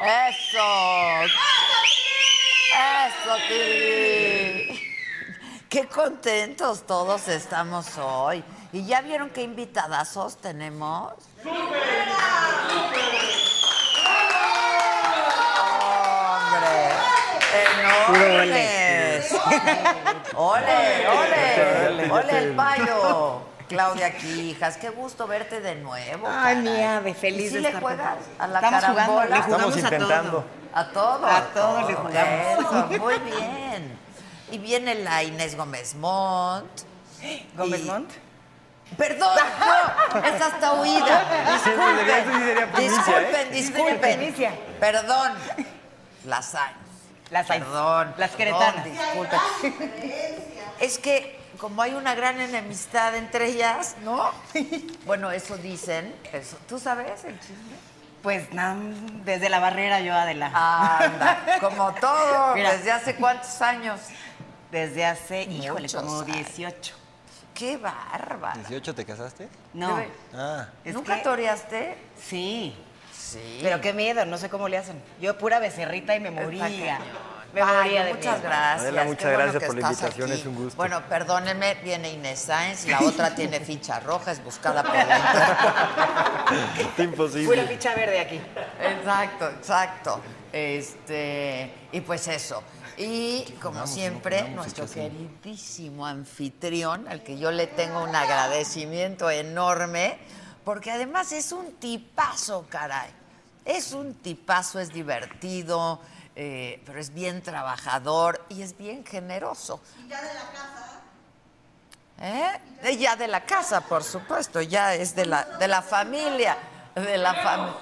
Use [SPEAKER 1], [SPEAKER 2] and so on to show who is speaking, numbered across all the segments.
[SPEAKER 1] Eso. Eso, Tili. Qué contentos todos estamos hoy. ¿Y ya vieron qué invitadazos tenemos? ¡Hombre! ¡Enormes! ¡Ole, ole! ¡Ole el payo! Claudia Quijas, qué gusto verte de nuevo.
[SPEAKER 2] Ay,
[SPEAKER 1] caray.
[SPEAKER 2] mía, de feliz
[SPEAKER 1] ¿Y si
[SPEAKER 2] de
[SPEAKER 1] le
[SPEAKER 2] estar
[SPEAKER 1] juegas
[SPEAKER 2] con-
[SPEAKER 1] a la
[SPEAKER 2] Estamos
[SPEAKER 1] carambola?
[SPEAKER 2] jugando, le jugamos
[SPEAKER 3] Estamos
[SPEAKER 2] a todo.
[SPEAKER 3] intentando.
[SPEAKER 1] A todo.
[SPEAKER 2] A todo le jugamos.
[SPEAKER 1] Eso, muy bien. Y viene la Inés Gómez Montt.
[SPEAKER 2] ¿Gómez
[SPEAKER 1] Y-
[SPEAKER 2] Montt?
[SPEAKER 1] Perdón, no, es hasta huida.
[SPEAKER 3] Sí, debería- eso sí sería
[SPEAKER 1] Disculpen,
[SPEAKER 3] primicia, ¿eh?
[SPEAKER 1] disculpen,
[SPEAKER 2] Sí sería primicia.
[SPEAKER 1] disculpen. Perdón. Las años.
[SPEAKER 2] Las hay.
[SPEAKER 1] Perdón.
[SPEAKER 2] Las
[SPEAKER 1] perdón,
[SPEAKER 2] queretanas.
[SPEAKER 1] disculpen. Es que como hay una gran enemistad entre ellas, ¿no? Bueno, eso dicen. Eso. ¿Tú sabes el chisme?
[SPEAKER 2] Pues nan, desde la barrera yo, Adela.
[SPEAKER 1] Anda, como todo,
[SPEAKER 2] Mira.
[SPEAKER 1] desde hace cuántos años.
[SPEAKER 2] Desde hace, híjole,
[SPEAKER 1] Muchos
[SPEAKER 2] como
[SPEAKER 1] años.
[SPEAKER 2] 18.
[SPEAKER 1] ¡Qué bárbara!
[SPEAKER 3] ¿18 te casaste?
[SPEAKER 2] No.
[SPEAKER 1] Debe-
[SPEAKER 3] Ah.
[SPEAKER 2] es
[SPEAKER 1] ¿Nunca
[SPEAKER 2] que-
[SPEAKER 1] toreaste?
[SPEAKER 2] Sí.
[SPEAKER 1] Sí.
[SPEAKER 2] Pero qué miedo, no sé cómo le hacen. Yo pura becerrita y me moría. Me
[SPEAKER 1] Ay,
[SPEAKER 2] moría de
[SPEAKER 1] muchas
[SPEAKER 2] miedo.
[SPEAKER 1] gracias.
[SPEAKER 3] Adela,
[SPEAKER 1] qué
[SPEAKER 3] muchas gracias
[SPEAKER 1] que
[SPEAKER 3] por la
[SPEAKER 1] estás
[SPEAKER 3] invitación, es un gusto.
[SPEAKER 1] Bueno, perdónenme, viene Inés Sáenz, la otra tiene ficha roja, es buscada por la
[SPEAKER 3] Está
[SPEAKER 2] Pura
[SPEAKER 3] imposible.
[SPEAKER 2] ficha verde aquí.
[SPEAKER 1] Exacto, exacto. Este, y pues eso. Y como siempre, nuestro queridísimo anfitrión, al que yo le tengo un agradecimiento enorme, porque además es un tipazo, caray. Es un tipazo, es divertido, eh, pero es bien trabajador y es bien generoso. ¿Eh? Eh, Ya de la casa, por supuesto, ya es de la, de la familia, de la familia.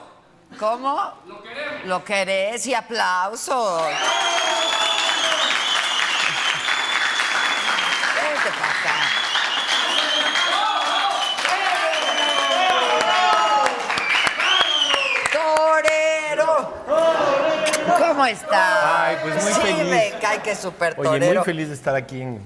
[SPEAKER 1] ¿Cómo? Lo queremos. Lo querés y aplausos. Vente pa' acá. ¡Torero! ¿Cómo está?
[SPEAKER 4] Ay, pues muy
[SPEAKER 1] sí,
[SPEAKER 4] feliz.
[SPEAKER 1] me cae que es súper torero.
[SPEAKER 4] Oye, muy feliz de estar aquí en,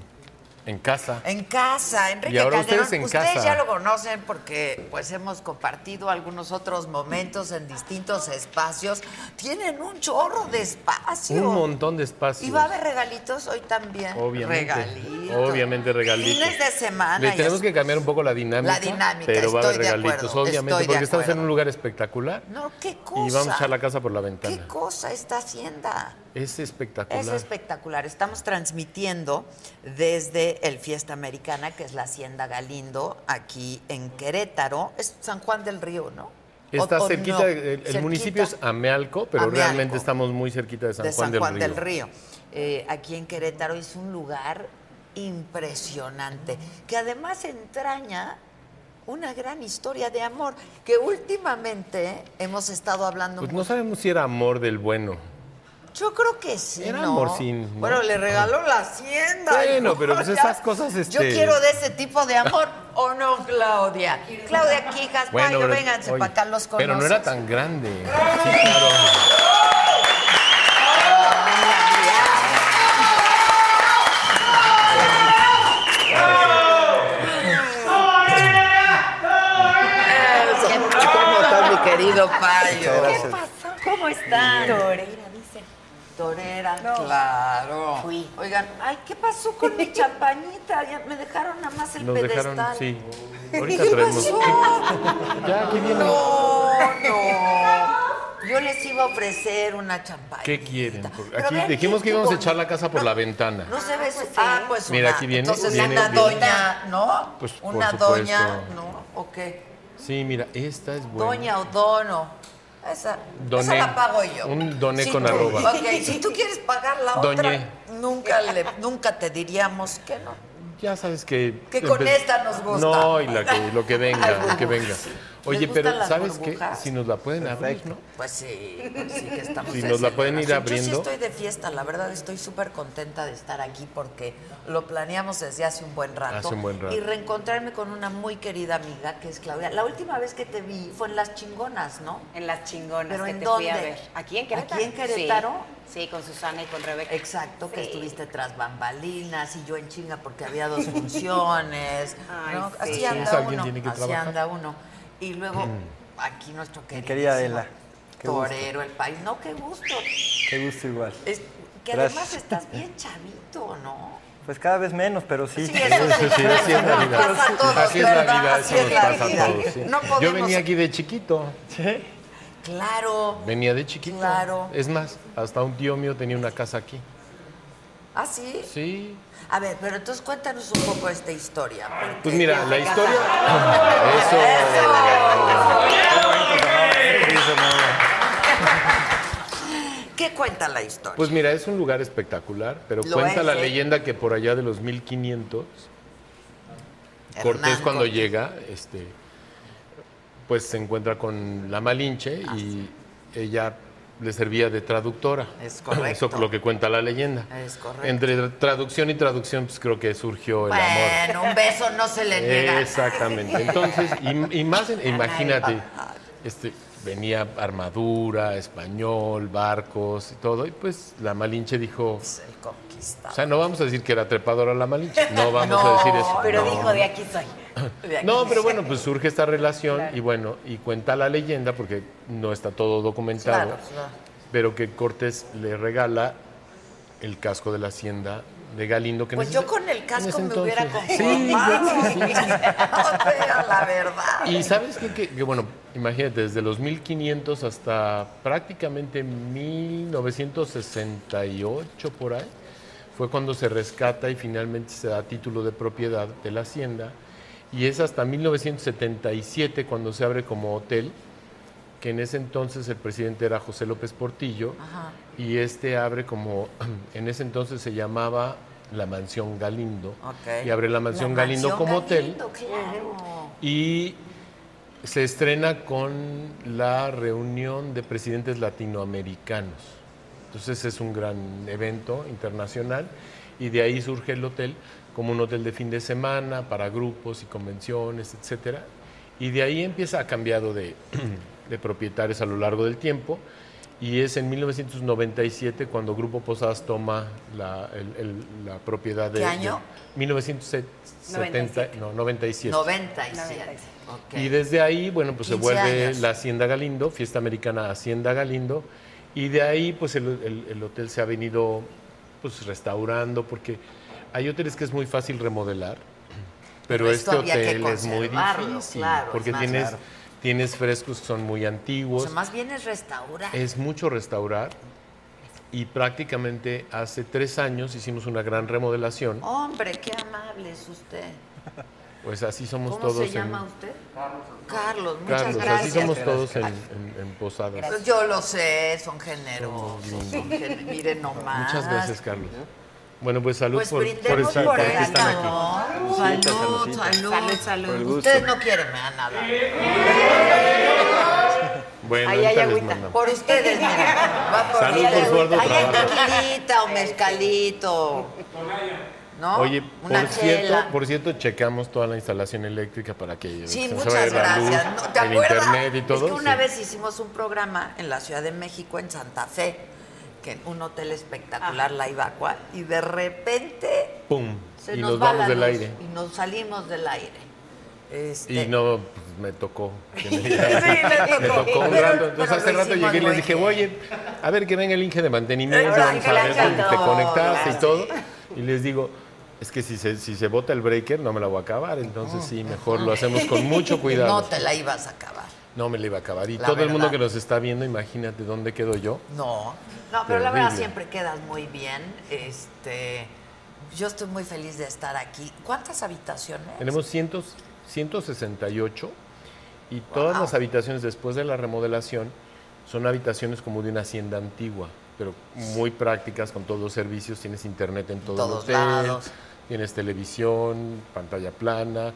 [SPEAKER 4] en casa.
[SPEAKER 1] En casa, Enrique
[SPEAKER 4] Y ahora
[SPEAKER 1] Calderón.
[SPEAKER 4] ustedes en casa.
[SPEAKER 1] ya lo conocen porque pues hemos compartido algunos otros momentos en distintos espacios. Tienen un chorro de espacio.
[SPEAKER 4] Un montón de espacio.
[SPEAKER 1] Y va a haber regalitos hoy también.
[SPEAKER 4] Obviamente.
[SPEAKER 1] Regalitos.
[SPEAKER 4] Obviamente regalitos.
[SPEAKER 1] Fines de semana.
[SPEAKER 4] Le
[SPEAKER 1] ya
[SPEAKER 4] tenemos
[SPEAKER 1] es-
[SPEAKER 4] que cambiar un poco la dinámica.
[SPEAKER 1] La dinámica,
[SPEAKER 4] Pero va a haber
[SPEAKER 1] estoy de
[SPEAKER 4] regalitos,
[SPEAKER 1] acuerdo,
[SPEAKER 4] obviamente,
[SPEAKER 1] estoy de
[SPEAKER 4] porque estás
[SPEAKER 1] acuerdo.
[SPEAKER 4] en un lugar espectacular.
[SPEAKER 1] No, qué cosa.
[SPEAKER 4] Y vamos a echar la casa por la
[SPEAKER 1] ¿Qué
[SPEAKER 4] ventana.
[SPEAKER 1] cosa esta hacienda?
[SPEAKER 4] Es espectacular.
[SPEAKER 1] Es espectacular. Estamos transmitiendo desde el Fiesta Americana, que es la Hacienda Galindo, aquí en Querétaro. Es San Juan del Río, ¿no? O-
[SPEAKER 4] Está
[SPEAKER 1] o
[SPEAKER 4] cerquita,
[SPEAKER 1] no,
[SPEAKER 4] el, el
[SPEAKER 1] cerquita
[SPEAKER 4] municipio es Amealco, pero
[SPEAKER 1] Amealco,
[SPEAKER 4] realmente estamos muy cerquita de San,
[SPEAKER 1] de San
[SPEAKER 4] del,
[SPEAKER 1] Juan
[SPEAKER 4] Río.
[SPEAKER 1] del Río. Eh, aquí en Querétaro es un lugar impresionante, que además entraña una gran historia de amor, que últimamente hemos estado hablando
[SPEAKER 4] Pues
[SPEAKER 1] mucho.
[SPEAKER 4] no sabemos si era amor del bueno.
[SPEAKER 1] Yo creo que sí.
[SPEAKER 4] Era
[SPEAKER 1] ¿no?
[SPEAKER 4] amorcín, ¿no?
[SPEAKER 1] Bueno, le regaló la hacienda.
[SPEAKER 4] Bueno,
[SPEAKER 1] ¿no?
[SPEAKER 4] pero pues
[SPEAKER 1] Ya.
[SPEAKER 4] esas cosas,
[SPEAKER 1] Yo
[SPEAKER 4] este-
[SPEAKER 1] quiero de ese tipo de amor, ¿o no, Claudia? Claudia Quijas, Mayo,
[SPEAKER 4] pero-
[SPEAKER 1] vénganse
[SPEAKER 4] oye,
[SPEAKER 1] para acá los conoces.
[SPEAKER 4] Pero no era tan grande. Sí, claro.
[SPEAKER 1] Qué ¿Cómo está mi querido
[SPEAKER 3] Muchas
[SPEAKER 1] Payo?
[SPEAKER 3] gracias.
[SPEAKER 2] ¿Cómo están? Torera, dicen.
[SPEAKER 1] Torera,
[SPEAKER 2] No.
[SPEAKER 1] claro.
[SPEAKER 2] Fui.
[SPEAKER 1] Oigan, ay, ¿qué pasó con mi champañita? Ya me dejaron nada más el
[SPEAKER 4] Nos
[SPEAKER 1] pedestal.
[SPEAKER 4] dejaron, sí. Ahorita
[SPEAKER 1] ¿Qué
[SPEAKER 4] traemos.
[SPEAKER 1] pasó?
[SPEAKER 4] Ya, ¿qué viene?
[SPEAKER 1] No, no. Yo les iba a ofrecer una champañita.
[SPEAKER 4] ¿Qué quieren? Porque
[SPEAKER 1] Pero
[SPEAKER 4] aquí
[SPEAKER 1] vean
[SPEAKER 4] dijimos
[SPEAKER 1] qué-
[SPEAKER 4] que
[SPEAKER 1] qué
[SPEAKER 4] íbamos a
[SPEAKER 1] bonito.
[SPEAKER 4] echar la casa por la ventana.
[SPEAKER 1] No se ve su Ah, pues
[SPEAKER 4] Mira,
[SPEAKER 1] una-
[SPEAKER 4] aquí viene,
[SPEAKER 1] Entonces
[SPEAKER 4] viene,
[SPEAKER 1] una
[SPEAKER 4] viene.
[SPEAKER 1] doña, ¿no?
[SPEAKER 4] Pues, por
[SPEAKER 1] una doña,
[SPEAKER 4] supuesto.
[SPEAKER 1] ¿no? ¿O qué?
[SPEAKER 4] Sí, mira, esta es buena.
[SPEAKER 1] Doña o dono. Esa,
[SPEAKER 4] Doné.
[SPEAKER 1] esa la pago yo.
[SPEAKER 4] Un doné
[SPEAKER 1] Si
[SPEAKER 4] con
[SPEAKER 1] tú-
[SPEAKER 4] arroba.
[SPEAKER 1] Ok, si tú quieres pagar la
[SPEAKER 4] Doñé.
[SPEAKER 1] otra, nunca, le, nunca te diríamos que no.
[SPEAKER 4] Ya sabes que...
[SPEAKER 1] Que con
[SPEAKER 4] empe-
[SPEAKER 1] esta nos gusta.
[SPEAKER 4] No, y la que- lo que
[SPEAKER 1] Ay,
[SPEAKER 4] venga, lo que
[SPEAKER 1] burbujas.
[SPEAKER 4] venga. Oye,
[SPEAKER 1] ¿Les
[SPEAKER 4] pero
[SPEAKER 1] gustan las
[SPEAKER 4] ¿sabes qué?
[SPEAKER 1] burbujas?
[SPEAKER 4] Si nos la pueden abrir,
[SPEAKER 3] Perfecto.
[SPEAKER 4] ¿no?
[SPEAKER 1] Pues sí, pues sí que estamos.
[SPEAKER 4] Si
[SPEAKER 1] de
[SPEAKER 4] nos la pueden ir
[SPEAKER 1] celebración. Yo
[SPEAKER 4] abriendo.
[SPEAKER 1] sí estoy de fiesta, la verdad estoy súper contenta de estar aquí porque lo planeamos desde hace un buen rato.
[SPEAKER 4] Hace un buen rato.
[SPEAKER 1] Y reencontrarme con una muy querida amiga que es Claudia. La última vez que te vi fue en Las Chingonas, ¿no?
[SPEAKER 2] En las chingonas
[SPEAKER 1] ¿Pero
[SPEAKER 2] que
[SPEAKER 1] en
[SPEAKER 2] te fui a
[SPEAKER 1] dónde?
[SPEAKER 2] ver. Aquí en Querétaro.
[SPEAKER 1] ¿Aquí en Querétaro?
[SPEAKER 2] Sí, sí, con Susana y con Rebeca.
[SPEAKER 1] Exacto, que
[SPEAKER 2] Sí.
[SPEAKER 1] estuviste tras bambalinas y yo en chinga porque había dos funciones.
[SPEAKER 2] Ay,
[SPEAKER 1] ¿no?
[SPEAKER 2] sí.
[SPEAKER 1] Así
[SPEAKER 2] Pues
[SPEAKER 1] anda
[SPEAKER 4] alguien
[SPEAKER 1] uno,
[SPEAKER 4] tiene que
[SPEAKER 1] así
[SPEAKER 4] trabajar. Mm.
[SPEAKER 1] anda uno. Y luego aquí nuestro querido
[SPEAKER 3] querida Adela, qué gusto.
[SPEAKER 1] torero, el país. No, qué gusto.
[SPEAKER 3] Qué gusto igual.
[SPEAKER 1] Es- que
[SPEAKER 3] Gracias.
[SPEAKER 1] además estás bien chavito, ¿no?
[SPEAKER 3] Pues cada vez menos, pero sí.
[SPEAKER 4] sí, sí, así es la
[SPEAKER 1] nos
[SPEAKER 4] vida.
[SPEAKER 1] pasa a todos,
[SPEAKER 4] Así es la
[SPEAKER 1] ¿verdad?
[SPEAKER 4] vida,
[SPEAKER 1] Así
[SPEAKER 4] eso
[SPEAKER 1] es
[SPEAKER 4] nos
[SPEAKER 1] la
[SPEAKER 4] pasa
[SPEAKER 1] vida.
[SPEAKER 4] a todos. sí.
[SPEAKER 1] No podemos...
[SPEAKER 4] Yo venía aquí de chiquito,
[SPEAKER 1] Claro.
[SPEAKER 4] venía de chiquito.
[SPEAKER 1] Claro.
[SPEAKER 4] Es más, hasta un tío mío tenía una casa aquí.
[SPEAKER 1] ¿Ah, sí?
[SPEAKER 4] Sí.
[SPEAKER 1] A ver, pero entonces cuéntanos un poco esta historia. porque-
[SPEAKER 4] Pues mira, la historia... Eso.
[SPEAKER 1] ¿Qué cuenta la historia?
[SPEAKER 4] Pues mira, es un lugar espectacular, pero
[SPEAKER 1] Lo
[SPEAKER 4] cuenta
[SPEAKER 1] es,
[SPEAKER 4] la
[SPEAKER 1] ¿eh?
[SPEAKER 4] leyenda que por allá de los 1500...
[SPEAKER 1] Hernán
[SPEAKER 4] Cortés cuando
[SPEAKER 1] Cortés.
[SPEAKER 4] llega, este, pues se encuentra con la Malinche y ella le servía de traductora.
[SPEAKER 1] Es correcto.
[SPEAKER 4] Eso es lo que cuenta la leyenda.
[SPEAKER 1] Es correcto.
[SPEAKER 4] Entre traducción y traducción, pues creo que surgió el amor.
[SPEAKER 1] Bueno, un beso no se le niega.
[SPEAKER 4] Exactamente. Entonces, y, y más, en- imagínate, este, venía armadura, español, barcos y todo, y pues la Malinche dijo,
[SPEAKER 1] Es el
[SPEAKER 4] o
[SPEAKER 1] conquistador.
[SPEAKER 4] sea, no vamos a decir que era trepadora la Malinche, no vamos
[SPEAKER 1] No,
[SPEAKER 4] a decir eso.
[SPEAKER 2] Pero
[SPEAKER 4] No.
[SPEAKER 2] dijo, de aquí soy.
[SPEAKER 1] De aquí.
[SPEAKER 4] No, pero bueno, pues surge esta relación y bueno, y cuenta la leyenda, porque no está todo documentado,
[SPEAKER 1] Claro, pues claro.
[SPEAKER 4] pero que Cortés le regala el casco de la hacienda de Galindo. Que en
[SPEAKER 1] Pues
[SPEAKER 4] ese-
[SPEAKER 1] yo con el
[SPEAKER 4] en
[SPEAKER 1] casco
[SPEAKER 4] ese
[SPEAKER 1] me hubiera
[SPEAKER 4] entonces-
[SPEAKER 1] conformado.
[SPEAKER 4] Sí, sí, sí.
[SPEAKER 1] O sea, la verdad.
[SPEAKER 4] Y sabes qué? que, que, bueno, imagínate, desde los 1500 hasta prácticamente 1968 por ahí, fue cuando se rescata y finalmente se da título de propiedad de la hacienda. Y es hasta 1977 cuando se abre como hotel, que en ese entonces el presidente era José López Portillo, y este abre como, en ese entonces se llamaba la Mansión Galindo,
[SPEAKER 1] Ok.
[SPEAKER 4] y abre la Mansión
[SPEAKER 1] La
[SPEAKER 4] Galindo
[SPEAKER 1] Mansión
[SPEAKER 4] como hotel.
[SPEAKER 1] Galindo, claro.
[SPEAKER 4] Y se estrena con la reunión de presidentes latinoamericanos. Entonces es un gran evento internacional y de ahí surge el hotel como un hotel de fin de semana para grupos y convenciones, etcétera. Y de ahí empieza a cambiado de, de propietarios a lo largo del tiempo. Y es en 1997 cuando Grupo Posadas toma la, el- el- la propiedad de...
[SPEAKER 1] ¿Qué año?
[SPEAKER 4] de 1970, no, 97.
[SPEAKER 1] 97. Ok.
[SPEAKER 4] Y desde ahí, bueno, pues se
[SPEAKER 1] 15
[SPEAKER 4] vuelve
[SPEAKER 1] años.
[SPEAKER 4] la Hacienda Galindo, Fiesta Americana Hacienda Galindo, y de ahí, pues el, el- el hotel se ha venido pues restaurando, porque hay hoteles que es muy fácil remodelar, pero,
[SPEAKER 1] Pero esto
[SPEAKER 4] este
[SPEAKER 1] había Pues que
[SPEAKER 4] hotel es muy
[SPEAKER 1] conservarlo,
[SPEAKER 4] difícil,
[SPEAKER 1] claro,
[SPEAKER 4] porque
[SPEAKER 1] es más-
[SPEAKER 4] tienes,
[SPEAKER 1] Claro.
[SPEAKER 4] tienes frescos que son muy
[SPEAKER 1] O
[SPEAKER 4] antiguos,
[SPEAKER 1] sea, más bien es restaurar.
[SPEAKER 4] es mucho restaurar. y prácticamente hace tres años hicimos una gran remodelación.
[SPEAKER 1] Hombre, qué amable es usted.
[SPEAKER 4] Pues así somos
[SPEAKER 1] ¿Cómo
[SPEAKER 4] todos
[SPEAKER 1] se llama
[SPEAKER 4] en
[SPEAKER 1] usted? Carlos. Carlos, muchas
[SPEAKER 4] Carlos,
[SPEAKER 1] gracias.
[SPEAKER 4] así somos todos en, en- en Posadas.
[SPEAKER 1] Pues Yo lo sé, son generosos. son gen- Miren nomás.
[SPEAKER 4] Muchas gracias, Carlos. Bueno, pues salud
[SPEAKER 1] Ah, Pues
[SPEAKER 4] por, por,
[SPEAKER 1] brindemos
[SPEAKER 4] estar-
[SPEAKER 1] por
[SPEAKER 4] por que
[SPEAKER 1] él,
[SPEAKER 4] están aquí.
[SPEAKER 1] ¿no?
[SPEAKER 3] Saludcita,
[SPEAKER 1] Salud,
[SPEAKER 3] saludcita.
[SPEAKER 1] salud.
[SPEAKER 2] Salud, salud. Por el
[SPEAKER 3] gusto.
[SPEAKER 1] Ustedes no quieren me dan nada.
[SPEAKER 4] Bueno,
[SPEAKER 2] Ahí
[SPEAKER 4] ahorita
[SPEAKER 2] hay
[SPEAKER 4] les
[SPEAKER 2] agüita.
[SPEAKER 4] mandamos.
[SPEAKER 1] Por ustedes, mira. Va por
[SPEAKER 4] Salud
[SPEAKER 1] ustedes.
[SPEAKER 4] por su arduo
[SPEAKER 1] Ahí hay
[SPEAKER 4] trabajo.
[SPEAKER 1] tequilita o mezcalito. ¿No?
[SPEAKER 4] Oye,
[SPEAKER 1] Una
[SPEAKER 4] por cierto,
[SPEAKER 1] chela.
[SPEAKER 4] por cierto, checamos toda la instalación eléctrica para que
[SPEAKER 1] Sí,
[SPEAKER 4] se nos
[SPEAKER 1] muchas
[SPEAKER 4] vaya la luz,
[SPEAKER 1] gracias. No, ¿Te
[SPEAKER 4] el
[SPEAKER 1] acuerdas?
[SPEAKER 4] internet y todo.
[SPEAKER 1] Es que una
[SPEAKER 4] sí.
[SPEAKER 1] vez hicimos un programa en la Ciudad de México, en Santa Fe, que en un hotel espectacular, la Ibacua, y de repente
[SPEAKER 4] pum
[SPEAKER 1] se
[SPEAKER 4] y
[SPEAKER 1] nos,
[SPEAKER 4] nos
[SPEAKER 1] va
[SPEAKER 4] vamos
[SPEAKER 1] la
[SPEAKER 4] del
[SPEAKER 1] luz
[SPEAKER 4] aire.
[SPEAKER 1] Y nos salimos del aire. Este,
[SPEAKER 4] Y no, pues, me tocó. que me-
[SPEAKER 1] Sí, le
[SPEAKER 4] me
[SPEAKER 1] tocó.
[SPEAKER 4] tocó un
[SPEAKER 1] Pero-
[SPEAKER 4] rato.
[SPEAKER 1] pero
[SPEAKER 4] Entonces hace
[SPEAKER 1] lo
[SPEAKER 4] rato
[SPEAKER 1] hicimos
[SPEAKER 4] llegué y les dije,
[SPEAKER 1] muy
[SPEAKER 4] oye,
[SPEAKER 1] bien.
[SPEAKER 4] a ver que venga el Inge de mantenimiento,
[SPEAKER 1] Exacto,
[SPEAKER 4] vamos a ver si te
[SPEAKER 1] claro,
[SPEAKER 4] conectaste y
[SPEAKER 1] claro.
[SPEAKER 4] todo. Y les digo, es que si se, si se bota el breaker no me la voy a acabar, entonces sí, mejor lo hacemos con mucho
[SPEAKER 1] no
[SPEAKER 4] cuidado.
[SPEAKER 1] te la ibas a acabar.
[SPEAKER 4] No me la iba a acabar. Y
[SPEAKER 1] La
[SPEAKER 4] todo el mundo
[SPEAKER 1] verdad.
[SPEAKER 4] que nos está viendo, imagínate dónde quedo yo.
[SPEAKER 1] No. No, pero la verdad
[SPEAKER 4] Terrible.
[SPEAKER 1] siempre quedas muy bien. Este, yo estoy muy feliz de estar aquí. ¿Cuántas habitaciones?
[SPEAKER 4] Tenemos cientos, 168 y todas las habitaciones después de la remodelación son habitaciones como de una hacienda antigua, pero muy prácticas con todos los servicios. Tienes internet en todo
[SPEAKER 1] Todos
[SPEAKER 4] el hotel,
[SPEAKER 1] lados.
[SPEAKER 4] tienes televisión, pantalla plana.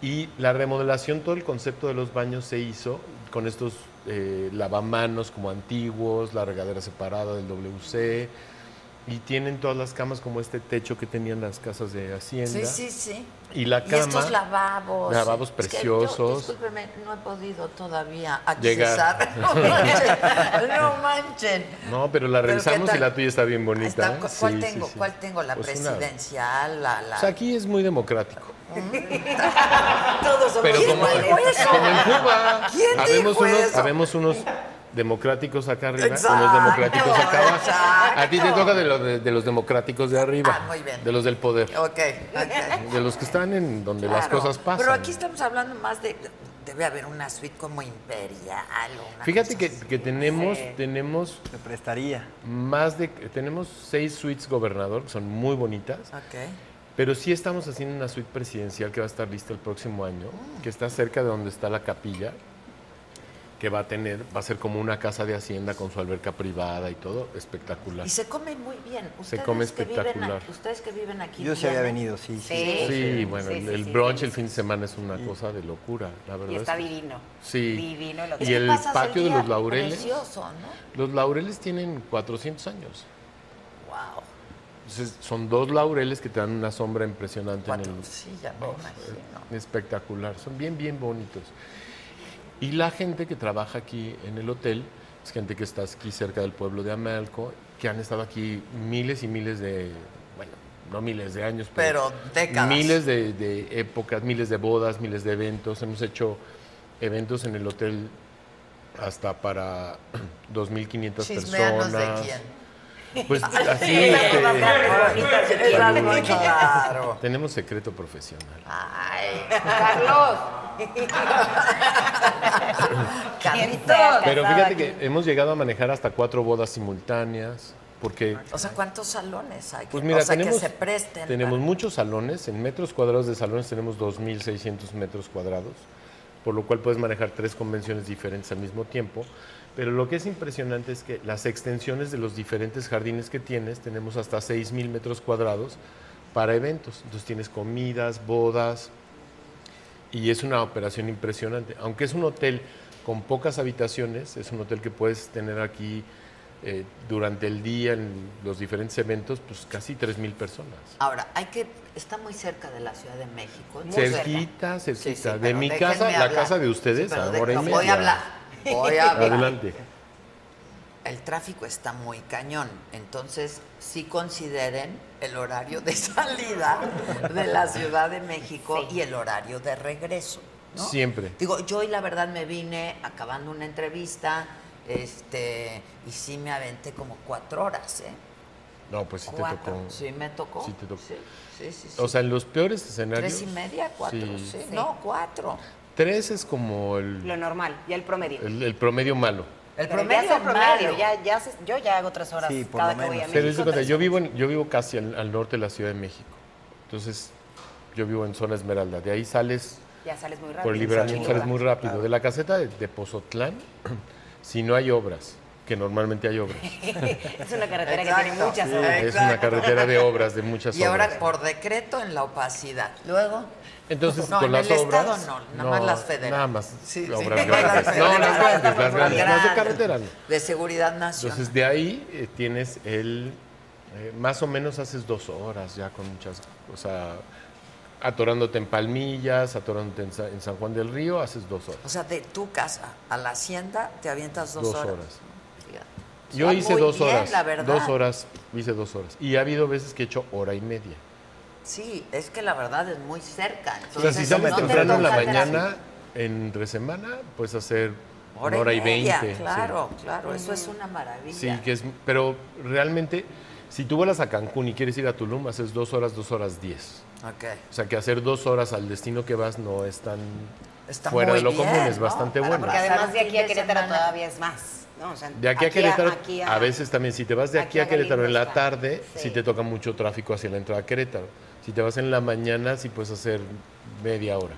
[SPEAKER 4] Y la remodelación, todo el concepto de los baños se hizo con estos eh, lavamanos como antiguos, la regadera separada del WC. Y tienen todas las camas como este techo que tenían las casas de Hacienda.
[SPEAKER 1] Sí, sí, sí.
[SPEAKER 4] Y la
[SPEAKER 1] Y estos
[SPEAKER 4] cama,
[SPEAKER 1] lavabos.
[SPEAKER 4] lavabos
[SPEAKER 1] Es que yo,
[SPEAKER 4] preciosos.
[SPEAKER 1] discúlpeme, no he podido todavía accesar.
[SPEAKER 4] Llegar.
[SPEAKER 1] No manchen. No manchen.
[SPEAKER 4] No, pero la
[SPEAKER 1] ¿Pero qué
[SPEAKER 4] revisamos
[SPEAKER 1] tal?
[SPEAKER 4] y la tuya está bien bonita.
[SPEAKER 1] Está-
[SPEAKER 4] ¿eh?
[SPEAKER 1] cu- ¿Cuál
[SPEAKER 4] Sí, sí,
[SPEAKER 1] tengo?
[SPEAKER 4] sí.
[SPEAKER 1] ¿Cuál tengo? ¿La
[SPEAKER 4] Pues una-
[SPEAKER 1] presidencial? La, la...
[SPEAKER 4] O sea, aquí es muy democrático.
[SPEAKER 1] Todos somos
[SPEAKER 4] Pero como,
[SPEAKER 1] iguales.
[SPEAKER 4] como en Cuba,
[SPEAKER 1] ¿Quién
[SPEAKER 4] habemos
[SPEAKER 1] dijo
[SPEAKER 4] unos,
[SPEAKER 1] eso?
[SPEAKER 4] habemos unos democráticos acá arriba,
[SPEAKER 1] Exacto,
[SPEAKER 4] unos democráticos acá abajo.
[SPEAKER 1] exacto.
[SPEAKER 4] A ti te toca de, los de, de los democráticos de arriba,
[SPEAKER 1] Ah, muy bien.
[SPEAKER 4] de los del poder,
[SPEAKER 1] Ok, ok.
[SPEAKER 4] de los que están en donde las
[SPEAKER 1] Claro,
[SPEAKER 4] cosas pasan.
[SPEAKER 1] Pero aquí estamos hablando más de. Debe haber una suite como imperial. o una
[SPEAKER 4] Fíjate
[SPEAKER 1] cosa
[SPEAKER 4] que,
[SPEAKER 1] así.
[SPEAKER 4] que tenemos, tenemos
[SPEAKER 3] Me prestaría.
[SPEAKER 4] más de, tenemos seis suites gobernador, que son muy bonitas.
[SPEAKER 1] Ok.
[SPEAKER 4] Pero sí estamos haciendo una suite presidencial que va a estar lista el próximo año,
[SPEAKER 2] Mm.
[SPEAKER 4] que está cerca de donde está la capilla, que va a tener, va a ser como una casa de hacienda con su alberca privada y todo, espectacular.
[SPEAKER 1] Y se come muy bien. Ustedes
[SPEAKER 4] come
[SPEAKER 1] que viven aquí-
[SPEAKER 4] espectacular.
[SPEAKER 1] ustedes que viven aquí.
[SPEAKER 3] Yo sí había
[SPEAKER 1] vienen.
[SPEAKER 3] venido, sí.
[SPEAKER 2] Sí.
[SPEAKER 4] Sí, bueno,
[SPEAKER 2] Sí,
[SPEAKER 4] el,
[SPEAKER 2] sí,
[SPEAKER 4] el
[SPEAKER 2] sí,
[SPEAKER 4] brunch
[SPEAKER 2] sí.
[SPEAKER 4] el fin de semana es una cosa de locura, la verdad.
[SPEAKER 2] Y
[SPEAKER 4] es
[SPEAKER 2] está
[SPEAKER 4] que-
[SPEAKER 2] divino.
[SPEAKER 4] Sí.
[SPEAKER 2] Divino el
[SPEAKER 4] Y
[SPEAKER 2] hotel.
[SPEAKER 1] Es que
[SPEAKER 4] el
[SPEAKER 1] pasas
[SPEAKER 4] patio de
[SPEAKER 1] día
[SPEAKER 4] los laureles.
[SPEAKER 1] Precioso, ¿no?
[SPEAKER 4] Los laureles tienen 400 años.
[SPEAKER 1] Wow.
[SPEAKER 4] Entonces, son dos laureles que te dan una sombra impresionante
[SPEAKER 1] Cuatro.
[SPEAKER 4] en el,
[SPEAKER 1] Sí, ya me imagino.
[SPEAKER 4] espectacular, son bien, bien bonitos. Y la gente que trabaja aquí en el hotel es gente que está aquí cerca del pueblo de Amalco, que han estado aquí miles y miles de, bueno, no miles de años, pero,
[SPEAKER 1] Pero décadas.
[SPEAKER 4] miles de, de épocas, miles de bodas, miles de eventos. Hemos hecho eventos en el hotel hasta para 2.500
[SPEAKER 1] Chismeanos
[SPEAKER 4] personas.
[SPEAKER 1] de quién.
[SPEAKER 4] Pues así,
[SPEAKER 1] Esas
[SPEAKER 4] este,
[SPEAKER 1] cosas tan bonitas, esas
[SPEAKER 4] Salud.
[SPEAKER 1] cosas, Claro.
[SPEAKER 4] tenemos secreto profesional.
[SPEAKER 1] Ay,
[SPEAKER 2] Carlos.
[SPEAKER 1] Carlitos.
[SPEAKER 4] Pero fíjate que hemos llegado a manejar hasta cuatro bodas simultáneas, porque
[SPEAKER 1] O sea, ¿cuántos salones hay? que-
[SPEAKER 4] pues mira,
[SPEAKER 1] o sea,
[SPEAKER 4] tenemos,
[SPEAKER 1] que se presten.
[SPEAKER 4] tenemos
[SPEAKER 1] para-
[SPEAKER 4] muchos salones, en metros cuadrados de salones tenemos 2.600 metros cuadrados, por lo cual puedes manejar tres convenciones diferentes al mismo tiempo, pero lo que es impresionante es que las extensiones de los diferentes jardines que tienes, tenemos hasta 6.000 metros cuadrados para eventos, entonces tienes comidas, bodas, y es una operación impresionante. Aunque es un hotel con pocas habitaciones, es un hotel que puedes tener aquí eh, durante el día en los diferentes eventos, pues casi 3.000 personas.
[SPEAKER 1] Ahora, hay que. Está muy cerca de la Ciudad de México. Ah, Muy cerca.
[SPEAKER 4] Cerquita, cerquita.
[SPEAKER 1] Sí, sí,
[SPEAKER 4] de
[SPEAKER 1] pero
[SPEAKER 4] mi
[SPEAKER 1] déjenme
[SPEAKER 4] casa,
[SPEAKER 1] hablar.
[SPEAKER 4] la casa de
[SPEAKER 1] Sí,
[SPEAKER 4] ustedes,
[SPEAKER 1] pero
[SPEAKER 4] ahora
[SPEAKER 1] de-
[SPEAKER 4] y
[SPEAKER 1] no,
[SPEAKER 4] media.
[SPEAKER 1] Voy a hablar. Voy a hablar.
[SPEAKER 4] Adelante.
[SPEAKER 1] El tráfico está muy cañón, entonces sí consideren el horario de salida de la Ciudad de México y el horario de regreso. ¿no?
[SPEAKER 4] Siempre.
[SPEAKER 1] Digo, yo hoy la verdad me vine acabando una entrevista, este, y sí me aventé como cuatro horas, ¿eh?
[SPEAKER 4] No, pues sí te
[SPEAKER 1] cuatro.
[SPEAKER 4] tocó.
[SPEAKER 1] Sí me tocó.
[SPEAKER 4] Sí te tocó.
[SPEAKER 1] Sí, sí, sí, sí.
[SPEAKER 4] O sea, en los peores escenarios.
[SPEAKER 1] tres y media, cuatro,
[SPEAKER 4] sí.
[SPEAKER 1] sí. No, cuatro.
[SPEAKER 4] Tres es como el,
[SPEAKER 2] Lo normal, ya el promedio.
[SPEAKER 4] el- el promedio malo.
[SPEAKER 1] El
[SPEAKER 2] Pero
[SPEAKER 1] promedio
[SPEAKER 2] ya es el promedio,
[SPEAKER 1] malo.
[SPEAKER 2] ya, ya se- yo ya hago tres horas
[SPEAKER 3] Sí, por
[SPEAKER 2] cada
[SPEAKER 3] lo
[SPEAKER 2] que voy a
[SPEAKER 3] menos.
[SPEAKER 2] México.
[SPEAKER 4] Pero es de cuenta,
[SPEAKER 2] tres
[SPEAKER 4] yo vivo, en- yo vivo casi al, al norte de la Ciudad de México. Entonces, yo vivo en zona Esmeralda. De ahí sales
[SPEAKER 2] horas. Ya sales muy rápido.
[SPEAKER 4] por el libramiento,
[SPEAKER 3] Sales
[SPEAKER 4] sales muy rápido. De la caseta de, de Pozotlán, si no hay obras, que normalmente hay obras.
[SPEAKER 2] es una carretera que tiene
[SPEAKER 1] Exacto.
[SPEAKER 2] muchas
[SPEAKER 1] Sí.
[SPEAKER 2] horas.
[SPEAKER 4] Es una
[SPEAKER 1] Exacto.
[SPEAKER 4] carretera de obras, de muchas
[SPEAKER 1] Y
[SPEAKER 4] obras.
[SPEAKER 1] ahora por decreto en la opacidad. Luego.
[SPEAKER 4] Entonces,
[SPEAKER 1] No,
[SPEAKER 4] con
[SPEAKER 1] en
[SPEAKER 4] las
[SPEAKER 1] el
[SPEAKER 4] obras.
[SPEAKER 1] Estado no, nada más las federales.
[SPEAKER 4] Nada más.
[SPEAKER 1] Sí, sí.
[SPEAKER 4] obras
[SPEAKER 1] Las
[SPEAKER 4] grandes. no,
[SPEAKER 1] federales.
[SPEAKER 4] las grandes, las grandes. Las de
[SPEAKER 1] Grandes.
[SPEAKER 4] carretera no.
[SPEAKER 1] De seguridad nacional.
[SPEAKER 4] Entonces, de ahí eh, tienes el. eh, más o menos haces dos horas ya con muchas. O sea, atorándote en Palmillas, atorándote en, Sa- en San Juan del Río, haces dos horas.
[SPEAKER 1] o sea, de tu casa a la hacienda te avientas dos,
[SPEAKER 4] Dos
[SPEAKER 1] horas.
[SPEAKER 4] horas.
[SPEAKER 1] Fíjate.
[SPEAKER 4] Yo
[SPEAKER 1] Está
[SPEAKER 4] hice
[SPEAKER 1] muy
[SPEAKER 4] dos
[SPEAKER 1] bien,
[SPEAKER 4] horas.
[SPEAKER 1] la verdad.
[SPEAKER 4] Dos horas, hice dos horas. Y ha habido veces que he hecho hora y media.
[SPEAKER 1] Sí, es que la verdad es muy cerca.
[SPEAKER 4] O sea,
[SPEAKER 1] Entonces,
[SPEAKER 4] si sales
[SPEAKER 1] no te
[SPEAKER 4] temprano en la
[SPEAKER 1] toca
[SPEAKER 4] mañana, entre semana, puedes hacer
[SPEAKER 1] Hora,
[SPEAKER 4] una hora y
[SPEAKER 1] media,
[SPEAKER 4] veinte.
[SPEAKER 1] Claro, claro, eso es una maravilla.
[SPEAKER 4] Sí, que es, pero realmente, si tú vuelas a Cancún y quieres ir a Tulum, haces dos horas, dos horas diez.
[SPEAKER 1] Ok.
[SPEAKER 4] O sea, que hacer dos horas al destino que vas no es tan
[SPEAKER 1] Está
[SPEAKER 4] fuera
[SPEAKER 1] muy
[SPEAKER 4] de lo
[SPEAKER 1] bien,
[SPEAKER 4] común, es
[SPEAKER 1] ¿no?
[SPEAKER 4] bastante
[SPEAKER 1] Para
[SPEAKER 4] bueno.
[SPEAKER 2] Porque además de
[SPEAKER 1] Pasar un
[SPEAKER 2] aquí a
[SPEAKER 1] fin de
[SPEAKER 2] Querétaro
[SPEAKER 1] semana.
[SPEAKER 2] todavía es más. ¿no? O sea,
[SPEAKER 4] De aquí, a Querétaro,
[SPEAKER 2] aquí
[SPEAKER 4] a, veces también, si te vas de aquí,
[SPEAKER 2] aquí
[SPEAKER 4] a
[SPEAKER 2] a
[SPEAKER 4] Querétaro en la
[SPEAKER 2] Galindo está.
[SPEAKER 4] tarde, si
[SPEAKER 2] Sí.
[SPEAKER 4] te toca mucho tráfico hacia la entrada a Querétaro. Si te vas en la mañana, sí puedes hacer media hora.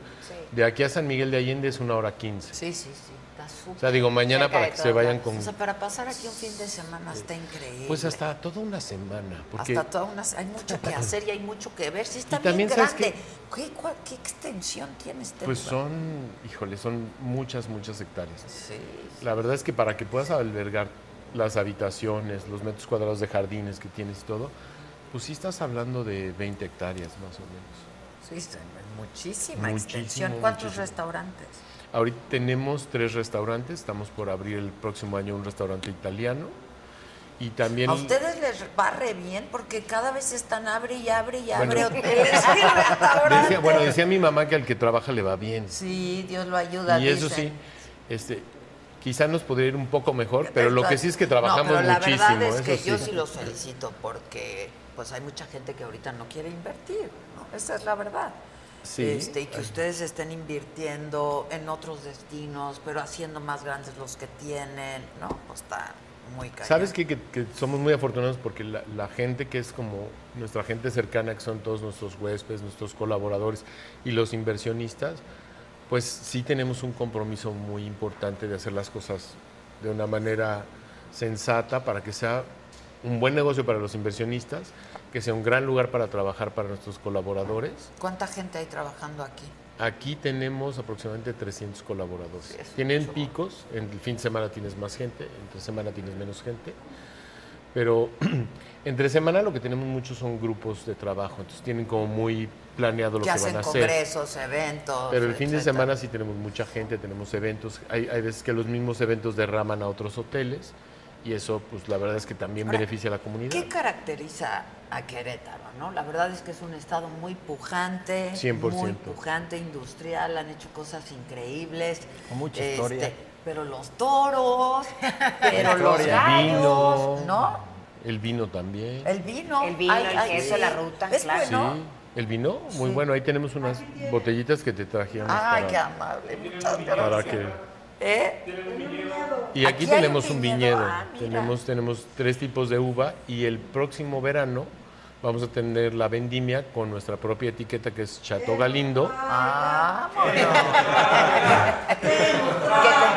[SPEAKER 4] De aquí a San Miguel de Allende es una hora quince.
[SPEAKER 1] Sí, sí, sí, está súper.
[SPEAKER 4] O sea, digo, mañana
[SPEAKER 2] Cerca de
[SPEAKER 4] para que se
[SPEAKER 2] todos
[SPEAKER 4] vayan
[SPEAKER 2] lados.
[SPEAKER 4] con...
[SPEAKER 1] O sea, para pasar aquí un fin de semana está increíble.
[SPEAKER 4] Pues hasta toda una semana. Porque
[SPEAKER 1] Hasta toda una, hay mucho que hacer y hay mucho que ver. Sí, está
[SPEAKER 4] Y también,
[SPEAKER 1] bien
[SPEAKER 4] ¿sabes
[SPEAKER 1] grande. ¿Qué, cuál- qué extensión tiene este
[SPEAKER 4] Pues
[SPEAKER 1] lugar?
[SPEAKER 4] son, híjole, son muchas, muchas hectáreas.
[SPEAKER 1] Sí.
[SPEAKER 4] La verdad es que para que puedas albergar las habitaciones, los metros cuadrados de jardines que tienes y todo, pues sí estás hablando de 20 hectáreas más o menos.
[SPEAKER 1] Sí, está- muchísima
[SPEAKER 4] Muchísimo,
[SPEAKER 1] extensión. ¿Cuántos
[SPEAKER 4] muchísimo.
[SPEAKER 1] restaurantes?
[SPEAKER 4] Ahorita tenemos tres restaurantes, estamos por abrir el próximo año un restaurante italiano y también...
[SPEAKER 1] A ustedes les va re bien porque cada vez están abre y abre y abre
[SPEAKER 4] Bueno.
[SPEAKER 1] hoteles y restaurantes.
[SPEAKER 4] Decía- bueno, decía mi mamá que al que trabaja le va bien.
[SPEAKER 1] Sí, Dios lo ayuda.
[SPEAKER 4] y eso
[SPEAKER 1] dicen.
[SPEAKER 4] sí, este, quizá nos podría ir un poco mejor, pero lo que sí es que trabajamos
[SPEAKER 1] no, pero la
[SPEAKER 4] muchísimo.
[SPEAKER 1] verdad es que
[SPEAKER 4] eso
[SPEAKER 1] yo
[SPEAKER 4] sí.
[SPEAKER 1] sí los felicito porque pues hay mucha gente que ahorita no quiere invertir, ¿no? Esa es la verdad.
[SPEAKER 4] Sí. eh.
[SPEAKER 1] Este, y que ustedes estén invirtiendo en otros destinos, pero haciendo más grandes los que tienen, ¿no? Pues está muy caro.
[SPEAKER 4] ¿Sabes qué? Que, que somos muy afortunados porque la, la gente que es como nuestra gente cercana, que son todos nuestros huéspedes, nuestros colaboradores y los inversionistas, pues sí tenemos un compromiso muy importante de hacer las cosas de una manera sensata para que sea un buen negocio para los inversionistas, que sea un gran lugar para trabajar para nuestros colaboradores.
[SPEAKER 1] ¿Cuánta gente hay trabajando aquí?
[SPEAKER 4] Aquí tenemos aproximadamente 300 colaboradores. Tienen picos, en el fin de semana tienes más gente, entre semana tienes menos gente. Pero entre semana lo que tenemos muchos son grupos de trabajo, entonces tienen como muy planeado lo
[SPEAKER 1] Que
[SPEAKER 4] que, van
[SPEAKER 1] hacen
[SPEAKER 4] a hacer.
[SPEAKER 1] congresos, eventos.
[SPEAKER 4] Pero el fin de
[SPEAKER 1] etcétera.
[SPEAKER 4] semana sí tenemos mucha gente, tenemos eventos, hay, hay veces que los mismos eventos derraman a otros hoteles y eso pues la verdad es que también
[SPEAKER 1] Ahora,
[SPEAKER 4] beneficia a la comunidad.
[SPEAKER 1] ¿Qué caracteriza a Querétaro? ¿no? La verdad es que es un estado muy pujante,
[SPEAKER 4] 100%.
[SPEAKER 1] muy pujante, industrial, han hecho cosas increíbles. este,
[SPEAKER 3] Con mucha historia.
[SPEAKER 1] Pero los toros, pero los
[SPEAKER 4] El
[SPEAKER 1] gallos,
[SPEAKER 4] vino,
[SPEAKER 1] ¿no?
[SPEAKER 4] El vino también.
[SPEAKER 1] El vino.
[SPEAKER 2] El vino, el queso, la ruta,
[SPEAKER 1] ¿Es
[SPEAKER 2] claro.
[SPEAKER 1] bueno?
[SPEAKER 4] Sí, el vino, muy bueno. Ahí tenemos unas botellitas que te trajimos
[SPEAKER 1] Ay, qué
[SPEAKER 4] para,
[SPEAKER 1] amable, muchas gracias.
[SPEAKER 4] para que...
[SPEAKER 1] ¿Eh?
[SPEAKER 4] Y aquí,
[SPEAKER 1] Aquí hay un
[SPEAKER 4] tenemos un
[SPEAKER 1] viñedo.
[SPEAKER 4] viñedo.
[SPEAKER 1] Ah, mira.
[SPEAKER 4] tenemos, tenemos tres tipos de uva y el próximo verano vamos a tener la vendimia con nuestra propia etiqueta que es Chateau Galindo.
[SPEAKER 1] Ah,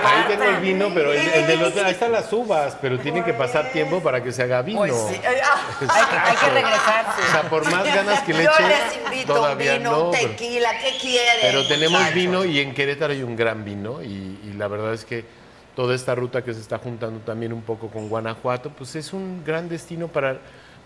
[SPEAKER 4] Ahí tengo el vino, pero el, el del otro- ahí están las uvas, pero tienen que pasar tiempo para que se haga vino.
[SPEAKER 1] Pues sí. eh, ah.
[SPEAKER 2] Hay que, hay que regresarse.
[SPEAKER 4] O sea, por más ganas que le
[SPEAKER 1] Yo
[SPEAKER 4] echen,
[SPEAKER 1] les invito un
[SPEAKER 4] todavía
[SPEAKER 1] vino,
[SPEAKER 4] no.
[SPEAKER 1] un
[SPEAKER 4] pero-
[SPEAKER 1] tequila, ¿qué quieren?
[SPEAKER 4] Pero tenemos
[SPEAKER 1] muchachos?
[SPEAKER 4] vino y en Querétaro hay un gran vino y, y la verdad es que toda esta ruta que se está juntando también un poco con Guanajuato, pues es un gran destino para,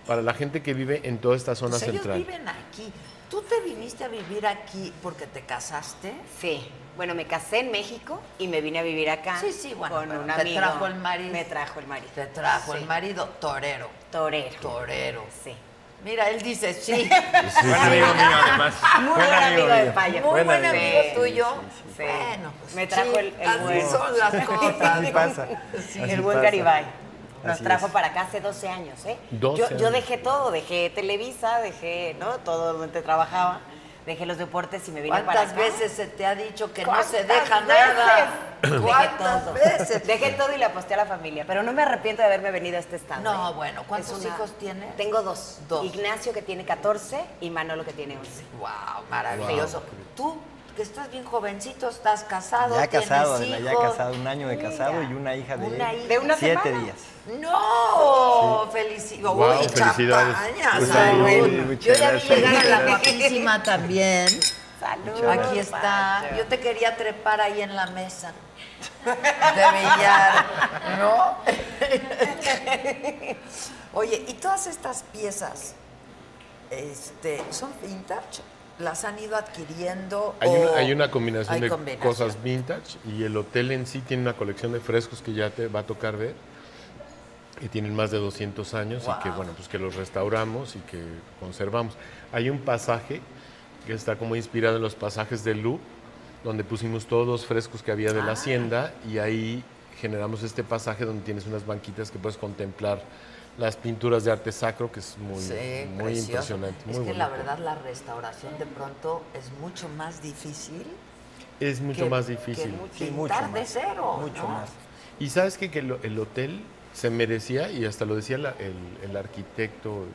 [SPEAKER 4] para la gente que vive en toda esta zona
[SPEAKER 1] Pues
[SPEAKER 4] central.
[SPEAKER 1] ellos viven aquí. ¿Tú te viniste a vivir aquí porque te casaste?
[SPEAKER 2] Sí. Bueno, me casé en México y me vine a vivir acá.
[SPEAKER 1] Sí, sí, bueno,
[SPEAKER 2] Ah, Con
[SPEAKER 1] pero
[SPEAKER 2] un
[SPEAKER 1] te
[SPEAKER 2] amigo.
[SPEAKER 1] trajo el marido.
[SPEAKER 2] Me trajo el marido.
[SPEAKER 1] Te trajo
[SPEAKER 2] Sí.
[SPEAKER 1] el marido torero.
[SPEAKER 2] Torero.
[SPEAKER 1] Torero.
[SPEAKER 2] Sí.
[SPEAKER 1] Mira, él dice sí.
[SPEAKER 5] Buen amigo mío, además.
[SPEAKER 2] Muy buen amigo de
[SPEAKER 3] mío.
[SPEAKER 2] Payo.
[SPEAKER 1] Muy buen
[SPEAKER 2] Sí,
[SPEAKER 1] amigo
[SPEAKER 2] sí,
[SPEAKER 1] tuyo.
[SPEAKER 2] pues. sí.
[SPEAKER 1] Bueno, pues
[SPEAKER 2] Me trajo
[SPEAKER 1] sí,
[SPEAKER 2] el, el
[SPEAKER 1] así
[SPEAKER 2] buen.
[SPEAKER 1] son las cosas.
[SPEAKER 3] Así
[SPEAKER 1] ¿no?
[SPEAKER 3] pasa.
[SPEAKER 2] Sí,
[SPEAKER 3] Así
[SPEAKER 2] el buen
[SPEAKER 3] pasa.
[SPEAKER 2] Garibay. Nos
[SPEAKER 3] Así
[SPEAKER 2] trajo
[SPEAKER 3] es.
[SPEAKER 2] para acá hace 12 años, ¿eh?
[SPEAKER 4] 12
[SPEAKER 2] yo, yo
[SPEAKER 4] años.
[SPEAKER 2] dejé todo, dejé Televisa, dejé, ¿no? Todo donde trabajaba dejé los deportes y me vine para acá.
[SPEAKER 1] ¿Cuántas veces se te ha dicho que no
[SPEAKER 2] ¿Cuántas
[SPEAKER 1] se deja
[SPEAKER 2] veces?
[SPEAKER 1] nada?
[SPEAKER 2] Dejé
[SPEAKER 1] ¿Cuántas
[SPEAKER 2] todo.
[SPEAKER 1] veces?
[SPEAKER 2] Dejé todo y la posté a la familia. Pero no me arrepiento de haberme venido a este estado.
[SPEAKER 1] No,
[SPEAKER 2] ¿eh?
[SPEAKER 1] bueno, ¿cuántos
[SPEAKER 2] Es una-
[SPEAKER 1] hijos tienes?
[SPEAKER 2] Tengo dos.
[SPEAKER 1] Dos.
[SPEAKER 2] Ignacio, que tiene 14, y Manolo, que tiene 11.
[SPEAKER 1] Wow, maravilloso. Tú, que estás bien jovencito, estás casado,
[SPEAKER 3] Ya
[SPEAKER 1] tienes
[SPEAKER 3] casado, Adela, ya
[SPEAKER 1] hijos.
[SPEAKER 3] casado, un año de casado y una hija de,
[SPEAKER 1] Una hija.
[SPEAKER 2] ¿De una
[SPEAKER 3] siete
[SPEAKER 2] semana?
[SPEAKER 3] días.
[SPEAKER 1] ¡No! ¡Felicidades!
[SPEAKER 4] Guau,
[SPEAKER 1] ¡Uy,
[SPEAKER 4] felicidades.
[SPEAKER 1] champaña!
[SPEAKER 4] Pues
[SPEAKER 1] salud.
[SPEAKER 4] sí,
[SPEAKER 3] muchas
[SPEAKER 1] Yo ya vi
[SPEAKER 3] gracias.
[SPEAKER 1] llegar a la guapísima también.
[SPEAKER 2] Salud.
[SPEAKER 1] Aquí está. Yo te quería trepar ahí en la mesa de billar, ¿no? Oye, ¿y todas estas piezas este, son vintage? ¿Las han ido adquiriendo?
[SPEAKER 4] Hay,
[SPEAKER 1] o
[SPEAKER 4] una, hay una combinación
[SPEAKER 1] hay
[SPEAKER 4] de cosas vintage y el hotel en sí tiene una colección de frescos que ya te va a tocar ver, que tienen más de 200 años y que, bueno, pues que los restauramos y que conservamos. Hay un pasaje que está como inspirado en los pasajes de Lu, donde pusimos todos los frescos que había de
[SPEAKER 1] Ah.
[SPEAKER 4] la hacienda y ahí generamos este pasaje donde tienes unas banquitas que puedes contemplar las pinturas de arte sacro, que es muy,
[SPEAKER 1] Sí,
[SPEAKER 4] muy
[SPEAKER 1] precioso.
[SPEAKER 4] impresionante.
[SPEAKER 1] es
[SPEAKER 4] muy
[SPEAKER 1] que la
[SPEAKER 4] bonito.
[SPEAKER 1] verdad la restauración de pronto es mucho más difícil.
[SPEAKER 4] es mucho
[SPEAKER 1] que-
[SPEAKER 4] más
[SPEAKER 1] que
[SPEAKER 4] difícil.
[SPEAKER 1] mu-
[SPEAKER 3] Sí, mucho
[SPEAKER 1] pintar de
[SPEAKER 3] más,
[SPEAKER 1] cero.
[SPEAKER 3] mucho
[SPEAKER 1] ¿no?
[SPEAKER 3] más.
[SPEAKER 4] Y sabes qué? que lo- el hotel se merecía, y hasta lo decía la- el, el arquitecto,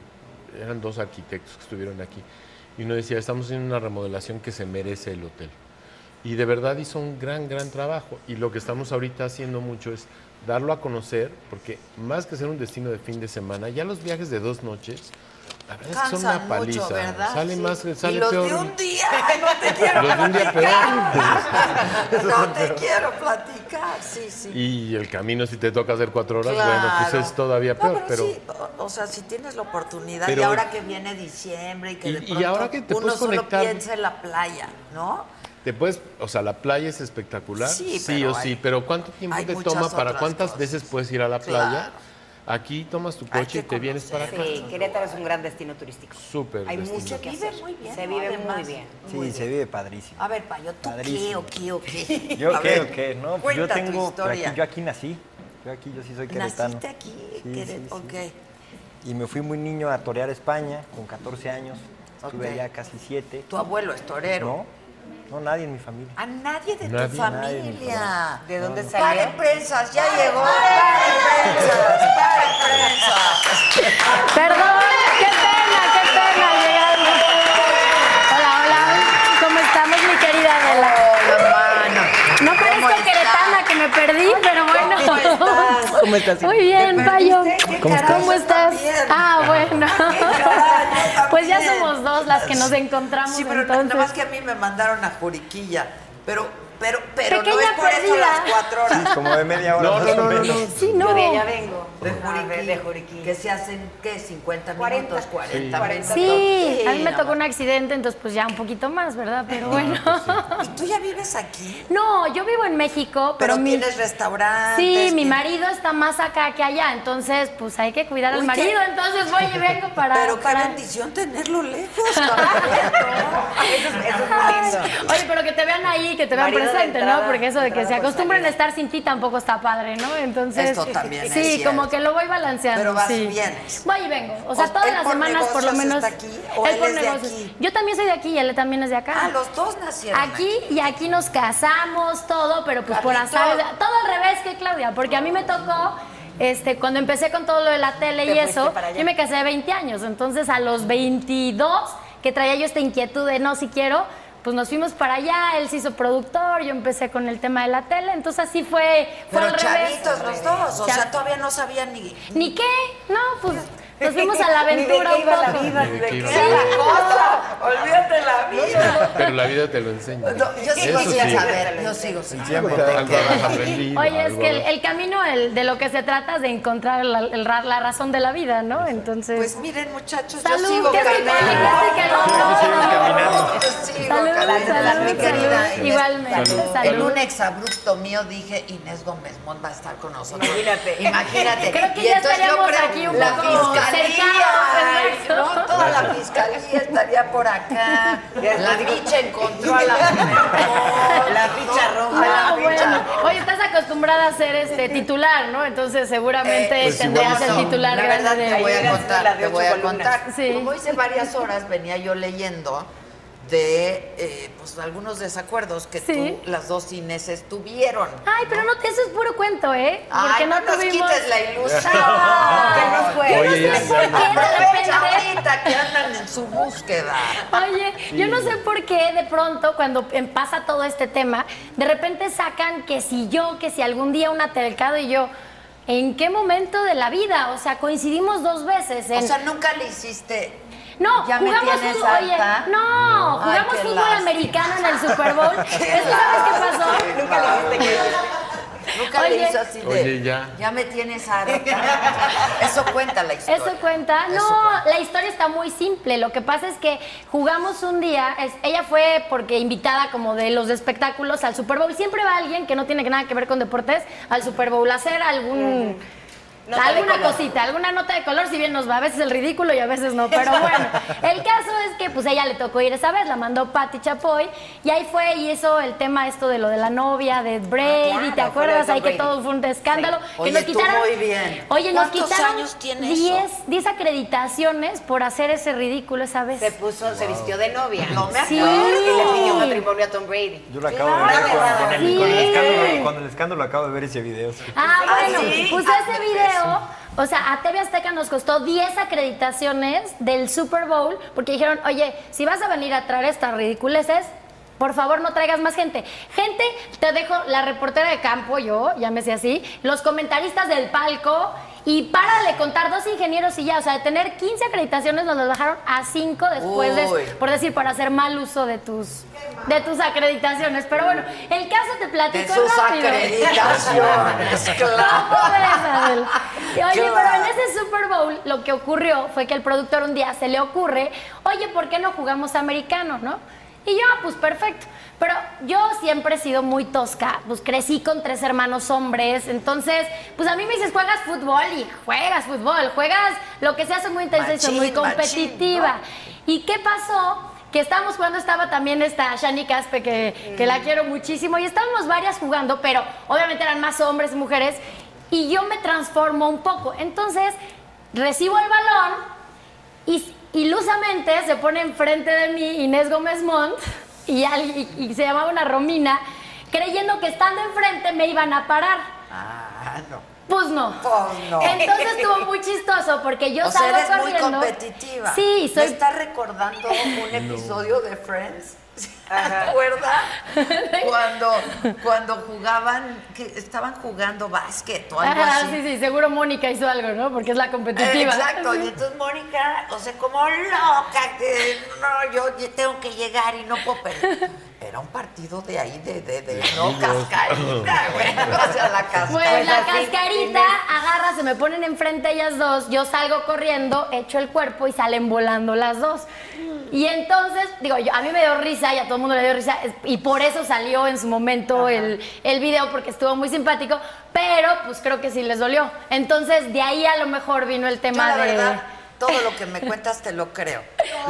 [SPEAKER 4] eran dos arquitectos que estuvieron aquí, y uno decía, estamos haciendo una remodelación que se merece el hotel. Y de verdad hizo un gran, gran trabajo. Y lo que estamos ahorita haciendo mucho es darlo a conocer, porque más que ser un destino de fin de semana, ya los viajes de dos noches, la verdad es que son
[SPEAKER 1] Cansan
[SPEAKER 4] una paliza.
[SPEAKER 1] mucho, ¿verdad?
[SPEAKER 4] Sale
[SPEAKER 1] Sí.
[SPEAKER 4] más, sale
[SPEAKER 1] y los
[SPEAKER 4] peor.
[SPEAKER 1] de un día, no te quiero
[SPEAKER 4] Los de un día
[SPEAKER 1] platicar. no te quiero platicar, sí, sí.
[SPEAKER 4] Y el camino, si te toca hacer cuatro horas, bueno,
[SPEAKER 1] Claro.
[SPEAKER 4] pues es todavía
[SPEAKER 1] No,
[SPEAKER 4] peor. pero
[SPEAKER 1] sí, o, o sea, si tienes la oportunidad, y
[SPEAKER 4] Pero-
[SPEAKER 1] ahora que viene diciembre y que
[SPEAKER 4] Y-
[SPEAKER 1] de
[SPEAKER 4] y
[SPEAKER 1] pronto
[SPEAKER 4] ahora que te
[SPEAKER 1] uno
[SPEAKER 4] puedes
[SPEAKER 1] solo
[SPEAKER 4] conectar-
[SPEAKER 1] piensa en la playa, ¿no?
[SPEAKER 4] Te puedes, o sea, la playa es espectacular,
[SPEAKER 1] Sí,
[SPEAKER 4] sí,
[SPEAKER 1] pero
[SPEAKER 4] o sí,
[SPEAKER 1] hay-
[SPEAKER 4] pero ¿cuánto tiempo
[SPEAKER 1] hay
[SPEAKER 4] te
[SPEAKER 1] muchas
[SPEAKER 4] toma para
[SPEAKER 1] otras
[SPEAKER 4] cuántas
[SPEAKER 1] cosas.
[SPEAKER 4] veces puedes ir a la
[SPEAKER 1] Claro.
[SPEAKER 4] playa? Aquí tomas tu
[SPEAKER 1] Hay
[SPEAKER 4] coche y
[SPEAKER 1] que
[SPEAKER 4] te vienes para acá.
[SPEAKER 1] conocer.
[SPEAKER 2] Sí, Querétaro es un gran destino turístico.
[SPEAKER 4] Súper
[SPEAKER 2] Hay
[SPEAKER 4] destino.
[SPEAKER 2] mucho que
[SPEAKER 1] Se vive
[SPEAKER 2] hacer.
[SPEAKER 1] muy bien,
[SPEAKER 2] Se
[SPEAKER 1] ¿no?
[SPEAKER 2] vive muy
[SPEAKER 1] Además. Oh.
[SPEAKER 2] bien.
[SPEAKER 3] Sí, se vive padrísimo.
[SPEAKER 1] A ver, Payo, ¿tú qué
[SPEAKER 3] Padrísimo.
[SPEAKER 1] o qué o qué?
[SPEAKER 3] Yo
[SPEAKER 1] A
[SPEAKER 3] qué,
[SPEAKER 1] ver,
[SPEAKER 3] o qué, ¿no? Pues yo
[SPEAKER 1] Cuenta tu
[SPEAKER 3] tengo,
[SPEAKER 1] historia.
[SPEAKER 3] aquí- yo aquí nací, yo aquí, yo sí soy queretano.
[SPEAKER 1] ¿Naciste aquí?
[SPEAKER 3] Sí,
[SPEAKER 1] Quere-
[SPEAKER 3] sí, sí.
[SPEAKER 1] Ok.
[SPEAKER 3] Y me fui muy niño a torear a España, con 14 años, estuve
[SPEAKER 1] Ok.
[SPEAKER 3] allá casi 7.
[SPEAKER 1] Tu abuelo es torero.
[SPEAKER 3] ¿No? No, nadie en mi familia.
[SPEAKER 1] A nadie de tu
[SPEAKER 4] Nadie.
[SPEAKER 3] Nadie de mi
[SPEAKER 1] familia.
[SPEAKER 2] ¿De dónde
[SPEAKER 1] Pare
[SPEAKER 2] salió?
[SPEAKER 1] prensas, ya llegó. Pare prensas, pare prensas.
[SPEAKER 6] Perdón, qué pena, qué pena llegar. Hola, hola. ¿Cómo estamos, mi querida Adela?
[SPEAKER 1] Hola, mano.
[SPEAKER 6] No
[SPEAKER 1] ¿Cómo
[SPEAKER 6] parezco
[SPEAKER 1] estás?
[SPEAKER 6] queretana que me perdí, pero bueno.
[SPEAKER 1] ¿Cómo estás?
[SPEAKER 3] ¿Cómo estás?
[SPEAKER 6] Muy bien,
[SPEAKER 1] ¿Te
[SPEAKER 6] Payo.
[SPEAKER 1] perdiste? ¿Qué
[SPEAKER 6] ¿Cómo
[SPEAKER 1] caray?
[SPEAKER 6] estás?
[SPEAKER 1] Yo también.
[SPEAKER 6] Ah, bueno.
[SPEAKER 1] caray, yo
[SPEAKER 6] Pues ya
[SPEAKER 1] también.
[SPEAKER 6] somos dos las que nos encontramos
[SPEAKER 1] Sí, pero
[SPEAKER 6] entonces.
[SPEAKER 1] nada más que a mí me mandaron a Juriquilla. Pero, pero, pero no es
[SPEAKER 6] Pequeña
[SPEAKER 1] por eso
[SPEAKER 6] perdida.
[SPEAKER 1] las cuatro horas.
[SPEAKER 3] Sí, como de media hora
[SPEAKER 4] No,
[SPEAKER 3] más
[SPEAKER 4] no,
[SPEAKER 3] o
[SPEAKER 4] no, no,
[SPEAKER 3] menos.
[SPEAKER 4] no.
[SPEAKER 6] Sí, no.
[SPEAKER 2] Yo de allá vengo.
[SPEAKER 1] Ah, De
[SPEAKER 2] A ver,
[SPEAKER 1] Juriquilla.
[SPEAKER 2] de Juriquilla.
[SPEAKER 1] Que se hacen, ¿qué? 50
[SPEAKER 2] 40.
[SPEAKER 1] minutos, 40
[SPEAKER 2] Sí.
[SPEAKER 1] minutos.
[SPEAKER 6] Sí, a mí me
[SPEAKER 1] nada
[SPEAKER 6] tocó un
[SPEAKER 1] más.
[SPEAKER 6] accidente, entonces pues ya un poquito más, ¿verdad? Pero bueno.
[SPEAKER 1] ¿Y tú ya vives aquí?
[SPEAKER 6] No, yo vivo en México, pero,
[SPEAKER 1] Pero
[SPEAKER 6] mi-
[SPEAKER 1] tienes restaurantes.
[SPEAKER 6] Sí, mi
[SPEAKER 1] tienes-
[SPEAKER 6] marido está más acá que allá, entonces pues hay que cuidar
[SPEAKER 1] Uy,
[SPEAKER 6] al
[SPEAKER 1] qué-
[SPEAKER 6] marido, entonces voy y vengo para...
[SPEAKER 1] Pero qué
[SPEAKER 6] para-
[SPEAKER 1] bendición tenerlo lejos, cabrón.
[SPEAKER 2] Eso es, eso es muy lindo.
[SPEAKER 6] Oye, pero que te vean ahí, que te vean
[SPEAKER 2] Marido de
[SPEAKER 6] presente,
[SPEAKER 2] entrada,
[SPEAKER 6] ¿no? Porque eso de que
[SPEAKER 2] entrada
[SPEAKER 6] se
[SPEAKER 2] por
[SPEAKER 6] acostumbren a
[SPEAKER 2] salida.
[SPEAKER 6] estar sin ti tampoco está padre, ¿no? Entonces.
[SPEAKER 1] Esto también es
[SPEAKER 6] Sí,
[SPEAKER 1] cierto.
[SPEAKER 6] como que lo voy balanceando.
[SPEAKER 1] Pero vas y
[SPEAKER 6] sí.
[SPEAKER 1] vienes.
[SPEAKER 6] Voy y vengo. O
[SPEAKER 1] O-
[SPEAKER 6] sea, todas
[SPEAKER 1] ¿él
[SPEAKER 6] las
[SPEAKER 1] por
[SPEAKER 6] semanas por lo
[SPEAKER 1] negocios
[SPEAKER 6] menos.
[SPEAKER 1] está aquí o él es de aquí?
[SPEAKER 6] Yo también soy de aquí y él también es de acá.
[SPEAKER 1] Ah, los dos nacieron
[SPEAKER 6] Aquí y aquí nos casamos, todo, pero pues por
[SPEAKER 1] Carlito.
[SPEAKER 6] azar. Todo al revés que Claudia, porque a mí me tocó. Este, cuando empecé con todo lo de la tele
[SPEAKER 2] Te
[SPEAKER 6] y
[SPEAKER 2] fuiste
[SPEAKER 6] eso,
[SPEAKER 2] para allá.
[SPEAKER 6] yo me casé de 20 años. Entonces, a los 22, que traía yo esta inquietud de no, si quiero, pues nos fuimos para allá. Él se hizo productor, yo empecé con el tema de la tele. Entonces, así fue, fue
[SPEAKER 1] Pero
[SPEAKER 6] al revés.
[SPEAKER 1] chavitos los dos, o
[SPEAKER 6] Chav-
[SPEAKER 1] sea, todavía no sabían ni...
[SPEAKER 6] ¿Ni qué? No, pues nos fuimos a la aventura
[SPEAKER 2] Ni de qué
[SPEAKER 6] un
[SPEAKER 2] iba la
[SPEAKER 6] poco.
[SPEAKER 2] vida,
[SPEAKER 4] Ni
[SPEAKER 2] ni
[SPEAKER 4] de
[SPEAKER 2] de
[SPEAKER 4] qué
[SPEAKER 2] qué
[SPEAKER 4] iba
[SPEAKER 2] era
[SPEAKER 4] la
[SPEAKER 2] la
[SPEAKER 4] vida.
[SPEAKER 2] cosa.
[SPEAKER 1] Olvídate la vida.
[SPEAKER 4] Pero la vida te lo enseña.
[SPEAKER 1] No, yo sigo
[SPEAKER 4] Eso
[SPEAKER 1] sin
[SPEAKER 4] sí.
[SPEAKER 1] saber, yo sigo sin saber.
[SPEAKER 4] Algo habrás aprendido,
[SPEAKER 6] Oye, es
[SPEAKER 4] algo
[SPEAKER 6] que el,
[SPEAKER 4] habrás-
[SPEAKER 6] el camino el- de lo que se trata es de encontrar la, el ra- la razón de la vida, ¿no? Entonces.
[SPEAKER 1] Pues miren, muchachos, yo
[SPEAKER 6] Salud,
[SPEAKER 1] sigo
[SPEAKER 6] qué rico,
[SPEAKER 1] caminando.
[SPEAKER 6] qué rico.
[SPEAKER 1] Yo sigo
[SPEAKER 6] Salud,
[SPEAKER 1] caminando,
[SPEAKER 6] salud,
[SPEAKER 1] mi querida.
[SPEAKER 6] salud. Igualmente,
[SPEAKER 1] En
[SPEAKER 6] salud.
[SPEAKER 1] un exabrupto mío dije, Inés Gómez Mont va a estar con nosotros.
[SPEAKER 2] Imagínate.
[SPEAKER 1] Imagínate.
[SPEAKER 6] Creo que
[SPEAKER 1] Y
[SPEAKER 6] ya
[SPEAKER 1] entonces yo
[SPEAKER 6] estaríamos
[SPEAKER 1] creo
[SPEAKER 6] aquí un
[SPEAKER 1] la
[SPEAKER 6] poco
[SPEAKER 1] fiscalía,
[SPEAKER 6] cercados, exacto.
[SPEAKER 1] ¿no? Toda la fiscalía estaría por acá.
[SPEAKER 2] Ya
[SPEAKER 1] La
[SPEAKER 2] digo-
[SPEAKER 1] bicha encontró a la... La
[SPEAKER 2] bicha roja.
[SPEAKER 6] Ah,
[SPEAKER 1] La bicha
[SPEAKER 6] bueno.
[SPEAKER 1] roja.
[SPEAKER 6] Oye, estás acostumbrada a ser este titular, ¿no? Entonces seguramente
[SPEAKER 1] Eh, pues
[SPEAKER 6] tendrás
[SPEAKER 1] igual
[SPEAKER 6] el
[SPEAKER 1] no.
[SPEAKER 6] titular
[SPEAKER 1] La
[SPEAKER 6] grande
[SPEAKER 1] verdad,
[SPEAKER 6] de
[SPEAKER 1] te voy a
[SPEAKER 2] Ahí eras la
[SPEAKER 1] contar,
[SPEAKER 2] de
[SPEAKER 1] te
[SPEAKER 2] ocho
[SPEAKER 1] voy a
[SPEAKER 2] columnas.
[SPEAKER 1] contar.
[SPEAKER 6] Sí.
[SPEAKER 1] Como hice varias horas, venía yo leyendo de eh, pues, algunos desacuerdos que
[SPEAKER 6] Sí.
[SPEAKER 1] tú, las dos Ineses tuvieron.
[SPEAKER 6] Ay, pero no, eso es puro cuento, ¿eh?
[SPEAKER 1] Ay, no, nos quites la ilusión. Que nos fue.
[SPEAKER 4] Oye, ya
[SPEAKER 6] sé por
[SPEAKER 4] sé.
[SPEAKER 6] qué de
[SPEAKER 1] Aprovecha
[SPEAKER 6] repente-
[SPEAKER 1] ahorita que andan en su búsqueda.
[SPEAKER 6] Oye, yo no sé por qué de pronto cuando em- pasa todo este tema, de repente sacan que si yo, que si algún día un atercado y yo, ¿en qué momento de la vida? O sea, coincidimos dos veces.
[SPEAKER 1] O
[SPEAKER 6] en-
[SPEAKER 1] sea, nunca le hiciste.
[SPEAKER 6] no,
[SPEAKER 1] ya me
[SPEAKER 6] jugamos
[SPEAKER 1] tienes
[SPEAKER 6] fútbol, oye,
[SPEAKER 1] harta.
[SPEAKER 6] no,
[SPEAKER 1] Ay,
[SPEAKER 6] jugamos
[SPEAKER 1] qué
[SPEAKER 6] fútbol
[SPEAKER 1] lástima.
[SPEAKER 6] americano en el Super Bowl. ¿Es que sabes qué pasó?
[SPEAKER 2] Nunca le dijiste que.
[SPEAKER 1] Nunca le
[SPEAKER 6] Oye.
[SPEAKER 1] hizo así de.
[SPEAKER 4] Oye, ya.
[SPEAKER 1] Ya me tienes harta. Eso cuenta la historia.
[SPEAKER 6] ¿Eso cuenta?
[SPEAKER 1] Eso
[SPEAKER 6] no,
[SPEAKER 1] cuenta.
[SPEAKER 6] la historia está muy simple. Lo que pasa es que jugamos un día, es- ella fue porque invitada como de los espectáculos al Super Bowl. Siempre va alguien que no tiene nada que ver con deportes al Super Bowl a hacer algún...
[SPEAKER 2] Nota de
[SPEAKER 6] alguna
[SPEAKER 2] color.
[SPEAKER 6] cosita, alguna nota de color, si bien nos va a veces el ridículo y a veces no, pero bueno. El caso es que pues ella le tocó ir esa vez, la mandó Patti Chapoy y ahí fue y hizo el tema esto de lo de la novia, de Brady,
[SPEAKER 1] Ah, claro,
[SPEAKER 6] ¿te
[SPEAKER 1] fue lo de
[SPEAKER 6] acuerdas?
[SPEAKER 1] Tom
[SPEAKER 6] Ahí que
[SPEAKER 1] Brady.
[SPEAKER 6] todo fue un escándalo.
[SPEAKER 1] Sí.
[SPEAKER 6] Que
[SPEAKER 1] Oye,
[SPEAKER 6] nos
[SPEAKER 1] estuvo
[SPEAKER 6] quitaron,
[SPEAKER 1] muy bien.
[SPEAKER 6] Oye, nos
[SPEAKER 1] ¿Cuántos
[SPEAKER 6] quitaron
[SPEAKER 1] años tiene eso?
[SPEAKER 6] 10 10 acreditaciones por hacer ese ridículo esa vez.
[SPEAKER 2] Se puso, se vistió de novia.
[SPEAKER 1] No me
[SPEAKER 6] Sí.
[SPEAKER 1] acuerdo.
[SPEAKER 2] Y le pidió matrimonio a Tom Brady.
[SPEAKER 3] Yo lo acabo de ver
[SPEAKER 1] Claro.
[SPEAKER 3] con, con el, con el
[SPEAKER 6] Sí.
[SPEAKER 3] escándalo, con el escándalo acabo de ver ese video.
[SPEAKER 6] Ah,
[SPEAKER 1] Ah,
[SPEAKER 6] bueno,
[SPEAKER 1] sí.
[SPEAKER 6] pues
[SPEAKER 1] Ah,
[SPEAKER 6] ese video, o sea, a TV Azteca nos costó 10 acreditaciones del Super Bowl porque dijeron, oye, si vas a venir a traer estas ridiculeces, por favor no traigas más gente. Gente, te dejo la reportera de campo, yo, llámese así, los comentaristas del palco. Y para de contar dos ingenieros y ya, o sea, de tener 15 acreditaciones nos las bajaron a 5 después de,
[SPEAKER 1] Uy.
[SPEAKER 6] por decir, por hacer mal uso de tus de tus acreditaciones. Pero bueno, el caso te
[SPEAKER 1] De
[SPEAKER 6] platico
[SPEAKER 1] sus
[SPEAKER 6] rápido.
[SPEAKER 1] acreditaciones,
[SPEAKER 6] ¿Cómo ves,
[SPEAKER 1] claro.
[SPEAKER 6] Adela? Y, Oye,
[SPEAKER 1] Claro.
[SPEAKER 6] pero en ese Super Bowl lo que ocurrió fue que el productor un día se le ocurre, oye, ¿por qué no jugamos americano, no? Y yo, "Ah, pues perfecto. Pero yo siempre he sido muy tosca, pues crecí con tres hermanos hombres, entonces, pues a mí me dices, juegas fútbol y juegas fútbol, juegas lo que sea, soy muy intensa y soy muy
[SPEAKER 1] Machín, machín,
[SPEAKER 6] competitiva. ¿Y qué pasó? Que estábamos jugando, estaba también esta Shani Caspe, que, que la
[SPEAKER 1] Mm.
[SPEAKER 6] quiero muchísimo, y estábamos varias jugando, pero obviamente eran más hombres y mujeres, y yo me transformo un poco. Entonces, recibo el balón y ilusamente se pone enfrente de mí Inés Gómez Montt y, alguien- y- y se llamaba una Romina, creyendo que estando enfrente me iban a parar.
[SPEAKER 1] Ah, no.
[SPEAKER 6] Pues no.
[SPEAKER 1] Pues no.
[SPEAKER 6] Entonces estuvo muy chistoso porque yo
[SPEAKER 1] o sea,
[SPEAKER 6] salgo
[SPEAKER 1] eres muy
[SPEAKER 6] corriendo.
[SPEAKER 1] competitiva.
[SPEAKER 6] Sí,
[SPEAKER 1] ¿Me
[SPEAKER 6] soy
[SPEAKER 1] estás recordando un episodio de Friends? ¿Te acuerdas? cuando, cuando jugaban, que estaban jugando básquet o algo
[SPEAKER 6] Ajá,
[SPEAKER 1] así.
[SPEAKER 6] sí, sí, seguro Mónica hizo algo, ¿no? Porque es la
[SPEAKER 1] Eh,
[SPEAKER 6] competitiva.
[SPEAKER 1] Exacto, y entonces Mónica, o sea, como loca, que no, yo ye- tengo que llegar y no puedo perder. Era un partido de ahí, de, de, de no cascarita, güey. O sea, la cascarita.
[SPEAKER 6] Pues la
[SPEAKER 1] sí.
[SPEAKER 6] cascarita agarra, se me ponen enfrente ellas dos, yo salgo corriendo, echo el cuerpo y salen volando las dos. Y entonces, digo, yo, a mí me dio risa y a todo el mundo le dio risa, es- y por eso salió en su momento el, el video, porque estuvo muy simpático, pero pues creo que sí les dolió. Entonces, de ahí a lo mejor vino el
[SPEAKER 1] Yo, la
[SPEAKER 6] tema de...
[SPEAKER 1] verdad, todo lo que me cuentas te lo creo.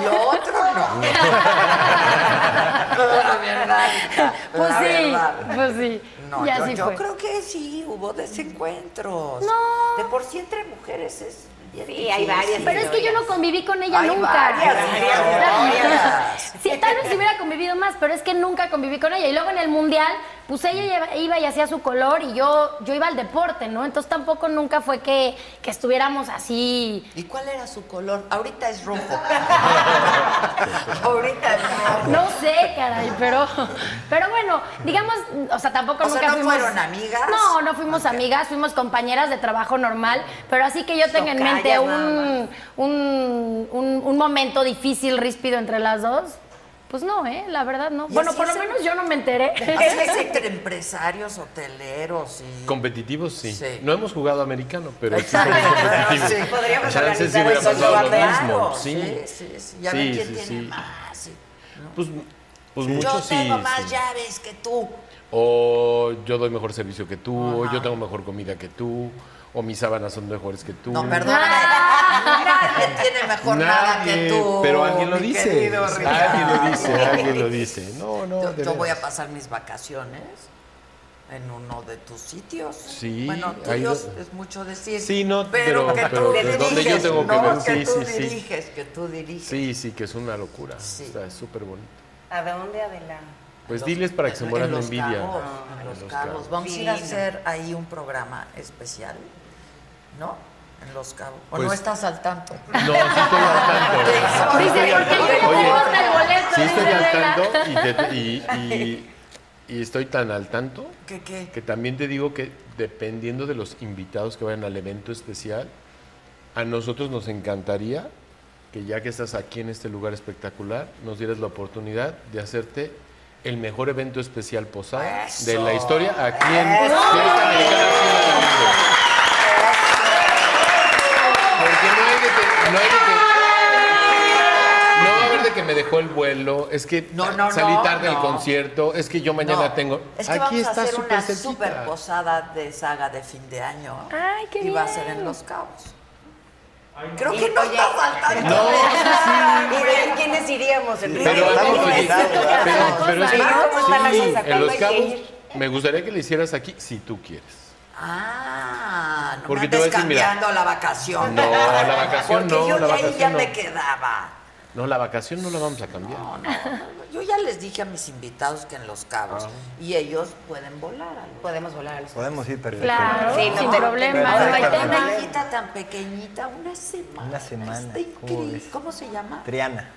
[SPEAKER 1] Lo otro no. la verdad. hija,
[SPEAKER 6] Pues
[SPEAKER 1] la
[SPEAKER 6] sí,
[SPEAKER 1] verdad.
[SPEAKER 6] pues sí.
[SPEAKER 1] No,
[SPEAKER 6] y
[SPEAKER 1] yo,
[SPEAKER 6] así
[SPEAKER 1] yo
[SPEAKER 6] fue.
[SPEAKER 1] creo que sí, hubo desencuentros.
[SPEAKER 6] No.
[SPEAKER 1] De por sí entre mujeres es. bien
[SPEAKER 2] Sí, hay
[SPEAKER 1] difícil.
[SPEAKER 2] varias
[SPEAKER 6] Pero Pues es que yo no conviví con ella
[SPEAKER 1] Hay
[SPEAKER 6] nunca.
[SPEAKER 1] varias, varias.
[SPEAKER 6] Sí, tal vez si hubiera convivido más, pero es que nunca conviví con ella. Y luego en el mundial, pues ella lleva- iba y hacía su color y yo, yo iba al deporte, ¿no? Entonces tampoco nunca fue que, que estuviéramos así.
[SPEAKER 1] ¿Y cuál era su color? Ahorita es rojo. Ahorita es rojo.
[SPEAKER 6] No sé, caray, pero, pero bueno, digamos, o sea, tampoco
[SPEAKER 1] O sea,
[SPEAKER 6] nunca
[SPEAKER 1] ¿no
[SPEAKER 6] fuimos.
[SPEAKER 1] fueron amigas?
[SPEAKER 6] No, no fuimos amigas, fuimos compañeras de trabajo normal, pero así que yo tengo en
[SPEAKER 1] Tocayas
[SPEAKER 6] mente
[SPEAKER 1] nada
[SPEAKER 6] un, un, un- un momento difícil, ríspido entre las dos. Pues no, ¿eh? La verdad no.
[SPEAKER 1] Y
[SPEAKER 6] Bueno,
[SPEAKER 1] así
[SPEAKER 6] por lo
[SPEAKER 1] se-
[SPEAKER 6] menos yo no me enteré.
[SPEAKER 1] Así es entre empresarios, hoteleros y.
[SPEAKER 4] Competitivos, sí.
[SPEAKER 1] Sí.
[SPEAKER 4] No hemos jugado americano, pero sí somos
[SPEAKER 1] Exacto.
[SPEAKER 4] competitivos.
[SPEAKER 1] Sí, podríamos
[SPEAKER 4] Chances sí
[SPEAKER 2] organizar
[SPEAKER 4] hubiera
[SPEAKER 2] eso,
[SPEAKER 4] pasado lo
[SPEAKER 2] claro.
[SPEAKER 4] mismo.
[SPEAKER 1] sí,
[SPEAKER 4] Sí,
[SPEAKER 1] sí, sí. Y a ver
[SPEAKER 4] Sí,
[SPEAKER 1] quién
[SPEAKER 4] sí,
[SPEAKER 1] tiene
[SPEAKER 4] sí.
[SPEAKER 1] más. sí.
[SPEAKER 4] Pues, pues
[SPEAKER 1] Yo
[SPEAKER 4] muchos sí.
[SPEAKER 1] tengo más
[SPEAKER 4] sí.
[SPEAKER 1] llaves que tú.
[SPEAKER 4] O yo doy mejor servicio que tú, o yo tengo mejor comida que tú, o mis sábanas son mejores que tú.
[SPEAKER 1] No, perdóname.
[SPEAKER 2] Ah.
[SPEAKER 1] Nadie tiene mejor nada que
[SPEAKER 4] Nadie,
[SPEAKER 1] tú.
[SPEAKER 4] Pero alguien lo
[SPEAKER 1] mi
[SPEAKER 4] dice.
[SPEAKER 1] querido
[SPEAKER 4] Alguien lo
[SPEAKER 1] Ricardo.
[SPEAKER 4] dice, alguien lo dice. No, no.
[SPEAKER 1] Yo,
[SPEAKER 4] de
[SPEAKER 1] yo voy a
[SPEAKER 4] veras.
[SPEAKER 1] pasar mis vacaciones en uno de tus sitios.
[SPEAKER 4] Sí,
[SPEAKER 1] Bueno,
[SPEAKER 4] ahí
[SPEAKER 1] tuyos
[SPEAKER 4] lo-
[SPEAKER 1] es mucho decir.
[SPEAKER 4] Sí, no,
[SPEAKER 1] pero,
[SPEAKER 4] pero-
[SPEAKER 1] que tú
[SPEAKER 4] pero de
[SPEAKER 1] diriges,
[SPEAKER 4] donde yo tengo que
[SPEAKER 1] ¿no?
[SPEAKER 4] ver, sí,
[SPEAKER 1] tú
[SPEAKER 4] sí, sí.
[SPEAKER 1] diriges, que tú diriges.
[SPEAKER 4] Sí, sí, que es una locura.
[SPEAKER 1] Sí.
[SPEAKER 4] Está súper bonito.
[SPEAKER 2] ¿A dónde, Adela?
[SPEAKER 4] Pues
[SPEAKER 1] Los-
[SPEAKER 4] diles para que se
[SPEAKER 1] en-
[SPEAKER 4] mueran
[SPEAKER 1] en
[SPEAKER 4] de
[SPEAKER 1] Los
[SPEAKER 4] envidia.
[SPEAKER 1] Cabos,
[SPEAKER 4] Ah,
[SPEAKER 1] en
[SPEAKER 4] en
[SPEAKER 1] los
[SPEAKER 4] Los
[SPEAKER 1] cabos.
[SPEAKER 4] Cabos.
[SPEAKER 1] Vamos a ir a
[SPEAKER 2] Fino.
[SPEAKER 1] hacer ahí un programa especial, ¿no? En los cabos. O no
[SPEAKER 4] Pues-
[SPEAKER 1] estás al tanto.
[SPEAKER 4] No, sí estoy al tanto. Sí estoy
[SPEAKER 6] Dice,
[SPEAKER 4] al
[SPEAKER 6] porque yo
[SPEAKER 4] tanto.
[SPEAKER 6] no
[SPEAKER 4] Oye,
[SPEAKER 6] tengo hasta el boleto.
[SPEAKER 4] sí
[SPEAKER 6] dice
[SPEAKER 4] estoy al
[SPEAKER 6] Adela.
[SPEAKER 4] tanto y, te- y- y- y estoy tan al tanto
[SPEAKER 1] ¿Qué, qué?
[SPEAKER 4] que también te digo que dependiendo de los invitados que vayan al evento especial, a nosotros nos encantaría que ya que estás aquí en este lugar espectacular, nos dieras la oportunidad de hacerte el mejor evento especial posada de la historia aquí en Fiesta Americana China del Mundo. Porque no hay de que. No hay de que. No va a haber de que me dejó el vuelo, es que
[SPEAKER 1] No, no,
[SPEAKER 4] salí
[SPEAKER 1] no,
[SPEAKER 4] tarde al
[SPEAKER 1] no.
[SPEAKER 4] concierto, es que yo mañana
[SPEAKER 1] No,
[SPEAKER 4] tengo.
[SPEAKER 1] Es que
[SPEAKER 4] Aquí
[SPEAKER 1] vamos a
[SPEAKER 4] está
[SPEAKER 1] hacer
[SPEAKER 4] súper
[SPEAKER 1] una
[SPEAKER 4] cerquita.
[SPEAKER 1] super posada de saga de fin de año.
[SPEAKER 6] Ay, qué
[SPEAKER 1] Y va a ser en Los Cabos. Creo que no está faltando.
[SPEAKER 4] No,
[SPEAKER 2] ¿Y de quiénes iríamos, Enrique?
[SPEAKER 4] Pero,
[SPEAKER 3] Estamos
[SPEAKER 4] oye,
[SPEAKER 3] invitados,
[SPEAKER 4] pero-
[SPEAKER 3] ¿verdad?
[SPEAKER 4] pero- pero es que-
[SPEAKER 2] Claro, ¿cómo está la
[SPEAKER 4] sí,
[SPEAKER 2] cosa?
[SPEAKER 4] en
[SPEAKER 2] ¿Cuándo
[SPEAKER 4] los
[SPEAKER 2] hay que
[SPEAKER 4] cabos,
[SPEAKER 2] ir?
[SPEAKER 4] me gustaría que lo hicieras aquí si tú quieres.
[SPEAKER 1] Ah, no
[SPEAKER 4] Porque
[SPEAKER 1] me
[SPEAKER 4] te voy
[SPEAKER 1] andes
[SPEAKER 4] a decir, mira,
[SPEAKER 1] cambiando la vacación.
[SPEAKER 4] no, la vacación
[SPEAKER 1] Porque
[SPEAKER 4] no,
[SPEAKER 1] yo
[SPEAKER 4] la
[SPEAKER 1] de ahí
[SPEAKER 4] vacación
[SPEAKER 1] ya
[SPEAKER 4] no.
[SPEAKER 1] me quedaba.
[SPEAKER 4] No, la vacación no la vamos a cambiar.
[SPEAKER 1] No, no, no, Yo ya les dije a mis invitados que en Los
[SPEAKER 4] Ah.
[SPEAKER 1] Cabos. Y ellos pueden volar. a Los-
[SPEAKER 2] Podemos volar a los...
[SPEAKER 3] Podemos ir perfecto.
[SPEAKER 6] Claro,
[SPEAKER 2] Sí, no,
[SPEAKER 6] sin
[SPEAKER 2] pero-
[SPEAKER 6] problema,
[SPEAKER 3] pero-
[SPEAKER 6] no hay
[SPEAKER 3] pero-
[SPEAKER 6] tema.
[SPEAKER 1] Una hijita tan pequeñita, una semana.
[SPEAKER 3] Una semana,
[SPEAKER 1] Está
[SPEAKER 3] ¿cómo
[SPEAKER 1] increíble.
[SPEAKER 3] ves?
[SPEAKER 1] ¿Cómo se llama?
[SPEAKER 3] Triana.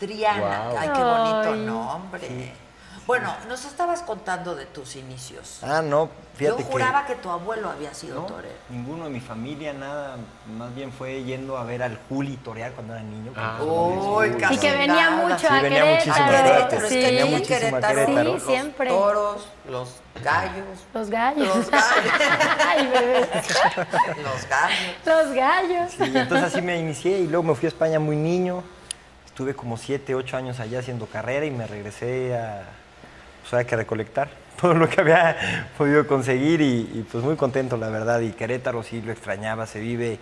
[SPEAKER 1] Triana.
[SPEAKER 4] Guau.
[SPEAKER 1] Ay, qué bonito
[SPEAKER 6] Ay.
[SPEAKER 1] nombre. Bueno, nos estabas contando de tus inicios.
[SPEAKER 3] Ah, no,
[SPEAKER 1] Yo
[SPEAKER 3] fíjate
[SPEAKER 1] juraba
[SPEAKER 3] que...
[SPEAKER 1] que... tu abuelo había
[SPEAKER 3] No,
[SPEAKER 1] sido torero.
[SPEAKER 3] ninguno de mi familia, nada, más bien fue yendo a ver al Juli torear cuando era niño. pues,
[SPEAKER 4] Ah.
[SPEAKER 1] Uy,
[SPEAKER 6] Y que
[SPEAKER 1] nada.
[SPEAKER 6] venía mucho
[SPEAKER 3] Sí,
[SPEAKER 6] a
[SPEAKER 3] venía muchísimo a
[SPEAKER 6] Querétaro.
[SPEAKER 3] Querétaro,
[SPEAKER 1] Pero es
[SPEAKER 6] sí,
[SPEAKER 1] que
[SPEAKER 3] venía
[SPEAKER 1] aquí en
[SPEAKER 3] muchísimo a
[SPEAKER 1] Querétaro,
[SPEAKER 3] Querétaro.
[SPEAKER 1] los
[SPEAKER 6] Sí, siempre.
[SPEAKER 1] toros, los gallos,
[SPEAKER 6] Los gallos.
[SPEAKER 1] Los gallos.
[SPEAKER 6] Ay, bebé.
[SPEAKER 1] los gallos.
[SPEAKER 6] Los gallos.
[SPEAKER 3] Sí, entonces así me inicié y luego me fui a España muy niño. Estuve como 7, 8 años allá haciendo carrera y me regresé a, pues, a que recolectar todo lo que había podido conseguir y, y, pues muy contento la verdad. Y Querétaro sí lo extrañaba, se vive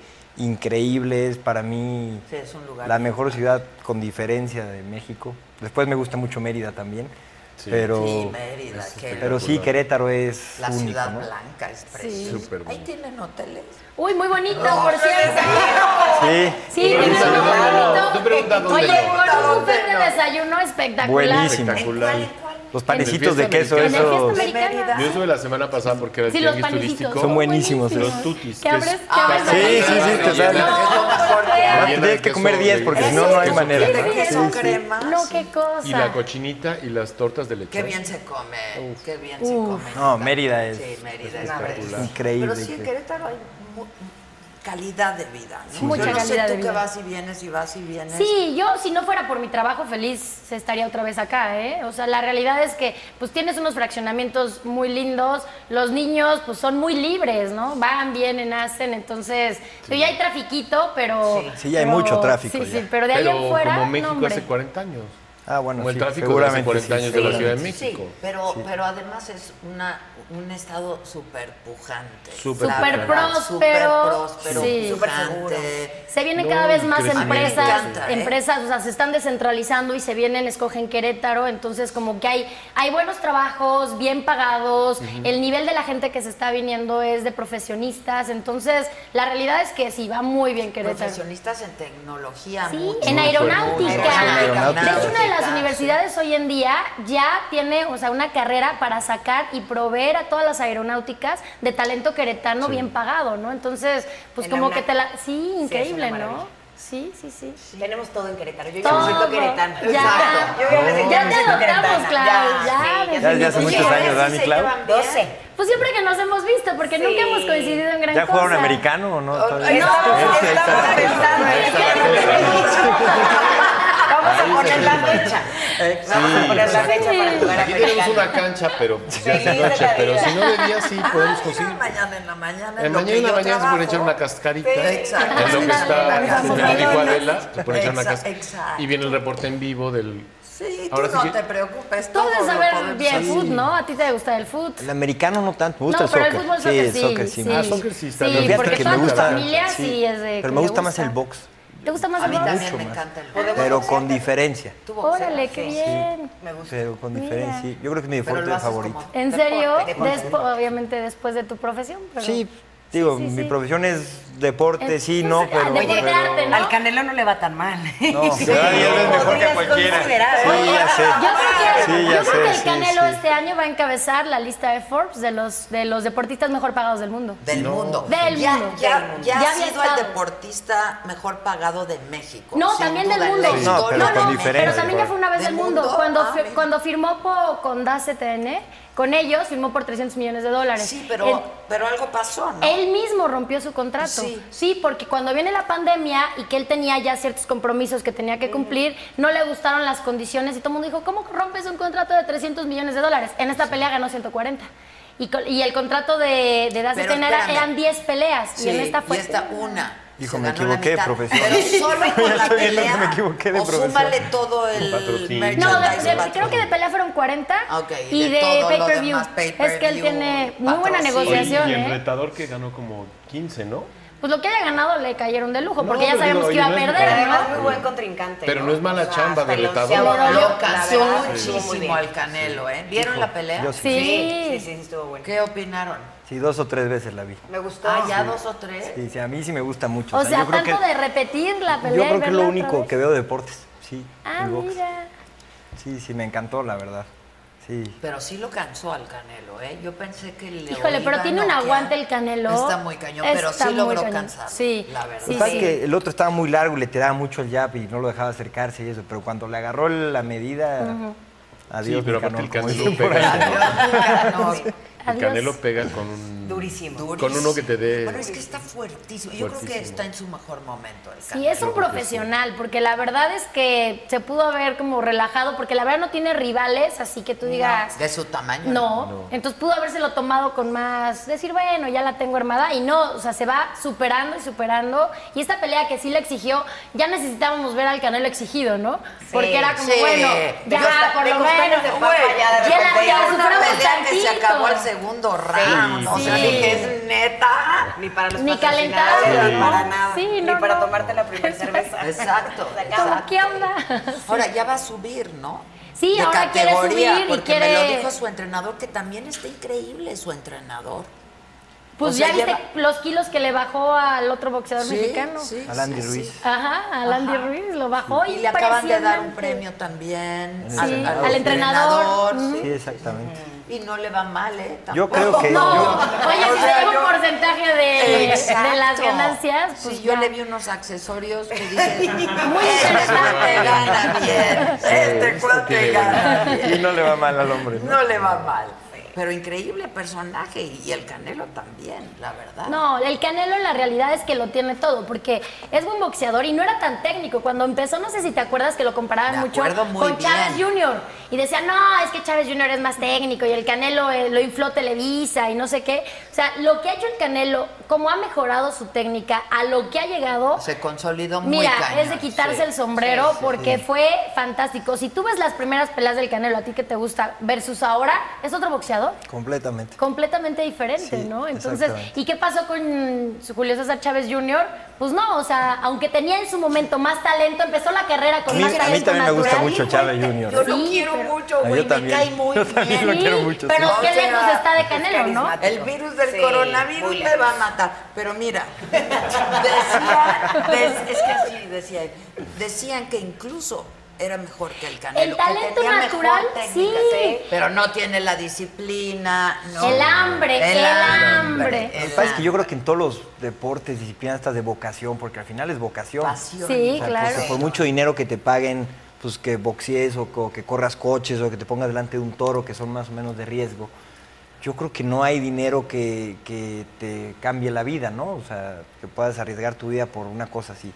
[SPEAKER 3] increíble, es para mí
[SPEAKER 1] Sí, es un lugar
[SPEAKER 3] la mejor ciudad con diferencia de México. Después me gusta mucho Mérida también,
[SPEAKER 4] Sí.
[SPEAKER 3] pero,
[SPEAKER 1] Sí, Mérida, que
[SPEAKER 3] pero sí, Querétaro es
[SPEAKER 1] la
[SPEAKER 3] único,
[SPEAKER 1] ciudad
[SPEAKER 3] ¿no?
[SPEAKER 1] blanca es preciosa.
[SPEAKER 4] Súper
[SPEAKER 1] Ahí
[SPEAKER 4] bonito.
[SPEAKER 1] tienen hoteles.
[SPEAKER 6] Uy, muy bonito, por cierto.
[SPEAKER 3] Sí.
[SPEAKER 6] Sí, tiene
[SPEAKER 4] Pregunta
[SPEAKER 6] un
[SPEAKER 4] dónde no,
[SPEAKER 6] bonito.
[SPEAKER 4] tú pregunta dónde
[SPEAKER 6] Oye,
[SPEAKER 4] no.
[SPEAKER 6] con un buffet
[SPEAKER 1] Dónde
[SPEAKER 6] de
[SPEAKER 1] no.
[SPEAKER 6] desayuno espectacular.
[SPEAKER 3] Buenísimo.
[SPEAKER 4] Espectacular.
[SPEAKER 3] Los panecitos de
[SPEAKER 4] En el
[SPEAKER 3] queso,
[SPEAKER 4] Fiesta
[SPEAKER 6] Americana.
[SPEAKER 3] esos...
[SPEAKER 6] En el Fiesta Americana.
[SPEAKER 4] Yo estuve la semana pasada porque era el
[SPEAKER 6] Sí, los
[SPEAKER 4] tianguis
[SPEAKER 6] panecitos.
[SPEAKER 4] turístico.
[SPEAKER 3] Son buenísimos,
[SPEAKER 4] Los tutis.
[SPEAKER 6] Que abres, que
[SPEAKER 4] Ah,
[SPEAKER 6] abres
[SPEAKER 4] sí,
[SPEAKER 6] la
[SPEAKER 4] sí,
[SPEAKER 6] boca.
[SPEAKER 4] sí, te sale.
[SPEAKER 6] No,
[SPEAKER 4] Es
[SPEAKER 1] mejor que
[SPEAKER 4] lo
[SPEAKER 6] qué
[SPEAKER 1] hay.
[SPEAKER 3] Ahora
[SPEAKER 4] Llena
[SPEAKER 3] tienes
[SPEAKER 4] de
[SPEAKER 3] que
[SPEAKER 4] queso,
[SPEAKER 3] comer 10
[SPEAKER 4] de-
[SPEAKER 3] porque
[SPEAKER 4] de
[SPEAKER 3] si no, no hay
[SPEAKER 4] queso
[SPEAKER 3] manera.
[SPEAKER 4] crema.
[SPEAKER 1] ¿De queso crema?
[SPEAKER 6] No, qué cosa.
[SPEAKER 4] Y la cochinita y las tortas de leche.
[SPEAKER 1] Qué bien se come, qué bien
[SPEAKER 6] Uf.
[SPEAKER 1] se come.
[SPEAKER 3] No, Mérida es
[SPEAKER 1] Sí, Mérida es
[SPEAKER 2] espectacular.
[SPEAKER 1] preciosa.
[SPEAKER 3] Increíble,
[SPEAKER 1] Pero sí, en
[SPEAKER 3] sí.
[SPEAKER 1] Querétaro hay mu- calidad de vida. ¿no?
[SPEAKER 6] Mucha
[SPEAKER 1] Yo no
[SPEAKER 6] calidad
[SPEAKER 1] sé
[SPEAKER 6] de
[SPEAKER 1] tú que
[SPEAKER 6] vida.
[SPEAKER 1] vas y vienes y vas y vienes.
[SPEAKER 6] Sí, yo si no fuera por mi trabajo feliz se estaría otra vez acá, ¿eh? O sea, la realidad es que pues tienes unos fraccionamientos muy lindos, los niños pues son muy libres, ¿no? Van, vienen, hacen, entonces sí. ya hay trafiquito, pero
[SPEAKER 3] Sí, ya hay
[SPEAKER 6] pero-
[SPEAKER 3] mucho tráfico
[SPEAKER 6] Sí,
[SPEAKER 3] ya.
[SPEAKER 6] sí, pero de ahí
[SPEAKER 4] Pero
[SPEAKER 6] en fuera,
[SPEAKER 4] como
[SPEAKER 6] no,
[SPEAKER 4] México
[SPEAKER 6] hombre.
[SPEAKER 4] hace 40 años.
[SPEAKER 3] Ah, bueno,
[SPEAKER 4] Como el
[SPEAKER 3] sí,
[SPEAKER 4] tráfico de hace
[SPEAKER 3] seguramente
[SPEAKER 4] 40
[SPEAKER 3] sí,
[SPEAKER 4] años de la
[SPEAKER 3] sí.
[SPEAKER 4] Ciudad de
[SPEAKER 1] Sí,
[SPEAKER 4] México.
[SPEAKER 1] pero, pero además es una, un estado súper pujante.
[SPEAKER 4] Súper
[SPEAKER 1] la
[SPEAKER 6] Súper
[SPEAKER 1] verdad,
[SPEAKER 6] próspero.
[SPEAKER 1] Súper próspero,
[SPEAKER 6] Sí. Súper
[SPEAKER 1] pujante.
[SPEAKER 6] Se vienen
[SPEAKER 4] No,
[SPEAKER 6] cada vez más
[SPEAKER 4] crecimiento.
[SPEAKER 6] empresas,
[SPEAKER 1] Me encanta, ¿eh?
[SPEAKER 6] empresas, o sea, se están descentralizando y se vienen, escogen Querétaro, entonces como que hay, hay buenos trabajos, bien pagados, el nivel de la gente que se está viniendo es de profesionistas, entonces la realidad es que sí, va muy bien Querétaro.
[SPEAKER 1] Profesionistas en tecnología.
[SPEAKER 6] Sí,
[SPEAKER 1] mucho.
[SPEAKER 6] en aeronáutica.
[SPEAKER 3] aeronáutica.
[SPEAKER 6] Es una de las
[SPEAKER 1] Sí.
[SPEAKER 6] universidades hoy en día ya tiene, o sea, una carrera para sacar y proveer a todas las aeronáuticas de talento queretano bien pagado, ¿no? Entonces, pues
[SPEAKER 2] En la
[SPEAKER 6] como
[SPEAKER 2] UNAM.
[SPEAKER 6] que te la... Sí,
[SPEAKER 2] es
[SPEAKER 6] increíble,
[SPEAKER 2] una
[SPEAKER 6] ¿no?
[SPEAKER 2] maravilla.
[SPEAKER 6] Sí, sí, sí.
[SPEAKER 2] Tenemos todo en Querétaro. Yo ya
[SPEAKER 6] Todo.
[SPEAKER 2] me siento queretana.
[SPEAKER 6] Ya. Exacto.
[SPEAKER 2] Yo ya me siento-
[SPEAKER 6] Ya
[SPEAKER 2] me
[SPEAKER 6] te
[SPEAKER 2] siento
[SPEAKER 6] adoptamos,
[SPEAKER 2] queretana.
[SPEAKER 6] Clau, ya,
[SPEAKER 2] sí,
[SPEAKER 6] desde
[SPEAKER 3] Ya hace
[SPEAKER 2] Oye,
[SPEAKER 3] muchos
[SPEAKER 2] ahora
[SPEAKER 3] años,
[SPEAKER 2] sí
[SPEAKER 3] ¿verdad, mi
[SPEAKER 2] se
[SPEAKER 3] Clau?
[SPEAKER 2] llevan bien. 12.
[SPEAKER 6] Pues siempre que nos hemos visto, porque
[SPEAKER 2] Sí.
[SPEAKER 6] nunca hemos coincidido en gran
[SPEAKER 3] ¿Ya
[SPEAKER 6] cosa.
[SPEAKER 3] jugaron americano o no? Todavía.
[SPEAKER 2] Estamos,
[SPEAKER 3] Ese,
[SPEAKER 2] estamos
[SPEAKER 3] esa-
[SPEAKER 2] pensando en Vamos a poner la fecha. Vamos a poner la fecha para jugar a
[SPEAKER 4] Aquí tenemos
[SPEAKER 2] americano.
[SPEAKER 4] una cancha, pero pues, ya es
[SPEAKER 2] Feliz de
[SPEAKER 4] noche.
[SPEAKER 2] la
[SPEAKER 4] Pero
[SPEAKER 2] vida.
[SPEAKER 4] si no de día, sí
[SPEAKER 1] Ah,
[SPEAKER 4] podemos
[SPEAKER 1] mira,
[SPEAKER 4] conseguir.
[SPEAKER 1] mañana en la mañana. en
[SPEAKER 4] En
[SPEAKER 1] lo
[SPEAKER 4] mañana
[SPEAKER 1] que
[SPEAKER 4] en la
[SPEAKER 1] yo
[SPEAKER 4] mañana se
[SPEAKER 1] trabajo.
[SPEAKER 4] pueden echar una cascarita.
[SPEAKER 1] Exacto.
[SPEAKER 4] En lo que está,
[SPEAKER 1] Exacto.
[SPEAKER 4] me dijo Adela, se pueden echar una
[SPEAKER 1] Exacto,
[SPEAKER 4] cascarita. Y viene el reporte en vivo del.
[SPEAKER 1] Sí, tú
[SPEAKER 4] Ahora sí
[SPEAKER 1] no
[SPEAKER 4] que-
[SPEAKER 1] te preocupes.
[SPEAKER 6] Tú has de
[SPEAKER 1] todo lo
[SPEAKER 6] saber
[SPEAKER 1] podemos
[SPEAKER 6] bien
[SPEAKER 1] hacer.
[SPEAKER 6] food, ¿no? A ti te gusta el food.
[SPEAKER 3] El americano no tanto, me gusta
[SPEAKER 6] no,
[SPEAKER 3] el
[SPEAKER 6] pero
[SPEAKER 3] soccer.
[SPEAKER 6] el fútbol soccer sí.
[SPEAKER 3] el soccer sí. me
[SPEAKER 4] Ah,
[SPEAKER 3] gusta.
[SPEAKER 4] soccer sí está
[SPEAKER 6] Sí,
[SPEAKER 4] bien.
[SPEAKER 3] Pero fíjate
[SPEAKER 6] porque
[SPEAKER 3] que
[SPEAKER 6] toda
[SPEAKER 3] me gusta,
[SPEAKER 6] tu familia sí, es de
[SPEAKER 3] Pero
[SPEAKER 6] que
[SPEAKER 3] me
[SPEAKER 6] le
[SPEAKER 3] gusta más el box.
[SPEAKER 6] ¿Te gusta más
[SPEAKER 1] A
[SPEAKER 6] el
[SPEAKER 1] mí
[SPEAKER 6] rock?
[SPEAKER 1] también me encanta el rock.
[SPEAKER 3] Pero con diferencia.
[SPEAKER 1] ¿Tú boxeas?
[SPEAKER 6] Órale, qué
[SPEAKER 1] Sí.
[SPEAKER 6] bien.
[SPEAKER 1] Me gusta.
[SPEAKER 3] Pero con
[SPEAKER 6] Mira.
[SPEAKER 3] diferencia. sí. Yo creo que es mi
[SPEAKER 1] Pero
[SPEAKER 3] deporte
[SPEAKER 1] lo haces
[SPEAKER 3] favorito.
[SPEAKER 1] como-
[SPEAKER 6] ¿En
[SPEAKER 1] Deporte,
[SPEAKER 6] serio?
[SPEAKER 1] deporte.
[SPEAKER 6] Despo- obviamente después de tu profesión. pero-
[SPEAKER 3] Sí, digo,
[SPEAKER 6] sí,
[SPEAKER 3] mi
[SPEAKER 6] sí.
[SPEAKER 3] profesión es deporte,
[SPEAKER 6] Es-
[SPEAKER 3] sí,
[SPEAKER 6] es-
[SPEAKER 3] no,
[SPEAKER 6] ah,
[SPEAKER 3] pero.
[SPEAKER 6] deporte,
[SPEAKER 3] pero-
[SPEAKER 6] arte, ¿no?
[SPEAKER 2] Al Canelo no le va tan mal.
[SPEAKER 3] No,
[SPEAKER 2] Sí.
[SPEAKER 3] cada día le es
[SPEAKER 5] mejor que
[SPEAKER 2] Podrías
[SPEAKER 5] cualquiera.
[SPEAKER 2] considerar,
[SPEAKER 3] Sí,
[SPEAKER 2] ¿no?
[SPEAKER 3] ya sé.
[SPEAKER 6] Yo creo que,
[SPEAKER 3] Sí, ya
[SPEAKER 6] yo creo
[SPEAKER 3] sé,
[SPEAKER 6] que el
[SPEAKER 3] sí,
[SPEAKER 6] Canelo
[SPEAKER 3] sí.
[SPEAKER 6] este año va a encabezar la lista de Forbes de los, de los deportistas mejor pagados del mundo.
[SPEAKER 1] Del mundo.
[SPEAKER 6] Del
[SPEAKER 1] ya,
[SPEAKER 6] mundo.
[SPEAKER 1] Ya,
[SPEAKER 6] Del mundo.
[SPEAKER 1] ya
[SPEAKER 6] Ya
[SPEAKER 1] ha
[SPEAKER 6] había
[SPEAKER 1] sido
[SPEAKER 6] estado.
[SPEAKER 1] el deportista mejor pagado de México.
[SPEAKER 6] No,
[SPEAKER 1] sin
[SPEAKER 6] también
[SPEAKER 1] duda,
[SPEAKER 6] del
[SPEAKER 1] en la
[SPEAKER 6] mundo.
[SPEAKER 3] No,
[SPEAKER 1] historia
[SPEAKER 3] pero con
[SPEAKER 1] de México.
[SPEAKER 3] diferencia.
[SPEAKER 6] pero también ya fue una vez
[SPEAKER 1] ¿Del
[SPEAKER 6] del mundo.
[SPEAKER 1] mundo?
[SPEAKER 6] Cuando,
[SPEAKER 1] Ah,
[SPEAKER 6] fi-
[SPEAKER 1] mira.
[SPEAKER 6] cuando firmó po- con DACTN, con ellos firmó por 300 millones de dólares.
[SPEAKER 1] Sí, pero,
[SPEAKER 6] El-
[SPEAKER 1] pero algo pasó, ¿no?
[SPEAKER 6] Él mismo rompió su contrato.
[SPEAKER 1] Sí.
[SPEAKER 6] porque cuando viene la pandemia y que él tenía ya ciertos compromisos que tenía que cumplir, no le gustaron las condiciones y todo el mundo dijo, ¿cómo rompes un contrato de 300 millones de dólares? En esta pelea ganó 140. Y, co- y el contrato de, de Dustin
[SPEAKER 1] Pero
[SPEAKER 6] era-
[SPEAKER 1] espérame.
[SPEAKER 6] eran 10 peleas
[SPEAKER 1] Sí, uh,
[SPEAKER 6] y en esta fue...
[SPEAKER 1] una.
[SPEAKER 3] Hijo,
[SPEAKER 1] Se
[SPEAKER 3] me
[SPEAKER 1] ganó la
[SPEAKER 3] equivoqué,
[SPEAKER 1] mitad.
[SPEAKER 3] profesor.
[SPEAKER 1] Pero solo con la
[SPEAKER 3] Estoy viendo
[SPEAKER 1] pelea.
[SPEAKER 3] que me equivoqué de
[SPEAKER 1] o
[SPEAKER 3] profesor.
[SPEAKER 1] súmale todo el
[SPEAKER 5] Patrocinio.
[SPEAKER 1] merchandise.
[SPEAKER 6] No, de- de-
[SPEAKER 1] patrocinio.
[SPEAKER 6] creo que de pelea fueron 40
[SPEAKER 1] Ah, ok, y
[SPEAKER 6] y
[SPEAKER 1] de
[SPEAKER 6] de,
[SPEAKER 1] todo lo
[SPEAKER 6] pay-per-view.
[SPEAKER 1] demás, pay-per-view,
[SPEAKER 6] Es que él tiene muy buena
[SPEAKER 1] patrocinio.
[SPEAKER 5] Oye,
[SPEAKER 6] negociación.
[SPEAKER 5] y el
[SPEAKER 6] ¿eh?
[SPEAKER 5] retador que ganó como 15, ¿no?
[SPEAKER 6] Pues lo que haya ganado le cayeron de lujo,
[SPEAKER 5] No,
[SPEAKER 6] porque ya
[SPEAKER 5] pero
[SPEAKER 6] sabemos
[SPEAKER 5] digo,
[SPEAKER 6] que iba a
[SPEAKER 5] oye, no es-
[SPEAKER 2] Pero
[SPEAKER 6] perder,
[SPEAKER 2] además
[SPEAKER 6] ¿no?
[SPEAKER 2] muy buen contrincante.
[SPEAKER 4] Pero no es mala chamba de
[SPEAKER 2] hasta
[SPEAKER 4] retador.
[SPEAKER 2] se abordó,
[SPEAKER 1] Lo
[SPEAKER 2] la
[SPEAKER 1] cansó
[SPEAKER 2] verdad, muy
[SPEAKER 1] muchísimo
[SPEAKER 2] bien.
[SPEAKER 1] al Canelo, ¿eh? ¿Vieron la pelea?
[SPEAKER 3] yo sí.
[SPEAKER 2] Sí, sí, sí, sí, estuvo bueno.
[SPEAKER 1] ¿Qué opinaron?
[SPEAKER 3] Sí, dos o tres veces la vi.
[SPEAKER 2] Me gustó.
[SPEAKER 1] Ah, ya dos o tres.
[SPEAKER 3] Sí, sí, a mí sí me gusta mucho.
[SPEAKER 6] O sea,
[SPEAKER 3] yo creo
[SPEAKER 6] tanto
[SPEAKER 3] que,
[SPEAKER 6] de repetir la pelea.
[SPEAKER 3] yo
[SPEAKER 6] y
[SPEAKER 3] creo que es
[SPEAKER 6] verla
[SPEAKER 3] lo
[SPEAKER 6] otra
[SPEAKER 3] único
[SPEAKER 6] vez.
[SPEAKER 3] que veo de deportes. Sí,
[SPEAKER 6] Ah,
[SPEAKER 3] el box.
[SPEAKER 6] mira.
[SPEAKER 3] Sí, sí, me encantó, la verdad. Sí.
[SPEAKER 1] Pero sí lo cansó al Canelo, ¿eh? Yo pensé que le.
[SPEAKER 6] Híjole, pero
[SPEAKER 1] iba a
[SPEAKER 6] tiene un
[SPEAKER 1] noquear.
[SPEAKER 6] aguante el Canelo.
[SPEAKER 1] Está muy cañón, pero
[SPEAKER 6] Está
[SPEAKER 1] sí
[SPEAKER 6] muy
[SPEAKER 1] logró
[SPEAKER 6] cañón.
[SPEAKER 1] cansar.
[SPEAKER 6] Sí,
[SPEAKER 1] La verdad.
[SPEAKER 3] Lo
[SPEAKER 6] sí,
[SPEAKER 3] que pasa
[SPEAKER 6] sí.
[SPEAKER 3] es que el otro estaba muy largo y le tiraba mucho el jab y no lo dejaba acercarse y eso, pero cuando le agarró la medida, adiós,
[SPEAKER 4] Sí, pero
[SPEAKER 3] Nicanor,
[SPEAKER 4] aparte el
[SPEAKER 3] como
[SPEAKER 4] Canelo
[SPEAKER 3] dicen por
[SPEAKER 4] pega.
[SPEAKER 3] ahí.
[SPEAKER 1] Adiós, Nicanor.
[SPEAKER 4] El
[SPEAKER 6] Adiós.
[SPEAKER 4] Canelo pega con un...
[SPEAKER 2] Durísimo.
[SPEAKER 1] Durísimo.
[SPEAKER 4] Con uno que te dé-
[SPEAKER 1] Bueno, es que está fuertísimo. Yo creo que
[SPEAKER 4] Fuertísimo.
[SPEAKER 1] está en su mejor momento el
[SPEAKER 6] Sí,
[SPEAKER 1] Canelo.
[SPEAKER 6] es un profesional, porque la verdad es que se pudo haber como relajado, porque la verdad no tiene rivales, así que tú digas.
[SPEAKER 1] De su tamaño.
[SPEAKER 6] No. entonces pudo habérselo tomado con más, decir, bueno, ya la tengo armada, y no, o sea, se va superando y superando, y esta pelea que sí le exigió, ya necesitábamos ver al Canelo exigido, ¿no? Porque era como,
[SPEAKER 1] Sí.
[SPEAKER 6] bueno, ya,
[SPEAKER 1] Yo hasta-
[SPEAKER 6] por
[SPEAKER 1] de
[SPEAKER 6] lo
[SPEAKER 1] costanes
[SPEAKER 6] menos,
[SPEAKER 1] de
[SPEAKER 6] güey,
[SPEAKER 1] papa ya de
[SPEAKER 6] ya la-
[SPEAKER 1] repente
[SPEAKER 6] ya la
[SPEAKER 1] era una
[SPEAKER 6] superamos
[SPEAKER 1] pelea que se
[SPEAKER 6] tantito.
[SPEAKER 1] acabó el segundo round. o sea,
[SPEAKER 6] Sí.
[SPEAKER 1] dije, es neta.
[SPEAKER 2] Ni para los
[SPEAKER 6] Ni
[SPEAKER 2] patrocinadores,
[SPEAKER 6] calentada,
[SPEAKER 2] ni
[SPEAKER 6] ¿no?
[SPEAKER 2] para nada.
[SPEAKER 6] Sí,
[SPEAKER 2] ni
[SPEAKER 6] no,
[SPEAKER 2] para
[SPEAKER 6] no.
[SPEAKER 2] tomarte la primera cerveza.
[SPEAKER 1] Exacto.
[SPEAKER 6] Como,
[SPEAKER 1] exacto.
[SPEAKER 6] ¿qué onda?
[SPEAKER 1] Ahora ya va a subir, ¿no?
[SPEAKER 6] Sí,
[SPEAKER 1] de
[SPEAKER 6] ahora quiere
[SPEAKER 1] categoría,
[SPEAKER 6] subir y
[SPEAKER 1] porque me
[SPEAKER 6] quiere-
[SPEAKER 1] lo dijo su entrenador, que también está increíble su entrenador.
[SPEAKER 6] Pues
[SPEAKER 1] O sea,
[SPEAKER 6] ya viste
[SPEAKER 1] lleva-
[SPEAKER 6] los kilos que le bajó al otro boxeador
[SPEAKER 1] Sí,
[SPEAKER 6] mexicano.
[SPEAKER 1] sí,
[SPEAKER 3] Al Andy
[SPEAKER 1] sí,
[SPEAKER 3] Ruiz.
[SPEAKER 1] sí.
[SPEAKER 6] Ajá, al Andy Ruiz lo bajó.
[SPEAKER 1] Y le acaban de dar un
[SPEAKER 6] impresionante.
[SPEAKER 1] premio también
[SPEAKER 3] Sí,
[SPEAKER 1] al,
[SPEAKER 3] al
[SPEAKER 6] entrenador.
[SPEAKER 1] entrenador, sí.
[SPEAKER 3] Sí, exactamente.
[SPEAKER 1] Y no le va mal, ¿eh?
[SPEAKER 3] Yo creo
[SPEAKER 1] Tampoco.
[SPEAKER 3] que...
[SPEAKER 6] No,
[SPEAKER 3] yo-
[SPEAKER 6] oye, si se lleva un porcentaje de,
[SPEAKER 1] Exacto.
[SPEAKER 6] de las ganancias, pues
[SPEAKER 1] sí, yo
[SPEAKER 6] ya.
[SPEAKER 1] le vi unos accesorios que dije, muy
[SPEAKER 6] interesante.
[SPEAKER 1] Este gana bien, este cuate gana bien.
[SPEAKER 3] Y no le va mal al hombre. ¿no?
[SPEAKER 1] No le va mal. Pero increíble personaje y y el Canelo también, la verdad.
[SPEAKER 6] No, el Canelo la realidad es que lo tiene todo, porque es buen boxeador y no era tan técnico. Cuando empezó, no sé si te acuerdas que lo comparaban
[SPEAKER 1] Me
[SPEAKER 6] mucho
[SPEAKER 1] acuerdo muy
[SPEAKER 6] con Chávez
[SPEAKER 1] bien.
[SPEAKER 6] Jr. Y decían, no, es que Chávez Jr. es más técnico y el Canelo eh, lo infló Televisa y no sé qué. O sea, lo que ha hecho el Canelo, como ha mejorado su técnica, a lo que ha llegado,
[SPEAKER 1] Se consolidó muy
[SPEAKER 6] Mira,
[SPEAKER 1] cañón.
[SPEAKER 6] es de quitarse
[SPEAKER 1] sí.
[SPEAKER 6] el sombrero porque fue fantástico. Si tú ves las primeras peleas del Canelo, a ti que te gusta, versus ahora, es otro boxeador
[SPEAKER 3] Completamente.
[SPEAKER 6] completamente diferente,
[SPEAKER 3] Sí,
[SPEAKER 6] ¿no? Entonces,
[SPEAKER 3] exactamente.
[SPEAKER 6] ¿y qué pasó con su Julio César Chávez Jr.? Pues no, o sea, aunque tenía en su momento más talento, empezó la carrera
[SPEAKER 3] A
[SPEAKER 6] con
[SPEAKER 3] mí,
[SPEAKER 6] más
[SPEAKER 3] a mí
[SPEAKER 6] talento
[SPEAKER 3] también me gusta
[SPEAKER 6] natural.
[SPEAKER 3] mucho Chávez Jr.
[SPEAKER 1] Yo
[SPEAKER 3] ¿eh?
[SPEAKER 1] lo
[SPEAKER 6] Sí,
[SPEAKER 1] quiero
[SPEAKER 6] pero-
[SPEAKER 1] mucho,
[SPEAKER 3] Ah,
[SPEAKER 1] güey,
[SPEAKER 3] yo
[SPEAKER 1] me cae
[SPEAKER 3] también.
[SPEAKER 1] muy
[SPEAKER 3] Yo también
[SPEAKER 1] bien.
[SPEAKER 3] lo
[SPEAKER 6] Sí,
[SPEAKER 3] quiero mucho,
[SPEAKER 6] Pero
[SPEAKER 3] sí.
[SPEAKER 6] qué
[SPEAKER 1] O sea,
[SPEAKER 6] lejos está de
[SPEAKER 2] es
[SPEAKER 6] Canelo, ¿no?
[SPEAKER 2] carismático.
[SPEAKER 1] El virus del
[SPEAKER 2] Sí,
[SPEAKER 1] coronavirus
[SPEAKER 2] muy
[SPEAKER 1] me
[SPEAKER 2] lejos.
[SPEAKER 1] va a matar. Pero mira, decía, des- es que así decía él, decían que incluso era mejor que el canelo. que
[SPEAKER 6] El talento
[SPEAKER 1] tenía
[SPEAKER 6] natural,
[SPEAKER 1] mejor técnica,
[SPEAKER 6] sí.
[SPEAKER 1] Pero no tiene la disciplina. no.
[SPEAKER 6] El hambre, el hambre.
[SPEAKER 3] Lo que pasa es que yo creo que en todos los deportes, disciplinas, hasta de vocación, porque al final es vocación.
[SPEAKER 1] Pasión.
[SPEAKER 6] Sí,
[SPEAKER 3] O sea,
[SPEAKER 6] claro.
[SPEAKER 3] pues, por mucho dinero que te paguen, pues que boxees o co- que corras coches o que te pongas delante de un toro, que son más o menos de riesgo, yo creo que no hay dinero que, que te cambie la vida, ¿no? O sea, que puedas arriesgar tu vida por una cosa así.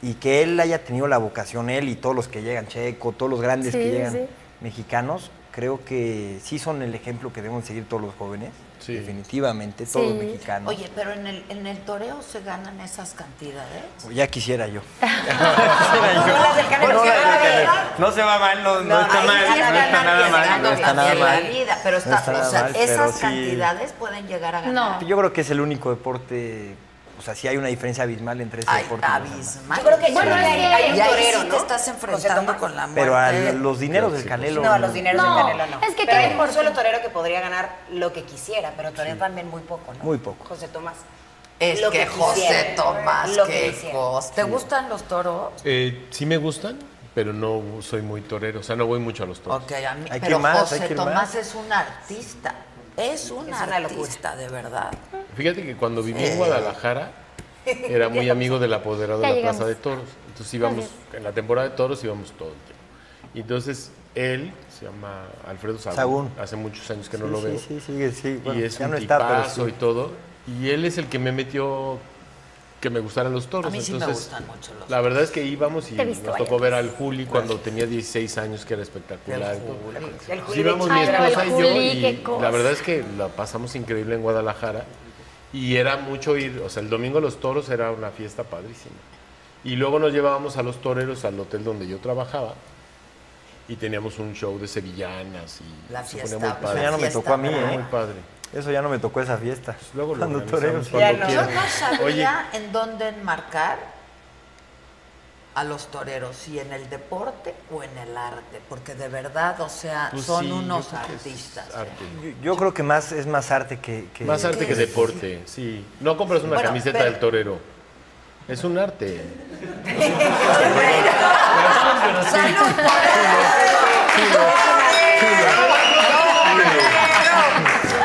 [SPEAKER 3] Y que él haya tenido la vocación, él y todos los que llegan, Checo, todos los grandes
[SPEAKER 6] Sí,
[SPEAKER 3] que llegan
[SPEAKER 6] sí.
[SPEAKER 3] mexicanos, creo que sí son el ejemplo que deben seguir todos los jóvenes,
[SPEAKER 4] Sí.
[SPEAKER 3] definitivamente, todos los
[SPEAKER 6] Sí.
[SPEAKER 3] mexicanos.
[SPEAKER 1] Oye, pero en el, en el toreo se ganan esas cantidades.
[SPEAKER 3] Pues Ya quisiera yo.
[SPEAKER 2] No, las del Canelo
[SPEAKER 3] No,
[SPEAKER 2] se
[SPEAKER 3] la
[SPEAKER 2] van a
[SPEAKER 3] del
[SPEAKER 2] ver.
[SPEAKER 3] Canelo.
[SPEAKER 5] No se va mal, no, no está
[SPEAKER 1] Ahí
[SPEAKER 5] mal,
[SPEAKER 1] sí es
[SPEAKER 5] no está
[SPEAKER 1] ganar y
[SPEAKER 5] nada
[SPEAKER 1] es
[SPEAKER 5] mal.
[SPEAKER 1] ganar
[SPEAKER 3] no está nada
[SPEAKER 1] en la
[SPEAKER 3] mal.
[SPEAKER 1] vida, pero
[SPEAKER 3] No
[SPEAKER 1] está-
[SPEAKER 3] está
[SPEAKER 1] o
[SPEAKER 3] nada
[SPEAKER 1] sea,
[SPEAKER 3] mal, pero
[SPEAKER 1] esas
[SPEAKER 3] sí.
[SPEAKER 1] cantidades pueden llegar a ganar.
[SPEAKER 6] No.
[SPEAKER 3] Yo creo que es el único deporte o sea, sí hay una diferencia abismal entre ese
[SPEAKER 1] Ay,
[SPEAKER 3] deporte. y los demás.
[SPEAKER 1] abismal.
[SPEAKER 2] Yo creo que
[SPEAKER 6] Bueno,
[SPEAKER 2] ya
[SPEAKER 6] es
[SPEAKER 2] hay,
[SPEAKER 6] que-
[SPEAKER 2] hay un
[SPEAKER 1] Y ahí
[SPEAKER 2] torero,
[SPEAKER 1] sí
[SPEAKER 2] ¿no?
[SPEAKER 1] te estás enfrentando con la muerte.
[SPEAKER 3] Pero a los dineros del Canelo.
[SPEAKER 2] No, a los dineros
[SPEAKER 6] No,
[SPEAKER 2] del Canelo no.
[SPEAKER 6] es que
[SPEAKER 2] pero hay
[SPEAKER 6] creo-
[SPEAKER 2] un solo torero que podría ganar lo que quisiera, pero torero también muy poco, ¿no?
[SPEAKER 3] Muy poco.
[SPEAKER 2] José Tomás.
[SPEAKER 1] Es
[SPEAKER 2] Lo
[SPEAKER 1] que, José
[SPEAKER 2] quisiera.
[SPEAKER 1] Tomás,
[SPEAKER 2] Lo que
[SPEAKER 1] qué
[SPEAKER 2] quisiera.
[SPEAKER 1] cosa. ¿Te gustan los toros?
[SPEAKER 4] Eh, sí me gustan, pero no soy muy torero. O sea, no voy mucho a los toros.
[SPEAKER 1] Ok, a mí.
[SPEAKER 3] Hay que
[SPEAKER 1] Pero
[SPEAKER 3] ir más, hay
[SPEAKER 1] José
[SPEAKER 3] que ir
[SPEAKER 1] Tomás
[SPEAKER 3] más.
[SPEAKER 1] es un artista. Es un
[SPEAKER 2] Es una locura.
[SPEAKER 1] artista, de verdad.
[SPEAKER 4] Fíjate que cuando viví en Guadalajara era muy amigo del apoderado
[SPEAKER 6] Ya
[SPEAKER 4] de la
[SPEAKER 6] llegamos.
[SPEAKER 4] Plaza de Toros. Entonces íbamos, en la temporada de toros íbamos todo el tiempo. Y entonces él, se llama Alfredo Sagún,
[SPEAKER 3] Sagún.
[SPEAKER 4] hace muchos años que no
[SPEAKER 3] Sí,
[SPEAKER 4] lo
[SPEAKER 3] sí,
[SPEAKER 4] veo.
[SPEAKER 3] Sí, sí, sí. bueno,
[SPEAKER 4] y es
[SPEAKER 3] ya
[SPEAKER 4] un
[SPEAKER 3] no está, pero
[SPEAKER 4] tipazo
[SPEAKER 3] sí.
[SPEAKER 4] y todo. Y él es el que me metió que me gustaran los toros.
[SPEAKER 1] A mí sí me
[SPEAKER 4] Entonces,
[SPEAKER 1] gustan mucho los
[SPEAKER 4] La verdad es que íbamos y
[SPEAKER 6] Te he visto
[SPEAKER 4] nos
[SPEAKER 6] varias
[SPEAKER 4] tocó ver al Juli cuando tenía 16 años, que era espectacular.
[SPEAKER 1] El Juli.
[SPEAKER 4] Entonces,
[SPEAKER 2] El Juli
[SPEAKER 4] íbamos
[SPEAKER 2] de
[SPEAKER 4] mi
[SPEAKER 6] Ay, no, el
[SPEAKER 4] esposa y yo
[SPEAKER 6] Juli,
[SPEAKER 4] y
[SPEAKER 6] qué cosa.
[SPEAKER 4] la verdad es que la pasamos increíble en Guadalajara. Y era mucho ir, o sea, el domingo los toros era una fiesta padrísima. Y luego nos llevábamos a los toreros al hotel donde yo trabajaba y teníamos un show de sevillanas y
[SPEAKER 1] La
[SPEAKER 4] se
[SPEAKER 1] fiesta.
[SPEAKER 4] ponía muy
[SPEAKER 1] la
[SPEAKER 4] padre.
[SPEAKER 3] ya no me
[SPEAKER 1] fiesta,
[SPEAKER 3] tocó a mí,
[SPEAKER 4] Era
[SPEAKER 1] ¿verdad?
[SPEAKER 4] muy padre.
[SPEAKER 3] Eso ya no me tocó esa fiesta.
[SPEAKER 4] Pues Luego lo
[SPEAKER 3] Cuando toreros.
[SPEAKER 4] organizamos cuando
[SPEAKER 2] Ya no.
[SPEAKER 1] Yo
[SPEAKER 4] quieran.
[SPEAKER 1] no sabía
[SPEAKER 4] Oye,
[SPEAKER 1] en dónde enmarcar a los toreros, si en el deporte o en el arte, porque de verdad, o sea,
[SPEAKER 4] pues
[SPEAKER 1] son
[SPEAKER 4] sí, yo
[SPEAKER 1] unos
[SPEAKER 4] creo que es
[SPEAKER 1] artistas. ¿eh?
[SPEAKER 4] arte.
[SPEAKER 3] Yo, yo creo que más es más arte que. que-
[SPEAKER 4] Más arte que deporte, sí. No compras una
[SPEAKER 1] Bueno,
[SPEAKER 4] camiseta
[SPEAKER 1] pero-
[SPEAKER 4] del torero. Es un arte.
[SPEAKER 1] ¡Salud por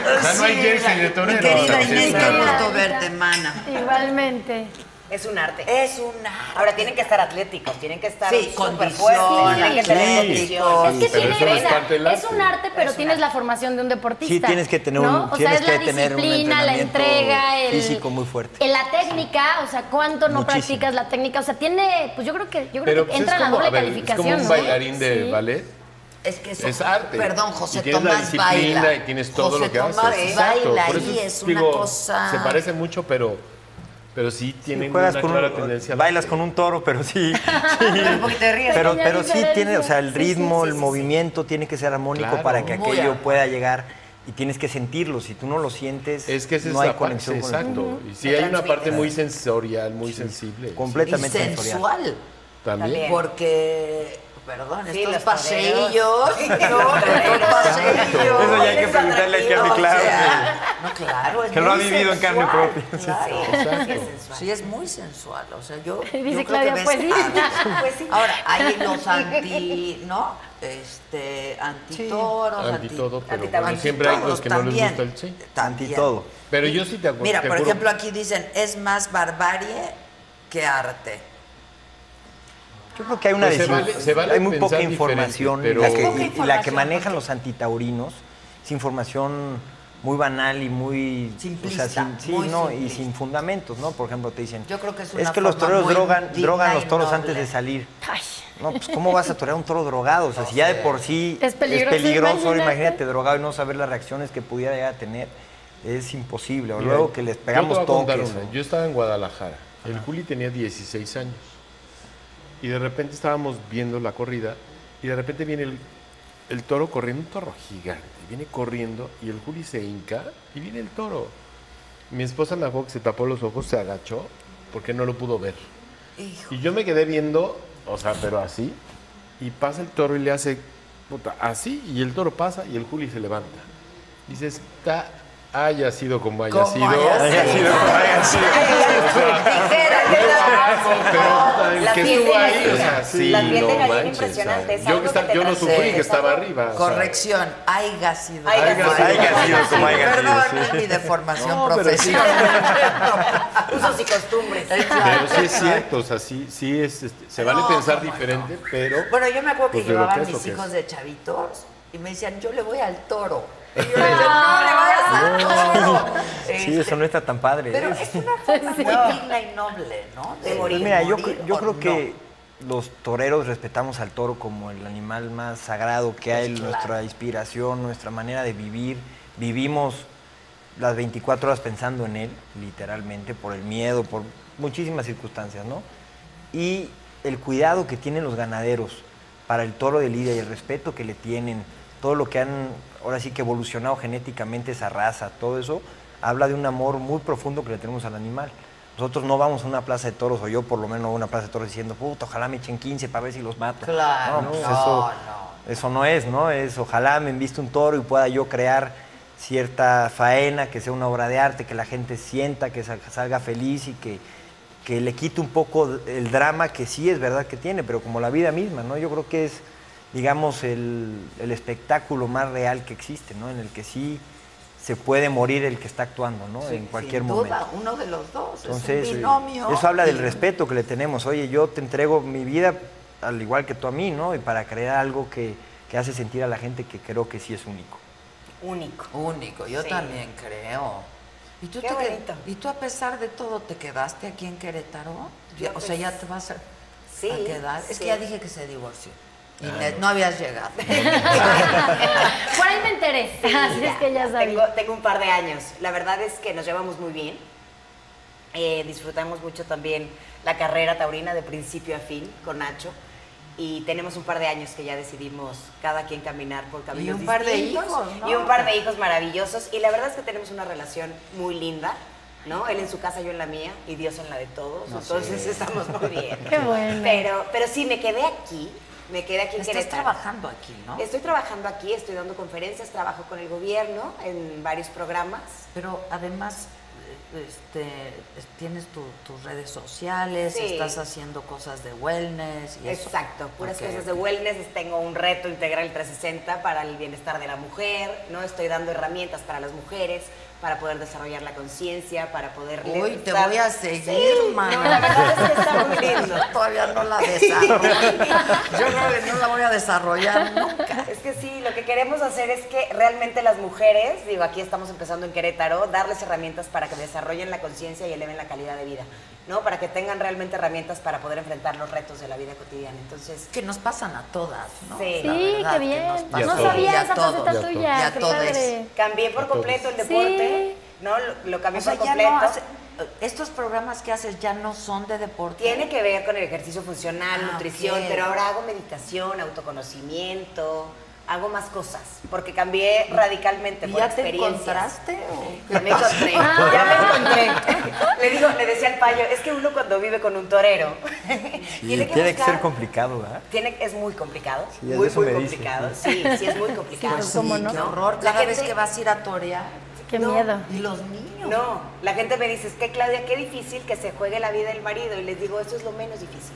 [SPEAKER 4] O sea, no hay jersey de
[SPEAKER 1] Mi
[SPEAKER 4] torero. pues
[SPEAKER 1] querida
[SPEAKER 4] ¿sabes?
[SPEAKER 1] Inés,
[SPEAKER 6] Querida
[SPEAKER 1] qué gusto
[SPEAKER 6] Inés.
[SPEAKER 1] verte, mana.
[SPEAKER 6] Igualmente.
[SPEAKER 2] Es un arte.
[SPEAKER 1] Es una...
[SPEAKER 2] Ahora tienen que estar atléticos, tienen que estar
[SPEAKER 1] Sí,
[SPEAKER 2] súper
[SPEAKER 1] condición,
[SPEAKER 2] fuertes, tienen que tener
[SPEAKER 1] sí.
[SPEAKER 2] condición.
[SPEAKER 6] Es que
[SPEAKER 4] pero
[SPEAKER 6] tiene,
[SPEAKER 4] eso no es
[SPEAKER 6] o sea,
[SPEAKER 4] parte del
[SPEAKER 6] es
[SPEAKER 4] arte.
[SPEAKER 6] un arte, pero tienes la formación de un deportista.
[SPEAKER 3] Sí, tienes que tener un-
[SPEAKER 6] ¿no? O sea,
[SPEAKER 3] tienes
[SPEAKER 6] es
[SPEAKER 3] que
[SPEAKER 6] la
[SPEAKER 3] tener un
[SPEAKER 6] disciplina, la
[SPEAKER 3] entrenamiento
[SPEAKER 6] entrega, el
[SPEAKER 3] físico muy fuerte.
[SPEAKER 6] en la técnica, o sea, cuánto no
[SPEAKER 3] Muchísimo.
[SPEAKER 6] practicas la técnica, o sea, tiene, pues yo creo que yo creo
[SPEAKER 4] Pero
[SPEAKER 6] que
[SPEAKER 4] pues,
[SPEAKER 6] entra
[SPEAKER 4] es,
[SPEAKER 6] la
[SPEAKER 4] como,
[SPEAKER 6] doble
[SPEAKER 4] a ver, es
[SPEAKER 6] calificación,
[SPEAKER 4] como un
[SPEAKER 6] ¿no?
[SPEAKER 4] bailarín de
[SPEAKER 6] Sí.
[SPEAKER 4] ballet.
[SPEAKER 1] Es que eso,
[SPEAKER 4] Es arte.
[SPEAKER 1] Perdón, José
[SPEAKER 4] y tienes la
[SPEAKER 1] Tomás
[SPEAKER 4] disciplina
[SPEAKER 1] baila.
[SPEAKER 4] y tienes todo
[SPEAKER 1] José
[SPEAKER 4] lo que
[SPEAKER 1] Tomás
[SPEAKER 4] haces. Exacto,
[SPEAKER 1] baila
[SPEAKER 4] por
[SPEAKER 1] y
[SPEAKER 4] eso
[SPEAKER 1] es una
[SPEAKER 4] digo,
[SPEAKER 1] cosa.
[SPEAKER 4] Se parece mucho, pero, pero sí tienen
[SPEAKER 3] Juegas
[SPEAKER 4] una
[SPEAKER 3] con
[SPEAKER 4] clara
[SPEAKER 3] un-
[SPEAKER 4] tendencia. al
[SPEAKER 3] bailas
[SPEAKER 4] arte.
[SPEAKER 3] con un toro, pero sí. sí.
[SPEAKER 2] porque te ríes.
[SPEAKER 3] Pero,
[SPEAKER 6] Hay una
[SPEAKER 3] pero sí tiene, o sea, el
[SPEAKER 6] diferencia. Sí, sí,
[SPEAKER 3] ritmo,
[SPEAKER 6] sí,
[SPEAKER 3] el
[SPEAKER 6] sí,
[SPEAKER 3] movimiento tiene que ser armónico
[SPEAKER 4] Claro.
[SPEAKER 3] para que
[SPEAKER 1] Muy
[SPEAKER 3] aquello
[SPEAKER 1] armónico.
[SPEAKER 3] pueda llegar y tienes que sentirlo. Si tú no lo sientes,
[SPEAKER 4] Es que esa es
[SPEAKER 3] no hay
[SPEAKER 4] la parte,
[SPEAKER 3] conexión con el
[SPEAKER 4] exacto.
[SPEAKER 3] público.
[SPEAKER 4] Y sí
[SPEAKER 2] Lo
[SPEAKER 4] hay una parte
[SPEAKER 2] transmites.
[SPEAKER 4] muy sensorial, muy sensible. sí.
[SPEAKER 1] y
[SPEAKER 3] Completamente sensorial.
[SPEAKER 1] sensual.
[SPEAKER 4] También.
[SPEAKER 1] Porque, perdón,
[SPEAKER 2] Sí,
[SPEAKER 1] estos
[SPEAKER 2] los
[SPEAKER 1] paseillos,
[SPEAKER 2] toreros.
[SPEAKER 1] no, estos paseillos.
[SPEAKER 3] Eso ya hay que preguntarle aquí a mi
[SPEAKER 1] O
[SPEAKER 3] Clau,
[SPEAKER 1] sea, No, claro, es
[SPEAKER 3] que lo ha
[SPEAKER 1] muy
[SPEAKER 3] vivido en carne
[SPEAKER 1] sensual,
[SPEAKER 3] propia.
[SPEAKER 1] claro.
[SPEAKER 4] Exacto.
[SPEAKER 1] Sí, es muy sensual. O sea, yo.
[SPEAKER 6] Dice
[SPEAKER 1] yo creo que
[SPEAKER 6] Claudia,
[SPEAKER 1] ves
[SPEAKER 6] pues sí.
[SPEAKER 1] algo.
[SPEAKER 6] Pues sí.
[SPEAKER 1] Ahora, hay los anti. ¿No? Este. Antitoros.
[SPEAKER 4] Anti todo, pero
[SPEAKER 1] anti-
[SPEAKER 4] bueno, siempre hay los que no les
[SPEAKER 1] antitodos
[SPEAKER 4] gusta el sí.
[SPEAKER 1] también.
[SPEAKER 3] Anti todo.
[SPEAKER 4] Pero yo sí te acuerdo.
[SPEAKER 1] Mira, por ejemplo, aquí dicen: es más barbarie que arte.
[SPEAKER 3] Yo creo que hay una
[SPEAKER 4] Pues se
[SPEAKER 3] desin-
[SPEAKER 4] vale- se vale
[SPEAKER 3] hay muy poca
[SPEAKER 4] pensar
[SPEAKER 3] información
[SPEAKER 4] diferente,
[SPEAKER 3] la
[SPEAKER 4] pero-
[SPEAKER 3] que- y- y la que manejan los antitaurinos es información muy banal y muy
[SPEAKER 1] Simplista,
[SPEAKER 3] o sea, sin- sí,
[SPEAKER 1] muy
[SPEAKER 3] no, y
[SPEAKER 1] simplista.
[SPEAKER 3] sin fundamentos, ¿no? Por ejemplo, te dicen,
[SPEAKER 1] Yo creo que es
[SPEAKER 3] es
[SPEAKER 1] una
[SPEAKER 3] que los
[SPEAKER 1] forma
[SPEAKER 3] toreros
[SPEAKER 1] muy
[SPEAKER 3] drogan,
[SPEAKER 1] digna
[SPEAKER 3] drogan
[SPEAKER 1] y
[SPEAKER 3] los toros
[SPEAKER 1] noble".
[SPEAKER 3] antes de salir.
[SPEAKER 6] Ay,
[SPEAKER 3] No, pues ¿cómo vas a torear un toro drogado? O sea, si ya de por sí
[SPEAKER 6] Es peligroso,
[SPEAKER 3] peligroso, ahora
[SPEAKER 6] imagínate.
[SPEAKER 3] imagínate drogado y no saber las reacciones que pudiera llegar a tener, es imposible. O
[SPEAKER 4] Mira,
[SPEAKER 3] luego que les
[SPEAKER 4] yo te
[SPEAKER 3] pegamos
[SPEAKER 4] voy a contar
[SPEAKER 3] toques.
[SPEAKER 4] una.
[SPEAKER 3] o-
[SPEAKER 4] Yo estaba en Guadalajara. El Juli tenía 16 años. Y de repente estábamos viendo la corrida y de repente viene el, el toro corriendo, un toro gigante. Viene corriendo y el Juli se hinca y viene el toro. Mi esposa me acuerdo que se tapó los ojos, se agachó porque no lo pudo ver. Y yo me quedé viendo, o sea, pero así. Y pasa el toro y le hace puta, así. Y el toro pasa y el Juli se levanta. Dice, está, haya sido como haya
[SPEAKER 1] Como
[SPEAKER 4] sido.
[SPEAKER 1] haya
[SPEAKER 3] Haya sido como haya sido.
[SPEAKER 4] Pero el
[SPEAKER 2] La
[SPEAKER 4] que
[SPEAKER 2] piel
[SPEAKER 4] estuvo
[SPEAKER 2] de
[SPEAKER 4] ahí,
[SPEAKER 2] gallina.
[SPEAKER 4] o sea, sí,
[SPEAKER 2] La piel de
[SPEAKER 4] no
[SPEAKER 2] gallina
[SPEAKER 4] manches,
[SPEAKER 2] impresionante,
[SPEAKER 4] ¿sabes?
[SPEAKER 2] es
[SPEAKER 4] Yo,
[SPEAKER 2] algo
[SPEAKER 4] que
[SPEAKER 2] que
[SPEAKER 4] estaba-
[SPEAKER 2] te
[SPEAKER 4] yo no
[SPEAKER 2] transmite,
[SPEAKER 4] sufrí que
[SPEAKER 2] es
[SPEAKER 4] estaba
[SPEAKER 2] algo-
[SPEAKER 4] arriba. o sea,
[SPEAKER 1] Corrección, haya sido.
[SPEAKER 2] Haiga Haiga sido. sido.
[SPEAKER 3] Haiga sido como haiga sido,
[SPEAKER 1] Perdón,
[SPEAKER 3] sí.
[SPEAKER 1] es mi deformación
[SPEAKER 4] No, pero sí.
[SPEAKER 1] profesional.
[SPEAKER 2] Usos y costumbres.
[SPEAKER 4] Pero sí es cierto, o sea, sí, sí es, este, se vale
[SPEAKER 1] No,
[SPEAKER 4] pensar
[SPEAKER 1] cómo no.
[SPEAKER 4] diferente, pero...
[SPEAKER 1] Bueno, yo me acuerdo que
[SPEAKER 4] pues, de lo
[SPEAKER 1] llevaban
[SPEAKER 4] es, lo
[SPEAKER 1] mis
[SPEAKER 4] que es.
[SPEAKER 1] hijos de chavitos y me decían, yo le voy al toro. Y yo le decía, no, le vayas al toro.
[SPEAKER 3] Sí,
[SPEAKER 1] Este,
[SPEAKER 3] eso no está tan padre.
[SPEAKER 1] Pero
[SPEAKER 3] ¿eh?
[SPEAKER 1] es una forma muy digna y noble, ¿no? De
[SPEAKER 3] Pues
[SPEAKER 1] morir.
[SPEAKER 3] mira, yo,
[SPEAKER 1] morir
[SPEAKER 3] cre- yo
[SPEAKER 1] o
[SPEAKER 3] creo
[SPEAKER 1] no.
[SPEAKER 3] que los toreros respetamos al toro como el animal más sagrado que
[SPEAKER 1] Pues
[SPEAKER 3] hay, nuestra inspiración, nuestra manera de vivir. Vivimos las 24 horas pensando en él, literalmente, por el miedo, por muchísimas circunstancias, ¿no? Y el cuidado que tienen los ganaderos para el toro de lidia y el respeto que le tienen, todo lo que han, ahora sí que evolucionado genéticamente esa raza, todo eso, habla de un amor muy profundo que le tenemos al animal. Nosotros no vamos a una plaza de toros, o yo por lo menos a una plaza de toros diciendo, puta, ojalá me echen 15 para ver si los mato.
[SPEAKER 1] Claro,
[SPEAKER 3] No, pues
[SPEAKER 1] no,
[SPEAKER 3] eso, eso no es, ¿no? Es ojalá me enviste un toro y pueda yo crear cierta faena, que sea una obra de arte, que la gente sienta, que sal- salga feliz y que, que le quite un poco el drama que sí es verdad que tiene, pero como la vida misma, ¿no? Yo creo que es, digamos, el, el espectáculo más real que existe, ¿no? En el que sí se puede morir el que está actuando, ¿no? en cualquier
[SPEAKER 1] Sin
[SPEAKER 3] momento.
[SPEAKER 1] duda, uno de los dos.
[SPEAKER 3] Entonces,
[SPEAKER 1] es
[SPEAKER 3] eh,
[SPEAKER 1] un binomio.
[SPEAKER 3] eso habla del
[SPEAKER 1] y-
[SPEAKER 3] respeto que le tenemos. Oye, yo te entrego mi vida al igual que tú a mí, ¿no? Y para crear algo que, que hace sentir a la gente que creo que sí es único.
[SPEAKER 2] Único.
[SPEAKER 1] Único, yo
[SPEAKER 2] Sí.
[SPEAKER 1] también creo. ¿Y tú,
[SPEAKER 2] Qué
[SPEAKER 1] te qued-
[SPEAKER 2] bonito.
[SPEAKER 1] ¿Y tú a pesar de todo te quedaste aquí en Querétaro? Ya- o sea, ya te vas a,
[SPEAKER 2] pues, Sí,
[SPEAKER 1] a quedar. Es
[SPEAKER 2] sí.
[SPEAKER 1] que ya dije que se divorció. Inés, no habías llegado.
[SPEAKER 6] Por ahí me enteré. Así es que ya sabía.
[SPEAKER 2] Tengo, tengo un par de años. La verdad es que nos llevamos muy bien. Eh, disfrutamos mucho también la carrera taurina de principio a fin con Nacho. Y tenemos un par de años que ya decidimos cada quien caminar por caminos
[SPEAKER 1] un par de
[SPEAKER 2] distintos.
[SPEAKER 1] hijos, ¿no?
[SPEAKER 2] Y un par de hijos maravillosos. Y la verdad es que tenemos una relación muy linda, ¿no? Él en su casa, yo en la mía y Dios en la de todos. Entonces estamos muy bien.
[SPEAKER 6] Qué bueno.
[SPEAKER 2] Pero, pero sí, me quedé aquí. Me quedé aquí en
[SPEAKER 1] Estás
[SPEAKER 2] Querétaro.
[SPEAKER 1] trabajando aquí, ¿no?
[SPEAKER 2] Estoy trabajando aquí, estoy dando conferencias, trabajo con el gobierno en varios programas.
[SPEAKER 1] Pero además, eh, este, es- tienes tu- tus redes sociales,
[SPEAKER 2] Sí.
[SPEAKER 1] estás haciendo cosas de wellness y eso.
[SPEAKER 2] Exacto, puras
[SPEAKER 1] Ok,
[SPEAKER 2] cosas
[SPEAKER 1] ok.
[SPEAKER 2] de wellness. Tengo un reto integral 360 para el bienestar de la mujer, ¿no? Estoy dando herramientas para las mujeres, para poder desarrollar la conciencia, para poder...
[SPEAKER 1] Uy, te
[SPEAKER 2] dar-
[SPEAKER 1] voy a seguir,
[SPEAKER 2] Sí,
[SPEAKER 1] mana.
[SPEAKER 2] no, la verdad es que está muy lindo.
[SPEAKER 1] Todavía no la desarrollo. Yo creo que no la voy a desarrollar nunca.
[SPEAKER 2] Es que sí, lo que queremos hacer es que realmente las mujeres, digo, aquí estamos empezando en Querétaro, darles herramientas para que desarrollen la conciencia y eleven la calidad de vida, ¿no? Para que tengan realmente herramientas para poder enfrentar los retos de la vida cotidiana. Entonces,
[SPEAKER 1] Que nos pasan a todas, ¿no?
[SPEAKER 2] Sí.
[SPEAKER 1] La
[SPEAKER 6] Sí,
[SPEAKER 1] verdad,
[SPEAKER 6] qué
[SPEAKER 1] que
[SPEAKER 6] bien.
[SPEAKER 1] nos
[SPEAKER 4] Y a
[SPEAKER 6] No
[SPEAKER 1] pasan.
[SPEAKER 4] todos.
[SPEAKER 6] sabía
[SPEAKER 1] Y a
[SPEAKER 6] esa
[SPEAKER 1] todos.
[SPEAKER 6] faceta
[SPEAKER 1] Y
[SPEAKER 6] tuya.
[SPEAKER 1] a
[SPEAKER 6] Qué
[SPEAKER 1] todos.
[SPEAKER 6] padre.
[SPEAKER 2] cambié por completo el
[SPEAKER 6] Sí.
[SPEAKER 2] deporte, ¿no? Lo, lo cambié
[SPEAKER 1] O sea,
[SPEAKER 2] por
[SPEAKER 1] ya no
[SPEAKER 2] completo.
[SPEAKER 1] hace- estos programas que haces ya no son de deporte.
[SPEAKER 2] Tiene que ver con el ejercicio funcional,
[SPEAKER 1] Ah,
[SPEAKER 2] nutrición,
[SPEAKER 1] ok.
[SPEAKER 2] pero ahora hago meditación, autoconocimiento, hago más cosas, porque cambié radicalmente
[SPEAKER 1] ¿Y
[SPEAKER 2] por
[SPEAKER 1] ya te
[SPEAKER 2] experiencias.
[SPEAKER 1] encontraste? o qué?
[SPEAKER 2] Me encontré, ya
[SPEAKER 1] Ah.
[SPEAKER 2] me encontré. Le digo, le decía al payo, es que uno cuando vive con un torero
[SPEAKER 3] Y tiene que ser complicado, ¿verdad?
[SPEAKER 2] Tiene, es muy complicado,
[SPEAKER 3] Sí, de
[SPEAKER 2] muy,
[SPEAKER 3] eso
[SPEAKER 2] muy
[SPEAKER 3] me dice.
[SPEAKER 2] complicado. Sí, sí, es muy complicado.
[SPEAKER 6] Pues ¿Cómo no?
[SPEAKER 1] Qué horror.
[SPEAKER 2] La
[SPEAKER 1] Cada vez
[SPEAKER 2] gente-
[SPEAKER 1] que vas a ir a torear.
[SPEAKER 6] Qué
[SPEAKER 2] No.
[SPEAKER 6] miedo.
[SPEAKER 1] Y los niños.
[SPEAKER 2] No, la gente me dice, es que Claudia, qué difícil que se juegue la vida del marido. Y les digo, eso es lo menos difícil.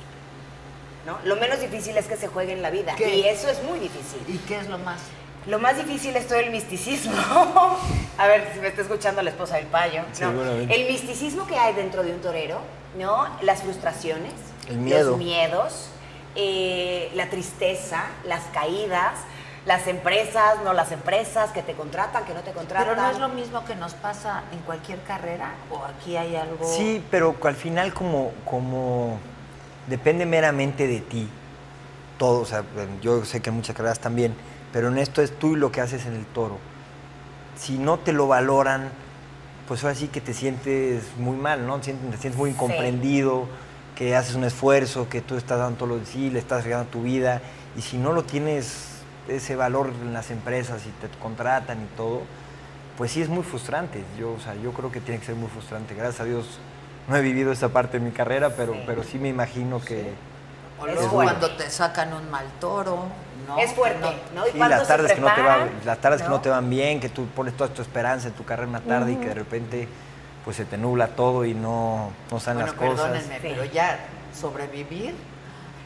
[SPEAKER 2] ¿No? Lo menos difícil es que se juegue en la vida.
[SPEAKER 1] ¿Qué?
[SPEAKER 2] Y eso es muy difícil.
[SPEAKER 1] ¿Y qué es lo más?
[SPEAKER 2] Lo más difícil es todo el misticismo. A ver si me está escuchando la esposa del payo. ¿no?
[SPEAKER 3] Seguramente.
[SPEAKER 2] El misticismo que hay dentro de un torero, ¿no? Las frustraciones,
[SPEAKER 3] El miedo.
[SPEAKER 2] los miedos, eh, la tristeza, las caídas, las empresas, no las empresas que te contratan, que no te contratan.
[SPEAKER 1] Pero no es lo mismo que nos pasa en cualquier carrera o aquí hay algo.
[SPEAKER 3] Sí, pero al final como, como depende meramente de ti. Todo, o sea, yo sé que en muchas carreras también, pero en esto es tú y lo que haces en el toro. Si no te lo valoran, pues ahora sí que te sientes muy mal, ¿no? Sientes- Te sientes muy incomprendido, que haces un esfuerzo, que tú estás dando todo lo de sí, le estás regalando tu vida, y si no lo tienes ese valor en las empresas y te contratan y todo, pues sí es muy frustrante. Yo, o sea, yo creo que tiene que ser muy frustrante. Gracias a Dios no he vivido esa parte de mi carrera, pero
[SPEAKER 2] Sí.
[SPEAKER 3] sí, pero sí me imagino que
[SPEAKER 1] O
[SPEAKER 2] Es
[SPEAKER 1] luego
[SPEAKER 2] fuerte.
[SPEAKER 1] cuando te sacan un mal toro, ¿no?
[SPEAKER 2] Es fuerte, ¿no? ¿Y
[SPEAKER 3] sí,
[SPEAKER 2] cuánto
[SPEAKER 3] las
[SPEAKER 2] se
[SPEAKER 3] tardes que no te va,
[SPEAKER 2] preparan?
[SPEAKER 3] las tardes que
[SPEAKER 2] ¿No?
[SPEAKER 3] no te van bien, que tú pones toda tu esperanza en tu carrera en una tarde y que de repente pues se te nubla todo y no, no salen
[SPEAKER 1] Bueno,
[SPEAKER 3] las cosas.
[SPEAKER 1] perdónenme, pero ya sobrevivir,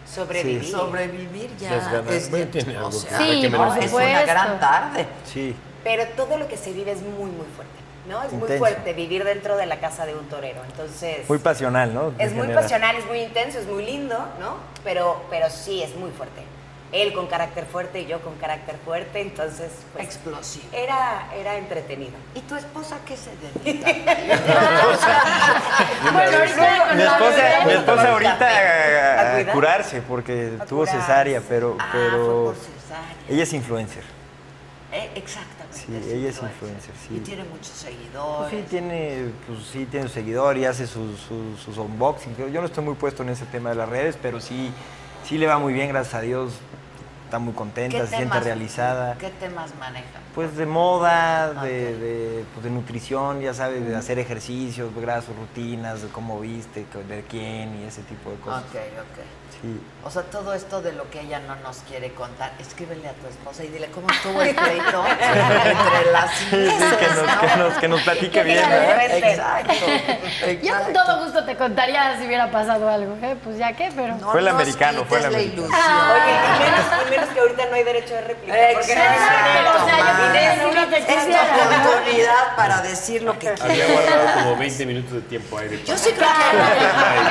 [SPEAKER 2] Sobrevivir.
[SPEAKER 1] sobrevivir ya
[SPEAKER 4] Las ganas-
[SPEAKER 1] es,
[SPEAKER 4] bueno, tiene algo
[SPEAKER 1] o
[SPEAKER 4] que
[SPEAKER 1] sea,
[SPEAKER 6] ver, Sí, que me lo
[SPEAKER 1] no, es
[SPEAKER 6] supuesto.
[SPEAKER 1] una gran tarde.
[SPEAKER 3] Sí.
[SPEAKER 2] Pero todo lo que se vive es muy, muy fuerte, ¿no? Es muy
[SPEAKER 3] Intenso.
[SPEAKER 2] fuerte vivir dentro de la casa de un torero. Entonces.
[SPEAKER 3] Muy pasional, ¿no?
[SPEAKER 2] Es muy
[SPEAKER 3] Genera-
[SPEAKER 2] pasional, es muy intenso, es muy lindo, ¿no? Pero, pero sí, es muy fuerte. Él con carácter fuerte y yo con carácter fuerte, entonces pues,
[SPEAKER 1] Explosivo.
[SPEAKER 2] era, era entretenido.
[SPEAKER 1] ¿Y tu esposa qué se dedica?
[SPEAKER 6] Bueno, ahorita con
[SPEAKER 3] Mi
[SPEAKER 6] la
[SPEAKER 3] esposa,
[SPEAKER 6] bebé.
[SPEAKER 3] mi esposa ahorita
[SPEAKER 2] ¿A
[SPEAKER 3] a,
[SPEAKER 2] cuidar?
[SPEAKER 3] curarse porque
[SPEAKER 2] A
[SPEAKER 3] tuvo
[SPEAKER 2] curarse.
[SPEAKER 3] cesárea, pero,
[SPEAKER 1] Ah,
[SPEAKER 3] pero
[SPEAKER 1] fue por cesárea.
[SPEAKER 3] ella es influencer.
[SPEAKER 1] Eh, exactamente.
[SPEAKER 3] Sí, ella es influencer, sí.
[SPEAKER 1] Y tiene muchos
[SPEAKER 3] Sí
[SPEAKER 1] seguidores.
[SPEAKER 3] tiene, pues sí tiene su seguidor y hace sus, sus, sus unboxing. Yo no estoy muy puesto en ese tema de las redes, pero sí, sí le va muy bien, gracias a Dios. está muy
[SPEAKER 1] ¿Qué
[SPEAKER 3] contenta, se siente
[SPEAKER 1] temas-
[SPEAKER 3] realizada.
[SPEAKER 1] ¿Qué temas manejan?
[SPEAKER 3] Pues de moda, de, de, pues, de nutrición, ya sabes, de hacer ejercicios, grabar sus rutinas, de cómo viste, co- de quién y ese tipo de cosas.
[SPEAKER 1] Ok, ok.
[SPEAKER 3] Sí.
[SPEAKER 1] O sea, todo esto de lo que ella no nos quiere contar, escríbele a tu esposa y dile cómo estuvo el pleito entre las
[SPEAKER 3] Sí, sí, que, nos, que, nos, que nos platique
[SPEAKER 6] Que
[SPEAKER 3] bien.
[SPEAKER 6] diga
[SPEAKER 3] ¿verdad?
[SPEAKER 1] Exacto.
[SPEAKER 6] Yo con
[SPEAKER 1] exacto.
[SPEAKER 6] todo gusto te contaría si hubiera pasado algo, ¿eh? Pues ya qué, pero.
[SPEAKER 1] No
[SPEAKER 3] Fue el
[SPEAKER 1] nos
[SPEAKER 3] americano, fue el
[SPEAKER 1] quites la
[SPEAKER 3] americano.
[SPEAKER 1] ilusión.
[SPEAKER 2] Oye,
[SPEAKER 6] Ah,
[SPEAKER 2] y menos, y menos que ahorita no hay derecho de réplica. Porque no
[SPEAKER 6] Exacto, o sea, yo
[SPEAKER 1] Tomás.
[SPEAKER 6] quería decir lo que
[SPEAKER 1] Es tu
[SPEAKER 6] quisiera.
[SPEAKER 1] oportunidad para decir lo que
[SPEAKER 5] Había
[SPEAKER 1] quieres.
[SPEAKER 5] guardado como 20 minutos de tiempo ahí de
[SPEAKER 1] Yo sí creo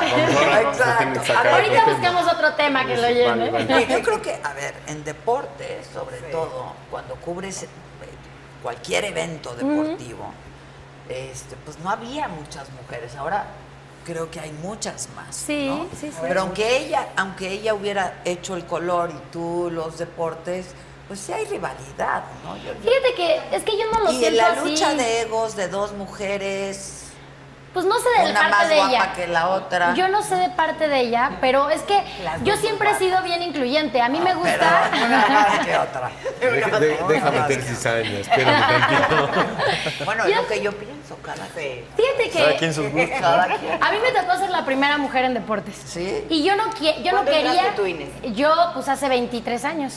[SPEAKER 1] que... Exacto.
[SPEAKER 6] Ahorita buscamos otro tema que lo llene.
[SPEAKER 1] Oye, Yo creo que, a ver, en deportes, sobre todo, cuando cubres eh, cualquier evento deportivo, este, pues no había muchas mujeres. Ahora creo que hay muchas más.
[SPEAKER 6] Sí,
[SPEAKER 1] ¿no?
[SPEAKER 6] sí, sí.
[SPEAKER 1] Pero aunque ella, aunque ella hubiera hecho el color y tú los deportes, pues sí hay rivalidad, ¿no? Yo-
[SPEAKER 6] Fíjate que es que yo no lo
[SPEAKER 1] y en
[SPEAKER 6] siento
[SPEAKER 1] la
[SPEAKER 6] así.
[SPEAKER 1] lucha de egos de dos mujeres,
[SPEAKER 6] Pues no sé de
[SPEAKER 1] una
[SPEAKER 6] parte
[SPEAKER 1] más
[SPEAKER 6] de
[SPEAKER 1] guapa
[SPEAKER 6] ella.
[SPEAKER 1] que la otra.
[SPEAKER 6] Yo no sé de parte de ella, pero es que
[SPEAKER 1] Las
[SPEAKER 6] yo
[SPEAKER 1] dos Ah,
[SPEAKER 6] siempre he sido bien incluyente. A mí me
[SPEAKER 1] pero
[SPEAKER 6] gusta.
[SPEAKER 1] una más que otra.
[SPEAKER 4] Deja- de- Deja meter cizaña, espérame tantito.
[SPEAKER 1] Bueno, es
[SPEAKER 6] Yo-
[SPEAKER 1] lo que yo pienso, cada vez.
[SPEAKER 6] Fíjate
[SPEAKER 3] Cada
[SPEAKER 6] que
[SPEAKER 3] quien sus gustos.
[SPEAKER 1] Cada quien.
[SPEAKER 6] a mí me tocó ser la primera mujer en deportes.
[SPEAKER 1] Sí.
[SPEAKER 6] Y yo no qui- yo no
[SPEAKER 2] ¿Cuándo entraste
[SPEAKER 6] quería.
[SPEAKER 2] tú, Inés?
[SPEAKER 6] Yo pues hace 23 años.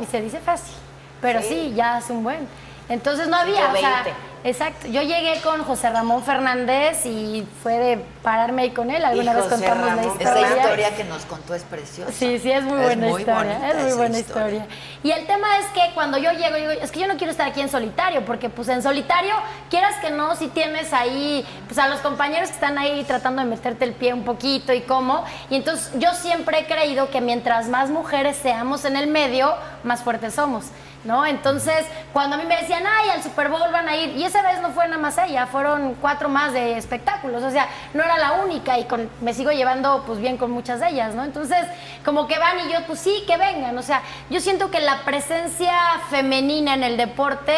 [SPEAKER 6] Y se dice fácil, pero sí, ya hace un buen. Entonces no había, o sea,
[SPEAKER 2] 20.
[SPEAKER 6] exacto. Yo llegué con José Ramón Fernández y fue de pararme ahí con él. Alguna
[SPEAKER 2] Y
[SPEAKER 6] vez
[SPEAKER 2] José
[SPEAKER 6] contamos la
[SPEAKER 2] Ramón,
[SPEAKER 6] historia.
[SPEAKER 1] Esa historia que nos contó es preciosa.
[SPEAKER 6] Sí, sí, es muy buena historia.
[SPEAKER 1] bonita
[SPEAKER 6] es muy
[SPEAKER 1] esa
[SPEAKER 6] buena historia. Y el tema es que cuando yo llego, digo, es que yo no quiero estar aquí en solitario, porque pues en solitario, quieras que no, si tienes ahí, pues a los compañeros que están ahí tratando de meterte el pie un poquito y cómo. Y entonces yo siempre he creído que mientras más mujeres seamos en el medio, más fuertes somos. ¿No? Entonces, cuando a mí me decían, ay, al Super Bowl van a ir, y esa vez no fue nada más ella, fueron cuatro más de espectáculos, o sea, no era la única y con- me sigo llevando pues bien con muchas de ellas, ¿no? Entonces, como que van y yo, pues sí, que vengan, o sea, yo siento que la presencia femenina en el deporte...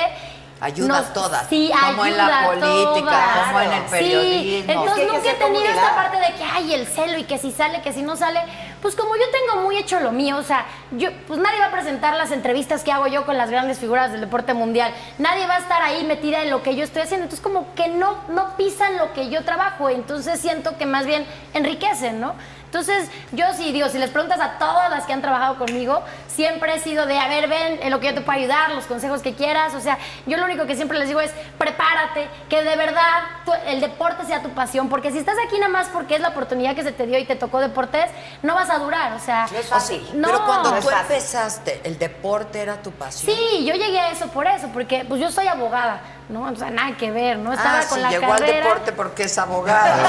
[SPEAKER 1] Ayuda a todas,
[SPEAKER 6] Sí,
[SPEAKER 1] como en la
[SPEAKER 6] ayuda a
[SPEAKER 1] política,
[SPEAKER 6] todas.
[SPEAKER 1] como en el
[SPEAKER 6] Sí,
[SPEAKER 1] periodismo.
[SPEAKER 6] entonces
[SPEAKER 2] Sí, hay que
[SPEAKER 6] nunca he
[SPEAKER 2] hacer
[SPEAKER 6] tenido esta
[SPEAKER 2] comunidad.
[SPEAKER 6] parte de que hay el celo y que si sale, que si no sale, pues como yo tengo muy hecho lo mío, o sea, yo, pues nadie va a presentar las entrevistas que hago yo con las grandes figuras del deporte mundial, nadie va a estar ahí metida en lo que yo estoy haciendo, entonces como que no, no pisan lo que yo trabajo, entonces siento que más bien enriquecen, ¿no? Entonces, yo sí digo, si les preguntas a todas las que han trabajado conmigo, siempre he sido de, a ver, ven, en lo que yo te puedo ayudar, los consejos que quieras. O sea, yo lo único que siempre les digo es, prepárate, que de verdad tu- el deporte sea tu pasión. Porque si estás aquí nada más porque es la oportunidad que se te dio y te tocó deportes, no vas a durar. O sea,
[SPEAKER 2] No es fácil.
[SPEAKER 6] no.
[SPEAKER 1] Pero cuando
[SPEAKER 2] No es
[SPEAKER 1] tú
[SPEAKER 2] fácil.
[SPEAKER 1] empezaste, el deporte era tu pasión.
[SPEAKER 6] Sí, yo llegué a eso por eso, porque pues yo soy abogada, ¿no? O sea, nada que ver, ¿no? Estaba
[SPEAKER 1] ah,
[SPEAKER 6] con
[SPEAKER 1] sí,
[SPEAKER 6] la
[SPEAKER 1] llegó
[SPEAKER 6] carrera.
[SPEAKER 1] al deporte porque es abogada.
[SPEAKER 6] O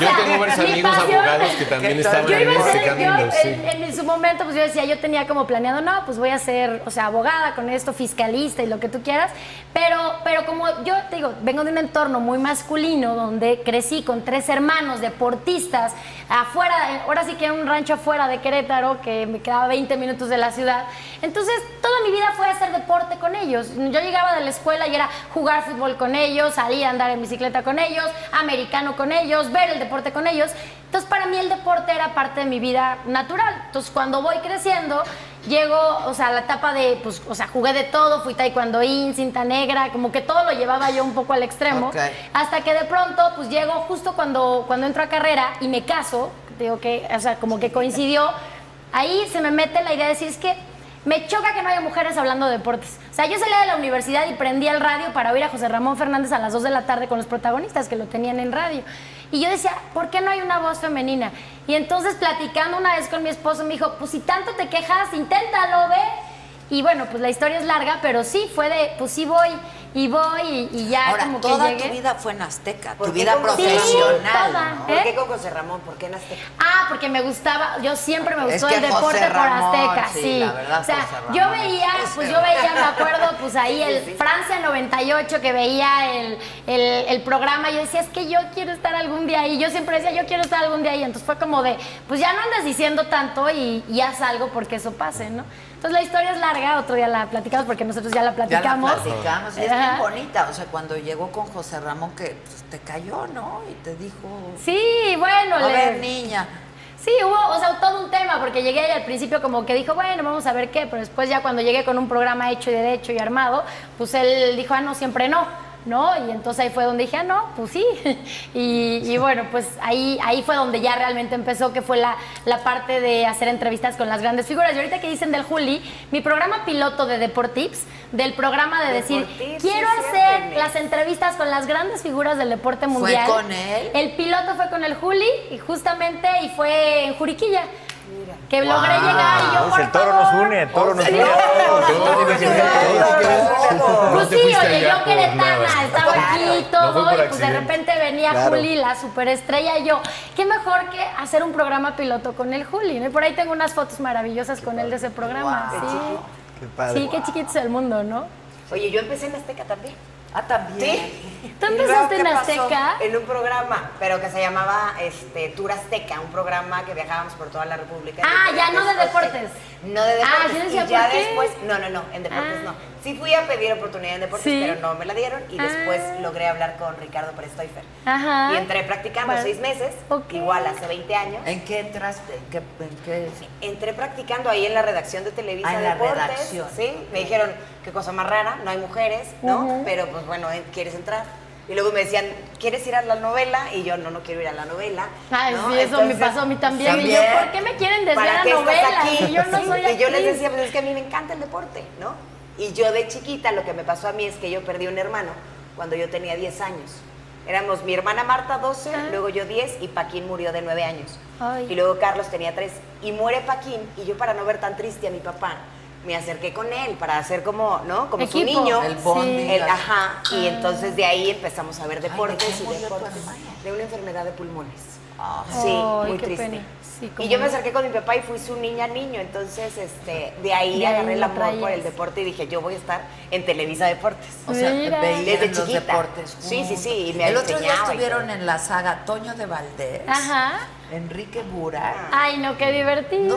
[SPEAKER 4] Yo
[SPEAKER 6] sea,
[SPEAKER 4] tengo varios
[SPEAKER 6] mi
[SPEAKER 4] amigos
[SPEAKER 6] pasión-
[SPEAKER 4] abogados que también estaban
[SPEAKER 6] Yo
[SPEAKER 4] en
[SPEAKER 6] iba a
[SPEAKER 4] ese
[SPEAKER 6] ser, yo,
[SPEAKER 4] este camino. sí.
[SPEAKER 6] en, en su momento, pues yo decía, yo tenía como planeado, no, pues voy a ser, o sea, abogada con esto, fiscalista y lo que tú quieras, pero, pero como yo te digo, vengo de un entorno muy masculino donde crecí con tres hermanos deportistas afuera, ahora sí que en un rancho afuera de Querétaro que me quedaba 20 minutos de la ciudad, entonces toda mi vida fue hacer deporte con ellos, yo llegaba de la escuela y era jugar fútbol con ellos, salir a andar en bicicleta con ellos, americano con ellos, ver el deporte con ellos. Entonces, para mí el deporte era parte de mi vida natural. Entonces, cuando voy creciendo, llego, o sea, a la etapa de, pues, o sea, jugué de todo, fui taekwondoín, cinta negra, como que todo lo llevaba yo un poco al extremo.
[SPEAKER 1] Ok.
[SPEAKER 6] Hasta que de pronto, pues, llego justo cuando, cuando entro a carrera y me caso, digo que, o sea, como que coincidió, ahí se me mete la idea de decir, es que me choca que no haya mujeres hablando de deportes. O sea, yo salía de la universidad y prendía el radio para oír a José Ramón Fernández a las 2 de la tarde con los protagonistas que lo tenían en radio. Y yo decía, ¿por qué no hay una voz femenina? Y entonces platicando una vez con mi esposo me dijo, pues si tanto te quejas, inténtalo, ve. Y bueno, pues la historia es larga, pero sí, fue de, pues sí voy y voy y, y ya
[SPEAKER 1] Ahora,
[SPEAKER 6] como que
[SPEAKER 1] toda
[SPEAKER 6] llegué.
[SPEAKER 1] tu vida fue en Azteca,
[SPEAKER 2] ¿Por
[SPEAKER 1] tu
[SPEAKER 2] qué
[SPEAKER 1] vida
[SPEAKER 2] como- Sí,
[SPEAKER 1] profesional.
[SPEAKER 6] toda.
[SPEAKER 1] ¿no?
[SPEAKER 2] ¿Por
[SPEAKER 6] ¿Eh?
[SPEAKER 2] qué con José Ramón? ¿Por qué en Azteca?
[SPEAKER 6] Ah, porque me gustaba, yo siempre me
[SPEAKER 1] Es
[SPEAKER 6] gustó
[SPEAKER 1] que
[SPEAKER 6] el deporte
[SPEAKER 1] José Ramón,
[SPEAKER 6] por Azteca,
[SPEAKER 1] sí,
[SPEAKER 6] sí.
[SPEAKER 1] la verdad,
[SPEAKER 6] o sea,
[SPEAKER 1] José Ramón
[SPEAKER 6] yo veía,
[SPEAKER 1] es
[SPEAKER 6] pues
[SPEAKER 1] el-
[SPEAKER 6] yo veía, me acuerdo, pues ahí el Francia 98 que veía el, el, el programa, yo decía, es que yo quiero estar algún día ahí, yo siempre decía, yo quiero estar algún día ahí, entonces fue como de, pues ya no andas diciendo tanto y, y haz algo porque eso pase, ¿no? Entonces la historia es larga, otro día la platicamos porque nosotros ya la
[SPEAKER 1] Ya la
[SPEAKER 6] platicamos.
[SPEAKER 1] platicamos. Y es
[SPEAKER 6] Ajá.
[SPEAKER 1] bien bonita. O sea, cuando llegó con José Ramón, que pues, te cayó, ¿no? Y te dijo.
[SPEAKER 6] Sí, bueno,
[SPEAKER 1] A
[SPEAKER 6] le-
[SPEAKER 1] ver, niña.
[SPEAKER 6] Sí, hubo, o sea, todo un tema, porque llegué ahí al principio como que dijo, bueno, vamos a ver qué, pero después ya cuando llegué con un programa hecho y derecho y armado, pues él dijo, ah, no, siempre no, ¿no? Y entonces ahí fue donde dije, ah, no, pues sí. Y, y bueno, pues ahí, ahí fue donde ya realmente empezó, que fue la, la parte de hacer entrevistas con las grandes figuras. Y ahorita que dicen del Juli, mi programa piloto de Deportips, del programa de decir,
[SPEAKER 2] Deportips,
[SPEAKER 6] quiero
[SPEAKER 2] sí,
[SPEAKER 6] hacer
[SPEAKER 2] siénteme.
[SPEAKER 6] las entrevistas con las grandes figuras del deporte
[SPEAKER 1] ¿Fue
[SPEAKER 6] mundial.
[SPEAKER 1] con él?
[SPEAKER 6] El piloto fue con el Juli y justamente y fue en Juriquilla. Que logré
[SPEAKER 1] Wow.
[SPEAKER 6] llegar y yo
[SPEAKER 3] Pues
[SPEAKER 6] por
[SPEAKER 3] el toro
[SPEAKER 6] favor.
[SPEAKER 3] nos une, el toro nos une.
[SPEAKER 4] No
[SPEAKER 6] Pues
[SPEAKER 4] te
[SPEAKER 6] sí,
[SPEAKER 4] fuiste
[SPEAKER 6] oye,
[SPEAKER 4] allá
[SPEAKER 6] yo
[SPEAKER 4] por
[SPEAKER 6] queretana,
[SPEAKER 4] nada.
[SPEAKER 6] estaba aquí y
[SPEAKER 4] No fue
[SPEAKER 6] todo,
[SPEAKER 4] por
[SPEAKER 6] y pues de
[SPEAKER 4] accidente.
[SPEAKER 6] repente venía
[SPEAKER 3] Claro.
[SPEAKER 6] Juli, la superestrella, y yo, qué mejor que hacer un programa piloto con el Juli, ¿no? Y por ahí tengo unas fotos maravillosas con él de ese programa,
[SPEAKER 1] Wow.
[SPEAKER 6] sí.
[SPEAKER 3] Qué padre.
[SPEAKER 6] Sí, qué chiquito es el mundo, ¿no?
[SPEAKER 2] Oye, yo empecé en Azteca también.
[SPEAKER 1] Ah, también.
[SPEAKER 2] ¿Sí?
[SPEAKER 6] ¿Tú
[SPEAKER 2] ¿Y
[SPEAKER 6] empezaste
[SPEAKER 2] luego qué
[SPEAKER 6] en
[SPEAKER 2] pasó?
[SPEAKER 6] Azteca?
[SPEAKER 2] En un programa, pero que se llamaba este, Tour Azteca, un programa que viajábamos por toda la República.
[SPEAKER 6] Ah, ya, no de
[SPEAKER 2] diferentes
[SPEAKER 6] deportes.
[SPEAKER 2] hoteles. No de
[SPEAKER 6] Ah,
[SPEAKER 2] deportes.
[SPEAKER 6] yo
[SPEAKER 2] y
[SPEAKER 6] decía,
[SPEAKER 2] ya
[SPEAKER 6] ¿por qué?
[SPEAKER 2] después, no, no, no, en deportes
[SPEAKER 6] Ah.
[SPEAKER 2] no. Sí fui a pedir oportunidad en deportes,
[SPEAKER 6] Sí.
[SPEAKER 2] pero no me la dieron y después
[SPEAKER 6] Ah.
[SPEAKER 2] logré hablar con Ricardo Prestoifer.
[SPEAKER 6] Ajá.
[SPEAKER 2] Y entré practicando
[SPEAKER 6] Bueno.
[SPEAKER 2] seis meses,
[SPEAKER 6] Ok.
[SPEAKER 2] igual hace 20 años.
[SPEAKER 1] ¿En qué entraste? ¿En qué, en qué-
[SPEAKER 2] Entré practicando ahí en la redacción de Televisa
[SPEAKER 1] Ah, en la
[SPEAKER 2] Deportes,
[SPEAKER 1] redacción.
[SPEAKER 2] Sí, me dijeron, qué cosa más rara, no hay mujeres, ¿no? Pero pues bueno, eh, ¿quieres entrar? Y luego me decían, ¿quieres ir a la novela? Y yo, no, no quiero ir a la novela.
[SPEAKER 6] Ay,
[SPEAKER 2] ¿no?
[SPEAKER 6] sí, eso
[SPEAKER 2] Entonces,
[SPEAKER 6] me pasó a mí también. Y yo,
[SPEAKER 1] también.
[SPEAKER 6] ¿por qué me quieren
[SPEAKER 2] ¿Para
[SPEAKER 6] desviar
[SPEAKER 2] qué
[SPEAKER 6] a
[SPEAKER 2] estás
[SPEAKER 6] novelas?
[SPEAKER 2] aquí?
[SPEAKER 6] Y yo no
[SPEAKER 2] Sí,
[SPEAKER 6] soy
[SPEAKER 2] y yo les
[SPEAKER 6] actriz.
[SPEAKER 2] decía, pues es que a mí me encanta el deporte, ¿no? Y yo de chiquita, lo que me pasó a mí es que yo perdí un hermano cuando yo tenía 10 años. Éramos mi hermana Marta, 12, luego yo 10 y Paquín murió de 9 años.
[SPEAKER 6] Ay.
[SPEAKER 2] Y luego Carlos tenía 3. Y muere Paquín y yo para no ver tan triste a mi papá, me acerqué con él para hacer como, ¿no? Como pues, su
[SPEAKER 6] Equipo.
[SPEAKER 2] niño.
[SPEAKER 1] El
[SPEAKER 6] Sí.
[SPEAKER 1] bonding.
[SPEAKER 2] El- ajá. Y entonces de ahí empezamos a ver deportes
[SPEAKER 1] qué
[SPEAKER 2] y
[SPEAKER 1] murió tu
[SPEAKER 2] deportes.
[SPEAKER 1] hermano?
[SPEAKER 2] De una enfermedad de pulmones. Sí,
[SPEAKER 6] Ay,
[SPEAKER 2] muy
[SPEAKER 6] qué
[SPEAKER 2] triste.
[SPEAKER 6] pena. Sí,
[SPEAKER 2] y
[SPEAKER 6] cómo
[SPEAKER 2] yo me
[SPEAKER 6] no.
[SPEAKER 2] acerqué con mi papá y fui su niña niño, entonces este, de ahí
[SPEAKER 6] De ahí
[SPEAKER 2] agarré el
[SPEAKER 6] lo
[SPEAKER 2] amor por el
[SPEAKER 6] traías.
[SPEAKER 2] deporte y dije, yo voy a estar en Televisa Deportes.
[SPEAKER 1] O sea,
[SPEAKER 6] Mira.
[SPEAKER 1] veían
[SPEAKER 2] Desde
[SPEAKER 1] los
[SPEAKER 2] chiquita.
[SPEAKER 1] deportes.
[SPEAKER 2] Sí, sí, sí, y me
[SPEAKER 1] El otro día
[SPEAKER 2] enseñaba y
[SPEAKER 1] estuvieron
[SPEAKER 2] todo.
[SPEAKER 1] en la saga Toño de Valdés,
[SPEAKER 6] Ajá.
[SPEAKER 1] Enrique Burak.
[SPEAKER 6] Ay, no, qué divertido.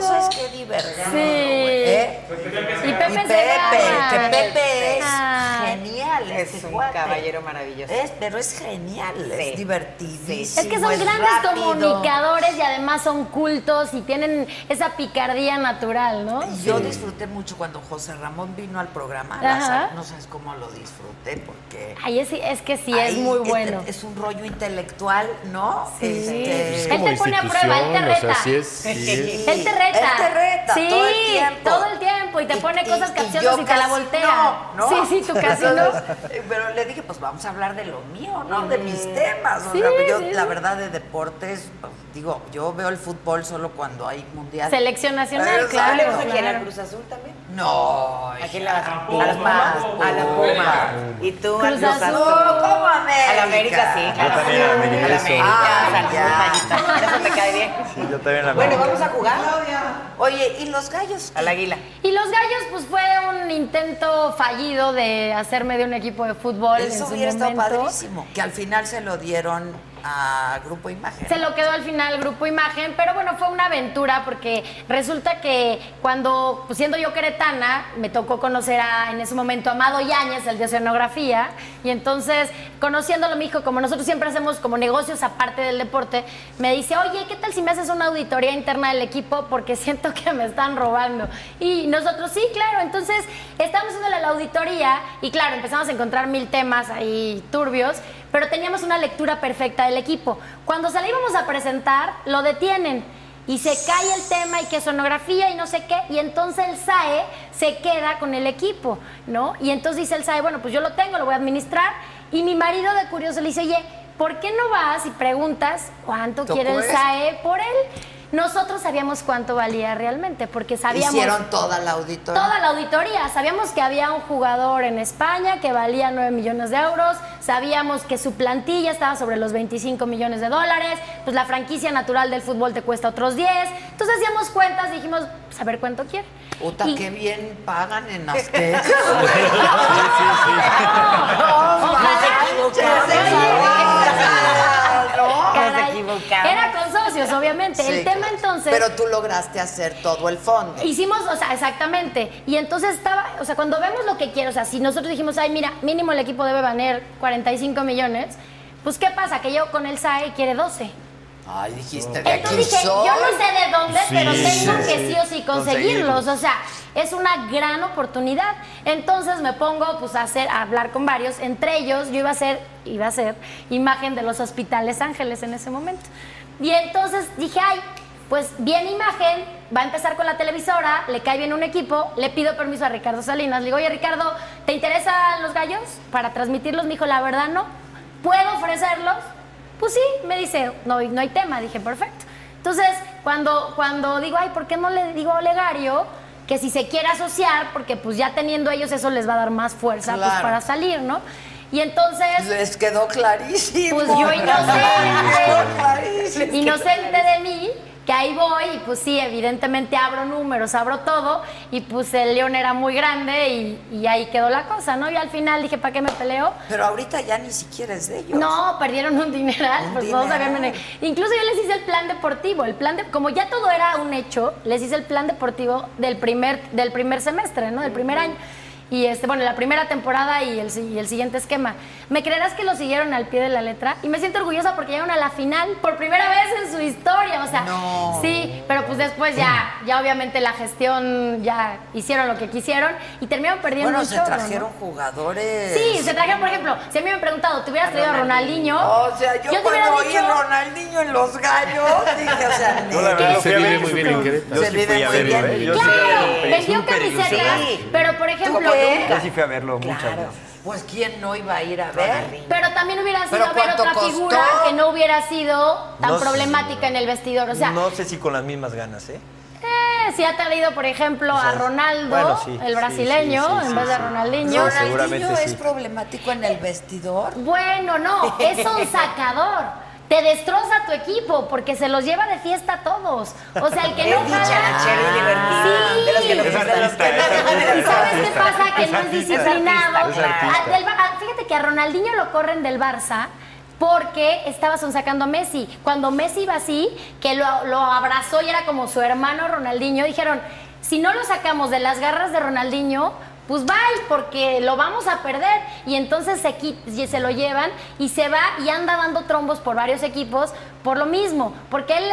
[SPEAKER 1] No sabes qué divertido.
[SPEAKER 6] Sí.
[SPEAKER 1] güey, ¿eh?
[SPEAKER 6] Y Pepe,
[SPEAKER 1] Y
[SPEAKER 6] se
[SPEAKER 1] Pepe,
[SPEAKER 6] gana.
[SPEAKER 1] que Pepe es
[SPEAKER 6] Ay.
[SPEAKER 1] genial.
[SPEAKER 2] Es
[SPEAKER 1] este
[SPEAKER 2] un
[SPEAKER 1] cuate.
[SPEAKER 2] caballero maravilloso. Ah,
[SPEAKER 1] Es, pero es genial,
[SPEAKER 2] Sí.
[SPEAKER 1] es divertidísimo.
[SPEAKER 6] Es que son grandes
[SPEAKER 1] pues, rápido.
[SPEAKER 6] comunicadores y además son cultos y tienen esa picardía natural, ¿no?
[SPEAKER 1] Y Yo disfruté mucho cuando José Ramón vino al programa.
[SPEAKER 6] Ajá.
[SPEAKER 1] la sa- no sabes cómo lo disfruté porque...
[SPEAKER 6] Ay, es, es que sí, es
[SPEAKER 1] ahí
[SPEAKER 6] muy
[SPEAKER 1] este,
[SPEAKER 6] bueno.
[SPEAKER 1] Es, un rollo intelectual, ¿no?
[SPEAKER 6] Sí.
[SPEAKER 1] Este,
[SPEAKER 6] Es
[SPEAKER 4] como
[SPEAKER 6] Él te pone a prueba, él te
[SPEAKER 4] institución, o sea,
[SPEAKER 6] reta.
[SPEAKER 4] sí es- sí
[SPEAKER 6] Él te reta.
[SPEAKER 1] Él te reta
[SPEAKER 6] Sí,
[SPEAKER 1] todo el tiempo.
[SPEAKER 6] todo el tiempo, y te pone cosas capciosas
[SPEAKER 1] yo
[SPEAKER 6] y te la
[SPEAKER 1] casi
[SPEAKER 6] voltea.
[SPEAKER 1] No, ¿no?
[SPEAKER 6] Sí, sí, tú casi no.
[SPEAKER 1] Entonces, eh, Pero le dije, pues vamos a hablar de lo mío, ¿no? De mis temas. o
[SPEAKER 6] Mm. Sí,
[SPEAKER 1] sea, pues yo,
[SPEAKER 6] sí.
[SPEAKER 1] la verdad, de deportes, pues, digo, yo veo el fútbol solo cuando hay mundial.
[SPEAKER 6] Selección nacional,
[SPEAKER 1] Pero
[SPEAKER 6] claro.
[SPEAKER 2] Hablemos aquí en
[SPEAKER 6] claro.
[SPEAKER 2] la Cruz Azul también.
[SPEAKER 1] No.
[SPEAKER 2] Aquí en
[SPEAKER 1] hija,
[SPEAKER 2] la
[SPEAKER 1] a las Pumas.
[SPEAKER 2] A la Puma. Y tú a Cruz Azul. ¿Cómo
[SPEAKER 1] América?
[SPEAKER 2] A la América, sí. claro.
[SPEAKER 3] también a la América,
[SPEAKER 2] A la
[SPEAKER 3] eso.
[SPEAKER 2] América,
[SPEAKER 1] Ay, ya.
[SPEAKER 2] a la Puma, Eso me cae bien.
[SPEAKER 3] Sí, yo también la
[SPEAKER 2] Bueno,
[SPEAKER 3] veo.
[SPEAKER 2] vamos a jugar
[SPEAKER 1] Oye, ¿y los gallos?
[SPEAKER 2] al águila.
[SPEAKER 6] Y los gallos, pues fue un intento fallido de hacerme de un equipo de fútbol. en
[SPEAKER 1] Eso
[SPEAKER 6] su
[SPEAKER 1] hubiera estado
[SPEAKER 6] momento.
[SPEAKER 1] padrísimo. Que al final se lo dieron a Grupo Imagen.
[SPEAKER 6] Se lo quedó al final Grupo Imagen, pero bueno, fue una aventura porque resulta que cuando, pues, siendo yo queretana, me tocó conocer a, en ese momento a Amado Yáñez, el de oceanografía, y entonces, conociéndolo, me dijo, como nosotros siempre hacemos como negocios aparte del deporte, me dice, oye, ¿qué tal si me haces una auditoría interna del equipo? Porque siento que me están robando. Y nosotros, sí, claro, entonces estábamos haciendo la auditoría y claro, empezamos a encontrar mil temas ahí turbios, pero teníamos una lectura perfecta del equipo. Cuando se la íbamos a presentar, lo detienen y se cae el tema y que sonografía y no sé qué, y entonces el SAE se queda con el equipo, ¿no? Y entonces dice el SAE, bueno, pues yo lo tengo, lo voy a administrar, y mi marido de curioso le dice, oye, ¿por qué no vas y preguntas cuánto
[SPEAKER 1] ¿Tocó
[SPEAKER 6] quiere el
[SPEAKER 1] eso?
[SPEAKER 6] SAE por él? Nosotros sabíamos cuánto valía realmente, porque sabíamos...
[SPEAKER 1] Hicieron toda la auditoría.
[SPEAKER 6] Toda la auditoría. Sabíamos que había un jugador en España que valía 9 millones de euros. Sabíamos que su plantilla estaba sobre los 25 millones de dólares. Pues la franquicia natural del fútbol te cuesta otros 10. Entonces hacíamos cuentas y dijimos, pues a ver cuánto quiere.
[SPEAKER 1] Puta,
[SPEAKER 6] Y-
[SPEAKER 1] qué bien pagan en Azteca.
[SPEAKER 6] Ojalá. Caray.
[SPEAKER 2] equivocamos.
[SPEAKER 6] Era con socios, obviamente.
[SPEAKER 1] Sí,
[SPEAKER 6] el tema
[SPEAKER 1] claro.
[SPEAKER 6] entonces...
[SPEAKER 1] Pero tú lograste hacer todo el fondo.
[SPEAKER 6] Hicimos, o sea, exactamente. Y entonces estaba, o sea, cuando vemos lo que quiero, o sea, si nosotros dijimos, ay, mira, mínimo el equipo debe valer 45 millones, pues ¿qué pasa? Que yo con el SAE E quiere 12.
[SPEAKER 1] Ay, dijiste, de aquí
[SPEAKER 6] Entonces dije,
[SPEAKER 1] soy.
[SPEAKER 6] yo no sé de dónde,
[SPEAKER 4] Sí,
[SPEAKER 6] pero tengo
[SPEAKER 4] sí,
[SPEAKER 6] que sí o sí conseguirlos. O sea, es una gran oportunidad. Entonces me pongo pues a hacer, a hablar con varios. Entre ellos, yo iba a hacer, iba a hacer imagen de los hospitales ángeles en ese momento. Y entonces dije, ay, pues bien imagen, va a empezar con la televisora, le cae bien un equipo, le pido permiso a Ricardo Salinas. Le digo, oye Ricardo, ¿te interesan los gallos para transmitirlos? Me dijo, la verdad no. ¿Puedo ofrecerlos? Pues sí, me dice, no, hay- no hay tema. Dije, perfecto. Entonces, cuando, cuando digo, ay, ¿por qué no le digo a Olegario que si se quiere asociar, porque pues ya teniendo ellos eso les va a dar más fuerza pues,
[SPEAKER 1] Claro.
[SPEAKER 6] para salir, ¿no? Y entonces,
[SPEAKER 1] Pues Les quedó clarísimo.
[SPEAKER 6] pues yo
[SPEAKER 1] Quedó
[SPEAKER 6] inocente,
[SPEAKER 1] clarísimo.
[SPEAKER 6] inocente de mí, que ahí voy y pues sí, evidentemente abro números, abro todo y pues el león era muy grande y, y ahí quedó la cosa, ¿no? Y al final dije, ¿para qué me peleo?
[SPEAKER 1] Pero ahorita ya ni siquiera es de ellos.
[SPEAKER 6] No, perdieron un dineral,
[SPEAKER 1] Un
[SPEAKER 6] pues no sabían
[SPEAKER 1] dineral.
[SPEAKER 6] manejar. Incluso yo les hice el plan deportivo, el plan de, como ya todo era un hecho, les hice el plan deportivo del primer, del primer semestre, ¿no? Del primer año. Y este, bueno, la primera temporada y el, si- y el siguiente esquema. ¿Me creerás que lo siguieron al pie de la letra? Y me siento orgullosa porque llegaron a la final por primera vez en su historia. O sea,
[SPEAKER 1] No.
[SPEAKER 6] sí, pero pues después ya, ya obviamente la gestión ya hicieron lo que quisieron y terminaron perdiendo
[SPEAKER 1] Bueno,
[SPEAKER 6] un
[SPEAKER 1] se
[SPEAKER 6] chorro, ¿no?
[SPEAKER 1] trajeron jugadores.
[SPEAKER 6] Sí, se trajeron, por ejemplo, si a mí me han preguntado, ¿te hubieras traído a Ronaldinho?
[SPEAKER 1] O sea, yo,
[SPEAKER 6] te hubiera
[SPEAKER 1] cuando oí
[SPEAKER 6] dicho,
[SPEAKER 1] Ronaldinho en los gallos, dije, o sea,
[SPEAKER 3] Yo la verdad
[SPEAKER 6] ¿Qué?
[SPEAKER 3] lo fui a
[SPEAKER 4] Se vive
[SPEAKER 3] ver.
[SPEAKER 4] muy bien en Querétaro.
[SPEAKER 3] Yo
[SPEAKER 1] Se
[SPEAKER 3] sí
[SPEAKER 1] vive
[SPEAKER 3] fui a
[SPEAKER 1] muy
[SPEAKER 3] verlo,
[SPEAKER 1] bien.
[SPEAKER 3] ¿eh? Yo sí
[SPEAKER 6] Claro,
[SPEAKER 3] fui a verlo.
[SPEAKER 6] vendió
[SPEAKER 3] Súper
[SPEAKER 6] camisetas,
[SPEAKER 3] ilusionado.
[SPEAKER 6] pero por ejemplo, ¿eh?
[SPEAKER 1] ¿Qué?
[SPEAKER 3] Yo sí fui a verlo muchas
[SPEAKER 1] claro.
[SPEAKER 3] veces.
[SPEAKER 1] Pues quién no iba a ir a ver.
[SPEAKER 6] pero también hubiera sido
[SPEAKER 1] ¿Pero
[SPEAKER 6] ver
[SPEAKER 1] cuánto
[SPEAKER 6] otra
[SPEAKER 1] costó?
[SPEAKER 6] figura que no hubiera sido tan
[SPEAKER 3] No sé.
[SPEAKER 6] problemática en el vestidor. O sea,
[SPEAKER 3] no sé si con las mismas ganas, ¿eh?
[SPEAKER 6] eh, si ha traído, por ejemplo, a
[SPEAKER 3] sea,
[SPEAKER 6] Ronaldo,
[SPEAKER 3] bueno, sí,
[SPEAKER 6] el
[SPEAKER 3] sí,
[SPEAKER 6] brasileño,
[SPEAKER 3] sí, sí,
[SPEAKER 6] en
[SPEAKER 3] sí,
[SPEAKER 6] vez de
[SPEAKER 3] sí.
[SPEAKER 6] Ronaldinho.
[SPEAKER 3] No,
[SPEAKER 1] ¿Ronaldinho
[SPEAKER 3] seguramente
[SPEAKER 1] es
[SPEAKER 3] sí.
[SPEAKER 1] problemático en el vestidor?
[SPEAKER 6] Bueno, no, es un sacador. Te destroza tu equipo porque se los lleva de fiesta a todos. O sea, el que no
[SPEAKER 2] Es dicharachero y divertido.
[SPEAKER 6] jala.
[SPEAKER 2] De los que nos
[SPEAKER 6] Sí.
[SPEAKER 2] gustan.
[SPEAKER 6] ¿Y sabes qué pasa? Que
[SPEAKER 3] Es
[SPEAKER 6] no es
[SPEAKER 3] artista.
[SPEAKER 6] disciplinado.
[SPEAKER 3] Es artista.
[SPEAKER 6] Ah, del Bar- ah, fíjate que a Ronaldinho lo corren del Barça porque estaba sacando a Messi. Cuando Messi iba así, que lo, lo abrazó y era como su hermano Ronaldinho, dijeron, si no lo sacamos de las garras de Ronaldinho, pues bye, porque lo vamos a perder. Y entonces se, qui- y se lo llevan y se va y anda dando trombos por varios equipos por lo mismo, porque él...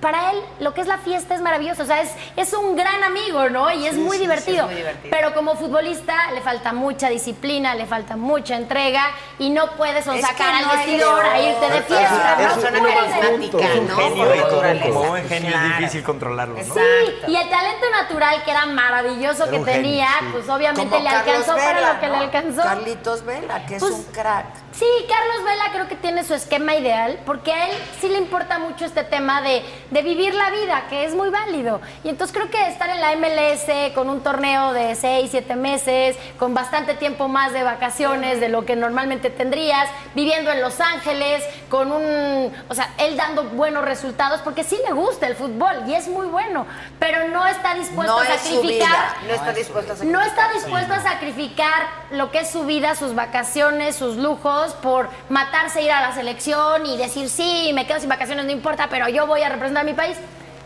[SPEAKER 6] Para él, lo que es la fiesta es maravilloso. O sea, es, es un gran amigo, ¿no? Y es, muy,
[SPEAKER 2] sí, sí, es
[SPEAKER 6] divertido.
[SPEAKER 2] muy divertido.
[SPEAKER 6] Pero como futbolista le falta mucha disciplina, le falta mucha entrega y no puedes
[SPEAKER 1] que
[SPEAKER 6] sacar al
[SPEAKER 1] no hay
[SPEAKER 6] vestidor a irte de
[SPEAKER 1] otra.
[SPEAKER 6] fiesta.
[SPEAKER 2] Una
[SPEAKER 6] ¿no?
[SPEAKER 2] persona
[SPEAKER 6] No puedes.
[SPEAKER 2] carismática, ¿no?
[SPEAKER 3] genio
[SPEAKER 2] Por
[SPEAKER 3] de-
[SPEAKER 2] naturaleza.
[SPEAKER 3] como buen genio es
[SPEAKER 2] Claro.
[SPEAKER 3] difícil controlarlo, ¿no?
[SPEAKER 6] Sí, y el talento natural que era maravilloso
[SPEAKER 3] Era
[SPEAKER 6] que
[SPEAKER 3] un genio,
[SPEAKER 6] tenía,
[SPEAKER 3] sí.
[SPEAKER 6] pues obviamente
[SPEAKER 1] Como
[SPEAKER 6] le
[SPEAKER 1] Carlos
[SPEAKER 6] alcanzó para
[SPEAKER 1] Vela,
[SPEAKER 6] lo que
[SPEAKER 1] ¿no?
[SPEAKER 6] le alcanzó.
[SPEAKER 1] Carlitos Vela, que
[SPEAKER 6] Pues-
[SPEAKER 1] es un crack.
[SPEAKER 6] Sí, Carlos Vela creo que tiene su esquema ideal, porque a él sí le importa mucho este tema de, de vivir la vida, que es muy válido. Y entonces creo que estar en la MLS con un torneo de seis, siete meses, con bastante tiempo más de vacaciones de lo que normalmente tendrías, viviendo en Los Ángeles, con un. O sea, él dando buenos resultados, porque sí le gusta el fútbol y es muy bueno, pero no está dispuesto
[SPEAKER 1] No
[SPEAKER 6] a
[SPEAKER 1] es su
[SPEAKER 6] sacrificar.
[SPEAKER 1] vida.
[SPEAKER 2] No está dispuesto a sacrificar.
[SPEAKER 6] No está dispuesto a sacrificar lo que es su vida, sus vacaciones, sus lujos, por matarse, ir a la selección y decir, sí, me quedo sin vacaciones, no importa, pero yo voy a representar a mi país.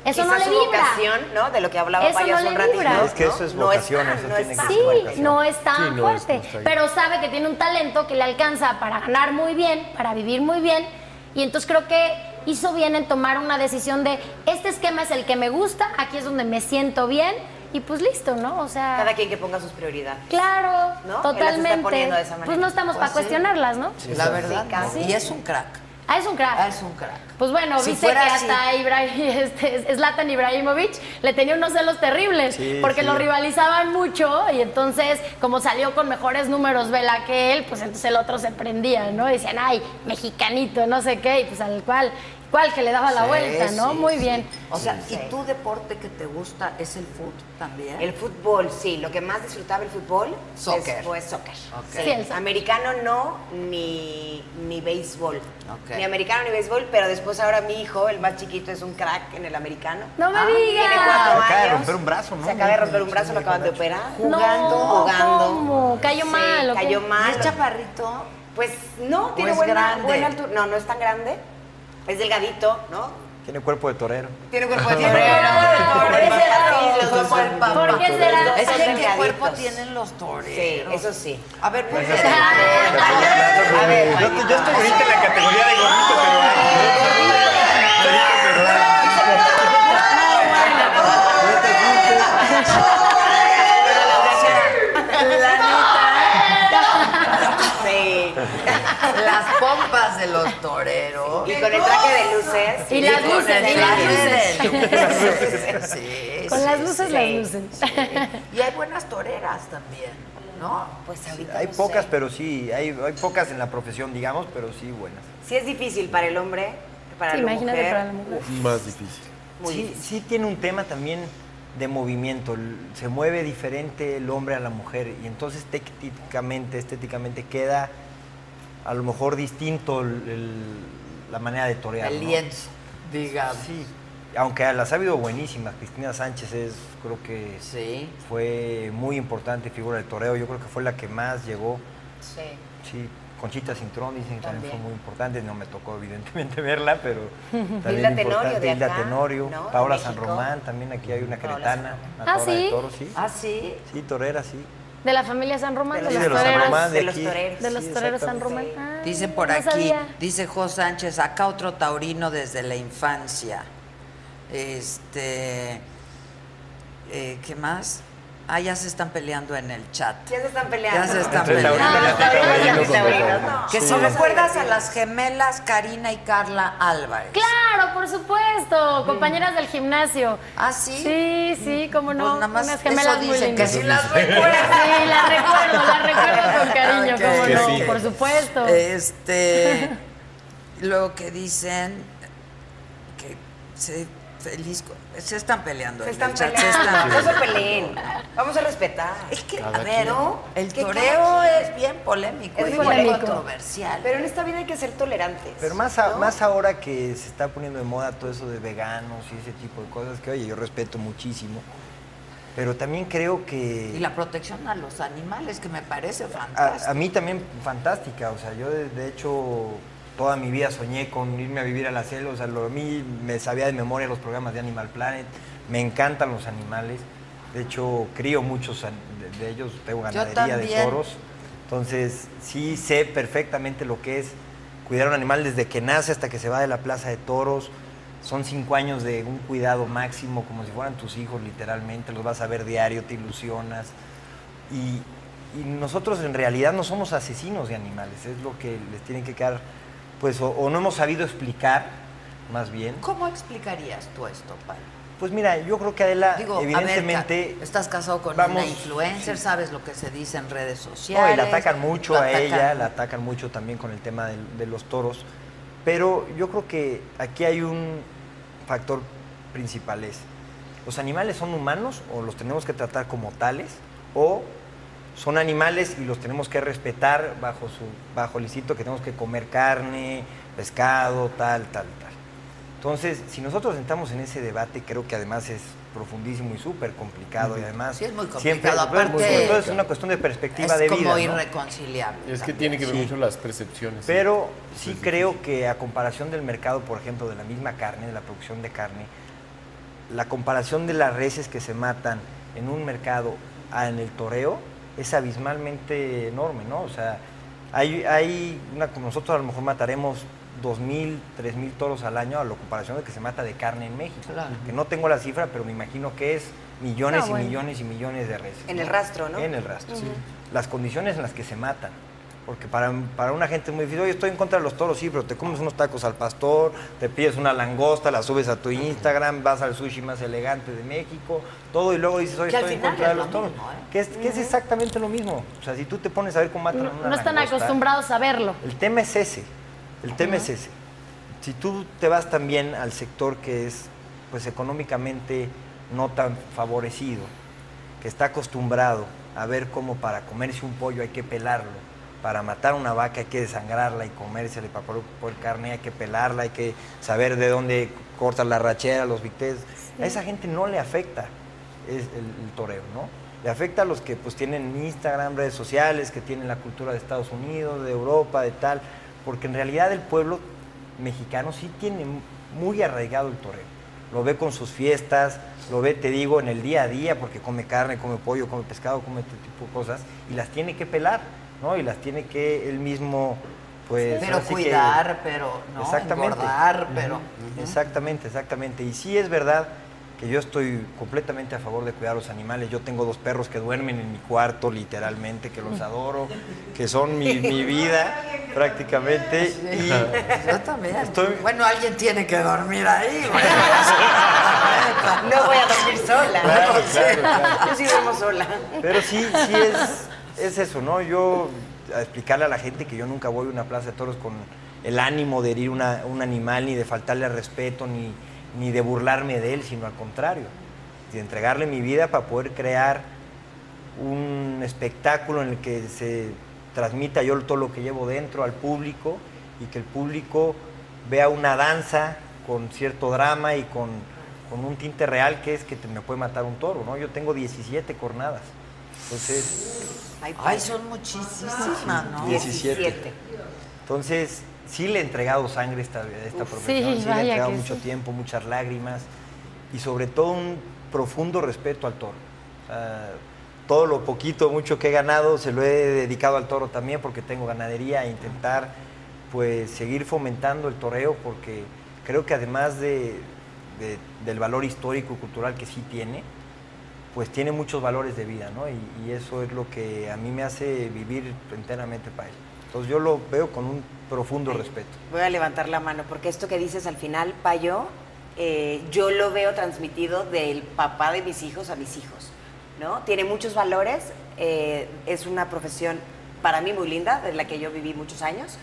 [SPEAKER 6] Eso
[SPEAKER 2] Quizás
[SPEAKER 6] no le
[SPEAKER 2] su
[SPEAKER 6] vibra.
[SPEAKER 2] vocación, ¿no? De lo que hablaba
[SPEAKER 6] Eso
[SPEAKER 2] Payo
[SPEAKER 6] no
[SPEAKER 2] hace
[SPEAKER 6] le
[SPEAKER 2] un ratito.
[SPEAKER 6] vibra.
[SPEAKER 2] ¿no?
[SPEAKER 3] Es que eso es
[SPEAKER 2] No
[SPEAKER 3] vocación,
[SPEAKER 2] tan-
[SPEAKER 3] eso
[SPEAKER 2] no
[SPEAKER 3] tiene
[SPEAKER 2] es
[SPEAKER 3] que ser
[SPEAKER 2] tan-
[SPEAKER 6] Sí,
[SPEAKER 3] vocación.
[SPEAKER 6] no es tan
[SPEAKER 4] Sí, no es- no
[SPEAKER 6] fuerte,
[SPEAKER 4] está ahí.
[SPEAKER 6] pero sabe que tiene un talento que le alcanza para ganar muy bien, para vivir muy bien, y entonces creo que hizo bien en tomar una decisión de, este esquema es el que me gusta, aquí es donde me siento bien, y pues listo, ¿no? O sea...
[SPEAKER 2] Cada quien que ponga sus prioridades. ¿No? Él
[SPEAKER 6] Claro,
[SPEAKER 2] las está
[SPEAKER 6] totalmente.
[SPEAKER 2] poniendo de esa manera.
[SPEAKER 6] pues no estamos
[SPEAKER 1] Pues
[SPEAKER 6] para
[SPEAKER 1] sí.
[SPEAKER 6] cuestionarlas, ¿no?
[SPEAKER 1] La verdad,
[SPEAKER 2] Sí,
[SPEAKER 1] no.
[SPEAKER 2] casi.
[SPEAKER 1] y es un crack.
[SPEAKER 6] Ah, es un crack.
[SPEAKER 1] Ah, es un crack.
[SPEAKER 6] Pues bueno,
[SPEAKER 1] Si
[SPEAKER 6] viste que
[SPEAKER 1] fuera así.
[SPEAKER 6] hasta Ibrahim, este, Zlatan Ibrahimovic le tenía unos celos terribles
[SPEAKER 3] Sí,
[SPEAKER 6] porque
[SPEAKER 3] sí.
[SPEAKER 6] lo rivalizaban mucho y entonces como salió con mejores números Vela que él, pues entonces el otro se prendía, ¿no? Decían, ay, mexicanito, no sé qué, y pues al cual, cual que le daba la
[SPEAKER 1] Sí,
[SPEAKER 6] vuelta, ¿no?
[SPEAKER 1] sí, Oh,
[SPEAKER 6] Muy
[SPEAKER 1] sí.
[SPEAKER 6] bien.
[SPEAKER 1] O sea, ¿y tu deporte que te gusta es el fútbol también?
[SPEAKER 2] El fútbol, sí. Lo que más disfrutaba el fútbol
[SPEAKER 1] Soccer.
[SPEAKER 2] es- fue soccer.
[SPEAKER 1] Ok.
[SPEAKER 6] Sí, el soccer.
[SPEAKER 2] Pues, Americano no, ni, ni béisbol.
[SPEAKER 1] Ok.
[SPEAKER 2] Ni americano ni béisbol, pero después ahora mi hijo, el más chiquito, es un crack en el americano.
[SPEAKER 6] No me
[SPEAKER 2] Ah,
[SPEAKER 6] digas.
[SPEAKER 2] Tiene cuatro
[SPEAKER 3] Se acaba de
[SPEAKER 2] años.
[SPEAKER 3] romper un brazo, ¿no?
[SPEAKER 2] Se acaba de romper un brazo, lo acaban de operar. Jugando,
[SPEAKER 6] No,
[SPEAKER 2] jugando.
[SPEAKER 6] ¿cómo? ¿Cayó
[SPEAKER 2] Sí,
[SPEAKER 6] mal o qué?
[SPEAKER 2] Cayó mal.
[SPEAKER 1] ¿Es chaparrito?
[SPEAKER 2] Pues no, tiene
[SPEAKER 1] es
[SPEAKER 2] buena,
[SPEAKER 1] grande?
[SPEAKER 2] buena altura. No, no es tan grande. Es delgadito, ¿no?
[SPEAKER 3] Tiene cuerpo de torero.
[SPEAKER 2] Tiene cuerpo de
[SPEAKER 6] Pero,
[SPEAKER 2] torero.
[SPEAKER 6] ¿por qué será?
[SPEAKER 2] Los dos son-
[SPEAKER 6] ¿Por qué será?
[SPEAKER 2] Los
[SPEAKER 1] Es
[SPEAKER 2] dos
[SPEAKER 1] que
[SPEAKER 2] son
[SPEAKER 1] qué cuerpo
[SPEAKER 2] delgaditos.
[SPEAKER 1] tienen los
[SPEAKER 2] Sí,
[SPEAKER 1] toreros.
[SPEAKER 2] eso sí.
[SPEAKER 1] A ver, pues.
[SPEAKER 6] Ah,
[SPEAKER 3] Yo, yo estoy ahorita en la categoría de gorrito, pero...
[SPEAKER 2] Sí.
[SPEAKER 1] Las pompas de los toreros.
[SPEAKER 2] Y con el traje de luces.
[SPEAKER 6] Y las
[SPEAKER 1] con
[SPEAKER 6] luces,
[SPEAKER 1] el
[SPEAKER 6] y las luces.
[SPEAKER 1] traje de luces. Sí,
[SPEAKER 6] Con
[SPEAKER 1] sí,
[SPEAKER 6] las luces,
[SPEAKER 1] sí.
[SPEAKER 6] las luces.
[SPEAKER 1] Y hay buenas toreras también, ¿no?
[SPEAKER 2] Pues ahorita
[SPEAKER 3] Hay
[SPEAKER 2] no
[SPEAKER 3] pocas,
[SPEAKER 2] sé.
[SPEAKER 3] pero sí, hay, hay pocas en la profesión, digamos, pero sí buenas.
[SPEAKER 2] Sí es difícil para el hombre, para
[SPEAKER 6] Sí,
[SPEAKER 2] la
[SPEAKER 6] imagínate
[SPEAKER 2] mujer.
[SPEAKER 6] para la mujer.
[SPEAKER 4] Más difícil.
[SPEAKER 2] Muy
[SPEAKER 3] sí,
[SPEAKER 2] difícil.
[SPEAKER 3] sí tiene un tema también de movimiento. l- Se mueve diferente el hombre a la mujer y entonces técnicamente, estéticamente queda a lo mejor distinto el- el- la manera de torear.
[SPEAKER 1] El
[SPEAKER 3] ¿no?
[SPEAKER 1] lienzo, digamos.
[SPEAKER 3] Sí, aunque las ha habido buenísimas. Cristina Sánchez es, creo que
[SPEAKER 1] Sí.
[SPEAKER 3] fue muy importante figura del toreo. Yo creo que fue la que más llegó.
[SPEAKER 1] Sí.
[SPEAKER 3] Sí, Conchita Cintrón dicen que también,
[SPEAKER 1] También.
[SPEAKER 3] fue muy importante. No me tocó, evidentemente, verla, pero también
[SPEAKER 2] Hilda Tenorio
[SPEAKER 3] importante.
[SPEAKER 2] de
[SPEAKER 3] Hilda
[SPEAKER 2] acá,
[SPEAKER 3] Tenorio,
[SPEAKER 2] ¿no? De
[SPEAKER 3] Paola
[SPEAKER 2] México.
[SPEAKER 3] San Román, también aquí hay una
[SPEAKER 2] Paola
[SPEAKER 3] queretana,
[SPEAKER 2] San Román.
[SPEAKER 3] una
[SPEAKER 6] Ah,
[SPEAKER 3] torera
[SPEAKER 6] ¿sí?
[SPEAKER 3] de toro, sí.
[SPEAKER 1] Ah, sí.
[SPEAKER 3] Sí, torera, sí.
[SPEAKER 6] De la familia San Román,
[SPEAKER 2] De
[SPEAKER 6] de,
[SPEAKER 3] Sí,
[SPEAKER 2] los
[SPEAKER 3] de
[SPEAKER 6] las
[SPEAKER 3] los San
[SPEAKER 6] toreras.
[SPEAKER 3] Román, de
[SPEAKER 2] De los
[SPEAKER 3] aquí.
[SPEAKER 2] toreros.
[SPEAKER 6] De los
[SPEAKER 3] Sí,
[SPEAKER 6] toreros San
[SPEAKER 3] exactamente.
[SPEAKER 6] Román.
[SPEAKER 2] Sí.
[SPEAKER 6] Ah,
[SPEAKER 1] Dice por
[SPEAKER 6] no
[SPEAKER 1] aquí,
[SPEAKER 6] sabía.
[SPEAKER 1] dice Jo Sánchez, acá otro taurino desde la infancia. Este, eh, ¿qué más? Ah, ya se están peleando en el chat.
[SPEAKER 2] Ya se están peleando.
[SPEAKER 1] Ya se están
[SPEAKER 2] Entre
[SPEAKER 1] peleando.
[SPEAKER 2] taurinos,
[SPEAKER 6] Entre
[SPEAKER 2] taurinos,
[SPEAKER 4] taurinos,
[SPEAKER 2] taurinos,
[SPEAKER 4] taurinos.
[SPEAKER 2] no.
[SPEAKER 1] Que
[SPEAKER 2] Sí.
[SPEAKER 1] si recuerdas a las gemelas Karina y Carla Álvarez.
[SPEAKER 6] Claro, por supuesto, compañeras del gimnasio.
[SPEAKER 1] ¿Ah, sí?
[SPEAKER 6] Sí, sí, cómo
[SPEAKER 1] Pues
[SPEAKER 6] no.
[SPEAKER 1] nada más
[SPEAKER 6] unas gemelas
[SPEAKER 1] eso
[SPEAKER 6] muy
[SPEAKER 1] dicen, que
[SPEAKER 6] lindas.
[SPEAKER 1] si las recuerdas.
[SPEAKER 6] Sí, la recuerdo, la recuerdo con cariño,
[SPEAKER 1] Ok,
[SPEAKER 6] cómo no,
[SPEAKER 1] ok.
[SPEAKER 6] por supuesto.
[SPEAKER 1] Este, lo que dicen que se feliz, co- se están peleando.
[SPEAKER 2] Se
[SPEAKER 1] en
[SPEAKER 2] están
[SPEAKER 1] el chat,
[SPEAKER 2] peleando.
[SPEAKER 1] se están
[SPEAKER 2] No se peleen. Vamos a respetar.
[SPEAKER 1] Es que,
[SPEAKER 2] Cada
[SPEAKER 1] a ver,
[SPEAKER 2] quien.
[SPEAKER 1] ¿no? el
[SPEAKER 2] Que cada
[SPEAKER 1] toreo
[SPEAKER 2] quien.
[SPEAKER 1] es bien polémico,
[SPEAKER 2] Es
[SPEAKER 1] es,
[SPEAKER 2] muy
[SPEAKER 1] bien
[SPEAKER 6] polémico.
[SPEAKER 1] controversial.
[SPEAKER 2] Pero en esta vida hay que ser tolerantes.
[SPEAKER 3] Pero más, a-
[SPEAKER 2] ¿no?
[SPEAKER 3] más ahora que se está poniendo de moda todo eso de veganos y ese tipo de cosas, que oye, yo respeto muchísimo. Pero también creo que...
[SPEAKER 1] y la protección a los animales, que me parece
[SPEAKER 3] A,
[SPEAKER 1] fantástico.
[SPEAKER 3] a mí también fantástica, o sea, yo de, de hecho toda mi vida soñé con irme a vivir a la selva, o sea, lo- a mí me sabía de memoria los programas de Animal Planet, me encantan los animales, de hecho crío muchos an- de, de ellos, tengo ganadería de
[SPEAKER 1] también.
[SPEAKER 3] toros, entonces sí sé perfectamente lo que es cuidar a un animal desde que nace hasta que se va de la plaza de toros, son cinco años de un cuidado máximo, como si fueran tus hijos literalmente, los vas a ver diario, te ilusionas. Y, y nosotros en realidad no somos asesinos de animales, es lo que les tiene que quedar, pues, o, o no hemos sabido explicar, más bien.
[SPEAKER 1] ¿Cómo explicarías tú esto, Pablo?
[SPEAKER 3] Pues mira, yo creo que Adela,
[SPEAKER 1] Digo,
[SPEAKER 3] evidentemente.
[SPEAKER 1] a ver, Kat, estás casado con
[SPEAKER 3] vamos-
[SPEAKER 1] una influencer, sabes lo que se dice en redes
[SPEAKER 3] No,
[SPEAKER 1] sociales.
[SPEAKER 3] y la atacan mucho
[SPEAKER 1] la
[SPEAKER 3] a ella,
[SPEAKER 1] atacan.
[SPEAKER 3] la atacan mucho también con el tema del- de, los toros. Pero yo creo que aquí hay un factor principal es, ¿los animales son humanos o los tenemos que tratar como tales? ¿O son animales y los tenemos que respetar bajo, su, bajo el instinto que tenemos que comer carne, pescado, tal, tal, tal? Entonces, si nosotros entramos en ese debate, creo que además es profundísimo y súper complicado y además
[SPEAKER 1] Sí, es muy
[SPEAKER 3] siempre pues,
[SPEAKER 1] complicado,
[SPEAKER 3] es muy
[SPEAKER 1] aparte-
[SPEAKER 3] complicado. es una cuestión de perspectiva
[SPEAKER 1] es
[SPEAKER 3] de
[SPEAKER 1] como
[SPEAKER 3] vida. ¿no?
[SPEAKER 1] irreconciliable.
[SPEAKER 4] Es que
[SPEAKER 1] también.
[SPEAKER 4] tiene que ver
[SPEAKER 3] Sí.
[SPEAKER 4] mucho las percepciones.
[SPEAKER 3] Pero
[SPEAKER 4] Sí,
[SPEAKER 3] sí
[SPEAKER 4] sí, sí.
[SPEAKER 3] creo que a comparación del mercado, por ejemplo, de la misma carne, de la producción de carne, la comparación de las reses que se matan en un mercado a en el toreo es abismalmente enorme, ¿no? O sea, hay, hay una, como nosotros a lo mejor mataremos 2.000, 3.000 toros al año a la comparación de que se mata de carne en México.
[SPEAKER 1] Claro.
[SPEAKER 3] Que no tengo la cifra, pero me imagino que es millones
[SPEAKER 6] Ah,
[SPEAKER 3] y
[SPEAKER 6] bueno.
[SPEAKER 3] millones y millones de reses.
[SPEAKER 2] En el rastro, ¿no?
[SPEAKER 3] En el rastro. Las condiciones en las que se matan. Porque para, para una gente es muy difícil, oye, estoy en contra de los toros, sí, pero te comes unos tacos al pastor, te pides una langosta, la subes a tu Instagram, vas al sushi más elegante de México, todo, y luego dices, oye,
[SPEAKER 1] Que al
[SPEAKER 3] estoy en
[SPEAKER 1] final
[SPEAKER 3] contra de
[SPEAKER 1] es
[SPEAKER 3] los
[SPEAKER 1] lo
[SPEAKER 3] toros.
[SPEAKER 1] mismo, ¿eh?
[SPEAKER 3] que, es, que es exactamente lo mismo. O sea, si tú te pones a ver cómo matan a
[SPEAKER 6] No,
[SPEAKER 3] una
[SPEAKER 6] no están
[SPEAKER 3] langosta,
[SPEAKER 6] acostumbrados a verlo.
[SPEAKER 3] el tema es ese. El tema es ese. Si tú te vas también al sector que es pues económicamente no tan favorecido, que está acostumbrado a ver cómo para comerse un pollo hay que pelarlo, para matar una vaca hay que desangrarla y comérsela, y para poder poder carne hay que pelarla, hay que saber de dónde corta la rachera, los bistecs. A esa gente no le afecta es el, el toreo, ¿no? Le afecta a los que pues tienen Instagram, redes sociales, que tienen la cultura de Estados Unidos, de Europa, de tal, porque en realidad el pueblo mexicano sí tiene mu- muy arraigado el toreo. Lo ve con sus fiestas, lo ve, te digo, en el día a día, porque come carne, come pollo, come pescado, come este tipo de cosas, y las tiene que pelar, ¿no? Y las tiene que él mismo Pues,
[SPEAKER 1] Pero
[SPEAKER 3] así que-
[SPEAKER 1] cuidar, pero no
[SPEAKER 3] Exactamente.
[SPEAKER 1] engordar, pero
[SPEAKER 3] Exactamente, exactamente. Y sí es verdad que yo estoy completamente a favor de cuidar a los animales. Yo tengo dos perros que duermen en mi cuarto, literalmente, que los adoro, que son mi, mi vida prácticamente. Y
[SPEAKER 1] yo también.
[SPEAKER 3] Estoy-
[SPEAKER 1] Bueno, alguien tiene que dormir ahí. güey. La neta.
[SPEAKER 2] No voy a dormir sola.
[SPEAKER 3] Claro, claro, claro.
[SPEAKER 2] Yo sí duermo sola.
[SPEAKER 3] Pero sí, sí es, es eso, ¿no? Yo, a explicarle a la gente que yo nunca voy a una plaza de toros con el ánimo de herir una- un animal, ni de faltarle al respeto, ni, ni de burlarme de él, sino al contrario, de entregarle mi vida para poder crear un espectáculo en el que se transmita yo todo lo que llevo dentro al público y que el público vea una danza con cierto drama y con, con un tinte real que es que te- me puede matar un toro, ¿no? Yo tengo 17 cornadas. Entonces,
[SPEAKER 1] Ay, son muchísimas, ¿no?
[SPEAKER 3] 17. entonces sí le he entregado sangre a esta, a esta profesión, sí le
[SPEAKER 6] vaya
[SPEAKER 3] he entregado
[SPEAKER 6] que
[SPEAKER 3] mucho
[SPEAKER 6] sí.
[SPEAKER 3] tiempo, muchas lágrimas y sobre todo un profundo respeto al toro. O sea, todo lo poquito, mucho que he ganado se lo he dedicado al toro también porque tengo ganadería e intentar pues seguir fomentando el toreo porque creo que además de- de- del valor histórico y cultural que sí tiene, pues tiene muchos valores de vida, ¿no? Y, y eso es lo que a mí me hace vivir enteramente para él. Entonces yo lo veo con un profundo respeto.
[SPEAKER 2] Voy a levantar la mano, porque esto que dices al final, Payo, eh, yo lo veo transmitido del papá de mis hijos a mis hijos, ¿no? Tiene muchos valores, eh, es una profesión para mí muy linda, de la que yo viví muchos años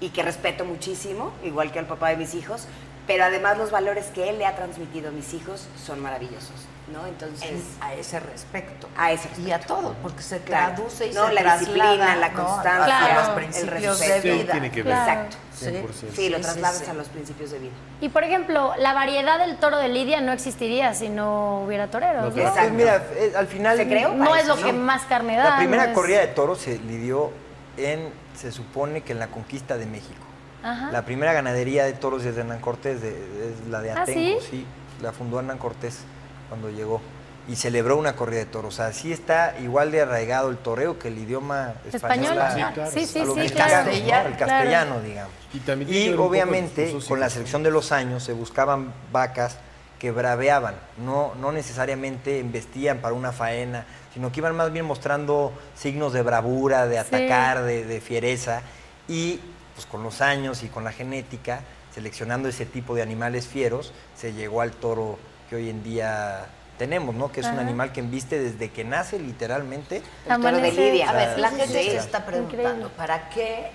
[SPEAKER 2] y que respeto muchísimo, igual que al papá de mis hijos, pero además los valores que él le ha transmitido a mis hijos son maravillosos, ¿no? Entonces...
[SPEAKER 1] Es a ese respecto.
[SPEAKER 2] A ese respecto.
[SPEAKER 1] Y a todo, porque se
[SPEAKER 2] Claro.
[SPEAKER 1] traduce y
[SPEAKER 2] No,
[SPEAKER 1] se
[SPEAKER 2] la
[SPEAKER 1] traslada,
[SPEAKER 2] disciplina, la
[SPEAKER 1] ¿no?
[SPEAKER 2] constancia,
[SPEAKER 1] a los
[SPEAKER 6] el
[SPEAKER 1] principios de
[SPEAKER 2] respeto.
[SPEAKER 4] Sí,
[SPEAKER 1] vida.
[SPEAKER 4] tiene que ver.
[SPEAKER 2] Exacto.
[SPEAKER 1] Sí.
[SPEAKER 4] 100%.
[SPEAKER 2] Sí, lo
[SPEAKER 1] Sí, sí,
[SPEAKER 2] trasladas
[SPEAKER 1] sí.
[SPEAKER 2] a los principios de vida.
[SPEAKER 6] Y por ejemplo, la variedad del toro de Lidia no existiría si no hubiera toreros, ¿no?
[SPEAKER 3] Pero, pues,
[SPEAKER 2] Exacto.
[SPEAKER 3] mira, eh, al final
[SPEAKER 2] Se creó
[SPEAKER 6] No es lo
[SPEAKER 2] ¿no?
[SPEAKER 6] que más carne da.
[SPEAKER 3] La primera
[SPEAKER 6] no es-
[SPEAKER 3] corrida de toros se lidió en, se supone que en la conquista de México.
[SPEAKER 6] Ajá.
[SPEAKER 3] La primera ganadería de toros desde Hernán Cortés de- es la de
[SPEAKER 6] ¿Ah,
[SPEAKER 3] Atenco,
[SPEAKER 6] sí?
[SPEAKER 3] la fundó Hernán Cortés cuando llegó y celebró una corrida de toros. O sea, sí está igual de arraigado el toreo que el idioma español.
[SPEAKER 6] Español,
[SPEAKER 3] a-
[SPEAKER 6] sí, claro. Sí, sí,
[SPEAKER 3] a los
[SPEAKER 6] sí,
[SPEAKER 3] mexicanos,
[SPEAKER 6] claro.
[SPEAKER 3] ¿no?
[SPEAKER 6] Castellano,
[SPEAKER 3] El castellano, digamos.
[SPEAKER 4] Y también tiene que ver un poco
[SPEAKER 3] obviamente,
[SPEAKER 4] los usos y
[SPEAKER 3] con la
[SPEAKER 4] costumbres.
[SPEAKER 3] selección de los años se buscaban vacas que braveaban, no, no necesariamente embestían para una faena, sino que iban más bien mostrando signos de bravura, de
[SPEAKER 6] Sí.
[SPEAKER 3] atacar, de, de fiereza, y pues con los años y con la genética, seleccionando ese tipo de animales fieros, se llegó al toro que hoy en día tenemos, ¿no? Que es un animal que embiste desde que nace literalmente.
[SPEAKER 2] El toro de
[SPEAKER 6] Amanece.
[SPEAKER 2] Lidia.
[SPEAKER 1] A ver, la
[SPEAKER 3] Sí, sí,
[SPEAKER 1] gente
[SPEAKER 3] sí.
[SPEAKER 1] se está preguntando,
[SPEAKER 6] Increíble.
[SPEAKER 1] ¿para qué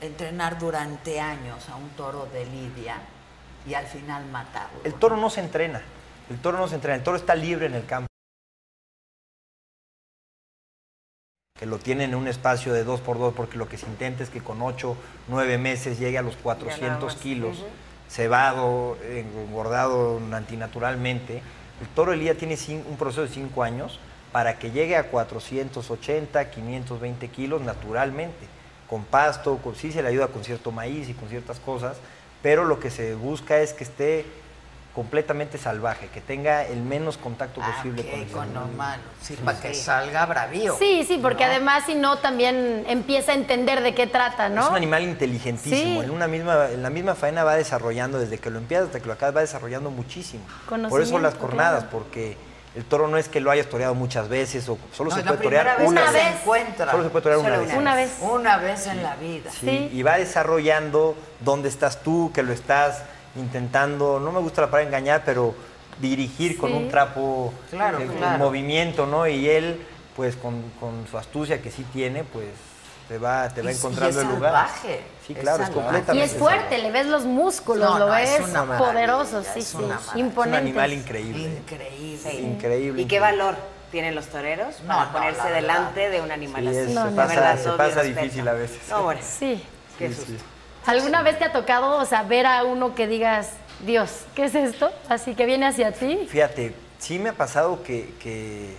[SPEAKER 1] entrenar durante años a un toro de lidia y al final matarlo?
[SPEAKER 3] El toro no se entrena, el toro no se entrena, el toro está libre en el campo. que lo tienen en un espacio de 2 por 2 porque lo que se intenta es que con 8, 9 meses llegue a los 400 kilos, cebado, engordado antinaturalmente. El toro Elía tiene cin- un proceso de 5 años para que llegue a 480, 520 kilos naturalmente, con pasto, con, sí se le ayuda con cierto maíz y con ciertas cosas, pero lo que se busca es que esté completamente salvaje, que tenga el menos contacto
[SPEAKER 1] Ah,
[SPEAKER 3] posible
[SPEAKER 1] ok,
[SPEAKER 3] con el
[SPEAKER 1] con lo
[SPEAKER 3] animal.
[SPEAKER 1] malo, sí, para que salga bravío.
[SPEAKER 6] Sí, sí, porque además si no también empieza a entender de qué trata, ¿no?
[SPEAKER 3] Es un animal inteligentísimo.
[SPEAKER 6] Sí.
[SPEAKER 3] En, una misma, en la misma faena va desarrollando, desde que lo empiezas hasta que lo acabas, va desarrollando muchísimo. Por eso las
[SPEAKER 6] Conocimiento,
[SPEAKER 3] cornadas,
[SPEAKER 6] claro.
[SPEAKER 3] porque el toro no es que lo hayas toreado muchas veces o solo
[SPEAKER 1] No,
[SPEAKER 3] se
[SPEAKER 1] es
[SPEAKER 3] puede
[SPEAKER 1] la primera
[SPEAKER 3] torear
[SPEAKER 1] vez
[SPEAKER 3] una
[SPEAKER 1] que
[SPEAKER 6] Una
[SPEAKER 3] vez.
[SPEAKER 1] se
[SPEAKER 6] vez.
[SPEAKER 1] encuentra.
[SPEAKER 3] Solo se puede torear una
[SPEAKER 2] Solo
[SPEAKER 3] vez.
[SPEAKER 6] Una vez.
[SPEAKER 1] Una vez en la vida.
[SPEAKER 3] Sí,
[SPEAKER 6] Sí.
[SPEAKER 3] Y va desarrollando dónde estás tú, que lo estás intentando, no me gusta la palabra engañar, pero dirigir con
[SPEAKER 6] Sí.
[SPEAKER 3] un trapo,
[SPEAKER 1] Claro,
[SPEAKER 3] con
[SPEAKER 1] claro.
[SPEAKER 3] movimiento, ¿no? Y él, pues con, con su astucia que sí tiene, pues te va, te va
[SPEAKER 1] Y- y
[SPEAKER 3] encontrando
[SPEAKER 1] es
[SPEAKER 3] el lugar.
[SPEAKER 1] salvaje,
[SPEAKER 3] Sí,
[SPEAKER 1] es
[SPEAKER 3] claro, es,
[SPEAKER 1] salvaje.
[SPEAKER 3] completamente.
[SPEAKER 6] Y es fuerte, le ves los músculos,
[SPEAKER 1] No,
[SPEAKER 6] lo
[SPEAKER 1] no, es
[SPEAKER 6] ves
[SPEAKER 1] una maravilla,
[SPEAKER 6] poderoso, sí,
[SPEAKER 1] es
[SPEAKER 6] sí,
[SPEAKER 1] una maravilla.
[SPEAKER 3] salvaje. Es un
[SPEAKER 6] imponente.
[SPEAKER 3] animal increíble.
[SPEAKER 1] Increíble.
[SPEAKER 2] Sí.
[SPEAKER 3] Increíble.
[SPEAKER 2] ¿Y qué valor tienen los toreros
[SPEAKER 1] No,
[SPEAKER 2] para
[SPEAKER 1] no,
[SPEAKER 2] ponerse
[SPEAKER 1] la verdad.
[SPEAKER 2] delante de un animal
[SPEAKER 3] Sí,
[SPEAKER 2] así?
[SPEAKER 3] es- se
[SPEAKER 6] No, no.
[SPEAKER 2] De
[SPEAKER 3] pasa,
[SPEAKER 2] verdad,
[SPEAKER 3] se
[SPEAKER 2] todo mi
[SPEAKER 3] pasa
[SPEAKER 2] respeto.
[SPEAKER 3] difícil a veces.
[SPEAKER 2] No, bueno,
[SPEAKER 6] Sí.
[SPEAKER 2] qué
[SPEAKER 3] Sí,
[SPEAKER 2] susto.
[SPEAKER 3] sí.
[SPEAKER 6] ¿Alguna vez te ha tocado, o sea, ver a uno que digas, Dios, ¿qué es esto? Así que viene hacia ti.
[SPEAKER 3] Fíjate, sí me ha pasado que, que,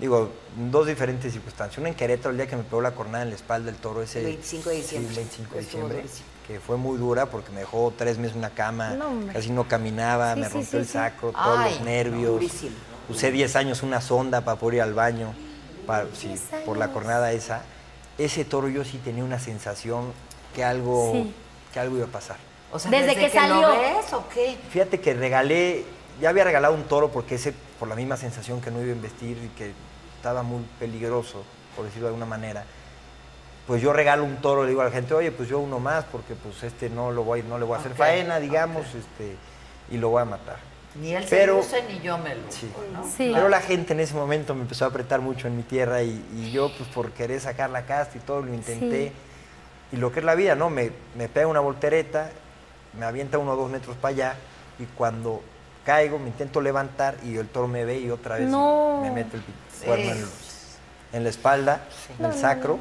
[SPEAKER 3] digo, en dos diferentes circunstancias. Una en Querétaro, el día que me pegó la cornada en la espalda del toro ese.
[SPEAKER 2] El 25 de diciembre.
[SPEAKER 3] Sí, el 25 de
[SPEAKER 2] Estuvo
[SPEAKER 3] diciembre.
[SPEAKER 2] durísimo.
[SPEAKER 3] Que fue muy dura porque me dejó tres meses en una cama,
[SPEAKER 6] No, hombre.
[SPEAKER 3] casi no caminaba,
[SPEAKER 6] Sí,
[SPEAKER 3] me
[SPEAKER 6] sí,
[SPEAKER 3] rompió
[SPEAKER 6] sí,
[SPEAKER 3] el
[SPEAKER 6] sí.
[SPEAKER 3] sacro, todos
[SPEAKER 1] Ay,
[SPEAKER 3] los
[SPEAKER 1] no,
[SPEAKER 3] nervios.
[SPEAKER 2] durísimo.
[SPEAKER 3] Usé 10 años una sonda para poder ir al baño, para- sí, por la cornada esa. Ese toro yo sí tenía una sensación que algo,
[SPEAKER 6] Sí.
[SPEAKER 3] que algo iba a pasar.
[SPEAKER 2] O sea,
[SPEAKER 6] Desde que salió.
[SPEAKER 2] ¿Lo ves o qué?
[SPEAKER 3] Fíjate que regalé, ya había regalado un toro porque ese, por la misma sensación que no iba a investir y que estaba muy peligroso, por decirlo de alguna manera. Pues yo regalo un toro, le digo a la gente, oye, pues yo uno más, porque pues este no lo voy, no le voy a hacer
[SPEAKER 1] Ok,
[SPEAKER 3] faena, digamos, este, y lo voy a matar.
[SPEAKER 1] Ni él
[SPEAKER 3] Pero-
[SPEAKER 1] se luce ni yo me luce.
[SPEAKER 3] Sí.
[SPEAKER 6] Sí.
[SPEAKER 3] Pero la gente en ese momento me empezó a apretar mucho en mi tierra y, y yo, pues por querer sacar la casta y todo, lo intenté.
[SPEAKER 6] Sí.
[SPEAKER 3] Y lo que es la vida, ¿no? Me, me pega una voltereta, me avienta uno o dos metros para allá y cuando caigo me intento levantar y el toro me ve y otra vez
[SPEAKER 6] No.
[SPEAKER 3] me mete el pi- cuerno en, en la espalda, en el sacro.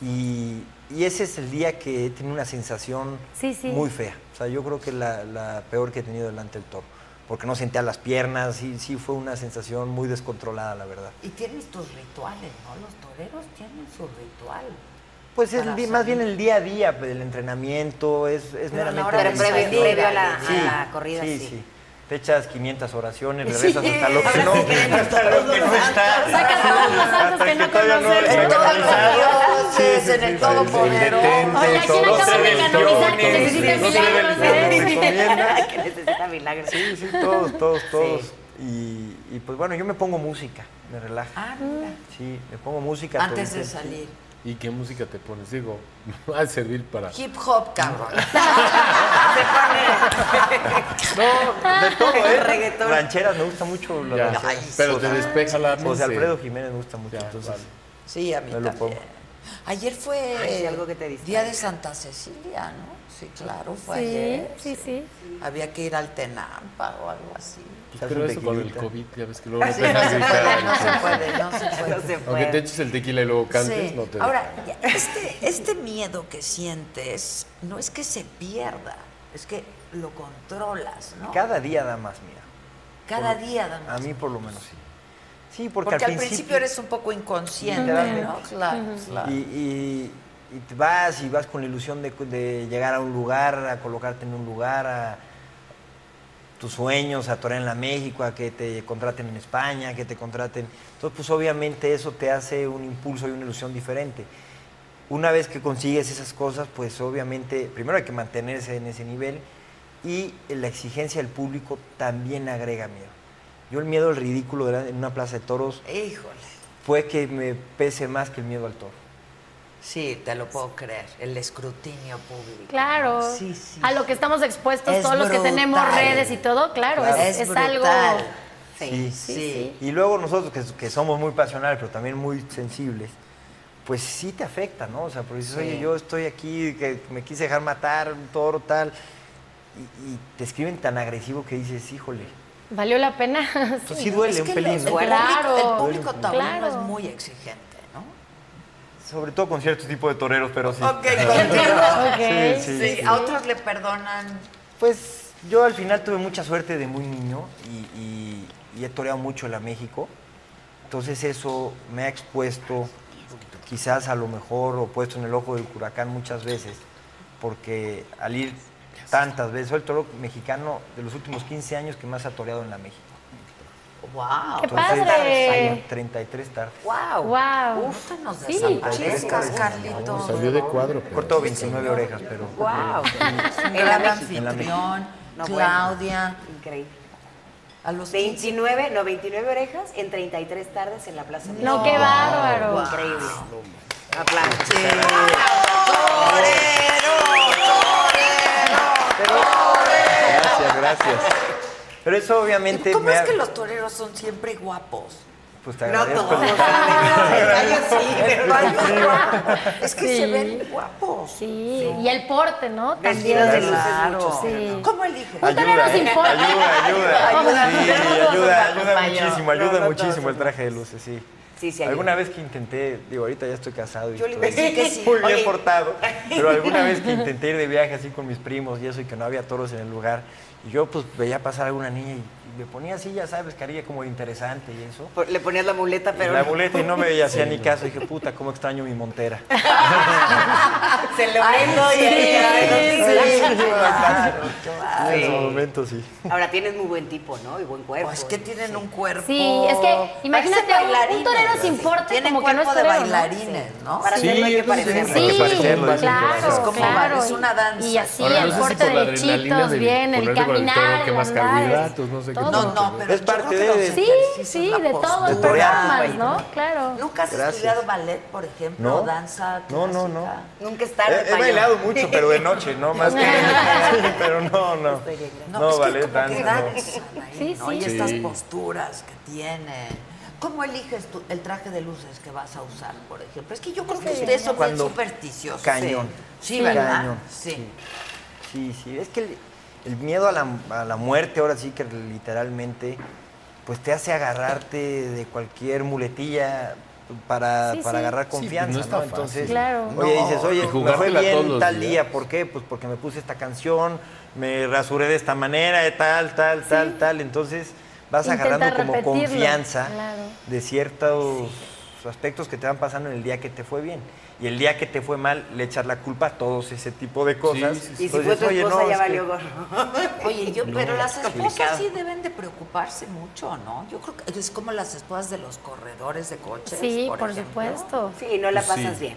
[SPEAKER 3] Y, y ese es el día que tiene una sensación
[SPEAKER 6] Sí, sí.
[SPEAKER 3] muy fea. O sea, yo creo que la, la peor que he tenido delante del toro. Porque no sentía las piernas, sí, sí fue una sensación muy descontrolada, la verdad.
[SPEAKER 1] Y tienes tus rituales, ¿no? Los toreros tienen su ritual.
[SPEAKER 3] Pues es
[SPEAKER 1] Para
[SPEAKER 3] di- más
[SPEAKER 1] salir.
[SPEAKER 3] bien el día a día del entrenamiento, es, es
[SPEAKER 2] Pero a
[SPEAKER 3] meramente...
[SPEAKER 2] la hora de
[SPEAKER 3] mental.
[SPEAKER 2] previo- previo a la-
[SPEAKER 3] Sí,
[SPEAKER 2] a la corrida,
[SPEAKER 3] sí,
[SPEAKER 2] sí.
[SPEAKER 3] sí. Te echas 500 oraciones, le rezas hasta lo que
[SPEAKER 2] Ahora
[SPEAKER 3] no,
[SPEAKER 2] sí queremos
[SPEAKER 3] hasta lo que no está.
[SPEAKER 6] Saca todos los santos que no
[SPEAKER 1] En
[SPEAKER 6] conoces.
[SPEAKER 1] todos los
[SPEAKER 2] pues,
[SPEAKER 1] dioses, en el todopoderoso.
[SPEAKER 6] Oye, aquí no acaban de canonizar que necesitan milagros,
[SPEAKER 3] Se
[SPEAKER 6] ¿eh?
[SPEAKER 3] recomienda.
[SPEAKER 2] Ay, que necesita milagros.
[SPEAKER 3] Sí, sí, todos, todos, todos. Y, y, pues bueno, yo me pongo música, me relaja.
[SPEAKER 1] Ah, mira.
[SPEAKER 3] Sí, me pongo música.
[SPEAKER 1] Antes
[SPEAKER 3] todo
[SPEAKER 1] de
[SPEAKER 3] el tiempo.
[SPEAKER 1] salir.
[SPEAKER 4] ¿Y qué música te pones? Digo, va a servir para...
[SPEAKER 1] Hip hop, cabrón.
[SPEAKER 3] De todo, ¿eh?
[SPEAKER 2] Reggaetón.
[SPEAKER 3] Rancheras, me gusta mucho la
[SPEAKER 4] Ya,
[SPEAKER 3] ranchera.
[SPEAKER 4] pero te despeja la
[SPEAKER 3] José
[SPEAKER 4] mente.
[SPEAKER 3] Alfredo Jiménez me gusta mucho,
[SPEAKER 4] Ya,
[SPEAKER 3] entonces
[SPEAKER 4] vale.
[SPEAKER 1] Sí, a mí
[SPEAKER 3] me lo pongo.
[SPEAKER 1] también. Ayer fue
[SPEAKER 2] Ay, sí, algo que te distrae.
[SPEAKER 1] Día de Santa Cecilia, ¿no? Sí, claro, fue
[SPEAKER 6] Sí,
[SPEAKER 1] ayer.
[SPEAKER 6] sí, sí.
[SPEAKER 1] Había que ir al Tenampa o algo así.
[SPEAKER 4] Pues,
[SPEAKER 3] Se hace
[SPEAKER 4] pero
[SPEAKER 3] un
[SPEAKER 4] eso con el
[SPEAKER 3] tequilita.
[SPEAKER 4] COVID, ya ves que luego no
[SPEAKER 1] Sí,
[SPEAKER 4] te
[SPEAKER 1] no
[SPEAKER 4] dejan
[SPEAKER 1] se puede,
[SPEAKER 4] gritar.
[SPEAKER 1] no se
[SPEAKER 4] entonces.
[SPEAKER 1] puede, no se puede.
[SPEAKER 2] No se
[SPEAKER 4] Aunque te
[SPEAKER 2] puede.
[SPEAKER 4] eches el tequila y luego cantes,
[SPEAKER 1] Sí.
[SPEAKER 4] no te
[SPEAKER 1] Ahora, ya, este, este miedo que sientes no es que se pierda, es que lo controlas, ¿no?
[SPEAKER 3] Cada día da más, mira.
[SPEAKER 1] Cada
[SPEAKER 3] Por-
[SPEAKER 1] día, además.
[SPEAKER 3] A mí por lo menos sí. Sí, porque,
[SPEAKER 1] Porque, al principio, eres un poco inconsciente,
[SPEAKER 3] Literalmente.
[SPEAKER 1] ¿no? Claro, claro.
[SPEAKER 3] Y, y- y te vas y vas con la ilusión de, de llegar a un lugar, a colocarte en un lugar, a tus sueños, a torear en la México, a que te contraten en España, que te contraten. Entonces, pues obviamente eso te hace un impulso y una ilusión diferente. Una vez que consigues esas cosas, pues obviamente primero hay que mantenerse en ese nivel y la exigencia del público también agrega miedo. Yo el miedo al ridículo de la- en una plaza de toros
[SPEAKER 1] Híjole,
[SPEAKER 3] puede que me pese más que el miedo al toro.
[SPEAKER 1] sí, te lo puedo creer, el escrutinio público.
[SPEAKER 6] Claro.
[SPEAKER 1] Sí, sí.
[SPEAKER 6] A lo que estamos expuestos
[SPEAKER 1] Es
[SPEAKER 6] todos los que tenemos
[SPEAKER 1] brutal.
[SPEAKER 6] redes y todo, claro,
[SPEAKER 3] Claro.
[SPEAKER 6] es, es algo.
[SPEAKER 1] brutal.
[SPEAKER 3] Sí,
[SPEAKER 1] sí.
[SPEAKER 6] sí.
[SPEAKER 3] Y luego nosotros, que, que somos muy pasionales, pero también muy sensibles, pues sí te afecta, ¿no? O sea, porque dices,
[SPEAKER 1] Sí.
[SPEAKER 3] oye, yo estoy aquí, que me quise dejar matar, un toro, tal. Y, y te escriben tan agresivo que dices, híjole.
[SPEAKER 6] Valió la pena.
[SPEAKER 3] Entonces
[SPEAKER 6] sí.
[SPEAKER 3] sí duele
[SPEAKER 1] Es
[SPEAKER 3] un
[SPEAKER 1] que
[SPEAKER 3] pelín,
[SPEAKER 1] los-
[SPEAKER 3] ¿no?
[SPEAKER 1] el
[SPEAKER 6] Claro.
[SPEAKER 1] público, el público taurino
[SPEAKER 6] Claro.
[SPEAKER 1] es muy exigente, ¿no?
[SPEAKER 3] Sobre todo con cierto tipo de toreros, pero sí.
[SPEAKER 1] Ok, contigo.
[SPEAKER 6] Ok.
[SPEAKER 3] Sí,
[SPEAKER 1] Sí, a otros le perdonan.
[SPEAKER 3] Pues yo al final tuve mucha suerte de muy niño y, y- y he toreado mucho en la México. Entonces eso me ha expuesto quizás a lo mejor o puesto en el ojo del huracán muchas veces, porque al ir tantas veces, soy el toro mexicano de los últimos 15 años que más ha toreado en la México.
[SPEAKER 1] ¡Wow!
[SPEAKER 6] Qué padre.
[SPEAKER 3] hay 33 tardes.
[SPEAKER 1] ¡Wow!
[SPEAKER 6] Guau.
[SPEAKER 1] ¡Uf, nos
[SPEAKER 6] Sí.
[SPEAKER 1] desaparezcas,
[SPEAKER 3] Sí.
[SPEAKER 1] Carlito!
[SPEAKER 4] Salió de cuadro, pero...
[SPEAKER 3] Corto 29 orejas, pero...
[SPEAKER 2] Wow.
[SPEAKER 1] El
[SPEAKER 2] Era México.
[SPEAKER 1] anfitrión,
[SPEAKER 2] No, bueno.
[SPEAKER 1] Claudia,
[SPEAKER 2] Increíble.
[SPEAKER 1] a los 15.
[SPEAKER 2] 29, no, 29 orejas en 33 tardes en la Plaza de
[SPEAKER 6] No, qué bárbaro.
[SPEAKER 2] Increíble. Aplausos.
[SPEAKER 3] Gracias, gracias. Pero eso obviamente...
[SPEAKER 1] ¿Cómo
[SPEAKER 3] me ha-
[SPEAKER 1] es que los toreros son siempre guapos?
[SPEAKER 3] Pues te
[SPEAKER 2] No
[SPEAKER 3] agradezco.
[SPEAKER 2] todos.
[SPEAKER 1] Varios sí, pero varios guapos. Es que se
[SPEAKER 6] Sí.
[SPEAKER 1] ven guapos.
[SPEAKER 6] Sí, y el porte, ¿no? También.
[SPEAKER 2] Vestidos de luces
[SPEAKER 1] Claro.
[SPEAKER 2] muchos.
[SPEAKER 6] Sí.
[SPEAKER 1] ¿Cómo eligen?
[SPEAKER 6] Un torero
[SPEAKER 3] Ayuda,
[SPEAKER 6] sin
[SPEAKER 3] ¿eh?
[SPEAKER 6] porte.
[SPEAKER 3] ayuda, ayuda.
[SPEAKER 6] Ayuda.
[SPEAKER 3] Sí,
[SPEAKER 6] Ayuda.
[SPEAKER 3] ayuda, ayuda
[SPEAKER 2] acompañó.
[SPEAKER 3] muchísimo, ayuda
[SPEAKER 2] No, no
[SPEAKER 3] muchísimo
[SPEAKER 2] todos.
[SPEAKER 3] el traje de luces, sí.
[SPEAKER 2] Sí, sí, ayuda.
[SPEAKER 3] Alguna vez que intenté, digo, ahorita ya estoy casado y
[SPEAKER 2] Yo le iba
[SPEAKER 3] todo
[SPEAKER 2] a decir
[SPEAKER 3] eso,
[SPEAKER 2] que sí.
[SPEAKER 3] muy bien
[SPEAKER 2] Oye.
[SPEAKER 3] portado, pero alguna vez que intenté ir de viaje así con mis primos y eso y que no había toros en el lugar Y yo pues veía pasar a alguna niña y, y me ponía así, ya sabes, carilla como de interesante y eso.
[SPEAKER 2] Por- Le ponías la muleta, pero.
[SPEAKER 3] la
[SPEAKER 2] no.
[SPEAKER 3] muleta y no me hacía ni caso. Dije, puta, cómo extraño mi montera.
[SPEAKER 2] Se le
[SPEAKER 1] Ay,
[SPEAKER 2] prendo y ahí
[SPEAKER 1] sí,
[SPEAKER 2] queda, ¿no?
[SPEAKER 1] sí, claro,
[SPEAKER 3] En ese momento sí.
[SPEAKER 2] Ahora tienes muy buen tipo, ¿no? Y buen cuerpo.
[SPEAKER 1] Pues que tienen un cuerpo.
[SPEAKER 6] Sí, es que imagínate
[SPEAKER 1] Parecen
[SPEAKER 6] un- un
[SPEAKER 1] bailarines,
[SPEAKER 6] torero
[SPEAKER 1] ¿no?
[SPEAKER 6] sin
[SPEAKER 1] Sí,
[SPEAKER 6] porte,
[SPEAKER 1] Tienen
[SPEAKER 6] como que no
[SPEAKER 1] cuerpo
[SPEAKER 6] es
[SPEAKER 1] de
[SPEAKER 6] torero, ¿no?
[SPEAKER 1] bailarines, ¿no?
[SPEAKER 2] Para hacerlo hay que
[SPEAKER 4] entonces
[SPEAKER 2] parecerlo.
[SPEAKER 4] es-
[SPEAKER 6] Sí,
[SPEAKER 3] parecerlo, es
[SPEAKER 6] claro,
[SPEAKER 1] Es como
[SPEAKER 6] claro.
[SPEAKER 1] bailar, es una danza.
[SPEAKER 6] Y así,
[SPEAKER 4] Ahora, no
[SPEAKER 6] el
[SPEAKER 4] sé si
[SPEAKER 6] corte
[SPEAKER 4] por la
[SPEAKER 6] de
[SPEAKER 4] adrenalina
[SPEAKER 6] chitos,
[SPEAKER 4] de
[SPEAKER 6] bien, el
[SPEAKER 4] ponerte con el torero
[SPEAKER 6] caminar,
[SPEAKER 4] que
[SPEAKER 6] el
[SPEAKER 4] más
[SPEAKER 6] andar,
[SPEAKER 4] carbohidratos, no sé qué
[SPEAKER 6] todo.
[SPEAKER 1] No, no, pero
[SPEAKER 3] Es
[SPEAKER 1] yo
[SPEAKER 3] parte
[SPEAKER 1] creo que los
[SPEAKER 3] de-
[SPEAKER 6] Sí,
[SPEAKER 1] ejercicios,
[SPEAKER 6] sí,
[SPEAKER 1] la
[SPEAKER 6] de todo,
[SPEAKER 1] postura,
[SPEAKER 6] el performance, ¿no? Claro.
[SPEAKER 1] ¿Nunca has
[SPEAKER 3] Gracias.
[SPEAKER 1] estudiado ballet, por ejemplo,
[SPEAKER 3] No.
[SPEAKER 1] o danza
[SPEAKER 3] No, no, no.
[SPEAKER 1] clásica?
[SPEAKER 2] Nunca es
[SPEAKER 3] He,
[SPEAKER 2] tarde.
[SPEAKER 3] he
[SPEAKER 2] paño.
[SPEAKER 3] bailado mucho, pero de noche, no más que Pero no, no.
[SPEAKER 1] No,
[SPEAKER 3] No,
[SPEAKER 1] es
[SPEAKER 3] vale,
[SPEAKER 1] que como
[SPEAKER 3] danza,
[SPEAKER 1] que
[SPEAKER 3] no.
[SPEAKER 1] danzan ahí,
[SPEAKER 6] Sí,
[SPEAKER 1] ¿no?
[SPEAKER 6] sí.
[SPEAKER 1] Y estas
[SPEAKER 4] Sí.
[SPEAKER 1] posturas que tienen. ¿Cómo eliges tú el traje de luces que vas a usar, por ejemplo? Es que yo creo que ustedes son bien
[SPEAKER 3] Cuando-
[SPEAKER 1] supersticiosos. ¿eh?
[SPEAKER 3] Cañón.
[SPEAKER 1] Sí, Sí, ¿verdad?
[SPEAKER 3] Cañón,
[SPEAKER 1] Sí.
[SPEAKER 3] Sí, sí, es que el, el miedo a la, a la muerte, ahora sí que literalmente, pues te hace agarrarte de cualquier muletilla para,
[SPEAKER 6] Sí,
[SPEAKER 3] para
[SPEAKER 6] sí.
[SPEAKER 3] agarrar
[SPEAKER 4] pues
[SPEAKER 3] confianza,
[SPEAKER 4] no
[SPEAKER 3] ¿no?
[SPEAKER 4] está fácil.
[SPEAKER 3] Entonces,
[SPEAKER 6] Claro.
[SPEAKER 3] oye, dices,
[SPEAKER 4] Y
[SPEAKER 3] oye, me fue
[SPEAKER 4] jugártela todos
[SPEAKER 3] bien
[SPEAKER 4] los
[SPEAKER 3] tal
[SPEAKER 4] días.
[SPEAKER 3] día, ¿por qué? Pues porque me puse esta canción, me rasuré de esta manera, de tal, tal, tal, tal, entonces vas
[SPEAKER 6] Intenta
[SPEAKER 3] agarrando como
[SPEAKER 6] repetirlo,
[SPEAKER 3] confianza
[SPEAKER 6] claro.
[SPEAKER 3] de ciertos aspectos que te van pasando en el día que te fue bien. Y el día que te fue mal, le echas la culpa a todos ese tipo de cosas.
[SPEAKER 4] sí, sí.
[SPEAKER 2] Y si
[SPEAKER 3] Entonces,
[SPEAKER 2] fue tu
[SPEAKER 3] oye, no, Pues
[SPEAKER 2] esposa,
[SPEAKER 3] es
[SPEAKER 2] ya
[SPEAKER 3] que-
[SPEAKER 2] valió gorro.
[SPEAKER 1] Oye, yo, pero las esposas
[SPEAKER 2] complicado.
[SPEAKER 1] sí deben de preocuparse mucho, ¿no? Yo creo que es como las esposas de los corredores de coches.
[SPEAKER 6] Sí, por,
[SPEAKER 1] pues, ejemplo.
[SPEAKER 6] supuesto.
[SPEAKER 2] Sí, no la
[SPEAKER 4] Pues sí.
[SPEAKER 2] pasas bien.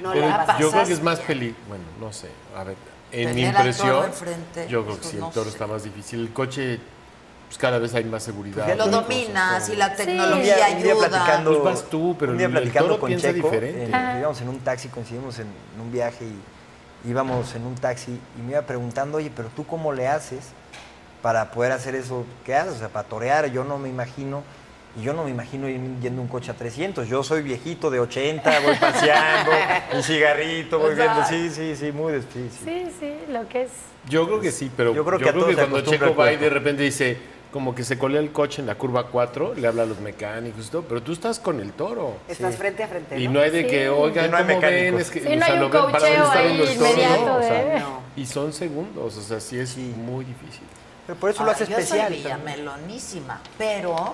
[SPEAKER 2] No
[SPEAKER 4] Pero
[SPEAKER 2] la pasas
[SPEAKER 4] yo creo que es
[SPEAKER 1] pasaste
[SPEAKER 4] más
[SPEAKER 1] bien.
[SPEAKER 4] peli. Bueno, no sé. A ver, en mi
[SPEAKER 1] Tener al toro
[SPEAKER 4] impresión.
[SPEAKER 1] enfrente,
[SPEAKER 4] Yo creo que
[SPEAKER 1] pues,
[SPEAKER 4] sí, el
[SPEAKER 1] no
[SPEAKER 4] toro
[SPEAKER 1] sé.
[SPEAKER 4] está más difícil. El coche, pues cada vez hay más seguridad.
[SPEAKER 1] Lo
[SPEAKER 4] hay cosas,
[SPEAKER 1] dominas
[SPEAKER 4] todo.
[SPEAKER 1] y la
[SPEAKER 3] Un
[SPEAKER 1] tecnología
[SPEAKER 3] día, un día
[SPEAKER 1] ayuda.
[SPEAKER 3] platicando,
[SPEAKER 4] Pues vas tú, pero
[SPEAKER 3] un día
[SPEAKER 4] el
[SPEAKER 3] platicando
[SPEAKER 4] toro
[SPEAKER 3] con
[SPEAKER 4] piensa
[SPEAKER 3] Checo,
[SPEAKER 4] diferente.
[SPEAKER 3] en-
[SPEAKER 1] Ah.
[SPEAKER 3] íbamos en un taxi, coincidimos en, en un viaje y íbamos en un taxi y me iba preguntando, oye, pero tú cómo le haces para poder hacer eso que haces, o sea, para torear, yo no me imagino, y yo no me imagino ir- yendo un coche a 300, yo soy viejito de 80, voy paseando, un cigarrito, voy viendo, sí, sí, sí, muy des- sí, sí.
[SPEAKER 6] Sí, sí, lo que es.
[SPEAKER 4] Yo creo que sí, pero
[SPEAKER 3] Yo
[SPEAKER 4] yo
[SPEAKER 3] creo
[SPEAKER 4] creo
[SPEAKER 3] que
[SPEAKER 4] que,
[SPEAKER 3] a todos se
[SPEAKER 4] cuando
[SPEAKER 3] acostumbra
[SPEAKER 4] Checo
[SPEAKER 3] el
[SPEAKER 4] va y
[SPEAKER 3] cuerpo.
[SPEAKER 4] de repente dice, como que se colea el coche en la curva 4, le habla a los mecánicos y todo, pero tú estás con el toro.
[SPEAKER 2] Estás frente a frente.
[SPEAKER 4] Y no hay de que, oigan,
[SPEAKER 3] Y no hay
[SPEAKER 4] ¿cómo ven?
[SPEAKER 3] mecánicos.
[SPEAKER 4] Es que,
[SPEAKER 6] Sí, no hay un
[SPEAKER 4] lo ven, ¿para dónde
[SPEAKER 6] coacheo
[SPEAKER 4] está
[SPEAKER 6] ahí
[SPEAKER 4] viendo el toro?
[SPEAKER 6] inmediato
[SPEAKER 4] No, o sea,
[SPEAKER 6] de-
[SPEAKER 2] No.
[SPEAKER 4] Y son segundos, o sea, sí es muy difícil.
[SPEAKER 3] Pero por eso lo
[SPEAKER 1] Ahora,
[SPEAKER 3] hace especial.
[SPEAKER 1] Ah, Yo soy villamelonísima, pero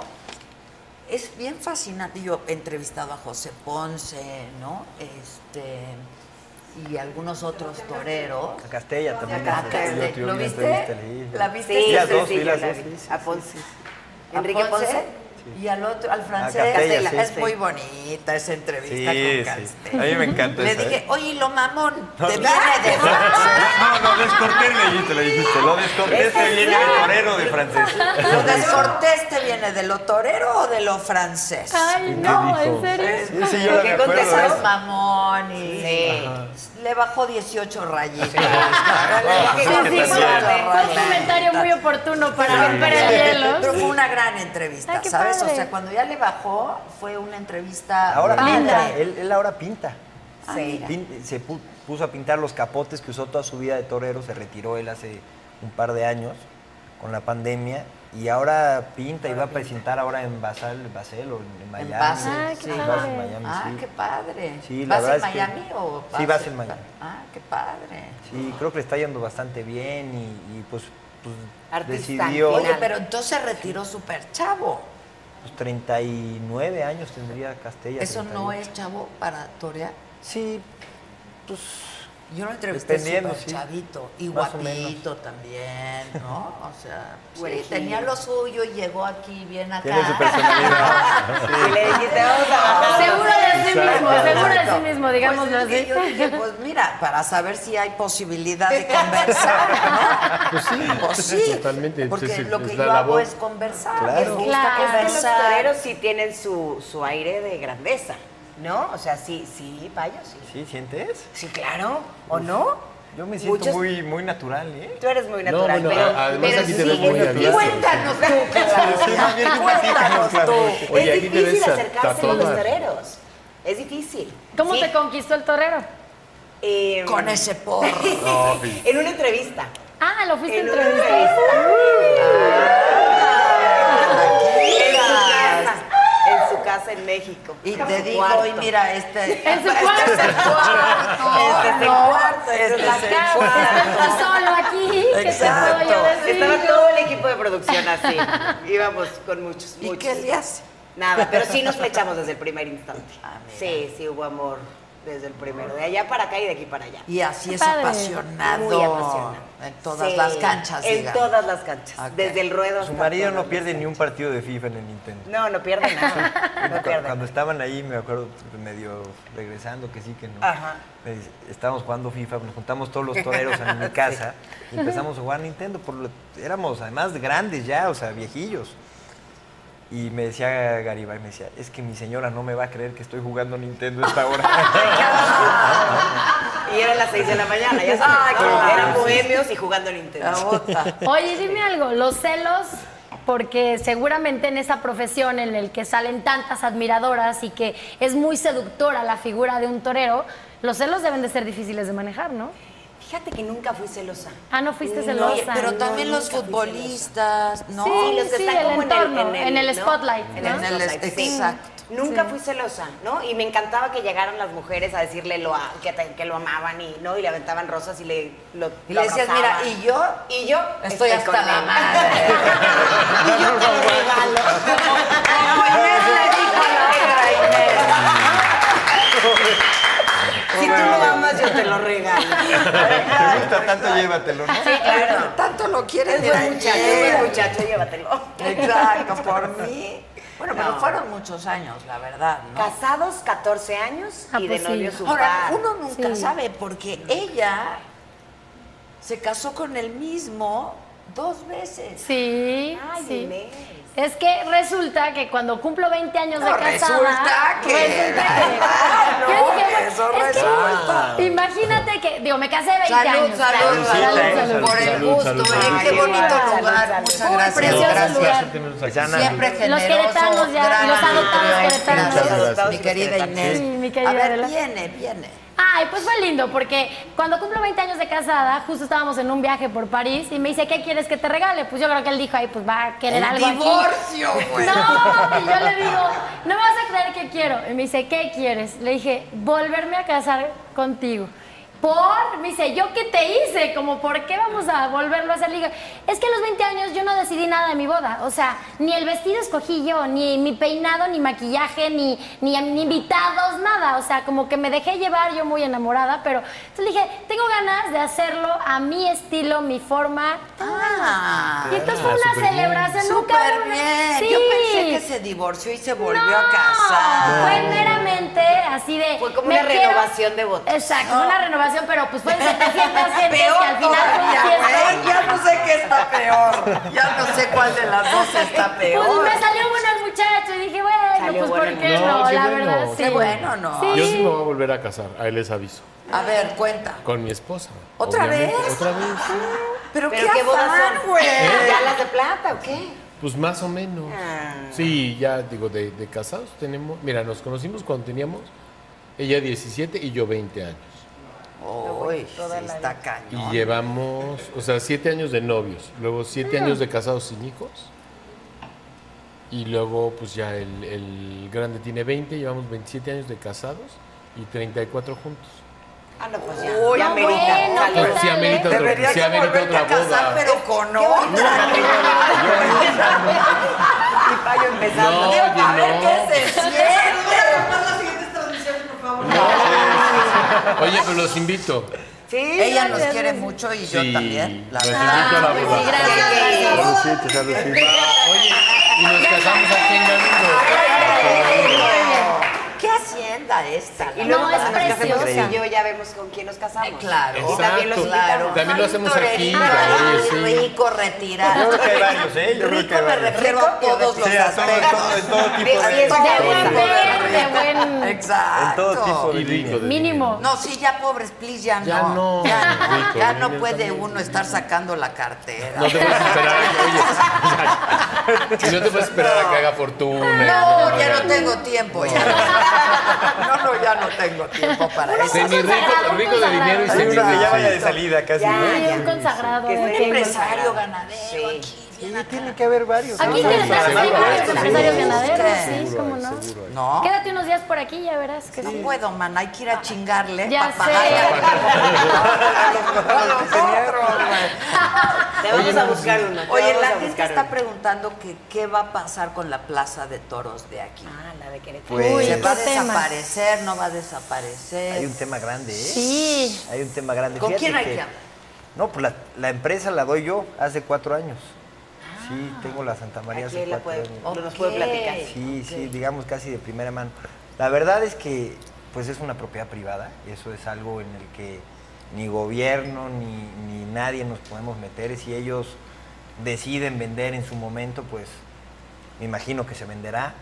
[SPEAKER 1] es bien fascinante. Yo he entrevistado a José Ponce, ¿no? Este y algunos otros toreros.
[SPEAKER 3] A Castella también.
[SPEAKER 1] Acá,
[SPEAKER 3] Sí, yo-
[SPEAKER 1] este,
[SPEAKER 3] yo
[SPEAKER 1] ¿Lo
[SPEAKER 3] vi una
[SPEAKER 1] viste?
[SPEAKER 3] entrevista,
[SPEAKER 1] ¿La
[SPEAKER 2] Sí,
[SPEAKER 1] viste?
[SPEAKER 2] sí,
[SPEAKER 3] Sí, las dos,
[SPEAKER 2] sí,
[SPEAKER 3] sí,
[SPEAKER 2] yo
[SPEAKER 3] las
[SPEAKER 2] la
[SPEAKER 3] dos,
[SPEAKER 2] vi.
[SPEAKER 3] sí, sí,
[SPEAKER 2] A Ponce.
[SPEAKER 1] A
[SPEAKER 2] Enrique Ponce.
[SPEAKER 1] Y al otro, al francés.
[SPEAKER 3] Castella, sí,
[SPEAKER 1] es
[SPEAKER 3] sí.
[SPEAKER 1] muy bonita esa entrevista
[SPEAKER 3] Sí,
[SPEAKER 1] con
[SPEAKER 3] sí.
[SPEAKER 1] Castella.
[SPEAKER 3] A mí me encanta
[SPEAKER 1] Le
[SPEAKER 3] esa,
[SPEAKER 1] dije,
[SPEAKER 3] ¿eh?
[SPEAKER 1] oye, lo mamón, te viene de Francia.
[SPEAKER 3] No, lo descortés le dijiste, le dijiste. Lo descortés te viene de torero de francés.
[SPEAKER 1] Este ¿Lo descortés te viene de lo torero o de lo francés?
[SPEAKER 6] Ay,
[SPEAKER 4] qué
[SPEAKER 6] no, en
[SPEAKER 4] dijo?
[SPEAKER 6] serio.
[SPEAKER 3] Sí, sí, yo lo
[SPEAKER 2] ¿Qué
[SPEAKER 3] recuerdo.
[SPEAKER 2] contestó?
[SPEAKER 3] de
[SPEAKER 1] Pesado
[SPEAKER 3] eso.
[SPEAKER 1] mamón y le bajó 18 rayitas. Le
[SPEAKER 2] Sí,
[SPEAKER 1] bajó 18
[SPEAKER 2] sí, sí.
[SPEAKER 6] Fue un
[SPEAKER 1] rayitas.
[SPEAKER 6] comentario muy oportuno para romper el
[SPEAKER 1] Pero
[SPEAKER 6] hielo.
[SPEAKER 1] fue una gran entrevista,
[SPEAKER 6] Ay, qué
[SPEAKER 1] ¿sabes?
[SPEAKER 6] padre.
[SPEAKER 1] O sea, cuando ya le bajó, fue una entrevista
[SPEAKER 3] Ahora
[SPEAKER 1] linda.
[SPEAKER 3] pinta, él, él ahora pinta.
[SPEAKER 1] Ah, mira.
[SPEAKER 3] Pin- se pu- puso a pintar los capotes que usó toda su vida de torero, se retiró él hace un par de años con la pandemia y ahora pinta y va a presentar ahora en Basel, Basel o en Miami.
[SPEAKER 1] Basel,
[SPEAKER 6] Ah, qué
[SPEAKER 3] Sí,
[SPEAKER 6] padre.
[SPEAKER 3] Basel, Miami,
[SPEAKER 1] ah,
[SPEAKER 3] sí.
[SPEAKER 1] qué padre.
[SPEAKER 3] Sí, la
[SPEAKER 1] ¿Vas en
[SPEAKER 3] verdad es que-
[SPEAKER 1] Miami o
[SPEAKER 3] Sí, vas en Miami.
[SPEAKER 1] Ah, qué padre.
[SPEAKER 3] Sí, creo que le está yendo bastante bien y, y, pues, pues,
[SPEAKER 2] Artista,
[SPEAKER 3] decidió...
[SPEAKER 1] Oye, pero entonces retiró súper chavo.
[SPEAKER 3] Pues 39 años tendría Castella.
[SPEAKER 1] Eso no
[SPEAKER 3] 38.
[SPEAKER 1] es chavo para torear.
[SPEAKER 3] Sí, pues.
[SPEAKER 1] Yo lo entrevisté
[SPEAKER 3] Dependiendo,
[SPEAKER 1] súper
[SPEAKER 3] sí.
[SPEAKER 1] chavito y
[SPEAKER 3] Más o
[SPEAKER 1] guapito también, ¿no? O sea, sí,
[SPEAKER 2] Güerejillo.
[SPEAKER 1] tenía lo suyo y llegó aquí bien acá.
[SPEAKER 3] Tiene su personalidad.
[SPEAKER 2] Y le dijiste, vamos a
[SPEAKER 1] Ah,
[SPEAKER 2] bajar.
[SPEAKER 6] Seguro de sí mismo, seguro de sí
[SPEAKER 1] Exacto.
[SPEAKER 6] mismo,
[SPEAKER 1] Pues,
[SPEAKER 6] digámoslo
[SPEAKER 1] es
[SPEAKER 6] así.
[SPEAKER 1] que yo dije, pues mira, para saber si hay posibilidad de conversar, ¿no?
[SPEAKER 4] Pues sí,
[SPEAKER 1] Pues sí,
[SPEAKER 4] totalmente.
[SPEAKER 1] Porque
[SPEAKER 4] es- es-
[SPEAKER 1] lo que
[SPEAKER 4] es
[SPEAKER 1] yo
[SPEAKER 4] la
[SPEAKER 1] hago
[SPEAKER 4] labor.
[SPEAKER 1] es conversar.
[SPEAKER 3] Claro.
[SPEAKER 1] Me gusta
[SPEAKER 6] Claro.
[SPEAKER 2] Es que los
[SPEAKER 1] conversar.
[SPEAKER 2] toreros sí tienen su, su aire de grandeza, ¿no? O sea, sí, sí, payo, sí.
[SPEAKER 3] ¿Sí sientes?
[SPEAKER 2] Sí, claro, ¿o no?
[SPEAKER 3] Yo me siento
[SPEAKER 2] Muchos-
[SPEAKER 3] muy, muy natural, ¿eh?
[SPEAKER 2] Tú eres muy
[SPEAKER 4] No,
[SPEAKER 2] natural,
[SPEAKER 4] bueno,
[SPEAKER 2] pero,
[SPEAKER 4] a- además
[SPEAKER 2] pero
[SPEAKER 4] aquí te
[SPEAKER 2] sí,
[SPEAKER 4] ves muy
[SPEAKER 2] es-
[SPEAKER 4] abierto.
[SPEAKER 2] Cuéntanos tú,
[SPEAKER 3] Sí, más bien tú
[SPEAKER 2] Cuéntanos
[SPEAKER 3] platícanos,
[SPEAKER 2] tú.
[SPEAKER 4] Oye,
[SPEAKER 2] es
[SPEAKER 4] aquí te ves
[SPEAKER 2] difícil
[SPEAKER 4] a-
[SPEAKER 2] acercarse a los
[SPEAKER 4] tatuada.
[SPEAKER 2] toreros. Es difícil.
[SPEAKER 6] ¿Cómo
[SPEAKER 2] Sí.
[SPEAKER 6] te conquistó el torero?
[SPEAKER 2] Eh,
[SPEAKER 1] Con ese porro.
[SPEAKER 2] en una entrevista.
[SPEAKER 6] Ah, lo fuiste a
[SPEAKER 2] En una
[SPEAKER 6] entrevistar.
[SPEAKER 2] entrevista. En su casa. En su casa. casa en México.
[SPEAKER 1] Y
[SPEAKER 2] En
[SPEAKER 1] te
[SPEAKER 2] su
[SPEAKER 1] digo,
[SPEAKER 2] cuarto.
[SPEAKER 1] y mira, este.
[SPEAKER 6] En su cuarto.
[SPEAKER 2] Este es el cuarto. Este es el
[SPEAKER 6] No,
[SPEAKER 2] cuarto. Este es
[SPEAKER 6] La
[SPEAKER 2] el
[SPEAKER 6] casa,
[SPEAKER 2] cuarto.
[SPEAKER 6] está tú solo aquí. ¿Qué te puedo yo
[SPEAKER 2] Exacto.
[SPEAKER 6] decir?
[SPEAKER 2] Estaba todo el equipo de producción así. Íbamos con muchos,
[SPEAKER 1] ¿Y
[SPEAKER 2] muchos.
[SPEAKER 1] qué le hace?
[SPEAKER 2] Nada, pero sí nos flechamos desde el primer instante.
[SPEAKER 1] Ah,
[SPEAKER 2] Sí, sí hubo amor desde el primero. De allá para acá y de aquí para allá.
[SPEAKER 1] Y así es
[SPEAKER 6] padre.
[SPEAKER 1] apasionado.
[SPEAKER 2] Muy apasionado.
[SPEAKER 1] En todas
[SPEAKER 2] Sí,
[SPEAKER 1] las canchas,
[SPEAKER 2] En
[SPEAKER 1] digamos.
[SPEAKER 2] todas las canchas.
[SPEAKER 1] Ok.
[SPEAKER 2] Desde el ruedo hasta
[SPEAKER 3] Su marido
[SPEAKER 2] todas
[SPEAKER 3] no pierde ni un partido de FIFA en el Nintendo.
[SPEAKER 2] las- No, no pierde nada. No
[SPEAKER 3] Cu-
[SPEAKER 2] pierde.
[SPEAKER 3] Cuando
[SPEAKER 2] nada.
[SPEAKER 3] estaban ahí, me acuerdo pues, medio regresando, que sí, que no.
[SPEAKER 2] Ajá.
[SPEAKER 3] Me dice, estábamos jugando FIFA, nos juntamos todos los toreros en mi casa y empezamos a jugar Nintendo. Por lo- éramos además grandes ya, o sea, viejillos. Y me decía Garibay, me decía, es que mi señora no me va a creer que estoy jugando Nintendo a esta hora.
[SPEAKER 2] Y eran las 6 de la mañana, ya sabes.
[SPEAKER 1] Ay, Ah, qué
[SPEAKER 2] ¿no?
[SPEAKER 1] Ah, padre.
[SPEAKER 2] Eran bohemios y jugando Nintendo.
[SPEAKER 1] La bota.
[SPEAKER 6] Oye, dime algo, los celos, porque seguramente en esa profesión en el que salen tantas admiradoras y que es muy seductora la figura de un torero, los celos deben de ser difíciles de manejar, ¿no?
[SPEAKER 2] Fíjate que nunca fui celosa.
[SPEAKER 6] Ah, no fuiste
[SPEAKER 2] No,
[SPEAKER 6] celosa.
[SPEAKER 2] Oye,
[SPEAKER 1] Pero
[SPEAKER 2] no,
[SPEAKER 1] también los
[SPEAKER 2] nunca fui
[SPEAKER 1] futbolistas, ¿no?
[SPEAKER 6] Sí,
[SPEAKER 2] Sí, los que
[SPEAKER 6] sí,
[SPEAKER 2] están
[SPEAKER 6] el
[SPEAKER 2] como
[SPEAKER 6] entorno,
[SPEAKER 2] en el,
[SPEAKER 6] en el spotlight,
[SPEAKER 2] En
[SPEAKER 6] ¿no?
[SPEAKER 2] el spotlight,
[SPEAKER 1] En el-
[SPEAKER 2] sí.
[SPEAKER 1] exacto.
[SPEAKER 2] Nunca fui celosa, ¿no? Y me encantaba que llegaran las mujeres a decirle lo a- que, te- que lo amaban y no y le aventaban rosas y le lo
[SPEAKER 1] Y
[SPEAKER 2] lo
[SPEAKER 1] le decías,
[SPEAKER 2] abrazaban.
[SPEAKER 1] mira, y yo
[SPEAKER 2] y yo
[SPEAKER 1] estoy
[SPEAKER 2] con
[SPEAKER 1] hasta la
[SPEAKER 2] él.
[SPEAKER 1] madre.
[SPEAKER 2] y yo te lo regalo.
[SPEAKER 1] Como Inés le dijo la otra Inés.
[SPEAKER 2] Si tú lo amas, yo te lo regalo.
[SPEAKER 3] Te gusta tanto, llévatelo, ¿no?
[SPEAKER 2] Sí, claro.
[SPEAKER 1] Tanto lo quieres
[SPEAKER 2] Es
[SPEAKER 1] de
[SPEAKER 2] buen muchacho, es buen
[SPEAKER 1] ayer.
[SPEAKER 2] muchacho, llévatelo.
[SPEAKER 1] Exacto, por mí. Bueno, pero
[SPEAKER 2] No.
[SPEAKER 1] fueron muchos años, la verdad, ¿no?
[SPEAKER 2] Casados 14 años
[SPEAKER 6] Ah,
[SPEAKER 2] y de
[SPEAKER 6] pues sí.
[SPEAKER 2] novios un
[SPEAKER 1] Ahora,
[SPEAKER 2] par.
[SPEAKER 1] uno nunca
[SPEAKER 6] Sí.
[SPEAKER 1] sabe porque ella se casó con el mismo dos veces.
[SPEAKER 6] Sí,
[SPEAKER 2] Ay,
[SPEAKER 6] sí.
[SPEAKER 2] Inés.
[SPEAKER 6] Es que resulta que cuando cumplo 20 años de
[SPEAKER 1] No,
[SPEAKER 6] casada...
[SPEAKER 1] resulta que-
[SPEAKER 6] resulta que-
[SPEAKER 1] Ah, no,
[SPEAKER 6] Yo dije,
[SPEAKER 1] eso
[SPEAKER 6] es que
[SPEAKER 1] resulta.
[SPEAKER 6] Imagínate que... Digo, me casé 20
[SPEAKER 1] Salud, salud,
[SPEAKER 6] años. claro.
[SPEAKER 1] salud,
[SPEAKER 4] salud,
[SPEAKER 1] por el
[SPEAKER 4] salud,
[SPEAKER 1] gusto.
[SPEAKER 4] salud,
[SPEAKER 1] Oye,
[SPEAKER 4] salud.
[SPEAKER 1] qué bonito
[SPEAKER 2] Salud,
[SPEAKER 1] lugar,
[SPEAKER 2] salud.
[SPEAKER 1] muchas
[SPEAKER 6] Uy,
[SPEAKER 1] gracias.
[SPEAKER 6] precioso
[SPEAKER 1] Gracias.
[SPEAKER 6] lugar.
[SPEAKER 3] Sana.
[SPEAKER 1] Siempre generoso,
[SPEAKER 6] queretanos ya,
[SPEAKER 1] gran
[SPEAKER 6] los adoptados
[SPEAKER 1] anfitrión.
[SPEAKER 6] queretanos.
[SPEAKER 1] Gracias,
[SPEAKER 2] Los adoptados
[SPEAKER 1] mi querida
[SPEAKER 2] queretanos.
[SPEAKER 1] Inés.
[SPEAKER 6] Sí, mi querida
[SPEAKER 1] A ver,
[SPEAKER 6] Adela.
[SPEAKER 1] viene, viene.
[SPEAKER 6] Ay, pues fue lindo, porque cuando cumplo 20 años de casada, justo estábamos en un viaje por París y me dice, ¿qué quieres que te regale? Pues yo creo que él dijo, ay, pues va a querer
[SPEAKER 1] El
[SPEAKER 6] algo aquí.
[SPEAKER 1] divorcio, güey.
[SPEAKER 6] No, y yo le digo, no vas a creer que quiero. Y me dice, ¿qué quieres? Le dije, volverme a casar contigo. Por, me dice, ¿yo qué te hice? Como, ¿por qué vamos a volverlo a hacer? Le digo, es que a los 20 años yo no decidí nada de mi boda. O sea, ni el vestido escogí yo, ni mi peinado, ni maquillaje, ni, ni, ni invitados, nada. O sea, como que me dejé llevar yo muy enamorada, pero entonces le dije, tengo ganas de hacerlo a mi estilo, mi forma.
[SPEAKER 1] Ah,
[SPEAKER 6] Y entonces fue una celebración, nunca hubo
[SPEAKER 1] súper
[SPEAKER 6] una-
[SPEAKER 1] bien.
[SPEAKER 6] Sí.
[SPEAKER 1] Eh, Yo pensé que se divorció y se volvió
[SPEAKER 6] No,
[SPEAKER 1] a casar.
[SPEAKER 6] Fue meramente así de.
[SPEAKER 2] Fue como
[SPEAKER 6] me
[SPEAKER 2] una
[SPEAKER 6] quiero-
[SPEAKER 2] renovación de votos.
[SPEAKER 6] Exacto, fue una renovación, pero pues fue en 700 gentes que
[SPEAKER 1] Peor
[SPEAKER 6] al final fue una
[SPEAKER 1] todavía,
[SPEAKER 6] fiesta.
[SPEAKER 1] güey. Ya no sé qué está peor. Ya no sé cuál de las dos está peor.
[SPEAKER 6] Pues me salió bueno el muchacho y dije, bueno,
[SPEAKER 2] Salió
[SPEAKER 6] pues
[SPEAKER 2] bueno el
[SPEAKER 6] ¿por qué no?
[SPEAKER 4] muchacho. No,
[SPEAKER 6] la
[SPEAKER 4] sí, bueno,
[SPEAKER 6] verdad, sí.
[SPEAKER 4] qué
[SPEAKER 1] bueno, ¿no?
[SPEAKER 6] Sí.
[SPEAKER 4] Yo sí me voy a volver a casar, ahí les aviso.
[SPEAKER 1] A ver, cuenta.
[SPEAKER 4] Con mi esposa.
[SPEAKER 1] ¿Otra
[SPEAKER 4] obviamente.
[SPEAKER 1] vez?
[SPEAKER 4] Otra vez.
[SPEAKER 1] Pero,
[SPEAKER 2] ¿Pero
[SPEAKER 1] qué,
[SPEAKER 2] qué bodas
[SPEAKER 1] afán,
[SPEAKER 2] son?
[SPEAKER 1] güey.
[SPEAKER 2] ¿Ya las de plata o qué?
[SPEAKER 4] Pues más o menos.
[SPEAKER 3] Ah.
[SPEAKER 4] Sí, ya digo, de, de casados tenemos. Mira, nos conocimos cuando teníamos ella 17 y yo 20 años.
[SPEAKER 1] Uy, sí está
[SPEAKER 4] Y
[SPEAKER 1] cañón.
[SPEAKER 4] llevamos, o sea, 7 años de novios, luego 7 años de casados sin hijos. Y luego, pues ya el, el grande tiene 20, llevamos 27 años de casados y 34 juntos.
[SPEAKER 2] Ah, no, pues ya.
[SPEAKER 1] Uy,
[SPEAKER 2] ya
[SPEAKER 1] no,
[SPEAKER 2] amerita.
[SPEAKER 6] bueno,
[SPEAKER 2] Sale.
[SPEAKER 6] ¿qué
[SPEAKER 4] Pero sí
[SPEAKER 6] tal,
[SPEAKER 4] amerita
[SPEAKER 6] eh?
[SPEAKER 4] otro-
[SPEAKER 1] Deberías
[SPEAKER 4] sí
[SPEAKER 1] de
[SPEAKER 4] amerita
[SPEAKER 1] volverte a
[SPEAKER 4] otra
[SPEAKER 1] casar,
[SPEAKER 4] boda.
[SPEAKER 1] pero con otra.
[SPEAKER 2] Y payo empezando.
[SPEAKER 4] No,
[SPEAKER 2] Digo,
[SPEAKER 4] oye,
[SPEAKER 2] a ver,
[SPEAKER 4] no.
[SPEAKER 2] ¿qué se siente?
[SPEAKER 4] Oye, pero los invito.
[SPEAKER 2] Sí,
[SPEAKER 1] Ella
[SPEAKER 2] no
[SPEAKER 1] nos quiere mucho y yo
[SPEAKER 4] Sí, pues.
[SPEAKER 1] también. La
[SPEAKER 4] los invito
[SPEAKER 1] verdad.
[SPEAKER 4] a la boda.
[SPEAKER 3] Saluditos, saluditos.
[SPEAKER 4] Oye, y nos casamos aquí en Galindo.
[SPEAKER 1] ¿Qué hacienda esta?
[SPEAKER 2] Y
[SPEAKER 1] la
[SPEAKER 2] luego
[SPEAKER 6] No,
[SPEAKER 2] cuando
[SPEAKER 6] es
[SPEAKER 2] nos casemos
[SPEAKER 6] preciosa.
[SPEAKER 2] tú y yo ya vemos con quién nos casamos.
[SPEAKER 1] Eh, Claro.
[SPEAKER 2] Y también los
[SPEAKER 4] Exacto.
[SPEAKER 2] invitamos.
[SPEAKER 4] También lo hacemos aquí.
[SPEAKER 1] Ay,
[SPEAKER 4] oye, sí.
[SPEAKER 1] rico,
[SPEAKER 3] Yo
[SPEAKER 1] retirado.
[SPEAKER 3] creo que hay varios, ¿eh? Yo creo
[SPEAKER 1] rico
[SPEAKER 3] que hay
[SPEAKER 1] me
[SPEAKER 3] varios.
[SPEAKER 1] refiero a todos los
[SPEAKER 3] Sí, a todo, en
[SPEAKER 1] aspectos.
[SPEAKER 3] todo, en todo tipo
[SPEAKER 2] Sí,
[SPEAKER 3] de...
[SPEAKER 2] es
[SPEAKER 3] en
[SPEAKER 6] De
[SPEAKER 2] ya
[SPEAKER 3] todo
[SPEAKER 6] buen
[SPEAKER 3] tipo
[SPEAKER 2] bueno.
[SPEAKER 3] de-
[SPEAKER 6] ver, de buen...
[SPEAKER 1] Exacto.
[SPEAKER 3] En todo tipo de
[SPEAKER 4] Y rico.
[SPEAKER 3] líneas.
[SPEAKER 4] de
[SPEAKER 6] Mínimo.
[SPEAKER 1] No, sí, ya pobres, please, ya no.
[SPEAKER 4] Ya no,
[SPEAKER 1] Ya no,
[SPEAKER 4] rico,
[SPEAKER 1] ya no
[SPEAKER 4] bien,
[SPEAKER 1] puede
[SPEAKER 4] también.
[SPEAKER 1] uno estar sacando la cartera.
[SPEAKER 4] No te puedes esperar, oye. Y no te puedes esperar a que haga fortuna.
[SPEAKER 1] No, ya no tengo tiempo. Ya. No, no, ya no tengo tiempo para eso.
[SPEAKER 6] Sí,
[SPEAKER 4] Semi rico, rico de dinero y
[SPEAKER 3] Hay
[SPEAKER 4] semi
[SPEAKER 3] uno que ya vaya de
[SPEAKER 4] rico.
[SPEAKER 3] salida casi,
[SPEAKER 2] Ya,
[SPEAKER 3] ¿no?
[SPEAKER 6] Sí,
[SPEAKER 2] ya.
[SPEAKER 6] un consagrado.
[SPEAKER 2] Que
[SPEAKER 6] de
[SPEAKER 2] es un
[SPEAKER 6] que-
[SPEAKER 2] empresario
[SPEAKER 1] ganadero
[SPEAKER 2] Sí.
[SPEAKER 1] aquí,
[SPEAKER 3] Sí, tiene que haber varios.
[SPEAKER 6] Aquí
[SPEAKER 3] ¿no?
[SPEAKER 6] tienen
[SPEAKER 3] Seguro,
[SPEAKER 6] sí,
[SPEAKER 3] seguro.
[SPEAKER 6] varios empresarios ganaderos,
[SPEAKER 1] Sí.
[SPEAKER 6] sí, cómo no.
[SPEAKER 1] No,
[SPEAKER 6] Quédate unos días por aquí y ya verás que
[SPEAKER 1] no
[SPEAKER 6] sí.
[SPEAKER 1] puedo, man. Hay que ir a chingarle
[SPEAKER 6] Ya
[SPEAKER 1] para pagarle
[SPEAKER 6] sé.
[SPEAKER 1] a los- a los otros, güey.
[SPEAKER 2] Te vamos a buscar uno. te
[SPEAKER 7] Oye,
[SPEAKER 2] vamos
[SPEAKER 7] la
[SPEAKER 2] a
[SPEAKER 7] gente
[SPEAKER 2] buscar
[SPEAKER 7] está
[SPEAKER 2] uno.
[SPEAKER 7] preguntando que qué va a pasar con la plaza de toros de aquí.
[SPEAKER 2] Ah, la de Querétaro.
[SPEAKER 3] Pues,
[SPEAKER 6] Uy,
[SPEAKER 1] ¿Se va a
[SPEAKER 6] qué tema.
[SPEAKER 1] desaparecer? ¿No va a
[SPEAKER 3] Hay un
[SPEAKER 1] desaparecer?
[SPEAKER 3] tema grande, ¿eh?
[SPEAKER 6] Sí.
[SPEAKER 3] Hay un tema grande.
[SPEAKER 7] ¿Con
[SPEAKER 3] Fíjate
[SPEAKER 7] quién hay
[SPEAKER 3] que-
[SPEAKER 7] que hablar?
[SPEAKER 3] No, pues la, la empresa la doy yo hace cuatro años. Sí, tengo la Santa María
[SPEAKER 2] Aquí
[SPEAKER 3] hace
[SPEAKER 2] la
[SPEAKER 3] cuatro
[SPEAKER 2] puede,
[SPEAKER 3] años.
[SPEAKER 2] nos puede platicar.
[SPEAKER 3] Sí, sí, digamos casi de primera mano. La verdad es que pues es una propiedad privada, eso es algo en el que ni gobierno ni, ni nadie nos podemos meter. Si ellos deciden vender en su momento, pues me imagino que se venderá.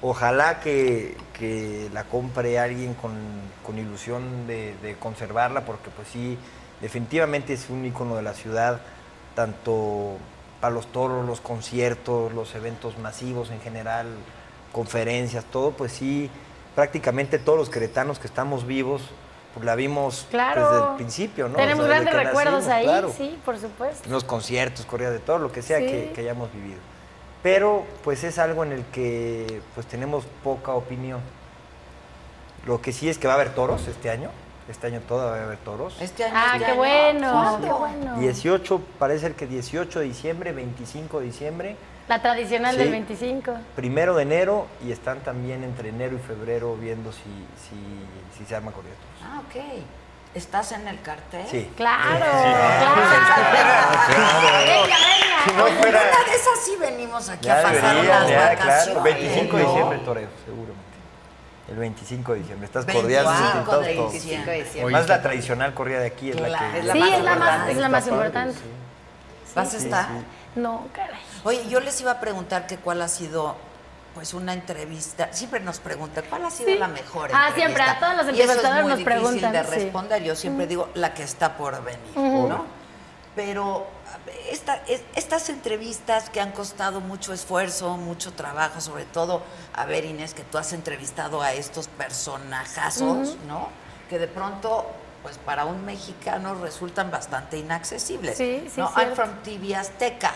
[SPEAKER 3] Ojalá que, que la compre alguien con, con ilusión de, de conservarla, porque pues sí, definitivamente es un icono de la ciudad, tanto para los toros, los conciertos, los eventos masivos en general, conferencias, todo, pues sí, prácticamente todos los queretanos que estamos vivos, pues la vimos
[SPEAKER 6] Claro.
[SPEAKER 3] desde el principio, ¿no?
[SPEAKER 6] Tenemos
[SPEAKER 3] O sea, desde
[SPEAKER 6] grandes
[SPEAKER 3] que
[SPEAKER 6] recuerdos
[SPEAKER 3] nacimos,
[SPEAKER 6] ahí,
[SPEAKER 3] claro
[SPEAKER 6] sí, por supuesto.
[SPEAKER 3] los conciertos, corridas de todo, lo que sea
[SPEAKER 6] Sí.
[SPEAKER 3] que, que hayamos vivido. Pero pues es algo en el que pues tenemos poca opinión. Lo que sí es que va a haber toros este año. Este año todo va a haber toros.
[SPEAKER 1] Este año,
[SPEAKER 6] Ah,
[SPEAKER 1] este
[SPEAKER 6] qué
[SPEAKER 1] año.
[SPEAKER 6] bueno,
[SPEAKER 1] ¿Cuándo?
[SPEAKER 6] qué bueno.
[SPEAKER 3] 18, parece ser que 18 de diciembre, 25 de diciembre,
[SPEAKER 6] La tradicional
[SPEAKER 3] Sí.
[SPEAKER 6] del 25.
[SPEAKER 3] primero de enero y están también entre enero y febrero viendo si, si, si se arma corrida de toros.
[SPEAKER 1] Ah, ok. ¿Estás en el cartel?
[SPEAKER 3] Sí.
[SPEAKER 6] Ah, Claro,
[SPEAKER 3] Claro.
[SPEAKER 6] claro. Venga,
[SPEAKER 3] Si
[SPEAKER 6] venga.
[SPEAKER 3] no
[SPEAKER 1] Pero
[SPEAKER 3] fuera-
[SPEAKER 1] una de esas sí venimos aquí
[SPEAKER 3] Ya
[SPEAKER 1] a pasar
[SPEAKER 3] deberían,
[SPEAKER 1] unas
[SPEAKER 3] ya,
[SPEAKER 1] vacaciones.
[SPEAKER 3] claro. 25 de
[SPEAKER 1] ¿no?
[SPEAKER 3] diciembre, toreo, seguramente. El 25 de diciembre. Estás
[SPEAKER 1] 25
[SPEAKER 3] cordial.
[SPEAKER 1] de
[SPEAKER 3] todos.
[SPEAKER 1] diciembre.
[SPEAKER 4] Oye,
[SPEAKER 3] Más la tradicional corrida de aquí es
[SPEAKER 1] Claro.
[SPEAKER 3] la que...
[SPEAKER 1] Es
[SPEAKER 2] la
[SPEAKER 6] Sí,
[SPEAKER 2] más
[SPEAKER 6] es la más,
[SPEAKER 2] importante.
[SPEAKER 6] es la más
[SPEAKER 3] Está padre,
[SPEAKER 6] importante.
[SPEAKER 3] sí.
[SPEAKER 1] ¿Vas a estar?
[SPEAKER 6] No, caray.
[SPEAKER 1] Oye, yo les iba a preguntar que cuál ha sido, pues, una entrevista. Siempre nos preguntan cuál ha sido
[SPEAKER 6] Sí.
[SPEAKER 1] la mejor
[SPEAKER 6] Ah,
[SPEAKER 1] entrevista.
[SPEAKER 6] siempre, a todos los
[SPEAKER 1] Y eso es
[SPEAKER 6] entrevistadores
[SPEAKER 1] muy
[SPEAKER 6] nos
[SPEAKER 1] difícil
[SPEAKER 6] preguntan,
[SPEAKER 1] de
[SPEAKER 6] sí. Mm.
[SPEAKER 1] responder. Yo siempre digo la que está por venir, ¿no? Pero a ver, esta- es- estas entrevistas que han costado mucho esfuerzo, mucho trabajo, sobre todo, a ver, Inés, que tú has entrevistado a estos personajazos, ¿no? Que de pronto, pues para un mexicano resultan bastante inaccesibles.
[SPEAKER 6] Sí, sí,
[SPEAKER 1] ¿no? I'm
[SPEAKER 6] cierto.
[SPEAKER 1] from TV Azteca.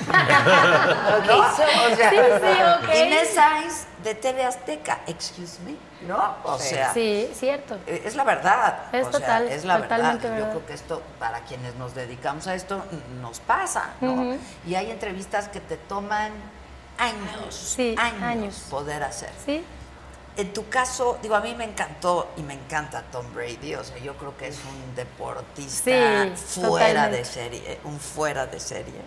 [SPEAKER 2] Ok,
[SPEAKER 1] ¿no? O sea,
[SPEAKER 6] Sí, sí, ok.
[SPEAKER 1] Inés Sainz de TV Azteca, excuse me, ¿no? O sea,
[SPEAKER 6] Ah, Sí, cierto.
[SPEAKER 1] eh, es la verdad.
[SPEAKER 6] Es
[SPEAKER 1] o
[SPEAKER 6] total,
[SPEAKER 1] sea, es la verdad.
[SPEAKER 6] totalmente
[SPEAKER 1] Y Yo
[SPEAKER 6] verdad.
[SPEAKER 1] creo que esto, para quienes nos dedicamos a esto, n- nos pasa, ¿no?
[SPEAKER 6] Ujú.
[SPEAKER 1] Y hay entrevistas que te toman años,
[SPEAKER 6] Sí,
[SPEAKER 1] años,
[SPEAKER 6] años.
[SPEAKER 1] poder hacer.
[SPEAKER 6] Sí.
[SPEAKER 1] En tu caso, digo, a mí me encantó y me encanta Tom Brady. O sea, yo creo que es un deportista
[SPEAKER 6] Sí,
[SPEAKER 1] fuera de
[SPEAKER 6] totalmente.
[SPEAKER 1] serie, eh, un fuera de serie.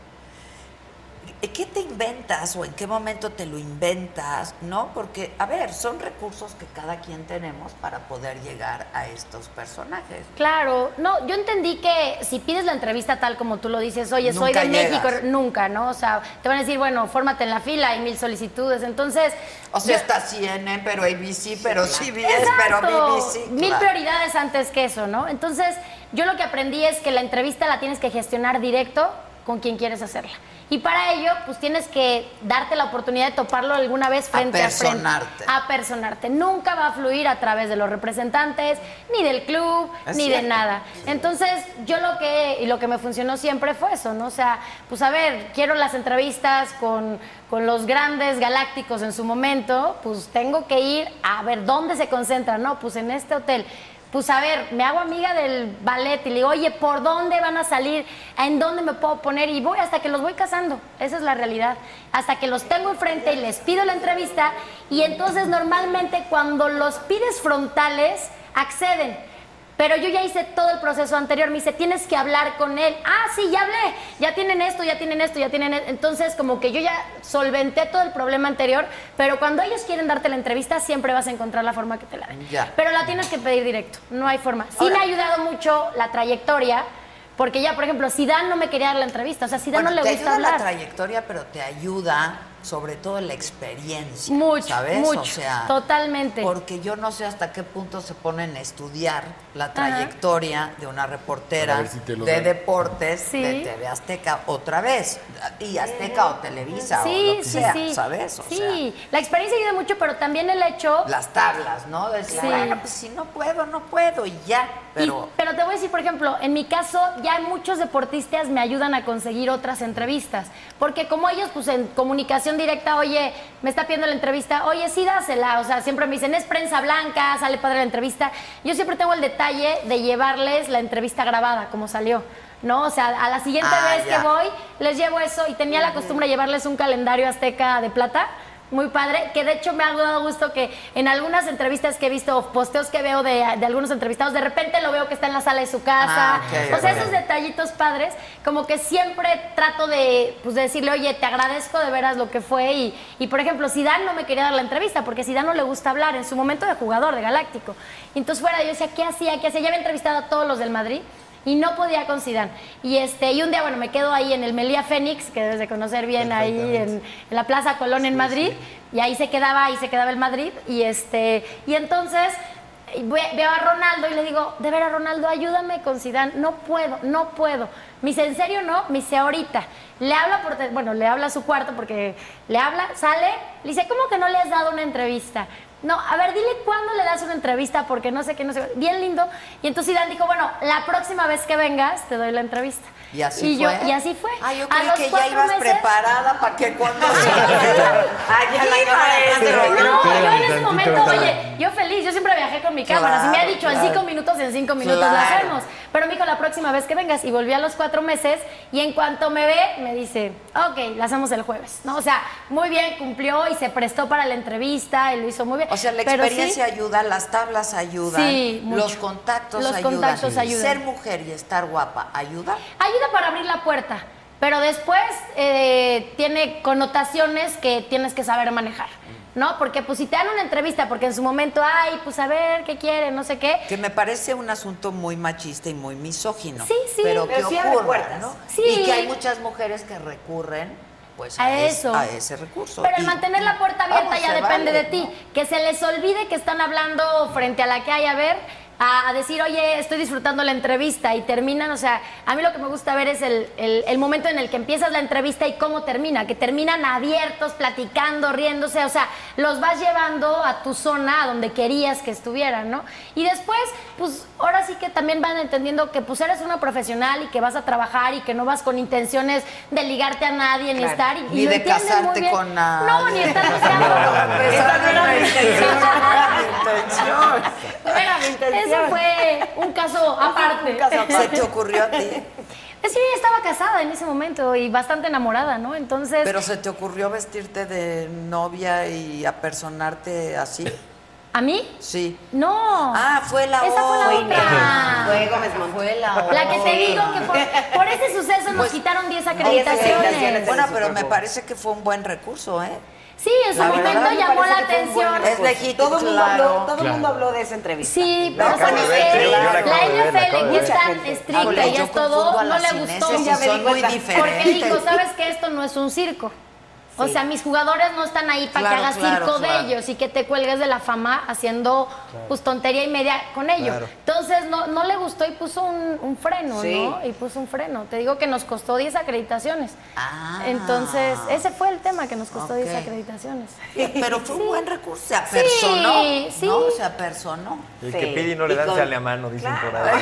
[SPEAKER 1] ¿Qué te inventas o en qué momento te lo inventas? ¿No? Porque, a ver, son recursos que cada quien tenemos para poder llegar a estos personajes.
[SPEAKER 6] Claro, no, yo entendí que si pides la entrevista tal como tú lo dices, oye, soy
[SPEAKER 1] Nunca
[SPEAKER 6] de
[SPEAKER 1] llegas.
[SPEAKER 6] México, nunca, ¿no? O sea, te van a decir, bueno, fórmate en la fila, hay mil solicitudes. Entonces,
[SPEAKER 1] O sea,
[SPEAKER 6] yo-
[SPEAKER 1] está CNN, pero ABC, pero CBS, pero
[SPEAKER 6] Exacto.
[SPEAKER 1] BBC.
[SPEAKER 6] Mil
[SPEAKER 1] claro.
[SPEAKER 6] prioridades antes que eso, ¿no? Entonces, yo lo que aprendí es que la entrevista la tienes que gestionar directo con quien quieres hacerla. Y para ello, pues tienes que darte la oportunidad de toparlo alguna vez frente a frente.
[SPEAKER 1] Apersonarte.
[SPEAKER 6] Apersonarte. Nunca va a fluir a través de los representantes, ni del club,
[SPEAKER 1] Es
[SPEAKER 6] ni
[SPEAKER 1] cierto.
[SPEAKER 6] de nada. Entonces, yo lo que, y lo que me funcionó siempre fue eso, ¿no? O sea, pues a ver, quiero las entrevistas con, con los grandes galácticos en su momento, pues tengo que ir a ver dónde se concentran, ¿no? Pues en este hotel. Pues a ver, me hago amiga del ballet y le digo, oye, ¿por dónde van a salir? ¿En dónde me puedo poner? Y voy hasta que los voy casando. Esa es la realidad. Hasta que los tengo enfrente y les pido la entrevista. Y entonces normalmente cuando los pides frontales, acceden. Pero yo ya hice todo el proceso anterior. Me dice, tienes que hablar con él. Ah, sí, ya hablé. Ya tienen esto, ya tienen esto, ya tienen. e-". Entonces, como que yo ya solventé todo el problema anterior. Pero cuando ellos quieren darte la entrevista, siempre vas a encontrar la forma que te la den.
[SPEAKER 1] Ya.
[SPEAKER 6] Pero la tienes que pedir directo. No hay forma. Sí
[SPEAKER 1] Ahora-
[SPEAKER 6] me ha ayudado mucho la trayectoria. Porque ya, por ejemplo, Zidane no me quería dar la entrevista. O sea, Zidane
[SPEAKER 1] Bueno,
[SPEAKER 6] no le
[SPEAKER 1] te
[SPEAKER 6] gusta
[SPEAKER 1] ayuda la
[SPEAKER 6] hablar.
[SPEAKER 1] trayectoria, pero te ayuda sobre todo la experiencia.
[SPEAKER 6] Mucho,
[SPEAKER 1] ¿sabes?
[SPEAKER 6] mucho,
[SPEAKER 1] O sea,
[SPEAKER 6] totalmente.
[SPEAKER 1] Porque yo no sé hasta qué punto se ponen a estudiar la trayectoria de una reportera
[SPEAKER 4] A ver si te lo
[SPEAKER 1] de
[SPEAKER 4] dan.
[SPEAKER 1] deportes
[SPEAKER 6] Sí.
[SPEAKER 1] de TV Azteca otra vez. Y Azteca o Televisa o lo
[SPEAKER 6] Sí,
[SPEAKER 1] que
[SPEAKER 6] sí,
[SPEAKER 1] sea,
[SPEAKER 6] sí.
[SPEAKER 1] ¿sabes? O
[SPEAKER 6] sí, la experiencia ayuda mucho, pero también el hecho.
[SPEAKER 1] sea, las tablas, ¿no? Decir,
[SPEAKER 6] Sí.
[SPEAKER 1] bueno, pues si no puedo, no puedo y ya.
[SPEAKER 8] Pero-
[SPEAKER 6] Y- pero te voy a decir, por ejemplo, en mi caso ya muchos deportistas me ayudan a conseguir otras entrevistas, porque como ellos, pues en comunicación directa, oye, me está pidiendo la entrevista, oye, sí, dásela, o sea, siempre me dicen, es prensa blanca, sale padre la entrevista. Yo siempre tengo el detalle de llevarles la entrevista grabada, como salió. No, o sea, a la siguiente
[SPEAKER 1] Ah,
[SPEAKER 6] vez
[SPEAKER 1] ya.
[SPEAKER 6] que voy, les llevo eso y tenía la costumbre de llevarles un calendario azteca de plata. Muy padre, que de hecho me ha dado gusto que en algunas entrevistas que he visto, o posteos que veo de, de algunos entrevistados, de repente lo veo que está en la sala de su casa.
[SPEAKER 8] Ah, ok,
[SPEAKER 6] o sea,
[SPEAKER 8] ok.
[SPEAKER 6] esos detallitos padres, como que siempre trato de, pues, de decirle, oye, te agradezco de veras lo que fue. Y, y, por ejemplo, Zidane no me quería dar la entrevista, porque Zidane no le gusta hablar en su momento de jugador, de galáctico. Y entonces fuera, yo decía, ¿qué hacía? ¿Qué hacía? Ya había entrevistado a todos los del Madrid y no podía con Zidane. Y este y un día bueno me quedo ahí en el Melía Fénix que debes de conocer bien ahí en, en la Plaza Colón en Madrid y ahí se quedaba ahí se quedaba el Madrid y este y entonces eh, ve- veo a Ronaldo y le digo de veras Ronaldo ayúdame con Zidane no puedo no puedo me dice en serio no me dice ahorita le habla por tel- bueno le habla a su cuarto porque le habla sale le dice cómo que no le has dado una entrevista no, a ver, dile cuándo le das una entrevista, porque no sé qué, no sé. qué. Bien lindo. Y entonces Zidane dijo, bueno, la próxima vez que vengas te doy la entrevista.
[SPEAKER 8] Y así
[SPEAKER 6] y
[SPEAKER 8] fue.
[SPEAKER 6] Yo, y así fue.
[SPEAKER 1] Ah, yo
[SPEAKER 6] A
[SPEAKER 1] creí
[SPEAKER 6] los
[SPEAKER 1] que ya
[SPEAKER 6] cuatro
[SPEAKER 1] ibas
[SPEAKER 6] meses-
[SPEAKER 1] preparada para que cuando...
[SPEAKER 2] Ay, ya la
[SPEAKER 1] Sí,
[SPEAKER 2] cámara atrás de
[SPEAKER 1] maestro,
[SPEAKER 2] Roberto.
[SPEAKER 6] No, yo en ese
[SPEAKER 4] Espérame
[SPEAKER 6] momento,
[SPEAKER 4] tantito,
[SPEAKER 6] oye,
[SPEAKER 4] espérame.
[SPEAKER 6] yo feliz, yo siempre viajé con mi cámara. Si me ha
[SPEAKER 1] Claro,
[SPEAKER 6] dicho en
[SPEAKER 1] claro.
[SPEAKER 6] cinco minutos, en cinco minutos lo
[SPEAKER 8] Claro.
[SPEAKER 6] hacemos. Pero me dijo la próxima vez que vengas. Y volví a los cuatro meses. Y en cuanto me ve, me dice, ok, la hacemos el jueves. ¿No? O sea, muy bien, cumplió y se prestó para la entrevista y lo hizo muy bien.
[SPEAKER 1] O sea, la
[SPEAKER 6] Pero sí-
[SPEAKER 1] experiencia ayuda, las tablas ayudan,
[SPEAKER 6] Sí, mucho.
[SPEAKER 1] los contactos
[SPEAKER 6] Los
[SPEAKER 1] ayudan.
[SPEAKER 6] contactos ayudan.
[SPEAKER 1] Ser mujer y estar guapa ayuda.
[SPEAKER 6] Ayuda para abrir la puerta, pero después eh, tiene connotaciones que tienes que saber manejar, ¿no? Porque pues si te dan una entrevista, porque en su momento, ay, pues a ver, ¿qué quiere? No sé qué.
[SPEAKER 1] Que me parece un asunto muy machista y muy misógino.
[SPEAKER 6] Sí, sí.
[SPEAKER 1] Pero, que
[SPEAKER 2] Pero sí abre
[SPEAKER 1] ocurra,
[SPEAKER 2] puertas.
[SPEAKER 1] ¿no?
[SPEAKER 6] Sí.
[SPEAKER 1] Y que hay muchas mujeres que recurren pues, a,
[SPEAKER 6] A
[SPEAKER 1] es-
[SPEAKER 6] eso.
[SPEAKER 1] a ese recurso.
[SPEAKER 6] Pero el
[SPEAKER 1] Y-
[SPEAKER 6] mantener la puerta abierta
[SPEAKER 1] vamos,
[SPEAKER 6] ya
[SPEAKER 1] se
[SPEAKER 6] depende
[SPEAKER 1] vale,
[SPEAKER 6] de ti.
[SPEAKER 1] ¿no?
[SPEAKER 6] Que se les olvide que están hablando frente a la que hay a ver, a, a decir, oye, estoy disfrutando la entrevista y terminan. O sea, a mí lo que me gusta ver es el, el- el momento en el que empiezas la entrevista y cómo termina. Que terminan abiertos, platicando, riéndose. O sea, los vas llevando a tu zona, a donde querías que estuvieran, ¿no? Y después, pues ahora sí que también van entendiendo que pues eres una profesional y que vas a trabajar y que no vas con intenciones de ligarte a nadie ni
[SPEAKER 1] Claro.
[SPEAKER 6] estar. Y, y
[SPEAKER 1] Ni
[SPEAKER 6] lo
[SPEAKER 1] de
[SPEAKER 6] entienden muy
[SPEAKER 1] casarte
[SPEAKER 6] bien.
[SPEAKER 1] con
[SPEAKER 6] No,
[SPEAKER 1] nadie.
[SPEAKER 6] ni estar buscando.
[SPEAKER 1] Esa no era mi intención.
[SPEAKER 6] Era mi intención. Eso fue un caso aparte.
[SPEAKER 1] Se te ocurrió a ti,
[SPEAKER 6] Es que yo ya estaba casada en ese momento y bastante enamorada, ¿no? Entonces,
[SPEAKER 1] pero se te ocurrió vestirte de novia y apersonarte así.
[SPEAKER 6] ¿a mí?
[SPEAKER 1] Sí.
[SPEAKER 6] No.
[SPEAKER 1] Ah, fue la
[SPEAKER 6] Esa fue la
[SPEAKER 1] otra.
[SPEAKER 6] otra.
[SPEAKER 2] Fue Gómez Montt.
[SPEAKER 8] Fue la otra.
[SPEAKER 6] La que te digo que por, por ese suceso nos
[SPEAKER 1] Pues,
[SPEAKER 6] quitaron 10
[SPEAKER 2] acreditaciones.
[SPEAKER 6] acreditaciones.
[SPEAKER 1] Bueno, pero me parece que fue un buen recurso, ¿eh?
[SPEAKER 6] Sí, en su
[SPEAKER 1] La verdad,
[SPEAKER 6] momento
[SPEAKER 1] me
[SPEAKER 6] llamó
[SPEAKER 2] parece
[SPEAKER 6] la
[SPEAKER 2] que fue un buen
[SPEAKER 6] atención.
[SPEAKER 1] Es legítimo,
[SPEAKER 2] Todo el mundo
[SPEAKER 1] claro.
[SPEAKER 2] habló, todo el mundo habló de esa entrevista.
[SPEAKER 6] Sí,
[SPEAKER 3] La
[SPEAKER 6] pero
[SPEAKER 3] acabo
[SPEAKER 6] ¿sabes
[SPEAKER 3] de ver,
[SPEAKER 6] qué?
[SPEAKER 3] sí, yo la
[SPEAKER 6] La
[SPEAKER 3] acabo de ver, la acabo
[SPEAKER 6] NFL
[SPEAKER 3] de
[SPEAKER 6] que
[SPEAKER 3] ver.
[SPEAKER 6] es tan estricta
[SPEAKER 1] Híjole,
[SPEAKER 6] y
[SPEAKER 1] yo
[SPEAKER 6] es todo,
[SPEAKER 1] confundo a
[SPEAKER 6] no
[SPEAKER 1] las
[SPEAKER 6] le gustó.
[SPEAKER 1] cineses y
[SPEAKER 2] Ya me
[SPEAKER 1] son
[SPEAKER 2] di
[SPEAKER 1] muy
[SPEAKER 2] cuenta.
[SPEAKER 1] diferentes.
[SPEAKER 6] Porque dijo, ¿sabes qué? Esto no es un circo. O sea, mis jugadores no están ahí para
[SPEAKER 1] Claro,
[SPEAKER 6] que hagas
[SPEAKER 1] claro,
[SPEAKER 6] circo
[SPEAKER 1] claro.
[SPEAKER 6] de ellos y que te cuelgues de la fama haciendo pues tontería y media con ellos. Entonces no, no le gustó y puso un, un freno,
[SPEAKER 2] Sí.
[SPEAKER 6] ¿no? Y puso un freno. Te digo que nos costó 10 acreditaciones. Entonces, ese fue el tema que nos costó
[SPEAKER 1] Ah. Ok.
[SPEAKER 6] 10 acreditaciones.
[SPEAKER 1] Pero fue un buen recurso, se apersonó,
[SPEAKER 6] sí.
[SPEAKER 1] ¿no? Se apersonó.
[SPEAKER 3] El
[SPEAKER 2] Sí.
[SPEAKER 3] que pide y no le
[SPEAKER 2] Y
[SPEAKER 3] dan,
[SPEAKER 2] con-
[SPEAKER 3] sale a mano, dicen por ahí.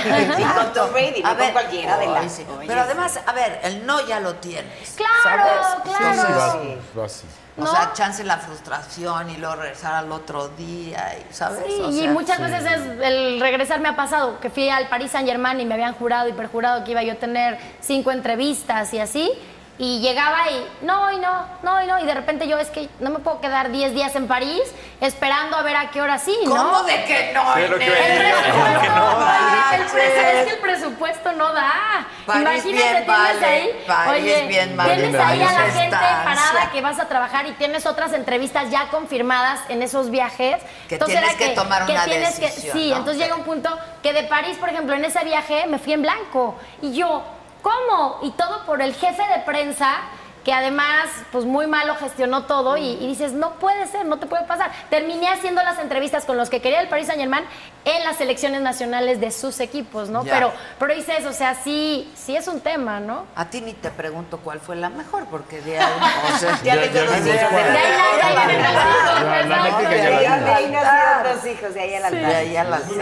[SPEAKER 2] Exacto. Y con Tom Brady, no
[SPEAKER 1] A
[SPEAKER 2] con
[SPEAKER 1] ver,
[SPEAKER 2] cualquiera de la-
[SPEAKER 1] ay, sí.
[SPEAKER 2] Oye,
[SPEAKER 1] Pero
[SPEAKER 2] sí.
[SPEAKER 1] además, a ver, el no ya lo tienes.
[SPEAKER 6] Claro,
[SPEAKER 4] Sí,
[SPEAKER 6] claro.
[SPEAKER 4] vas- vas así.
[SPEAKER 1] O
[SPEAKER 6] ¿No?
[SPEAKER 1] sea, chance la frustración y luego regresar al otro día, y, ¿sabes?
[SPEAKER 6] Sí,
[SPEAKER 1] O
[SPEAKER 6] y
[SPEAKER 1] sea,
[SPEAKER 6] muchas veces es- el regresar me ha pasado, que fui al Paris Saint Germain y me habían jurado y perjurado que iba yo a tener cinco entrevistas y así. Y llegaba y no, y no, no, y no. Y de repente yo es que no me puedo quedar 10 días en París esperando a ver a qué hora sí, ¿no?
[SPEAKER 1] ¿Cómo de que no?
[SPEAKER 3] Sí, es lo que iba a
[SPEAKER 6] El
[SPEAKER 3] decir.
[SPEAKER 6] presupuesto, el
[SPEAKER 1] manches.
[SPEAKER 6] presupuesto- es que el presupuesto no da.
[SPEAKER 1] París
[SPEAKER 6] Imagínate,
[SPEAKER 1] bien
[SPEAKER 6] tienes
[SPEAKER 1] vale,
[SPEAKER 6] ahí,
[SPEAKER 1] París
[SPEAKER 6] oye,
[SPEAKER 1] bien vale,
[SPEAKER 6] tienes ahí a la
[SPEAKER 1] París
[SPEAKER 6] gente
[SPEAKER 1] estancia.
[SPEAKER 6] parada que vas a trabajar y tienes otras entrevistas ya confirmadas en esos viajes.
[SPEAKER 1] Que
[SPEAKER 6] Entonces
[SPEAKER 1] tienes
[SPEAKER 6] era
[SPEAKER 1] que tomar una
[SPEAKER 6] tienes que-
[SPEAKER 1] decisión,
[SPEAKER 6] sí,
[SPEAKER 1] ¿no?
[SPEAKER 6] entonces llega un punto que de París, por ejemplo, en ese viaje me fui en blanco y yo, ¿cómo? Y todo por el jefe de prensa que además, pues muy malo gestionó todo y, y dices, no puede ser, no te puede pasar. Terminé haciendo las entrevistas con los que quería el Paris Saint Germain en las selecciones nacionales de sus equipos, ¿no?
[SPEAKER 1] Ya.
[SPEAKER 6] Pero, pero dices, o sea, sí, sí es un tema, ¿no?
[SPEAKER 1] A ti ni te pregunto cuál fue la mejor, porque de ahí, o sea,
[SPEAKER 2] Ya le
[SPEAKER 4] Ya- ya
[SPEAKER 2] dio dos
[SPEAKER 4] vimos
[SPEAKER 2] hijos.
[SPEAKER 4] cuál.
[SPEAKER 6] De ahí la- de ahí vienen los hijos,
[SPEAKER 4] La- la
[SPEAKER 6] ¿verdad?
[SPEAKER 4] métrica ya la
[SPEAKER 2] Ya
[SPEAKER 4] vimos.
[SPEAKER 2] de ahí nacieron dos hijos, de ahí al
[SPEAKER 1] de
[SPEAKER 2] altar.
[SPEAKER 1] ahí a la
[SPEAKER 2] Sí.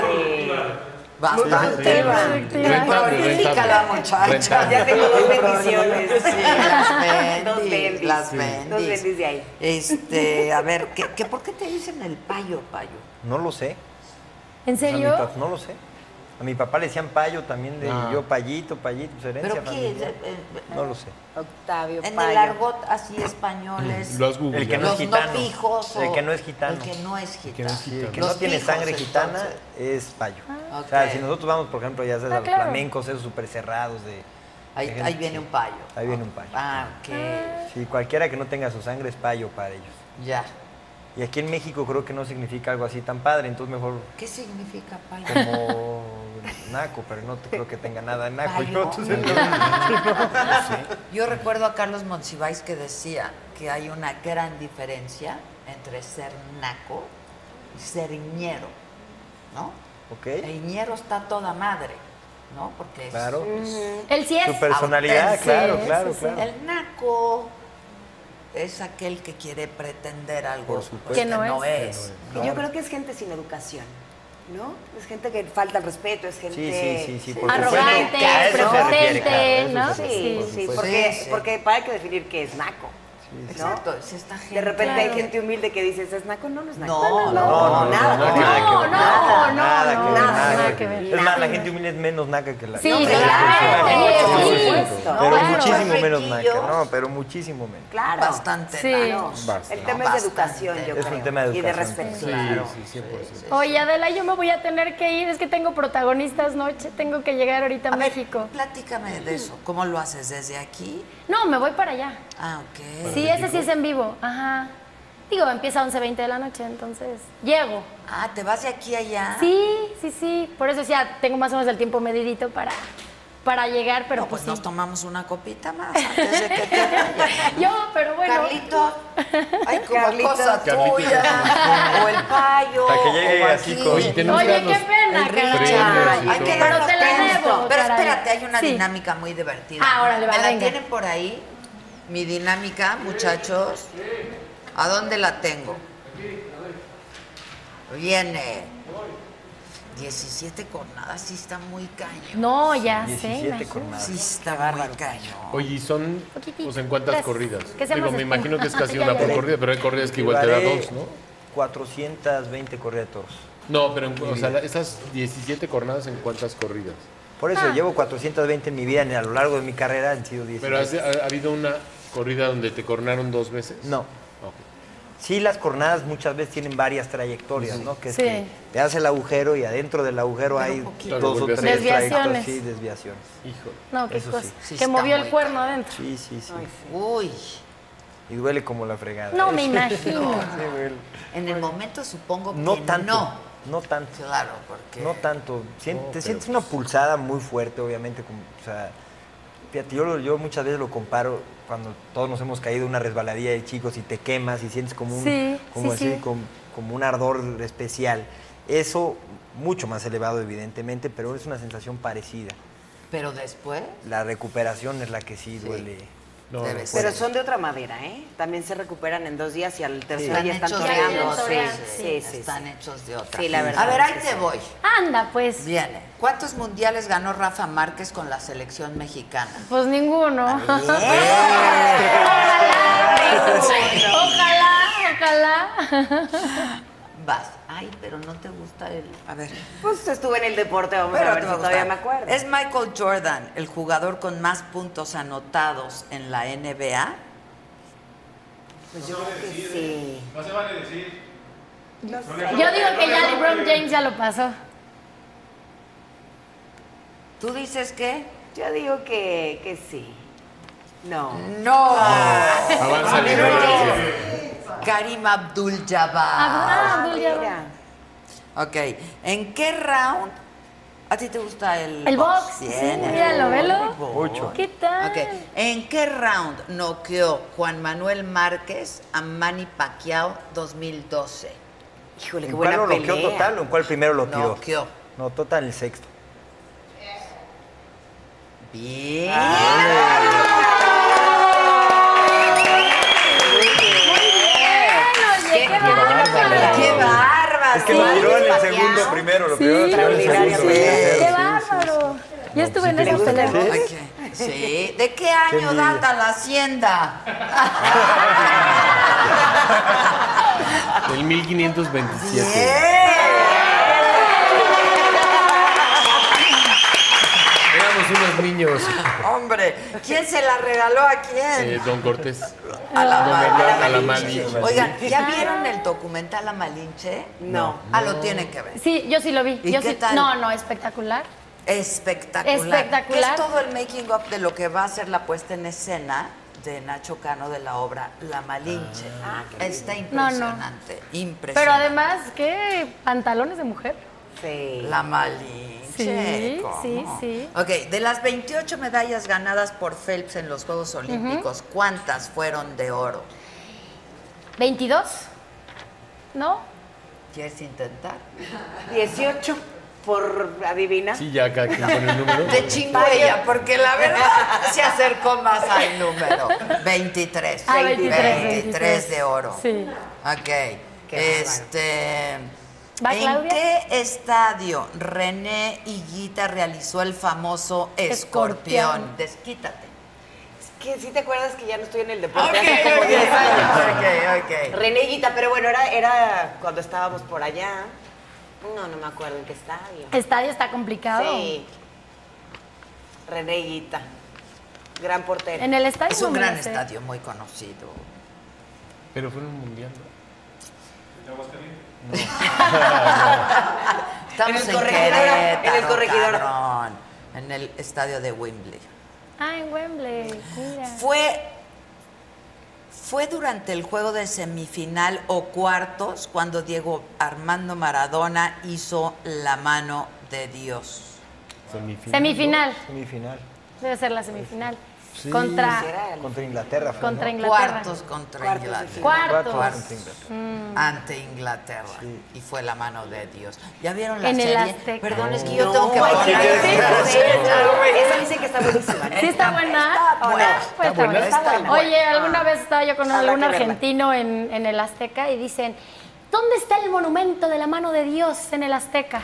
[SPEAKER 1] Bastante.
[SPEAKER 4] Sí,
[SPEAKER 1] Bastante.
[SPEAKER 4] sí, rentable,
[SPEAKER 1] Prolífica la
[SPEAKER 4] rentable.
[SPEAKER 1] muchacha.
[SPEAKER 4] Rentable.
[SPEAKER 2] Ya tengo dos bendiciones.
[SPEAKER 1] Sí, las
[SPEAKER 2] Dos
[SPEAKER 1] bendis.
[SPEAKER 2] bendis.
[SPEAKER 1] Las
[SPEAKER 2] Sí.
[SPEAKER 1] bendis.
[SPEAKER 2] Dos bendis de ahí.
[SPEAKER 1] Este, a ver, ¿qué, qué, por qué te dicen el payo, payo?
[SPEAKER 3] No lo sé.
[SPEAKER 6] ¿En
[SPEAKER 3] O sea, mi
[SPEAKER 6] serio?
[SPEAKER 3] pap- no lo sé. A mi papá le decían payo también, de
[SPEAKER 4] Ah.
[SPEAKER 3] yo payito, payito, pues, herencia
[SPEAKER 1] ¿Pero qué?
[SPEAKER 3] familiar.
[SPEAKER 1] Eh, eh,
[SPEAKER 3] No lo sé.
[SPEAKER 2] Octavio
[SPEAKER 1] En
[SPEAKER 2] Payo.
[SPEAKER 1] el argot así español es
[SPEAKER 4] Lo has googleado.
[SPEAKER 3] El que no
[SPEAKER 1] los
[SPEAKER 3] es gitano.
[SPEAKER 1] no fijos. o-
[SPEAKER 3] el que no es gitano.
[SPEAKER 1] El que no es gitano.
[SPEAKER 4] no es
[SPEAKER 3] Sí, el que
[SPEAKER 1] Los
[SPEAKER 3] no tiene
[SPEAKER 1] fijos,
[SPEAKER 3] sangre gitana
[SPEAKER 1] entonces.
[SPEAKER 3] es payo. O sea,
[SPEAKER 1] Ok.
[SPEAKER 3] si nosotros vamos, por ejemplo, ya sabes,
[SPEAKER 6] Ah,
[SPEAKER 3] a los
[SPEAKER 6] claro.
[SPEAKER 3] flamencos, esos súper cerrados de...
[SPEAKER 1] Ahí,
[SPEAKER 3] de gente,
[SPEAKER 1] ahí viene
[SPEAKER 3] sí.
[SPEAKER 1] un payo.
[SPEAKER 3] Ahí viene un payo.
[SPEAKER 1] Ah, ok.
[SPEAKER 3] Sí, cualquiera que no tenga su sangre es payo para ellos.
[SPEAKER 1] Ya.
[SPEAKER 3] Y aquí en México creo que no significa algo así tan padre, entonces mejor
[SPEAKER 1] ¿Qué significa payo?
[SPEAKER 3] como naco, pero no te creo que tenga nada de naco.
[SPEAKER 1] Payo.
[SPEAKER 3] ¿no? Entonces, no.
[SPEAKER 1] Yo recuerdo a Carlos Monsiváis que decía que hay una gran diferencia entre ser naco y ser ñero, ¿no?
[SPEAKER 3] ¿Ok?
[SPEAKER 1] El ñero está toda madre, ¿no? Porque es
[SPEAKER 3] Claro.
[SPEAKER 6] Él sí es.
[SPEAKER 3] Tu personalidad,
[SPEAKER 1] auténtico.
[SPEAKER 3] claro,
[SPEAKER 6] Sí,
[SPEAKER 3] claro,
[SPEAKER 6] sí, sí.
[SPEAKER 3] claro.
[SPEAKER 1] El naco es aquel que quiere pretender algo pues,
[SPEAKER 3] supuesto.
[SPEAKER 6] Que no es.
[SPEAKER 2] Que Yo creo que es gente sin educación, ¿no? Es gente que falta el respeto, es gente...
[SPEAKER 3] Sí, sí, sí, sí, por supuesto.
[SPEAKER 6] Arrogante,
[SPEAKER 3] A eso se refiere, claro, a
[SPEAKER 6] prepotente,
[SPEAKER 3] eso se
[SPEAKER 6] ¿no?
[SPEAKER 3] refiere.
[SPEAKER 2] Sí,
[SPEAKER 6] Sí.
[SPEAKER 2] sí,
[SPEAKER 3] supuesto.
[SPEAKER 2] porque,
[SPEAKER 1] Sí, sí.
[SPEAKER 2] porque para que definir qué es naco.
[SPEAKER 1] Exacto, es esta gente.
[SPEAKER 2] De repente hay
[SPEAKER 6] Claro.
[SPEAKER 2] gente humilde que dice, ¿es naco? No, no es naco.
[SPEAKER 3] No,
[SPEAKER 1] No, no,
[SPEAKER 3] no, no,
[SPEAKER 2] nada.
[SPEAKER 3] no, nada que ver,
[SPEAKER 6] No,
[SPEAKER 3] nada,
[SPEAKER 6] no,
[SPEAKER 3] nada
[SPEAKER 6] no,
[SPEAKER 3] que ver,
[SPEAKER 6] nada,
[SPEAKER 3] nada
[SPEAKER 6] nada
[SPEAKER 3] que
[SPEAKER 6] que
[SPEAKER 3] ver.
[SPEAKER 6] ver.
[SPEAKER 3] Es más, la gente humilde es menos naca que la
[SPEAKER 6] Sí,
[SPEAKER 3] que la-
[SPEAKER 6] claro,
[SPEAKER 3] que
[SPEAKER 6] sí,
[SPEAKER 3] la-
[SPEAKER 6] sí,
[SPEAKER 3] Pero
[SPEAKER 6] claro.
[SPEAKER 3] muchísimo menos
[SPEAKER 1] Riquillos.
[SPEAKER 3] naca, no, pero muchísimo menos.
[SPEAKER 2] Claro.
[SPEAKER 1] Bastante
[SPEAKER 6] Sí.
[SPEAKER 1] naco.
[SPEAKER 2] El tema es de educación, yo
[SPEAKER 3] Es
[SPEAKER 2] creo.
[SPEAKER 3] un tema de
[SPEAKER 2] Y de
[SPEAKER 3] educación.
[SPEAKER 2] respeto.
[SPEAKER 4] Sí, sí, 100%.
[SPEAKER 6] Oye, Adela, yo me voy a tener que ir. Es que tengo protagonistas noche. Tengo que llegar ahorita a,
[SPEAKER 1] A ver,
[SPEAKER 6] México.
[SPEAKER 1] platícame de eso. ¿Cómo lo haces? ¿Desde aquí?
[SPEAKER 6] No, me voy para allá.
[SPEAKER 1] Ah, ok.
[SPEAKER 6] Sí, ese sí es en vivo. Ajá. Digo, empieza a 11.20 de la noche, entonces llego.
[SPEAKER 1] Ah, ¿te vas de aquí a allá?
[SPEAKER 6] Sí, sí, sí. Por eso decía, tengo más o menos el tiempo medidito para, para llegar, pero
[SPEAKER 1] No, pues
[SPEAKER 6] pues,
[SPEAKER 1] nos
[SPEAKER 6] sí.
[SPEAKER 1] tomamos una copita más antes de que te vayas.
[SPEAKER 6] Yo, pero bueno.
[SPEAKER 1] Carlito, hay como
[SPEAKER 2] Carlito.
[SPEAKER 1] cosa
[SPEAKER 4] Carlito.
[SPEAKER 1] tuya.
[SPEAKER 2] O el payo.
[SPEAKER 3] Para que llegue
[SPEAKER 1] o
[SPEAKER 3] así
[SPEAKER 1] aquí.
[SPEAKER 3] con...
[SPEAKER 4] Oye, tenemos que
[SPEAKER 6] Oye,
[SPEAKER 4] darnos-
[SPEAKER 6] qué pena,
[SPEAKER 1] Enrique,
[SPEAKER 6] caray.
[SPEAKER 4] Richard,
[SPEAKER 1] hay que
[SPEAKER 4] Pero
[SPEAKER 1] darnos
[SPEAKER 6] te la
[SPEAKER 1] crédito.
[SPEAKER 6] debo,
[SPEAKER 1] Pero
[SPEAKER 6] caray.
[SPEAKER 1] espérate, hay una
[SPEAKER 6] Sí.
[SPEAKER 1] dinámica muy divertida.
[SPEAKER 6] Ah, órale, va,
[SPEAKER 1] ¿Me la
[SPEAKER 6] venga.
[SPEAKER 1] tienen por ahí? Mi dinámica, muchachos. ¿A dónde la tengo? Viene. 17 cornadas, sí está muy caño.
[SPEAKER 6] No, ya sé.
[SPEAKER 3] 17
[SPEAKER 6] imagínate.
[SPEAKER 3] con más.
[SPEAKER 1] Sí está muy caño.
[SPEAKER 4] Oye, ¿y son
[SPEAKER 6] Poquitito.
[SPEAKER 4] o sea, en cuántas
[SPEAKER 6] Tres.
[SPEAKER 4] corridas?
[SPEAKER 6] Que sea
[SPEAKER 4] Digo,
[SPEAKER 6] más
[SPEAKER 4] me
[SPEAKER 6] espuma.
[SPEAKER 4] imagino que es casi
[SPEAKER 6] Ya,
[SPEAKER 4] una
[SPEAKER 6] ya,
[SPEAKER 4] por
[SPEAKER 6] ya.
[SPEAKER 4] corrida, pero hay corridas que igual te da
[SPEAKER 3] Llevaré
[SPEAKER 4] dos, ¿no?
[SPEAKER 3] 420 corridas de toros.
[SPEAKER 4] No, pero en, o sea, la- esas 17 cornadas en cuántas corridas.
[SPEAKER 3] Por
[SPEAKER 6] Ah.
[SPEAKER 3] eso llevo 420 en mi vida, en- a lo largo de mi carrera han sido 17.
[SPEAKER 4] Pero has- ha, ha habido una corrida donde te cornaron dos veces.
[SPEAKER 3] No.
[SPEAKER 4] Ok.
[SPEAKER 3] Sí, las cornadas muchas veces tienen varias trayectorias, ¿no? Que es
[SPEAKER 6] Sí.
[SPEAKER 3] que te hace el agujero y adentro del agujero hay
[SPEAKER 4] poquito.
[SPEAKER 3] dos o
[SPEAKER 4] Vuelve a
[SPEAKER 3] tres
[SPEAKER 4] hacer.
[SPEAKER 6] Desviaciones.
[SPEAKER 3] trayectorias. Sí, desviaciones.
[SPEAKER 4] Hijo.
[SPEAKER 6] No, qué
[SPEAKER 3] Eso
[SPEAKER 6] cosa.
[SPEAKER 3] sí.
[SPEAKER 1] Sí
[SPEAKER 6] que
[SPEAKER 1] está
[SPEAKER 6] movió
[SPEAKER 1] muy
[SPEAKER 6] el cuerno
[SPEAKER 1] cañón.
[SPEAKER 6] adentro.
[SPEAKER 3] Sí, sí, sí.
[SPEAKER 1] Uy.
[SPEAKER 3] Y duele como la fregada.
[SPEAKER 6] No
[SPEAKER 3] ¿eh?
[SPEAKER 6] me imagino.
[SPEAKER 3] Sí, duele.
[SPEAKER 1] En el momento supongo que
[SPEAKER 3] No
[SPEAKER 1] no.
[SPEAKER 3] tanto. No tanto.
[SPEAKER 1] Claro, porque
[SPEAKER 3] No tanto. Sien- te sientes una pulsada muy fuerte, obviamente. como- o sea, fíjate, yo, lo- yo muchas veces lo comparo cuando todos nos hemos caído una resbaladilla de chicos y te quemas y sientes como un,
[SPEAKER 6] Sí,
[SPEAKER 3] como
[SPEAKER 6] sí,
[SPEAKER 3] así,
[SPEAKER 6] sí.
[SPEAKER 3] com- como un ardor especial. Eso mucho más elevado, evidentemente, pero es una sensación parecida.
[SPEAKER 1] pero después
[SPEAKER 3] La recuperación es la que sí duele.
[SPEAKER 4] No,
[SPEAKER 1] debe
[SPEAKER 4] no.
[SPEAKER 1] ser.
[SPEAKER 2] Pero son de otra madera, ¿eh? También se recuperan en dos días y al tercer
[SPEAKER 1] están
[SPEAKER 2] día están
[SPEAKER 1] hechos de
[SPEAKER 2] toreando.
[SPEAKER 1] otro,
[SPEAKER 2] Sí,
[SPEAKER 6] toreando,
[SPEAKER 2] sí, sí.
[SPEAKER 1] están
[SPEAKER 2] sí.
[SPEAKER 1] hechos de otra.
[SPEAKER 2] Sí, la verdad
[SPEAKER 1] A ver,
[SPEAKER 2] es
[SPEAKER 1] ahí
[SPEAKER 2] que
[SPEAKER 1] te
[SPEAKER 2] sí.
[SPEAKER 1] voy.
[SPEAKER 6] Anda, pues.
[SPEAKER 1] Viene. ¿Cuántos mundiales ganó Rafa Márquez con la selección mexicana?
[SPEAKER 6] Pues ninguno. Ojalá, ojalá.
[SPEAKER 1] Vas. Ay, pero no te gusta el. A ver.
[SPEAKER 2] Pues estuve en el deporte, vamos a
[SPEAKER 1] Pero te
[SPEAKER 2] ver si
[SPEAKER 1] va a gustar.
[SPEAKER 2] todavía me acuerdo.
[SPEAKER 1] ¿Es Michael Jordan el jugador con más puntos anotados en la NBA?
[SPEAKER 2] Pues yo creo que sí.
[SPEAKER 6] Yo digo que ya LeBron James ya lo pasó.
[SPEAKER 1] ¿Tú dices qué?
[SPEAKER 2] Yo digo que, que sí. No.
[SPEAKER 1] No.
[SPEAKER 4] Avanza la ignorancia.
[SPEAKER 1] Karim Abdul-Jabbar.
[SPEAKER 6] Ah,
[SPEAKER 2] Ah,
[SPEAKER 6] Abdul Jabbar.
[SPEAKER 2] mira.
[SPEAKER 1] Ok. ¿En qué round a ti te gusta el,
[SPEAKER 6] El box. Sí,
[SPEAKER 1] Bien, el
[SPEAKER 6] míralo,
[SPEAKER 1] box.
[SPEAKER 6] velo.
[SPEAKER 3] Ocho.
[SPEAKER 6] ¿Qué tal?
[SPEAKER 1] Ok, ¿En qué round noqueó Juan Manuel Márquez a Manny Pacquiao 2012?
[SPEAKER 2] Híjole, qué
[SPEAKER 3] ¿En cuál
[SPEAKER 2] buena
[SPEAKER 3] lo
[SPEAKER 2] pelea.
[SPEAKER 3] noqueó total o en cuál primero lo tiró?
[SPEAKER 1] Noqueó.
[SPEAKER 3] No, total el sexto.
[SPEAKER 1] Bien.
[SPEAKER 3] Ah,
[SPEAKER 6] Muy bien, oye, qué bárbaro.
[SPEAKER 1] ¡Qué bárbaro!
[SPEAKER 2] Claro.
[SPEAKER 3] Es que lo tiró en el segundo primero, lo
[SPEAKER 6] Sí.
[SPEAKER 3] primero tiró en el segundo.
[SPEAKER 2] Sí.
[SPEAKER 6] ¡Qué
[SPEAKER 3] primero.
[SPEAKER 6] bárbaro! Yo estuve en
[SPEAKER 3] ¿te
[SPEAKER 6] esas
[SPEAKER 3] gusta?
[SPEAKER 6] peleas.
[SPEAKER 3] Sí.
[SPEAKER 1] Sí, ¿de qué año
[SPEAKER 3] envidia.
[SPEAKER 1] data la hacienda?
[SPEAKER 4] Del 1527.
[SPEAKER 1] Eh,
[SPEAKER 4] Éramos unos niños.
[SPEAKER 1] Hombre, ¿quién se la regaló a quién?
[SPEAKER 4] eh, don Cortés.
[SPEAKER 1] A la,
[SPEAKER 4] Don
[SPEAKER 1] ma-
[SPEAKER 4] Bernardo
[SPEAKER 1] a la
[SPEAKER 4] Malinche.
[SPEAKER 1] Malinche. Oigan, ¿ya vieron el documental La Malinche?
[SPEAKER 2] No.
[SPEAKER 1] Ah, lo tienen que ver.
[SPEAKER 6] Sí, yo sí lo vi.
[SPEAKER 1] ¿Y
[SPEAKER 6] Yo
[SPEAKER 1] qué
[SPEAKER 6] sí-
[SPEAKER 1] tal?
[SPEAKER 6] No, no, espectacular.
[SPEAKER 1] Espectacular.
[SPEAKER 6] Espectacular.
[SPEAKER 1] Que es todo el making up de lo que va a ser la puesta en escena de Nacho Cano de la obra La Malinche. Está
[SPEAKER 6] Ah. No, no.
[SPEAKER 1] impresionante. Impresionante.
[SPEAKER 6] Pero además, ¿qué pantalones de mujer?
[SPEAKER 2] Sí.
[SPEAKER 1] La Malinche.
[SPEAKER 6] Sí,
[SPEAKER 1] ¿cómo?
[SPEAKER 6] sí, sí.
[SPEAKER 1] Ok, de las 28 medallas ganadas por Phelps en los Juegos Olímpicos, ¿cuántas fueron de oro?
[SPEAKER 6] ¿22? ¿No?
[SPEAKER 1] ¿Quieres intentar?
[SPEAKER 2] 18 por adivina.
[SPEAKER 4] Sí, ya cada quien pone el número.
[SPEAKER 1] Te chingo ella, porque la verdad se acercó más al número. 23.
[SPEAKER 6] Ah, 23,
[SPEAKER 1] 23 de oro.
[SPEAKER 6] Sí.
[SPEAKER 1] Ok.
[SPEAKER 2] Qué
[SPEAKER 1] este.
[SPEAKER 6] ¿Va,
[SPEAKER 1] ¿En
[SPEAKER 6] Claudia?
[SPEAKER 1] qué estadio René Higuita realizó el famoso escorpión?
[SPEAKER 6] Escorpión.
[SPEAKER 1] Desquítate.
[SPEAKER 2] Es que sí te acuerdas que ya no estoy en el
[SPEAKER 1] Ok,
[SPEAKER 2] deporte. hace como 10 años.
[SPEAKER 1] ok, ok. ok.
[SPEAKER 2] Reneguita, pero bueno, era, era cuando estábamos por allá. No, no me acuerdo en qué estadio.
[SPEAKER 6] Estadio está complicado.
[SPEAKER 2] Sí. Reneguita. Gran portero.
[SPEAKER 6] En el estadio.
[SPEAKER 1] Es un
[SPEAKER 6] no me
[SPEAKER 1] gran
[SPEAKER 6] lo sé.
[SPEAKER 1] estadio muy conocido.
[SPEAKER 4] Pero fue en un mundial. ¿no?
[SPEAKER 1] Estamos
[SPEAKER 2] el
[SPEAKER 1] en,
[SPEAKER 2] Corregidora, en el
[SPEAKER 1] Querétaro,
[SPEAKER 2] Corregidora.
[SPEAKER 1] cabrón. en el estadio de Wembley.
[SPEAKER 6] Ah, en Wembley. Mira.
[SPEAKER 1] Fue, fue durante el juego de semifinal o cuartos cuando Diego Armando Maradona hizo la mano de Dios.
[SPEAKER 4] Semifinal.
[SPEAKER 6] Semifinal.
[SPEAKER 3] Semifinal.
[SPEAKER 6] Debe ser la semifinal.
[SPEAKER 3] Sí.
[SPEAKER 6] Contra,
[SPEAKER 3] Contra Inglaterra. fue,
[SPEAKER 6] contra
[SPEAKER 3] ¿no?
[SPEAKER 6] Inglaterra.
[SPEAKER 1] Cuartos contra
[SPEAKER 2] Cuartos de
[SPEAKER 1] Inglaterra. Mm.
[SPEAKER 2] final.
[SPEAKER 6] Cuartos.
[SPEAKER 3] Cuartos contra Inglaterra.
[SPEAKER 1] Ante Inglaterra. Y fue la mano de Dios. ¿Ya vieron la
[SPEAKER 6] En el
[SPEAKER 1] serie?
[SPEAKER 6] Azteca.
[SPEAKER 1] Perdón, es que
[SPEAKER 2] No,
[SPEAKER 1] yo tengo que
[SPEAKER 2] hay
[SPEAKER 1] poner-
[SPEAKER 2] ver esa
[SPEAKER 1] Sí,
[SPEAKER 2] serie.
[SPEAKER 1] claro, güey.
[SPEAKER 2] Esa dicen que está buenísima. ¿eh? ¿no?
[SPEAKER 6] Sí, está buena.
[SPEAKER 1] Está
[SPEAKER 6] ¿o no?
[SPEAKER 1] buena.
[SPEAKER 6] Pues
[SPEAKER 1] Está buena, está buena.
[SPEAKER 6] Oye, alguna vez estaba yo con
[SPEAKER 2] Habrá
[SPEAKER 6] algún
[SPEAKER 2] que verla.
[SPEAKER 6] argentino en, en el Azteca y dicen: ¿Dónde está el monumento de la mano de Dios en el Azteca?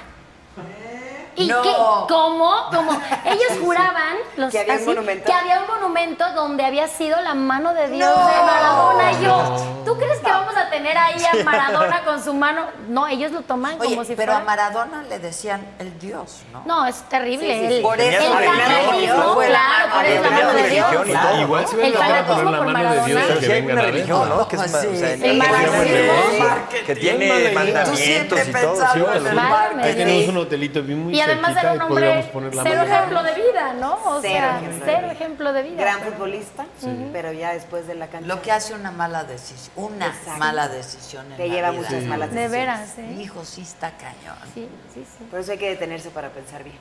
[SPEAKER 6] ¿Y
[SPEAKER 1] No.
[SPEAKER 6] qué? ¿Cómo? ¿Cómo? Ellos juraban los
[SPEAKER 2] Que había un
[SPEAKER 6] así,
[SPEAKER 2] monumento.
[SPEAKER 6] que había un monumento donde había sido la mano de Dios de Maradona. Y yo, ¿tú crees que vamos a tener ahí a Maradona con su mano? No, ellos lo toman
[SPEAKER 1] Oye,
[SPEAKER 6] como si
[SPEAKER 1] pero
[SPEAKER 6] fuera.
[SPEAKER 1] a Maradona le decían el Dios, ¿no?
[SPEAKER 6] No, es terrible.
[SPEAKER 2] Sí, sí, sí.
[SPEAKER 6] El,
[SPEAKER 1] Por eso
[SPEAKER 6] el
[SPEAKER 1] la religión,
[SPEAKER 6] fanatismo,
[SPEAKER 1] fue la
[SPEAKER 6] claro,
[SPEAKER 1] mano
[SPEAKER 6] por
[SPEAKER 1] de
[SPEAKER 6] eso la
[SPEAKER 1] Dios.
[SPEAKER 6] mano de Dios.
[SPEAKER 3] Religión y todo.
[SPEAKER 6] claro.
[SPEAKER 4] Igual si hubieran
[SPEAKER 6] El
[SPEAKER 4] logrado poner
[SPEAKER 6] fanatismo
[SPEAKER 4] la
[SPEAKER 6] por
[SPEAKER 4] mano de Dios
[SPEAKER 6] Maradona.
[SPEAKER 3] Pero
[SPEAKER 4] que
[SPEAKER 3] sí hay
[SPEAKER 4] vengan
[SPEAKER 3] una
[SPEAKER 4] a ver.
[SPEAKER 3] religión, ¿no? Que, es
[SPEAKER 1] Pues
[SPEAKER 3] ma-
[SPEAKER 1] sí.
[SPEAKER 3] o sea,
[SPEAKER 1] El
[SPEAKER 3] la religión
[SPEAKER 6] marxismo,
[SPEAKER 3] es-
[SPEAKER 1] marketing.
[SPEAKER 3] que tiene
[SPEAKER 1] Tú siempre
[SPEAKER 3] mandamientos y todo.
[SPEAKER 1] pensando en el
[SPEAKER 6] Válgame
[SPEAKER 4] Ahí
[SPEAKER 1] marketing.
[SPEAKER 4] tenemos un hotelito bien muy
[SPEAKER 6] Y además era un
[SPEAKER 4] cerquita y podríamos
[SPEAKER 6] hombre
[SPEAKER 4] poner la
[SPEAKER 6] cero
[SPEAKER 4] mano.
[SPEAKER 6] ejemplo de vida, ¿no? O
[SPEAKER 2] Cero
[SPEAKER 6] sea,
[SPEAKER 2] ejemplo de
[SPEAKER 6] cero
[SPEAKER 2] vida.
[SPEAKER 6] ejemplo de vida.
[SPEAKER 2] Gran futbolista, pero ya después de la cancha.
[SPEAKER 1] Lo que hace una mala decisión, una
[SPEAKER 2] Exacto.
[SPEAKER 1] mala decisión en
[SPEAKER 2] Te
[SPEAKER 1] la
[SPEAKER 2] lleva
[SPEAKER 1] vida.
[SPEAKER 2] muchas malas
[SPEAKER 6] De
[SPEAKER 2] decisiones.
[SPEAKER 6] veras, ¿eh?
[SPEAKER 1] Hijo, sí está cañón.
[SPEAKER 6] Sí, sí, sí.
[SPEAKER 2] Por eso hay que detenerse para pensar bien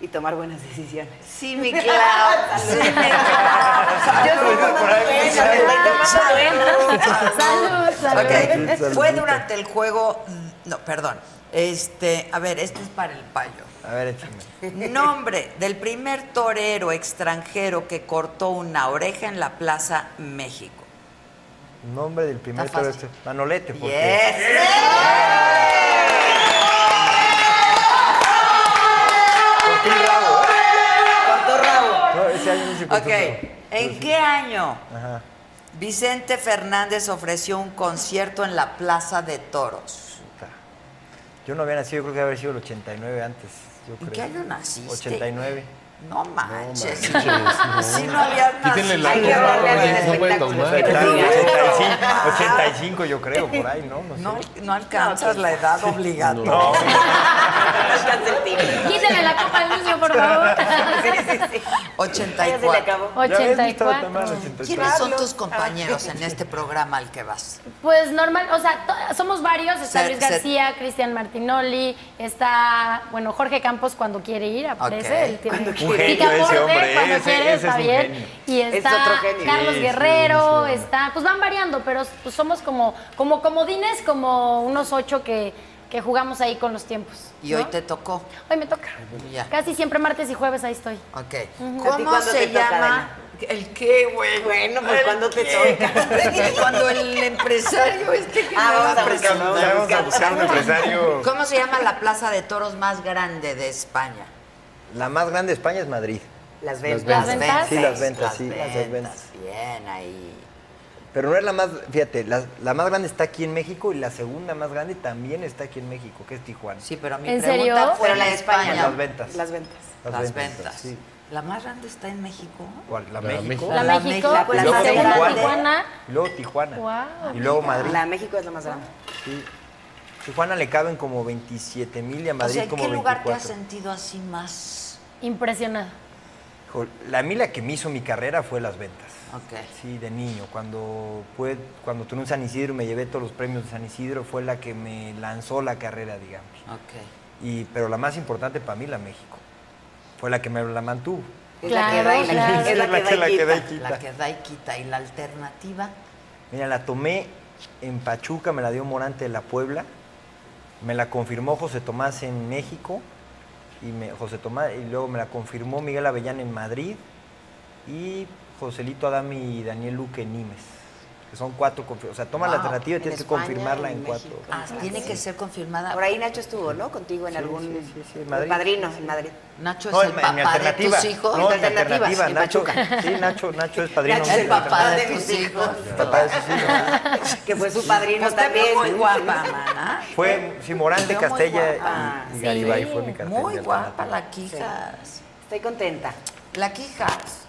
[SPEAKER 2] y tomar buenas decisiones.
[SPEAKER 1] Sí, mi Clau. sí, mi Clau.
[SPEAKER 2] Yo estoy tomando buenas, estoy tomando buenas.
[SPEAKER 6] Salud, salud.
[SPEAKER 1] Ok, Fue durante el juego. mm, No, perdón. Este, a ver, este es para el payo.
[SPEAKER 3] A ver, échame.
[SPEAKER 1] Nombre del primer torero extranjero que cortó una oreja en la Plaza México.
[SPEAKER 3] Nombre del primer
[SPEAKER 1] Está
[SPEAKER 3] torero.
[SPEAKER 1] fácil.
[SPEAKER 3] Manolete, porque
[SPEAKER 1] Yes.
[SPEAKER 3] cortó el rabo. eh?
[SPEAKER 1] Cortó rabo.
[SPEAKER 3] No, ese año no se cortó
[SPEAKER 1] Ok,
[SPEAKER 3] el rabo.
[SPEAKER 1] ¿en qué año
[SPEAKER 3] Pues Ajá.
[SPEAKER 1] Vicente Fernández ofreció un concierto en la Plaza de Toros?
[SPEAKER 3] Puta. Yo no había nacido, yo creo que había sido el 89 antes. Yo
[SPEAKER 1] ¿En
[SPEAKER 3] creo.
[SPEAKER 1] qué año naciste?
[SPEAKER 3] 89.
[SPEAKER 1] No manches.
[SPEAKER 4] manches, no.
[SPEAKER 1] Si no habías
[SPEAKER 4] Quítenle la
[SPEAKER 2] Hay que
[SPEAKER 1] nacido.
[SPEAKER 4] copa,
[SPEAKER 2] hablar
[SPEAKER 4] Rodríguez,
[SPEAKER 2] del
[SPEAKER 4] no pueden
[SPEAKER 2] espectáculo.
[SPEAKER 4] tomar.
[SPEAKER 2] Espectáculo.
[SPEAKER 3] Claro,
[SPEAKER 2] No.
[SPEAKER 3] 85, 85 yo creo, por ahí, ¿no? No sé.
[SPEAKER 1] Ah. No, no alcanzas la edad obligatoria.
[SPEAKER 3] No.
[SPEAKER 2] Alcanza el timbre.
[SPEAKER 6] Quítale la copa al niño, por favor.
[SPEAKER 2] Ya se le
[SPEAKER 1] 84.
[SPEAKER 2] acabó.
[SPEAKER 3] Ya habías visto a
[SPEAKER 6] 84.
[SPEAKER 3] Tamara, 84.
[SPEAKER 1] ¿Quiénes son
[SPEAKER 2] ah,
[SPEAKER 1] tus compañeros en este programa al que vas?
[SPEAKER 6] Pues normal, o sea, to- somos varios, está
[SPEAKER 1] Se-
[SPEAKER 6] Luis
[SPEAKER 1] se-
[SPEAKER 6] García, Cristian Martinoli, está, bueno, Jorge Campos cuando quiere ir, aparece,
[SPEAKER 1] Ok.
[SPEAKER 6] él tiene
[SPEAKER 2] Cuando
[SPEAKER 3] quiere. Un genio
[SPEAKER 6] Picaporte,
[SPEAKER 3] ese hombre,
[SPEAKER 6] cuando
[SPEAKER 3] ese-
[SPEAKER 6] quiere,
[SPEAKER 3] ese es
[SPEAKER 6] está
[SPEAKER 3] un
[SPEAKER 6] bien.
[SPEAKER 3] genio.
[SPEAKER 6] Y
[SPEAKER 2] Es
[SPEAKER 6] está
[SPEAKER 2] otro genio.
[SPEAKER 6] Carlos
[SPEAKER 3] Sí,
[SPEAKER 6] Guerrero,
[SPEAKER 3] sí, sí.
[SPEAKER 6] está, pues van variando, pero pues, somos como, como comodines, como unos ocho que, que jugamos ahí con los tiempos.
[SPEAKER 1] Y
[SPEAKER 6] ¿no?
[SPEAKER 1] hoy te tocó.
[SPEAKER 6] Hoy me toca.
[SPEAKER 1] Ya.
[SPEAKER 6] Casi siempre martes y jueves ahí estoy.
[SPEAKER 1] Ok.
[SPEAKER 2] ¿A ti
[SPEAKER 1] ¿Cómo
[SPEAKER 2] cuándo te
[SPEAKER 1] se
[SPEAKER 2] toca,
[SPEAKER 1] llama?
[SPEAKER 2] Adela?
[SPEAKER 1] ¿El qué, güey?
[SPEAKER 2] Bueno, pues,
[SPEAKER 1] ¿El
[SPEAKER 2] ¿cuándo te
[SPEAKER 1] qué?
[SPEAKER 2] toca?
[SPEAKER 1] Cuando el empresario este que
[SPEAKER 2] Ah,
[SPEAKER 1] me
[SPEAKER 2] vamos
[SPEAKER 1] va
[SPEAKER 2] a buscar,
[SPEAKER 1] presentar.
[SPEAKER 2] vamos a buscar.
[SPEAKER 3] buscar un empresario.
[SPEAKER 1] ¿Cómo se llama la plaza de toros más grande de España?
[SPEAKER 3] La más grande de España es Madrid.
[SPEAKER 2] Las ventas.
[SPEAKER 6] ventas. Las ventas.
[SPEAKER 3] Sí, las ventas, sí, las
[SPEAKER 1] Las
[SPEAKER 3] ventas.
[SPEAKER 1] ventas. Bien, ahí.
[SPEAKER 3] Pero no es la más, fíjate, la, la más grande está aquí en México y la segunda más grande también está aquí en México, que es Tijuana.
[SPEAKER 1] Sí, pero mi
[SPEAKER 6] ¿En
[SPEAKER 1] pregunta
[SPEAKER 6] serio?
[SPEAKER 1] fue
[SPEAKER 2] Pero la de
[SPEAKER 1] en
[SPEAKER 2] España.
[SPEAKER 3] Las ventas.
[SPEAKER 2] Las ventas.
[SPEAKER 1] Las, ventas.
[SPEAKER 3] sí.
[SPEAKER 1] La más grande está en México.
[SPEAKER 3] ¿Cuál? ¿La,
[SPEAKER 4] La
[SPEAKER 3] México?
[SPEAKER 4] México.
[SPEAKER 6] La,
[SPEAKER 1] La
[SPEAKER 6] México,
[SPEAKER 3] Y
[SPEAKER 1] Mex- la
[SPEAKER 6] la,
[SPEAKER 3] luego
[SPEAKER 2] plaza de
[SPEAKER 6] segunda
[SPEAKER 2] Grande.
[SPEAKER 6] Tijuana.
[SPEAKER 3] Y luego Tijuana.
[SPEAKER 6] Guau.
[SPEAKER 3] Y luego Madrid.
[SPEAKER 2] La de México es la más grande.
[SPEAKER 3] Sí. Tijuana le caben como 27 mil y a Madrid
[SPEAKER 1] o sea, ¿en
[SPEAKER 3] como
[SPEAKER 1] qué lugar te
[SPEAKER 3] 24.
[SPEAKER 1] has sentido así más?
[SPEAKER 6] Impresionada.
[SPEAKER 3] Hijo, La mila que me hizo mi carrera fue las ventas.
[SPEAKER 1] Ok.
[SPEAKER 3] Sí, de niño. Cuando, fue, cuando tuve un San Isidro y me llevé todos los premios de San Isidro, fue la que me lanzó la carrera, digamos.
[SPEAKER 1] Ok.
[SPEAKER 3] Y, pero la más importante para mí, la México. Fue la que me la mantuvo.
[SPEAKER 2] Es
[SPEAKER 6] Claro,
[SPEAKER 2] la que da y la
[SPEAKER 6] claro.
[SPEAKER 2] que- es la que da y quita. Ah,
[SPEAKER 3] y quita.
[SPEAKER 1] La que da y quita. ¿Y la alternativa?
[SPEAKER 3] Mira, la tomé en Pachuca, me la dio Morante de la Puebla, me la confirmó José Tomás en México, y, me- José Tomás, y luego me la confirmó Miguel Avellán en Madrid, y Joselito Adami y Daniel Luque en Nimes, que son cuatro confir- O sea, toma la
[SPEAKER 1] Wow.
[SPEAKER 3] alternativa y
[SPEAKER 2] En
[SPEAKER 3] tienes que
[SPEAKER 2] España,
[SPEAKER 3] confirmarla
[SPEAKER 2] en
[SPEAKER 3] en, cuatro.
[SPEAKER 2] México.
[SPEAKER 1] Ah, tiene que ser
[SPEAKER 6] Ah.
[SPEAKER 1] confirmada.
[SPEAKER 2] Por ahí Nacho estuvo, ¿no? Contigo en
[SPEAKER 3] Sí,
[SPEAKER 2] algún.
[SPEAKER 3] sí, sí, sí, en
[SPEAKER 2] el
[SPEAKER 3] Madrid.
[SPEAKER 2] Padrino, en Madrid.
[SPEAKER 1] Nacho es
[SPEAKER 3] No,
[SPEAKER 1] Pues el
[SPEAKER 3] en- en mi
[SPEAKER 1] papá de
[SPEAKER 3] alternativa.
[SPEAKER 1] tus hijos.
[SPEAKER 3] No, en mi
[SPEAKER 2] Alternativas,
[SPEAKER 3] alternativa.
[SPEAKER 2] en
[SPEAKER 3] Nacho,
[SPEAKER 2] Pachuca.
[SPEAKER 3] sí, Nacho, Nacho es padrino.
[SPEAKER 2] Nacho
[SPEAKER 3] mío.
[SPEAKER 1] el papá de
[SPEAKER 2] de
[SPEAKER 1] tus
[SPEAKER 2] mis
[SPEAKER 1] hijos.
[SPEAKER 2] hijos.
[SPEAKER 3] Papá de sus hijos.
[SPEAKER 2] Que fue su padrino
[SPEAKER 1] Pues te veo
[SPEAKER 2] también.
[SPEAKER 1] muy guapa, maná.
[SPEAKER 3] Fue sí, Morante,
[SPEAKER 1] Yo muy
[SPEAKER 3] Castella
[SPEAKER 1] guapa.
[SPEAKER 3] y, y Garibay
[SPEAKER 6] Sí.
[SPEAKER 3] fue mi cartel.
[SPEAKER 1] Muy
[SPEAKER 3] de
[SPEAKER 1] guapa
[SPEAKER 3] alternativa.
[SPEAKER 1] la Quijas.
[SPEAKER 2] Estoy contenta.
[SPEAKER 1] La Quijas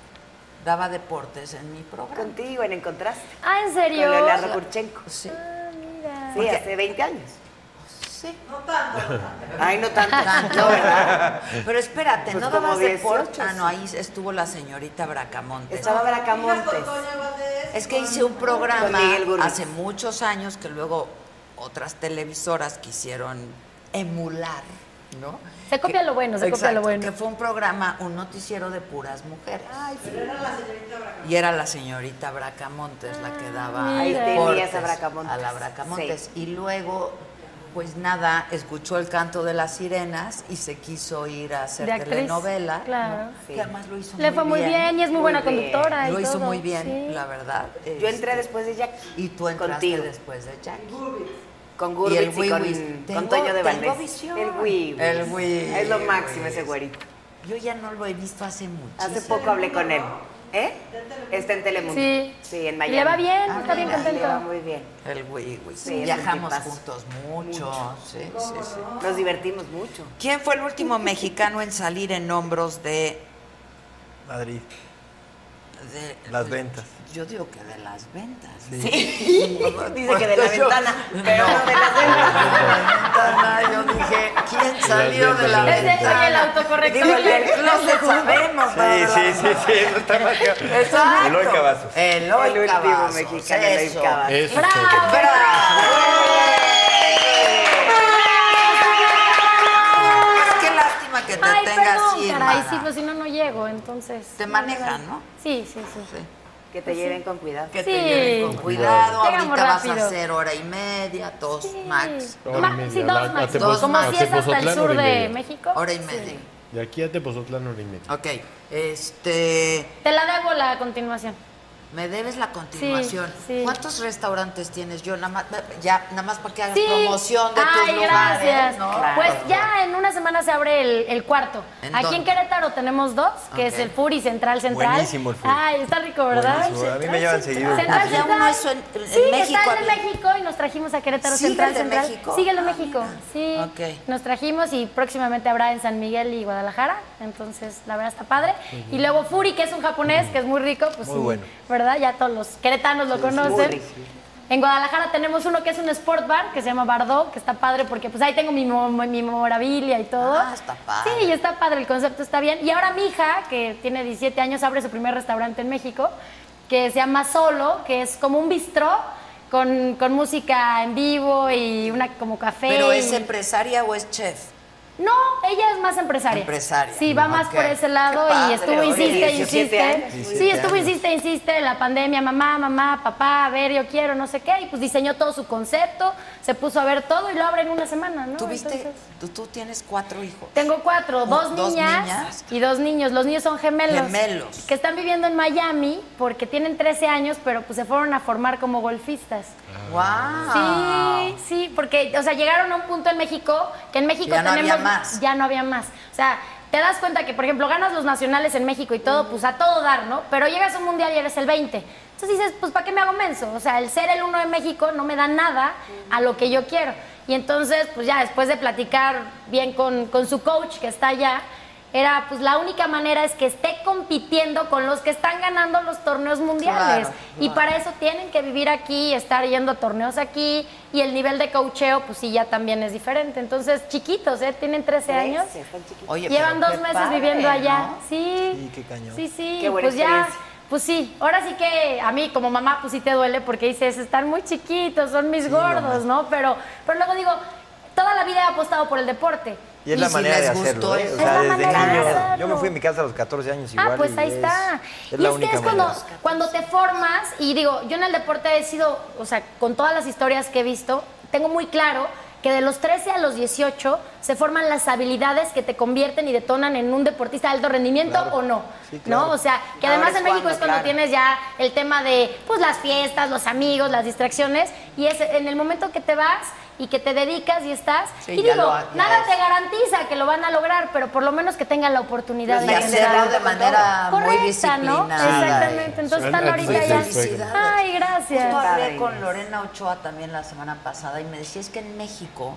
[SPEAKER 1] daba deportes en mi programa.
[SPEAKER 2] Contigo en Encontraste.
[SPEAKER 6] Ah, ¿en
[SPEAKER 2] Con
[SPEAKER 6] serio?
[SPEAKER 2] Leonardo Kurchenko.
[SPEAKER 1] Sí.
[SPEAKER 6] Ah, mira.
[SPEAKER 2] Sí, hace 20 años.
[SPEAKER 1] Sí.
[SPEAKER 2] Ay, no tanto.
[SPEAKER 1] Tanto, ¿verdad? Pero espérate,
[SPEAKER 2] Pues
[SPEAKER 1] ¿no
[SPEAKER 2] como
[SPEAKER 1] dabas
[SPEAKER 2] 18,
[SPEAKER 1] deportes? Ah,
[SPEAKER 2] sí.
[SPEAKER 1] no, ahí estuvo la señorita Bracamonte.
[SPEAKER 2] Estaba Bracamontes.
[SPEAKER 1] Es que hice un programa
[SPEAKER 2] Con Miguel Gurría.
[SPEAKER 1] hace muchos años que luego otras televisoras quisieron emular, ¿no?
[SPEAKER 6] Se copia
[SPEAKER 1] Que-
[SPEAKER 6] lo bueno, se copia
[SPEAKER 1] Exacto,
[SPEAKER 6] lo bueno.
[SPEAKER 1] Que fue un programa, un noticiero de puras mujeres. Y era la señorita Bracamontes la que daba
[SPEAKER 6] Ahí
[SPEAKER 2] tenías
[SPEAKER 1] deportes
[SPEAKER 2] a Bracamontes.
[SPEAKER 1] a la Bracamontes. Y luego, pues nada, escuchó el canto de las sirenas y se quiso ir a hacer
[SPEAKER 6] De actriz,
[SPEAKER 1] telenovela. ¿no?
[SPEAKER 6] claro.
[SPEAKER 2] Sí.
[SPEAKER 1] Que además lo hizo
[SPEAKER 6] Le fue muy bien y es muy,
[SPEAKER 2] Muy
[SPEAKER 6] buena
[SPEAKER 2] bien.
[SPEAKER 6] conductora. y
[SPEAKER 1] Lo hizo
[SPEAKER 6] todo,
[SPEAKER 1] muy bien,
[SPEAKER 6] sí.
[SPEAKER 1] la verdad.
[SPEAKER 2] Yo entré
[SPEAKER 1] Este,
[SPEAKER 2] después de Jack.
[SPEAKER 1] Y tú entraste
[SPEAKER 2] Contigo.
[SPEAKER 1] después de Jackie.
[SPEAKER 2] Con
[SPEAKER 1] Y el
[SPEAKER 2] Gurbitz y,
[SPEAKER 1] Wiwis.
[SPEAKER 2] con,
[SPEAKER 1] Tengo-
[SPEAKER 2] con Toño de
[SPEAKER 1] tengo
[SPEAKER 2] Valdés.
[SPEAKER 1] visión.
[SPEAKER 2] El Wiwis.
[SPEAKER 1] El Wiwis.
[SPEAKER 2] Es lo máximo ese güerito.
[SPEAKER 1] Yo ya no lo he visto hace mucho.
[SPEAKER 2] Hace poco hablé con él. ¿Eh? Está en Telemundo.
[SPEAKER 6] Sí.
[SPEAKER 2] Sí, en Miami.
[SPEAKER 6] Le va bien,
[SPEAKER 2] Ah,
[SPEAKER 6] está bien
[SPEAKER 2] mira,
[SPEAKER 6] contento.
[SPEAKER 2] Le va muy bien.
[SPEAKER 1] El güey, güey.
[SPEAKER 2] Sí, es
[SPEAKER 1] Viajamos
[SPEAKER 2] un tipazo.
[SPEAKER 1] juntos mucho. Sí, sí, sí.
[SPEAKER 2] Nos divertimos mucho.
[SPEAKER 1] ¿Quién fue el último mexicano en salir en hombros de,
[SPEAKER 3] Madrid.
[SPEAKER 1] de-
[SPEAKER 3] Las ventas.
[SPEAKER 1] Yo digo que de las ventas.
[SPEAKER 2] Sí. Dice que de la ventana, pero no de la
[SPEAKER 1] De
[SPEAKER 2] ventana.
[SPEAKER 1] la ventana, yo dije, ¿quién salió de la
[SPEAKER 6] Ese soy el
[SPEAKER 1] ventana?
[SPEAKER 6] autocorrector.
[SPEAKER 1] Digo, del closet sabemos.
[SPEAKER 3] Sí,
[SPEAKER 1] pero de
[SPEAKER 3] sí,
[SPEAKER 1] la-
[SPEAKER 3] sí, sí, eso está más cabrón.
[SPEAKER 1] Exacto.
[SPEAKER 3] Eloy Cavazos.
[SPEAKER 1] Eloy
[SPEAKER 2] El último
[SPEAKER 1] Cavazos,
[SPEAKER 2] mexicano, Eloy
[SPEAKER 1] eso. Eh.
[SPEAKER 2] Cavazos.
[SPEAKER 4] Eso es
[SPEAKER 1] Este,
[SPEAKER 6] ¡Bravo!
[SPEAKER 4] todo.
[SPEAKER 1] Es que lástima que te
[SPEAKER 6] Ay,
[SPEAKER 1] tengas
[SPEAKER 6] perdón,
[SPEAKER 1] así,
[SPEAKER 6] caray,
[SPEAKER 1] hermana.
[SPEAKER 6] sí, pues si no, no llego, entonces.
[SPEAKER 1] Te
[SPEAKER 6] no,
[SPEAKER 1] manejan, ¿no?
[SPEAKER 6] Sí, sí, Pues sí.
[SPEAKER 1] Sí.
[SPEAKER 2] Que te lleven con cuidado.
[SPEAKER 1] Que
[SPEAKER 6] Sí.
[SPEAKER 1] te lleven con cuidado.
[SPEAKER 6] Llegamos
[SPEAKER 1] Ahorita vas a
[SPEAKER 6] rápido.
[SPEAKER 1] hacer hora y media, dos
[SPEAKER 6] Sí.
[SPEAKER 1] max.
[SPEAKER 4] Hora y
[SPEAKER 6] Ma-
[SPEAKER 4] media,
[SPEAKER 6] sí,
[SPEAKER 4] la-
[SPEAKER 6] dos
[SPEAKER 4] a
[SPEAKER 6] más.
[SPEAKER 4] Tepozotlán,
[SPEAKER 6] Como
[SPEAKER 4] a
[SPEAKER 6] así es hasta el
[SPEAKER 4] Tepozotlán,
[SPEAKER 6] sur
[SPEAKER 4] hora y
[SPEAKER 6] de
[SPEAKER 4] media.
[SPEAKER 6] México.
[SPEAKER 1] Hora y
[SPEAKER 6] Sí.
[SPEAKER 1] media.
[SPEAKER 4] De aquí a Tepozotlán, hora y media.
[SPEAKER 1] Ok. Este.
[SPEAKER 6] Te la debo la continuación.
[SPEAKER 1] Me debes la continuación.
[SPEAKER 6] Sí, sí.
[SPEAKER 1] ¿Cuántos restaurantes tienes yo? Nada más, ya, nada más para que hagas
[SPEAKER 6] Sí.
[SPEAKER 1] promoción de tus
[SPEAKER 6] Ay,
[SPEAKER 1] lugares.
[SPEAKER 6] gracias.
[SPEAKER 1] ¿no?
[SPEAKER 6] Pues ya en una semana se abre el, el cuarto.
[SPEAKER 1] ¿En
[SPEAKER 6] Aquí
[SPEAKER 1] dónde?
[SPEAKER 6] en Querétaro tenemos dos, que es
[SPEAKER 1] Ok.
[SPEAKER 6] el Furi Central Central.
[SPEAKER 3] Buenísimo el Fury.
[SPEAKER 6] Ay, está rico, ¿verdad?
[SPEAKER 3] Buenísimo. A mí me llevan seguido.
[SPEAKER 6] Central
[SPEAKER 1] Había
[SPEAKER 6] Central.
[SPEAKER 1] uno eso en- en
[SPEAKER 6] sí,
[SPEAKER 1] México.
[SPEAKER 6] está el de México y nos trajimos a Querétaro
[SPEAKER 1] ¿Sigue
[SPEAKER 6] Central
[SPEAKER 1] el de
[SPEAKER 6] Central.
[SPEAKER 1] México?
[SPEAKER 6] Sigue el de
[SPEAKER 1] Ah,
[SPEAKER 6] México. Sí.
[SPEAKER 1] Ok.
[SPEAKER 6] Nos trajimos y próximamente habrá en San Miguel y Guadalajara. Entonces, la verdad está padre.
[SPEAKER 3] Ah,
[SPEAKER 6] Y luego Furi, que es un japonés, que es muy rico, pues
[SPEAKER 3] Muy
[SPEAKER 6] sí,
[SPEAKER 3] bueno.
[SPEAKER 6] ¿verdad? Ya todos los queretanos lo
[SPEAKER 2] muy
[SPEAKER 6] conocen.
[SPEAKER 2] rico.
[SPEAKER 6] En Guadalajara tenemos uno que es un sport bar que se llama Bardó, que está padre porque pues ahí tengo mi, mo- mi memorabilia y todo.
[SPEAKER 1] Ah, está padre.
[SPEAKER 6] Sí, y está padre, el concepto está bien. Y ahora mi hija, que tiene 17 años, abre su primer restaurante en México, que se llama Solo, que es como un bistró con, con música en vivo y una como café.
[SPEAKER 1] ¿Pero
[SPEAKER 6] y-
[SPEAKER 1] es empresaria o es chef?
[SPEAKER 6] No, ella es más empresaria.
[SPEAKER 1] Empresaria.
[SPEAKER 6] Sí, va más
[SPEAKER 1] Ok.
[SPEAKER 6] por ese lado
[SPEAKER 1] Qué
[SPEAKER 6] y
[SPEAKER 1] padre,
[SPEAKER 6] estuvo,
[SPEAKER 1] oye,
[SPEAKER 6] insiste,
[SPEAKER 1] 17
[SPEAKER 6] insiste.
[SPEAKER 1] años,
[SPEAKER 6] sí,
[SPEAKER 1] 17
[SPEAKER 6] estuvo,
[SPEAKER 1] años.
[SPEAKER 6] insiste, insiste, la pandemia, mamá, mamá, papá, a ver, yo quiero, no sé qué. Y pues diseñó todo su concepto, se puso a ver todo y lo abre en una semana, ¿no?
[SPEAKER 7] Tuviste,
[SPEAKER 6] Entonces,
[SPEAKER 7] tú, tú tienes cuatro hijos.
[SPEAKER 6] tengo cuatro, dos,
[SPEAKER 7] Dos
[SPEAKER 6] niñas,
[SPEAKER 7] niñas.
[SPEAKER 6] y dos niños. Los niños son gemelos.
[SPEAKER 7] Gemelos.
[SPEAKER 6] Que están viviendo en Miami porque tienen 13 años, pero pues se fueron a formar como golfistas.
[SPEAKER 7] Wow.
[SPEAKER 6] Sí, sí, porque, o sea, llegaron a un punto en México que en México
[SPEAKER 7] Ya no había
[SPEAKER 6] tenemos.
[SPEAKER 7] más.
[SPEAKER 6] Ya no había más. O sea, te das cuenta que, por ejemplo, ganas los nacionales en México y
[SPEAKER 7] Mm.
[SPEAKER 6] todo, pues a todo dar, ¿no? Pero llegas a un mundial y eres el 20. Entonces dices, pues ¿para qué me hago menso? O sea, el ser el uno de México no me da nada a lo que yo quiero. Y entonces, pues ya después de platicar bien con, con su coach que está allá, era pues la única manera es que esté compitiendo con los que están ganando los torneos mundiales.
[SPEAKER 7] Claro,
[SPEAKER 6] Y para eso tienen que vivir aquí, estar yendo a torneos aquí y el nivel de coacheo pues sí ya también es diferente. Entonces, chiquitos, ¿eh? Tienen 13, años.
[SPEAKER 2] Trece, están chiquitos.
[SPEAKER 7] Oye,
[SPEAKER 6] Llevan
[SPEAKER 7] pero
[SPEAKER 6] dos
[SPEAKER 7] qué
[SPEAKER 6] meses
[SPEAKER 7] padre,
[SPEAKER 6] viviendo allá.
[SPEAKER 7] ¿no?
[SPEAKER 6] Sí.
[SPEAKER 3] Sí, qué cañón.
[SPEAKER 6] Sí, sí,
[SPEAKER 2] Qué buena
[SPEAKER 6] pues ya
[SPEAKER 2] experiencia.
[SPEAKER 6] pues sí, ahora sí que a mí como mamá pues sí te duele porque dices, están muy chiquitos, son mis gordos, ¿no? Pero pero luego digo, toda la vida he apostado por el deporte.
[SPEAKER 3] Y es
[SPEAKER 7] Y
[SPEAKER 3] la
[SPEAKER 7] si
[SPEAKER 3] manera
[SPEAKER 7] les
[SPEAKER 3] de hacerlo.
[SPEAKER 7] gustó
[SPEAKER 3] ¿eh?
[SPEAKER 7] eso.
[SPEAKER 3] O
[SPEAKER 6] Es la
[SPEAKER 3] sea, desde
[SPEAKER 6] manera de
[SPEAKER 3] niño.
[SPEAKER 6] hacerlo.
[SPEAKER 3] Yo me fui a mi casa a los 14 años igual.
[SPEAKER 6] Ah, pues
[SPEAKER 3] y
[SPEAKER 6] ahí
[SPEAKER 3] es-
[SPEAKER 6] está.
[SPEAKER 3] Es
[SPEAKER 6] y
[SPEAKER 3] la
[SPEAKER 6] es que
[SPEAKER 3] única
[SPEAKER 6] es cuando,
[SPEAKER 3] manera.
[SPEAKER 6] cuando te formas, y digo, yo en el deporte he sido, o sea, con todas las historias que he visto, tengo muy claro que de los 13 a los 18 se forman las habilidades que te convierten y detonan en un deportista de alto rendimiento o no.
[SPEAKER 3] Sí, claro.
[SPEAKER 6] ¿No? O sea, que
[SPEAKER 2] Ahora
[SPEAKER 6] además
[SPEAKER 2] es
[SPEAKER 6] en México
[SPEAKER 2] cuando,
[SPEAKER 6] es cuando
[SPEAKER 2] claro.
[SPEAKER 6] tienes ya el tema de pues las fiestas, los amigos, las distracciones, y es en el momento que te vas y que te dedicas y estás.
[SPEAKER 1] Sí,
[SPEAKER 6] y
[SPEAKER 1] ya
[SPEAKER 6] digo,
[SPEAKER 1] lo ha- ya
[SPEAKER 6] nada
[SPEAKER 1] es.
[SPEAKER 6] te garantiza que lo van a lograr, pero por lo menos que tengan la oportunidad
[SPEAKER 1] Y
[SPEAKER 6] de
[SPEAKER 1] hacerlo de
[SPEAKER 6] intentarlo.
[SPEAKER 1] manera muy
[SPEAKER 6] Correcta, ¿no?
[SPEAKER 1] disciplinada.
[SPEAKER 6] Exactamente. Entonces están
[SPEAKER 4] Antes
[SPEAKER 6] ahorita ya.
[SPEAKER 4] del suegro.
[SPEAKER 6] Ay, gracias.
[SPEAKER 1] Justo hablé
[SPEAKER 2] padre.
[SPEAKER 1] con Lorena Ochoa también la semana pasada y me decía es que en México,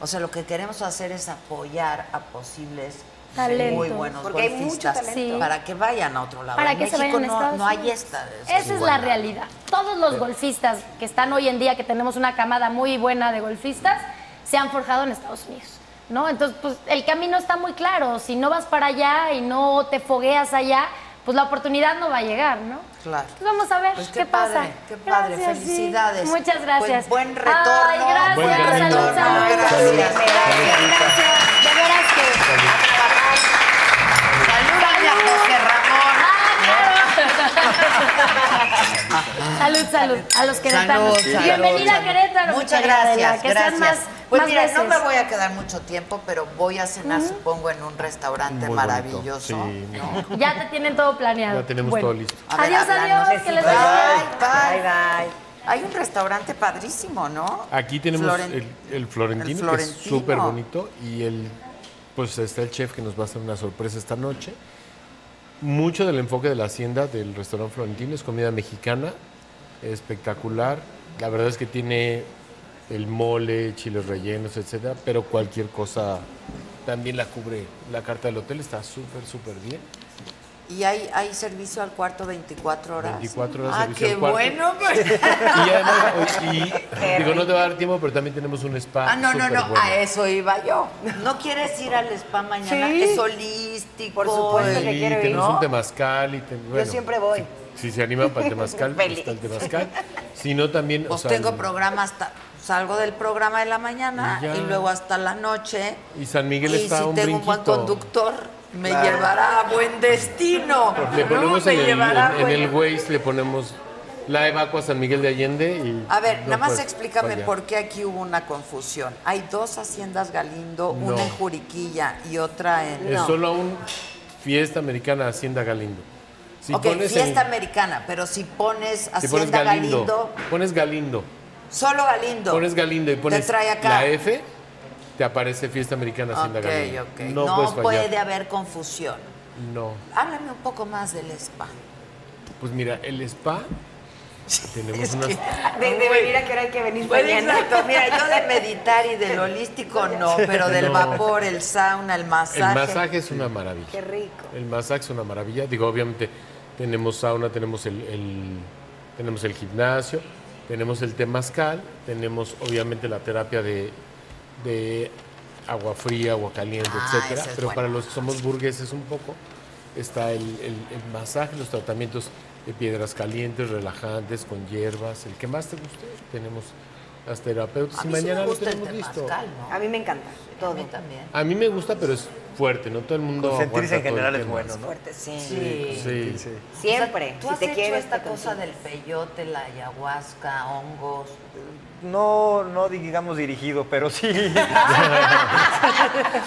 [SPEAKER 1] o sea, lo que queremos hacer es apoyar a posibles
[SPEAKER 6] Talentos.
[SPEAKER 1] muy buenos
[SPEAKER 2] Porque hay mucho
[SPEAKER 1] golfistas
[SPEAKER 6] talento. Sí.
[SPEAKER 1] para que vayan a otro lado.
[SPEAKER 6] Para
[SPEAKER 1] en
[SPEAKER 6] que se
[SPEAKER 1] México
[SPEAKER 6] vayan
[SPEAKER 1] no,
[SPEAKER 6] a Estados
[SPEAKER 1] no hay
[SPEAKER 6] Unidos.
[SPEAKER 1] esta
[SPEAKER 6] Esa es la
[SPEAKER 1] desigualdad.
[SPEAKER 6] realidad. Todos los golfistas que están hoy en día, que tenemos una camada muy buena de golfistas, se han forjado en Estados Unidos. ¿No? Entonces, pues el camino está muy claro. Si no vas para allá y no te fogueas allá, pues la oportunidad no va a llegar, ¿no?
[SPEAKER 1] Claro.
[SPEAKER 6] Pues vamos a ver
[SPEAKER 1] Pues
[SPEAKER 6] qué,
[SPEAKER 1] qué
[SPEAKER 6] pasa.
[SPEAKER 1] padre, qué padre.
[SPEAKER 6] sí.
[SPEAKER 1] Felicidades.
[SPEAKER 6] Muchas gracias.
[SPEAKER 1] Pues buen retorno.
[SPEAKER 6] Ay, gracias.
[SPEAKER 4] Buen retorno.
[SPEAKER 6] Salud, salud.
[SPEAKER 1] Gracias.
[SPEAKER 6] Salud.
[SPEAKER 1] Gracias.
[SPEAKER 6] Gracias. De veras que.
[SPEAKER 1] Salúdame a José Ramón.
[SPEAKER 6] Salud, salud. A los
[SPEAKER 1] Salud,
[SPEAKER 6] querétanos.
[SPEAKER 1] salud,
[SPEAKER 6] Bienvenida a
[SPEAKER 1] salud.
[SPEAKER 6] Querétaro. mi
[SPEAKER 1] Muchas
[SPEAKER 6] querida
[SPEAKER 1] gracias.
[SPEAKER 6] Adela. Que
[SPEAKER 1] gracias.
[SPEAKER 6] sean más.
[SPEAKER 1] pues
[SPEAKER 6] más Mm.
[SPEAKER 1] mira, no
[SPEAKER 6] veces.
[SPEAKER 1] me voy a quedar mucho tiempo, pero voy a cenar, supongo, en un restaurante
[SPEAKER 4] Muy bonito.
[SPEAKER 1] maravilloso.
[SPEAKER 4] Sí, muy
[SPEAKER 1] ¿no?
[SPEAKER 6] Ya te tienen todo planeado.
[SPEAKER 4] Ya tenemos todo listo.
[SPEAKER 1] A ver,
[SPEAKER 6] adiós,
[SPEAKER 1] háblanos.
[SPEAKER 6] adiós. Que les
[SPEAKER 1] Bye,
[SPEAKER 6] vaya bien.
[SPEAKER 1] bye.
[SPEAKER 2] Bye, bye.
[SPEAKER 1] Hay un restaurante padrísimo, ¿no?
[SPEAKER 4] Aquí tenemos
[SPEAKER 1] Floren-
[SPEAKER 4] el, el florentino,
[SPEAKER 1] el
[SPEAKER 4] que es
[SPEAKER 1] florentino.
[SPEAKER 4] súper bonito. Y el, pues está el chef que nos va a hacer una sorpresa esta noche. Mucho del enfoque de la hacienda del restaurante florentino es comida mexicana, espectacular. La verdad es que tiene el mole, chiles rellenos, etcétera, pero cualquier cosa también la cubre la carta del hotel, está súper, súper bien.
[SPEAKER 1] Y hay, hay servicio al cuarto 24 horas.
[SPEAKER 4] 24 horas
[SPEAKER 1] Ah,
[SPEAKER 4] servicio
[SPEAKER 1] qué
[SPEAKER 4] al cuarto.
[SPEAKER 1] bueno. pues.
[SPEAKER 4] Y además, y- digo, no te va a dar tiempo, pero también tenemos un spa.
[SPEAKER 1] Ah, no, no, no,
[SPEAKER 4] superbueno.
[SPEAKER 1] a eso iba yo. ¿No quieres ir al spa mañana?
[SPEAKER 2] Sí.
[SPEAKER 1] Es holístico.
[SPEAKER 2] Por supuesto que
[SPEAKER 4] Y
[SPEAKER 2] quiero ir.
[SPEAKER 4] tenemos un temazcal y te- bueno,
[SPEAKER 2] siempre voy.
[SPEAKER 4] Si, si se animan para el temazcal, pues está el temazcal. Si no también, o
[SPEAKER 1] Pues
[SPEAKER 4] sea,
[SPEAKER 1] tengo
[SPEAKER 4] el-
[SPEAKER 1] programa hasta. Salgo del programa de la mañana
[SPEAKER 4] Y ya.
[SPEAKER 1] y, luego hasta la noche.
[SPEAKER 4] Y San Miguel
[SPEAKER 1] Y
[SPEAKER 4] está
[SPEAKER 1] si
[SPEAKER 4] un
[SPEAKER 1] tengo un buen
[SPEAKER 4] brinquito.
[SPEAKER 1] conductor, me llevará a buen destino.
[SPEAKER 4] le
[SPEAKER 1] ¿no?
[SPEAKER 4] ponemos
[SPEAKER 1] Me
[SPEAKER 4] en, el, en,
[SPEAKER 1] llevará a
[SPEAKER 4] en
[SPEAKER 1] buen-
[SPEAKER 4] el Waze, le ponemos la evacua San Miguel de Allende y
[SPEAKER 1] A ver,
[SPEAKER 4] no pues,
[SPEAKER 1] nada más
[SPEAKER 4] puedes
[SPEAKER 1] explícame
[SPEAKER 4] fallar.
[SPEAKER 1] por qué aquí hubo una confusión. Hay dos haciendas Galindo,
[SPEAKER 4] No.
[SPEAKER 1] una en Juriquilla y otra en.
[SPEAKER 4] Es solo un fiesta americana Hacienda Galindo. Si
[SPEAKER 1] ok,
[SPEAKER 4] pones en-
[SPEAKER 1] fiesta americana, pero si pones
[SPEAKER 4] si pones
[SPEAKER 1] hacienda
[SPEAKER 4] Galindo,
[SPEAKER 1] Galindo,
[SPEAKER 4] pones Galindo,
[SPEAKER 1] solo Galindo.
[SPEAKER 4] pones Galindo y pones
[SPEAKER 1] Te trae acá.
[SPEAKER 4] la F, te aparece fiesta americana Hacienda
[SPEAKER 1] Ok,
[SPEAKER 4] Galindo.
[SPEAKER 1] ok.
[SPEAKER 4] No, puedes fallar.
[SPEAKER 1] puede haber confusión.
[SPEAKER 4] No.
[SPEAKER 1] Háblame un poco más del spa.
[SPEAKER 4] Pues mira, el spa tenemos unas
[SPEAKER 2] De, de venir a qué hora hay que venir
[SPEAKER 1] Bueno,
[SPEAKER 2] mañana.
[SPEAKER 1] exacto. Mira, yo de meditar y del holístico no, pero del
[SPEAKER 4] No.
[SPEAKER 1] vapor, el sauna, el masaje.
[SPEAKER 4] El masaje es una maravilla.
[SPEAKER 2] Qué rico.
[SPEAKER 4] El masaje es una maravilla. Digo, obviamente tenemos sauna, tenemos el, el- tenemos el gimnasio, tenemos el temazcal, tenemos obviamente la terapia de, de agua fría, agua caliente,
[SPEAKER 1] Ah,
[SPEAKER 4] etcétera.
[SPEAKER 1] esa es
[SPEAKER 4] Pero
[SPEAKER 1] buena.
[SPEAKER 4] para los que somos burgueses un poco está el, el- el masaje, los tratamientos de piedras calientes, relajantes, con hierbas, el que más te guste. Tenemos las terapeutas.
[SPEAKER 1] A
[SPEAKER 4] y
[SPEAKER 1] mí sí
[SPEAKER 4] mañana
[SPEAKER 1] me
[SPEAKER 4] lo
[SPEAKER 1] gusta el
[SPEAKER 4] tenemos listo.
[SPEAKER 1] temazcal, ¿no?
[SPEAKER 2] A mí me encanta. Todo.
[SPEAKER 1] también.
[SPEAKER 4] A mí me gusta, pero es fuerte, ¿no? Todo el mundo.
[SPEAKER 3] Consentirse Pues en
[SPEAKER 4] aguanta todo
[SPEAKER 3] general
[SPEAKER 4] el
[SPEAKER 3] es
[SPEAKER 4] tema.
[SPEAKER 3] bueno, ¿no?
[SPEAKER 2] Fuerte, sí.
[SPEAKER 1] Sí.
[SPEAKER 4] Sí.
[SPEAKER 3] Sí.
[SPEAKER 2] Siempre.
[SPEAKER 1] Tú
[SPEAKER 2] si
[SPEAKER 1] has
[SPEAKER 2] te
[SPEAKER 1] hecho
[SPEAKER 2] quieres,
[SPEAKER 1] esta
[SPEAKER 2] te
[SPEAKER 1] cosa
[SPEAKER 2] consigues.
[SPEAKER 1] del peyote, la ayahuasca, hongos.
[SPEAKER 3] No, no digamos dirigido, pero sí.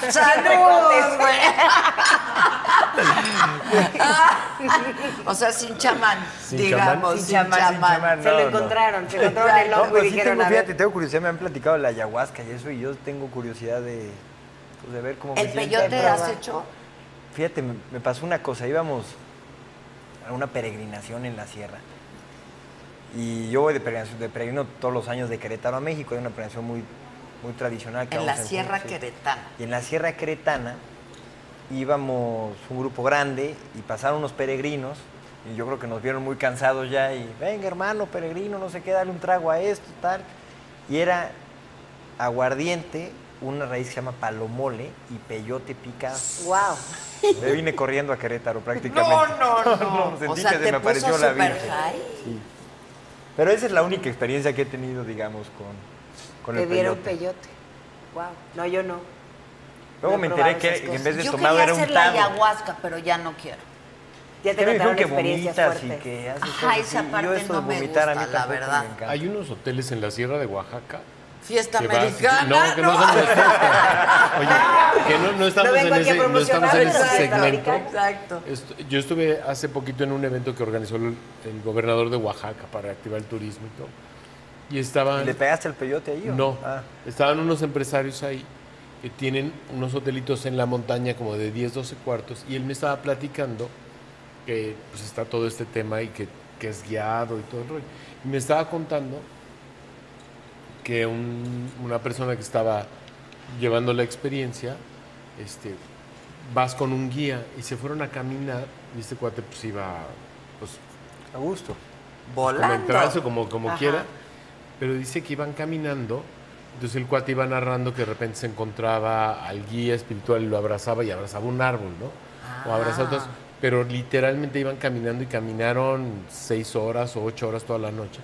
[SPEAKER 1] ¡Saludos, güey! o sea, sin chamán,
[SPEAKER 4] Sin
[SPEAKER 1] digamos,
[SPEAKER 4] chamán.
[SPEAKER 3] Sin chamán,
[SPEAKER 1] sin,
[SPEAKER 3] sin
[SPEAKER 1] chamán.
[SPEAKER 3] chamán,
[SPEAKER 2] Se
[SPEAKER 3] No,
[SPEAKER 2] lo
[SPEAKER 3] no.
[SPEAKER 2] encontraron, se encontraron el
[SPEAKER 3] No,
[SPEAKER 2] hongo
[SPEAKER 3] pero
[SPEAKER 2] y
[SPEAKER 3] sí
[SPEAKER 2] dijeron,
[SPEAKER 3] tengo,
[SPEAKER 2] a ver,
[SPEAKER 3] fíjate, tengo curiosidad, me han platicado de la ayahuasca y eso, y yo tengo curiosidad de, pues, de ver cómo me
[SPEAKER 1] ¿El
[SPEAKER 3] siento.
[SPEAKER 1] peyote has hecho?
[SPEAKER 3] Fíjate, me, me pasó una cosa, íbamos a una peregrinación en la sierra. Y yo voy de peregrinación, de peregrino todos los años de Querétaro a México, es una peregrinación muy, muy tradicional. que
[SPEAKER 1] En la
[SPEAKER 3] vamos junio,
[SPEAKER 1] Sierra
[SPEAKER 3] sí.
[SPEAKER 1] Queretana.
[SPEAKER 3] Y en la Sierra Queretana íbamos un grupo grande y pasaron unos peregrinos y yo creo que nos vieron muy cansados ya y venga hermano peregrino, no sé qué, dale un trago a esto, tal. Y era aguardiente, una raíz que se llama palomole y peyote pica.
[SPEAKER 2] wow.
[SPEAKER 3] Me vine corriendo a Querétaro prácticamente.
[SPEAKER 1] No, no, no.
[SPEAKER 3] sentí
[SPEAKER 1] O sea,
[SPEAKER 3] que
[SPEAKER 1] te
[SPEAKER 3] se me
[SPEAKER 1] puso
[SPEAKER 3] apareció la
[SPEAKER 1] super
[SPEAKER 3] Virgen.
[SPEAKER 1] high.
[SPEAKER 3] Sí. Pero esa es la única experiencia que he tenido, digamos, con, con
[SPEAKER 2] Te
[SPEAKER 3] el
[SPEAKER 2] dieron
[SPEAKER 3] peyote.
[SPEAKER 2] peyote. Wow. No, yo no.
[SPEAKER 3] Luego
[SPEAKER 2] No
[SPEAKER 3] me
[SPEAKER 2] he
[SPEAKER 3] enteré
[SPEAKER 2] probado esas
[SPEAKER 3] que, que en vez de
[SPEAKER 1] Yo
[SPEAKER 3] tomado
[SPEAKER 1] quería
[SPEAKER 3] era un
[SPEAKER 1] hacer la
[SPEAKER 3] tado.
[SPEAKER 1] ayahuasca, pero ya no quiero.
[SPEAKER 2] Ya te
[SPEAKER 3] Que me dijeron
[SPEAKER 2] contaron
[SPEAKER 3] que
[SPEAKER 2] experiencias
[SPEAKER 3] vomitas y
[SPEAKER 2] fuertes.
[SPEAKER 3] que haces
[SPEAKER 1] Ajá,
[SPEAKER 3] cosas
[SPEAKER 1] esa
[SPEAKER 3] así. Y
[SPEAKER 1] parte
[SPEAKER 3] yo eso
[SPEAKER 1] no
[SPEAKER 3] de
[SPEAKER 1] me
[SPEAKER 3] vomitar a mí
[SPEAKER 1] gusta, la
[SPEAKER 3] tampoco
[SPEAKER 1] verdad.
[SPEAKER 3] me encanta.
[SPEAKER 4] Hay unos hoteles en la Sierra de Oaxaca.
[SPEAKER 1] Fiesta
[SPEAKER 4] que vas-
[SPEAKER 1] americana.
[SPEAKER 4] no, que no,
[SPEAKER 1] ¿no?
[SPEAKER 4] son de fiesta. Oye, que no, no estamos
[SPEAKER 2] No vengo
[SPEAKER 4] en
[SPEAKER 2] aquí a
[SPEAKER 4] ese, no estamos
[SPEAKER 2] promocionar,
[SPEAKER 4] en ese
[SPEAKER 2] pero fiesta
[SPEAKER 4] segmento.
[SPEAKER 2] americana.
[SPEAKER 1] Exacto.
[SPEAKER 4] Esto- yo estuve hace poquito en un evento que organizó el, el gobernador de Oaxaca para activar el turismo y todo. Y estaban.
[SPEAKER 3] ¿Le pegaste el peyote ahí o
[SPEAKER 4] No,
[SPEAKER 3] Ah,
[SPEAKER 4] estaban unos empresarios ahí que tienen unos hotelitos en la montaña como de 10, 12 cuartos y él me estaba platicando que pues está todo este tema y que, que es guiado y todo el rollo. Y me estaba contando que un- una persona que estaba llevando la experiencia, este, vas con un guía y se fueron a caminar y este cuate pues iba pues
[SPEAKER 3] a gusto.
[SPEAKER 4] comentario, como, como
[SPEAKER 2] Ajá.
[SPEAKER 4] quiera. Pero dice que iban caminando. Entonces el cuate iba narrando que de repente se encontraba al guía espiritual y lo abrazaba y abrazaba un árbol, ¿no? O abrazaba
[SPEAKER 1] Ah.
[SPEAKER 4] otros. Pero literalmente iban caminando y caminaron seis horas o ocho horas toda la noche.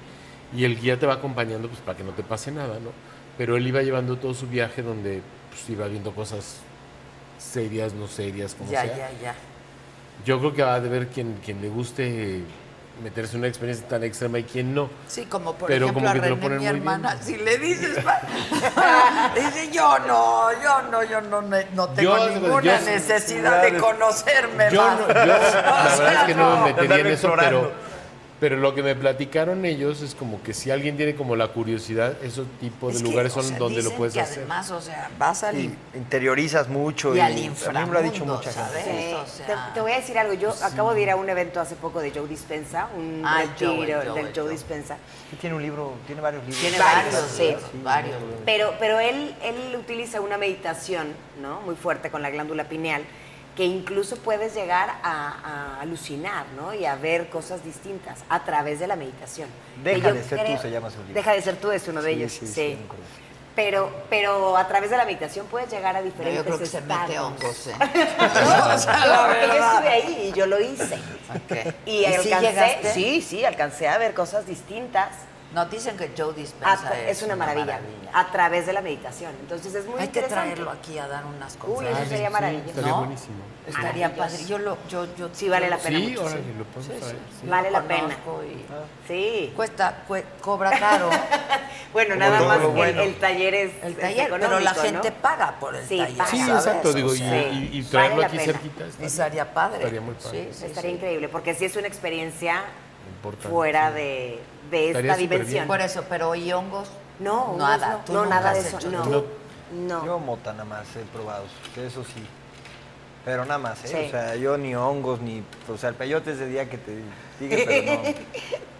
[SPEAKER 4] Y el guía te va acompañando pues para que no te pase nada, ¿no? Pero él iba llevando todo su viaje donde pues, iba viendo cosas serias, no serias, como
[SPEAKER 1] Ya,
[SPEAKER 4] sea.
[SPEAKER 1] ya, ya.
[SPEAKER 4] Yo creo que va a haber quien, quien le guste meterse en una experiencia tan extrema y quien no.
[SPEAKER 1] Sí, como por
[SPEAKER 4] Pero
[SPEAKER 1] ejemplo
[SPEAKER 4] como
[SPEAKER 1] a
[SPEAKER 4] que te lo
[SPEAKER 1] René,
[SPEAKER 4] ponen
[SPEAKER 1] mi
[SPEAKER 4] muy bien.
[SPEAKER 1] hermana, si le dices, pa- dice yo no, yo no, yo no, ne- no tengo
[SPEAKER 4] Yo, yo
[SPEAKER 1] ninguna
[SPEAKER 4] sí-
[SPEAKER 1] necesidad de conocerme
[SPEAKER 4] Yo,
[SPEAKER 1] más.
[SPEAKER 4] no- yo la
[SPEAKER 1] O sea,
[SPEAKER 4] verdad es que no
[SPEAKER 1] no.
[SPEAKER 4] me metería en
[SPEAKER 3] Andarme
[SPEAKER 4] eso,
[SPEAKER 3] explorando.
[SPEAKER 4] pero, pero lo que me platicaron ellos es como que si alguien tiene como la curiosidad, esos tipos
[SPEAKER 1] Es
[SPEAKER 4] de
[SPEAKER 1] que,
[SPEAKER 4] lugares
[SPEAKER 1] o
[SPEAKER 4] son
[SPEAKER 1] sea,
[SPEAKER 4] donde lo
[SPEAKER 1] dicen
[SPEAKER 4] puedes
[SPEAKER 1] que
[SPEAKER 4] hacer.
[SPEAKER 1] Además, o sea, vas al
[SPEAKER 3] Y interiorizas mucho.
[SPEAKER 1] Y
[SPEAKER 3] Y,
[SPEAKER 1] al
[SPEAKER 3] a mí me lo ha
[SPEAKER 1] inframundo,
[SPEAKER 3] dicho mucha
[SPEAKER 1] ¿sabes?
[SPEAKER 3] gente.
[SPEAKER 2] Sí.
[SPEAKER 1] O sea.
[SPEAKER 2] te, te voy a decir algo. Yo acabo de ir a un evento hace poco de Joe Dispenza, un
[SPEAKER 1] Ah,
[SPEAKER 2] retiro
[SPEAKER 1] Joe, Joe,
[SPEAKER 2] del Joe
[SPEAKER 1] Joe.
[SPEAKER 2] Dispenza.
[SPEAKER 3] Sí, Tiene un libro, tiene varios libros.
[SPEAKER 1] Tiene
[SPEAKER 2] varios,
[SPEAKER 1] varios, sí,
[SPEAKER 2] sí,
[SPEAKER 1] varios.
[SPEAKER 2] Pero, pero él, él utiliza una meditación ¿no? muy fuerte con la glándula pineal que incluso puedes llegar a, a alucinar ¿no? y a ver cosas distintas a través de la meditación.
[SPEAKER 3] Deja
[SPEAKER 2] Que yo
[SPEAKER 3] de ser tú, se llama su libro.
[SPEAKER 2] Deja de ser tú es uno de
[SPEAKER 3] Sí,
[SPEAKER 2] ellos. Sí,
[SPEAKER 3] sí, sí, me acuerdo.
[SPEAKER 2] Pero, pero a través de la meditación puedes llegar a diferentes
[SPEAKER 1] Yo creo que se mete
[SPEAKER 2] estados.
[SPEAKER 1] hongos, ¿eh?
[SPEAKER 2] O sea, la
[SPEAKER 1] Porque
[SPEAKER 2] verdad. yo estuve ahí y yo lo hice.
[SPEAKER 1] Ok.
[SPEAKER 2] Y,
[SPEAKER 1] sí
[SPEAKER 2] alcancé,
[SPEAKER 1] llegaste?
[SPEAKER 2] sí, sí, alcancé a ver cosas distintas.
[SPEAKER 1] Nos dicen que Joe
[SPEAKER 2] A-
[SPEAKER 1] Dispenza
[SPEAKER 2] Ah, es una maravilla, a través de la meditación. Entonces es muy
[SPEAKER 1] Hay que
[SPEAKER 2] interesante.
[SPEAKER 1] traerlo aquí a dar unas
[SPEAKER 2] Uy, eso
[SPEAKER 1] conferencias.
[SPEAKER 2] sería maravilloso.
[SPEAKER 4] estaría
[SPEAKER 1] ¿No?
[SPEAKER 4] buenísimo.
[SPEAKER 1] Estaría padre. Yo lo, yo, yo
[SPEAKER 2] Sí, vale la pena
[SPEAKER 4] Sí,
[SPEAKER 2] mucho,
[SPEAKER 4] órale,
[SPEAKER 2] pues, sí.
[SPEAKER 4] lo podemos traer, sí.
[SPEAKER 2] Vale la
[SPEAKER 1] lo
[SPEAKER 2] pena. Ah.
[SPEAKER 1] conozco y-
[SPEAKER 2] Sí.
[SPEAKER 1] Cuesta, cue- cobra caro
[SPEAKER 2] Bueno,
[SPEAKER 3] Como
[SPEAKER 2] nada
[SPEAKER 3] todo
[SPEAKER 2] más
[SPEAKER 3] lo
[SPEAKER 2] el- el,
[SPEAKER 3] bueno.
[SPEAKER 2] taller es
[SPEAKER 1] el
[SPEAKER 2] es
[SPEAKER 1] taller, pero la
[SPEAKER 2] económico,
[SPEAKER 1] gente
[SPEAKER 2] ¿no?
[SPEAKER 1] paga por el
[SPEAKER 2] Sí,
[SPEAKER 1] taller.
[SPEAKER 2] paga.
[SPEAKER 4] Sí,
[SPEAKER 2] ¿sabes?
[SPEAKER 4] exacto, digo,
[SPEAKER 1] O
[SPEAKER 4] y,
[SPEAKER 1] sea,
[SPEAKER 4] y- y
[SPEAKER 2] vale
[SPEAKER 4] traerlo
[SPEAKER 2] la
[SPEAKER 4] aquí
[SPEAKER 2] pena.
[SPEAKER 4] cerquita. está-
[SPEAKER 1] y sería padre.
[SPEAKER 4] Estaría muy padre.
[SPEAKER 1] Sí, sí,
[SPEAKER 2] Estaría
[SPEAKER 1] sí.
[SPEAKER 2] increíble, porque sí es una experiencia
[SPEAKER 4] Importante,
[SPEAKER 2] fuera
[SPEAKER 4] sí.
[SPEAKER 2] de, de
[SPEAKER 4] Estaría
[SPEAKER 2] esta
[SPEAKER 4] súper
[SPEAKER 2] dimensión.
[SPEAKER 1] Por eso, pero ¿y hongos?
[SPEAKER 2] No, no,
[SPEAKER 1] nada.
[SPEAKER 2] no,
[SPEAKER 1] tú
[SPEAKER 2] no,
[SPEAKER 1] nunca
[SPEAKER 2] nada de
[SPEAKER 1] has
[SPEAKER 2] eso.
[SPEAKER 1] hecho
[SPEAKER 2] No,
[SPEAKER 1] nada.
[SPEAKER 2] no.
[SPEAKER 3] Yo mota nada más he probado, que eso sí. Pero nada más, ¿eh?
[SPEAKER 2] Sí.
[SPEAKER 3] O sea, yo ni hongos, ni... O sea, el peyote es de día que te dije, pero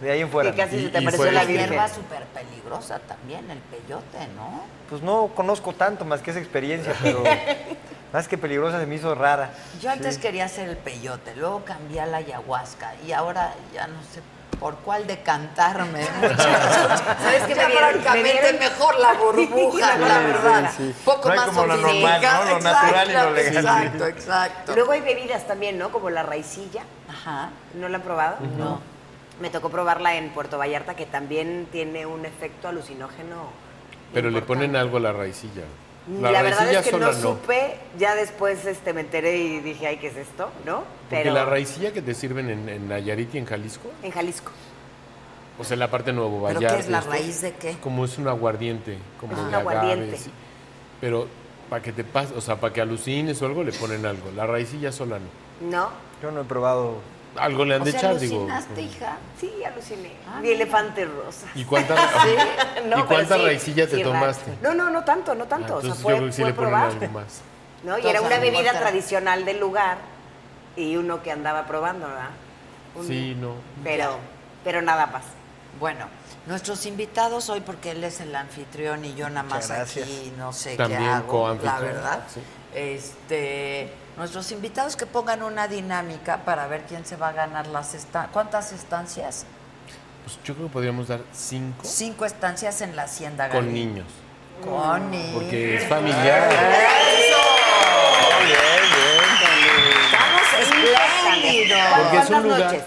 [SPEAKER 3] no. De ahí en fuera.
[SPEAKER 2] Que
[SPEAKER 3] no.
[SPEAKER 2] casi
[SPEAKER 4] Y-
[SPEAKER 2] se te
[SPEAKER 4] y
[SPEAKER 2] apareció
[SPEAKER 4] fue-
[SPEAKER 1] Es
[SPEAKER 2] la
[SPEAKER 1] una
[SPEAKER 2] virgen.
[SPEAKER 1] hierba súper peligrosa también, el peyote, ¿no?
[SPEAKER 3] Pues no conozco tanto más que esa experiencia, pero más que peligrosa se me hizo rara.
[SPEAKER 1] Yo antes
[SPEAKER 3] Sí.
[SPEAKER 1] quería hacer el peyote, luego cambié a la ayahuasca y ahora ya no sé por cuál decantarme. ¿Sabes
[SPEAKER 2] qué me dieron? Me dieron-
[SPEAKER 1] mejor la burbuja,
[SPEAKER 2] Sí,
[SPEAKER 1] la
[SPEAKER 2] sí,
[SPEAKER 1] verdad.
[SPEAKER 3] sí.
[SPEAKER 1] Poco
[SPEAKER 3] No hay
[SPEAKER 1] más
[SPEAKER 3] como lo normal, ¿no?
[SPEAKER 1] sofisticada.
[SPEAKER 3] Lo natural y lo legal, sí.
[SPEAKER 1] Exacto, exacto.
[SPEAKER 2] Luego hay bebidas también, ¿no? Como la raicilla.
[SPEAKER 1] Ajá.
[SPEAKER 2] ¿No la han probado?
[SPEAKER 1] No.
[SPEAKER 2] Me tocó probarla en Puerto Vallarta, que también tiene un efecto alucinógeno
[SPEAKER 4] Pero le ponen algo a la raicilla.
[SPEAKER 2] La, verdad es que no, supe, ya después este, me enteré y dije, ay, ¿qué es esto? ¿No?
[SPEAKER 4] Porque
[SPEAKER 2] Pero
[SPEAKER 4] la raicilla que te sirven en, en Nayarit y en Jalisco,
[SPEAKER 2] en Jalisco.
[SPEAKER 4] o sea, la parte de Nuevo
[SPEAKER 1] ¿Pero
[SPEAKER 4] Vallarta.
[SPEAKER 1] qué es la
[SPEAKER 4] esto,
[SPEAKER 1] raíz de qué? Ah,
[SPEAKER 4] Como es un aguardiente, como
[SPEAKER 2] Es un
[SPEAKER 4] de agave,
[SPEAKER 2] aguardiente.
[SPEAKER 4] sí. Pero para que te pase, o sea, para que alucines o algo, le ponen algo. La raicilla sola no.
[SPEAKER 2] ¿No?
[SPEAKER 3] Yo no he probado.
[SPEAKER 4] Algo le han
[SPEAKER 1] O
[SPEAKER 4] de
[SPEAKER 1] sea,
[SPEAKER 4] echar, digo.
[SPEAKER 1] alucinaste, hija.
[SPEAKER 2] Sí, aluciné. Mi elefante rosa.
[SPEAKER 4] ¿Y cuánta,
[SPEAKER 2] No,
[SPEAKER 4] ¿y cuánta
[SPEAKER 2] pero sí,
[SPEAKER 4] raicilla te
[SPEAKER 2] sí, raro.
[SPEAKER 4] tomaste?
[SPEAKER 2] No, no, no tanto, no tanto.
[SPEAKER 4] Ah, entonces
[SPEAKER 2] o sea, fue,
[SPEAKER 4] yo creo que sí
[SPEAKER 2] fue
[SPEAKER 4] le ponen
[SPEAKER 2] probar.
[SPEAKER 4] algo más.
[SPEAKER 2] ¿no? Y era
[SPEAKER 1] Entonces,
[SPEAKER 2] una
[SPEAKER 1] a lo
[SPEAKER 2] bebida
[SPEAKER 1] mejor te-
[SPEAKER 2] tradicional del lugar y uno que andaba probando, ¿verdad? Un-
[SPEAKER 4] Sí, no.
[SPEAKER 2] Pero, pero nada más.
[SPEAKER 1] Bueno, nuestros invitados hoy, porque él es el anfitrión y yo nada más
[SPEAKER 3] Muchas gracias.
[SPEAKER 1] aquí no sé qué
[SPEAKER 4] También
[SPEAKER 1] hago,
[SPEAKER 4] coanfitrión,
[SPEAKER 1] la verdad.
[SPEAKER 4] sí.
[SPEAKER 1] Este, nuestros invitados que pongan una dinámica para ver quién se va a ganar las estancias. ¿Cuántas estancias?
[SPEAKER 4] Pues yo creo que podríamos dar cinco
[SPEAKER 1] Cinco estancias en la hacienda.
[SPEAKER 4] con
[SPEAKER 1] Gaby.
[SPEAKER 4] niños.
[SPEAKER 1] Con niños.
[SPEAKER 4] Porque
[SPEAKER 2] Mm.
[SPEAKER 4] es
[SPEAKER 2] Ah.
[SPEAKER 4] familiar.
[SPEAKER 1] Estamos espléndidos.
[SPEAKER 4] Porque es un
[SPEAKER 2] ¿Cuántas
[SPEAKER 4] lugar.
[SPEAKER 2] noches?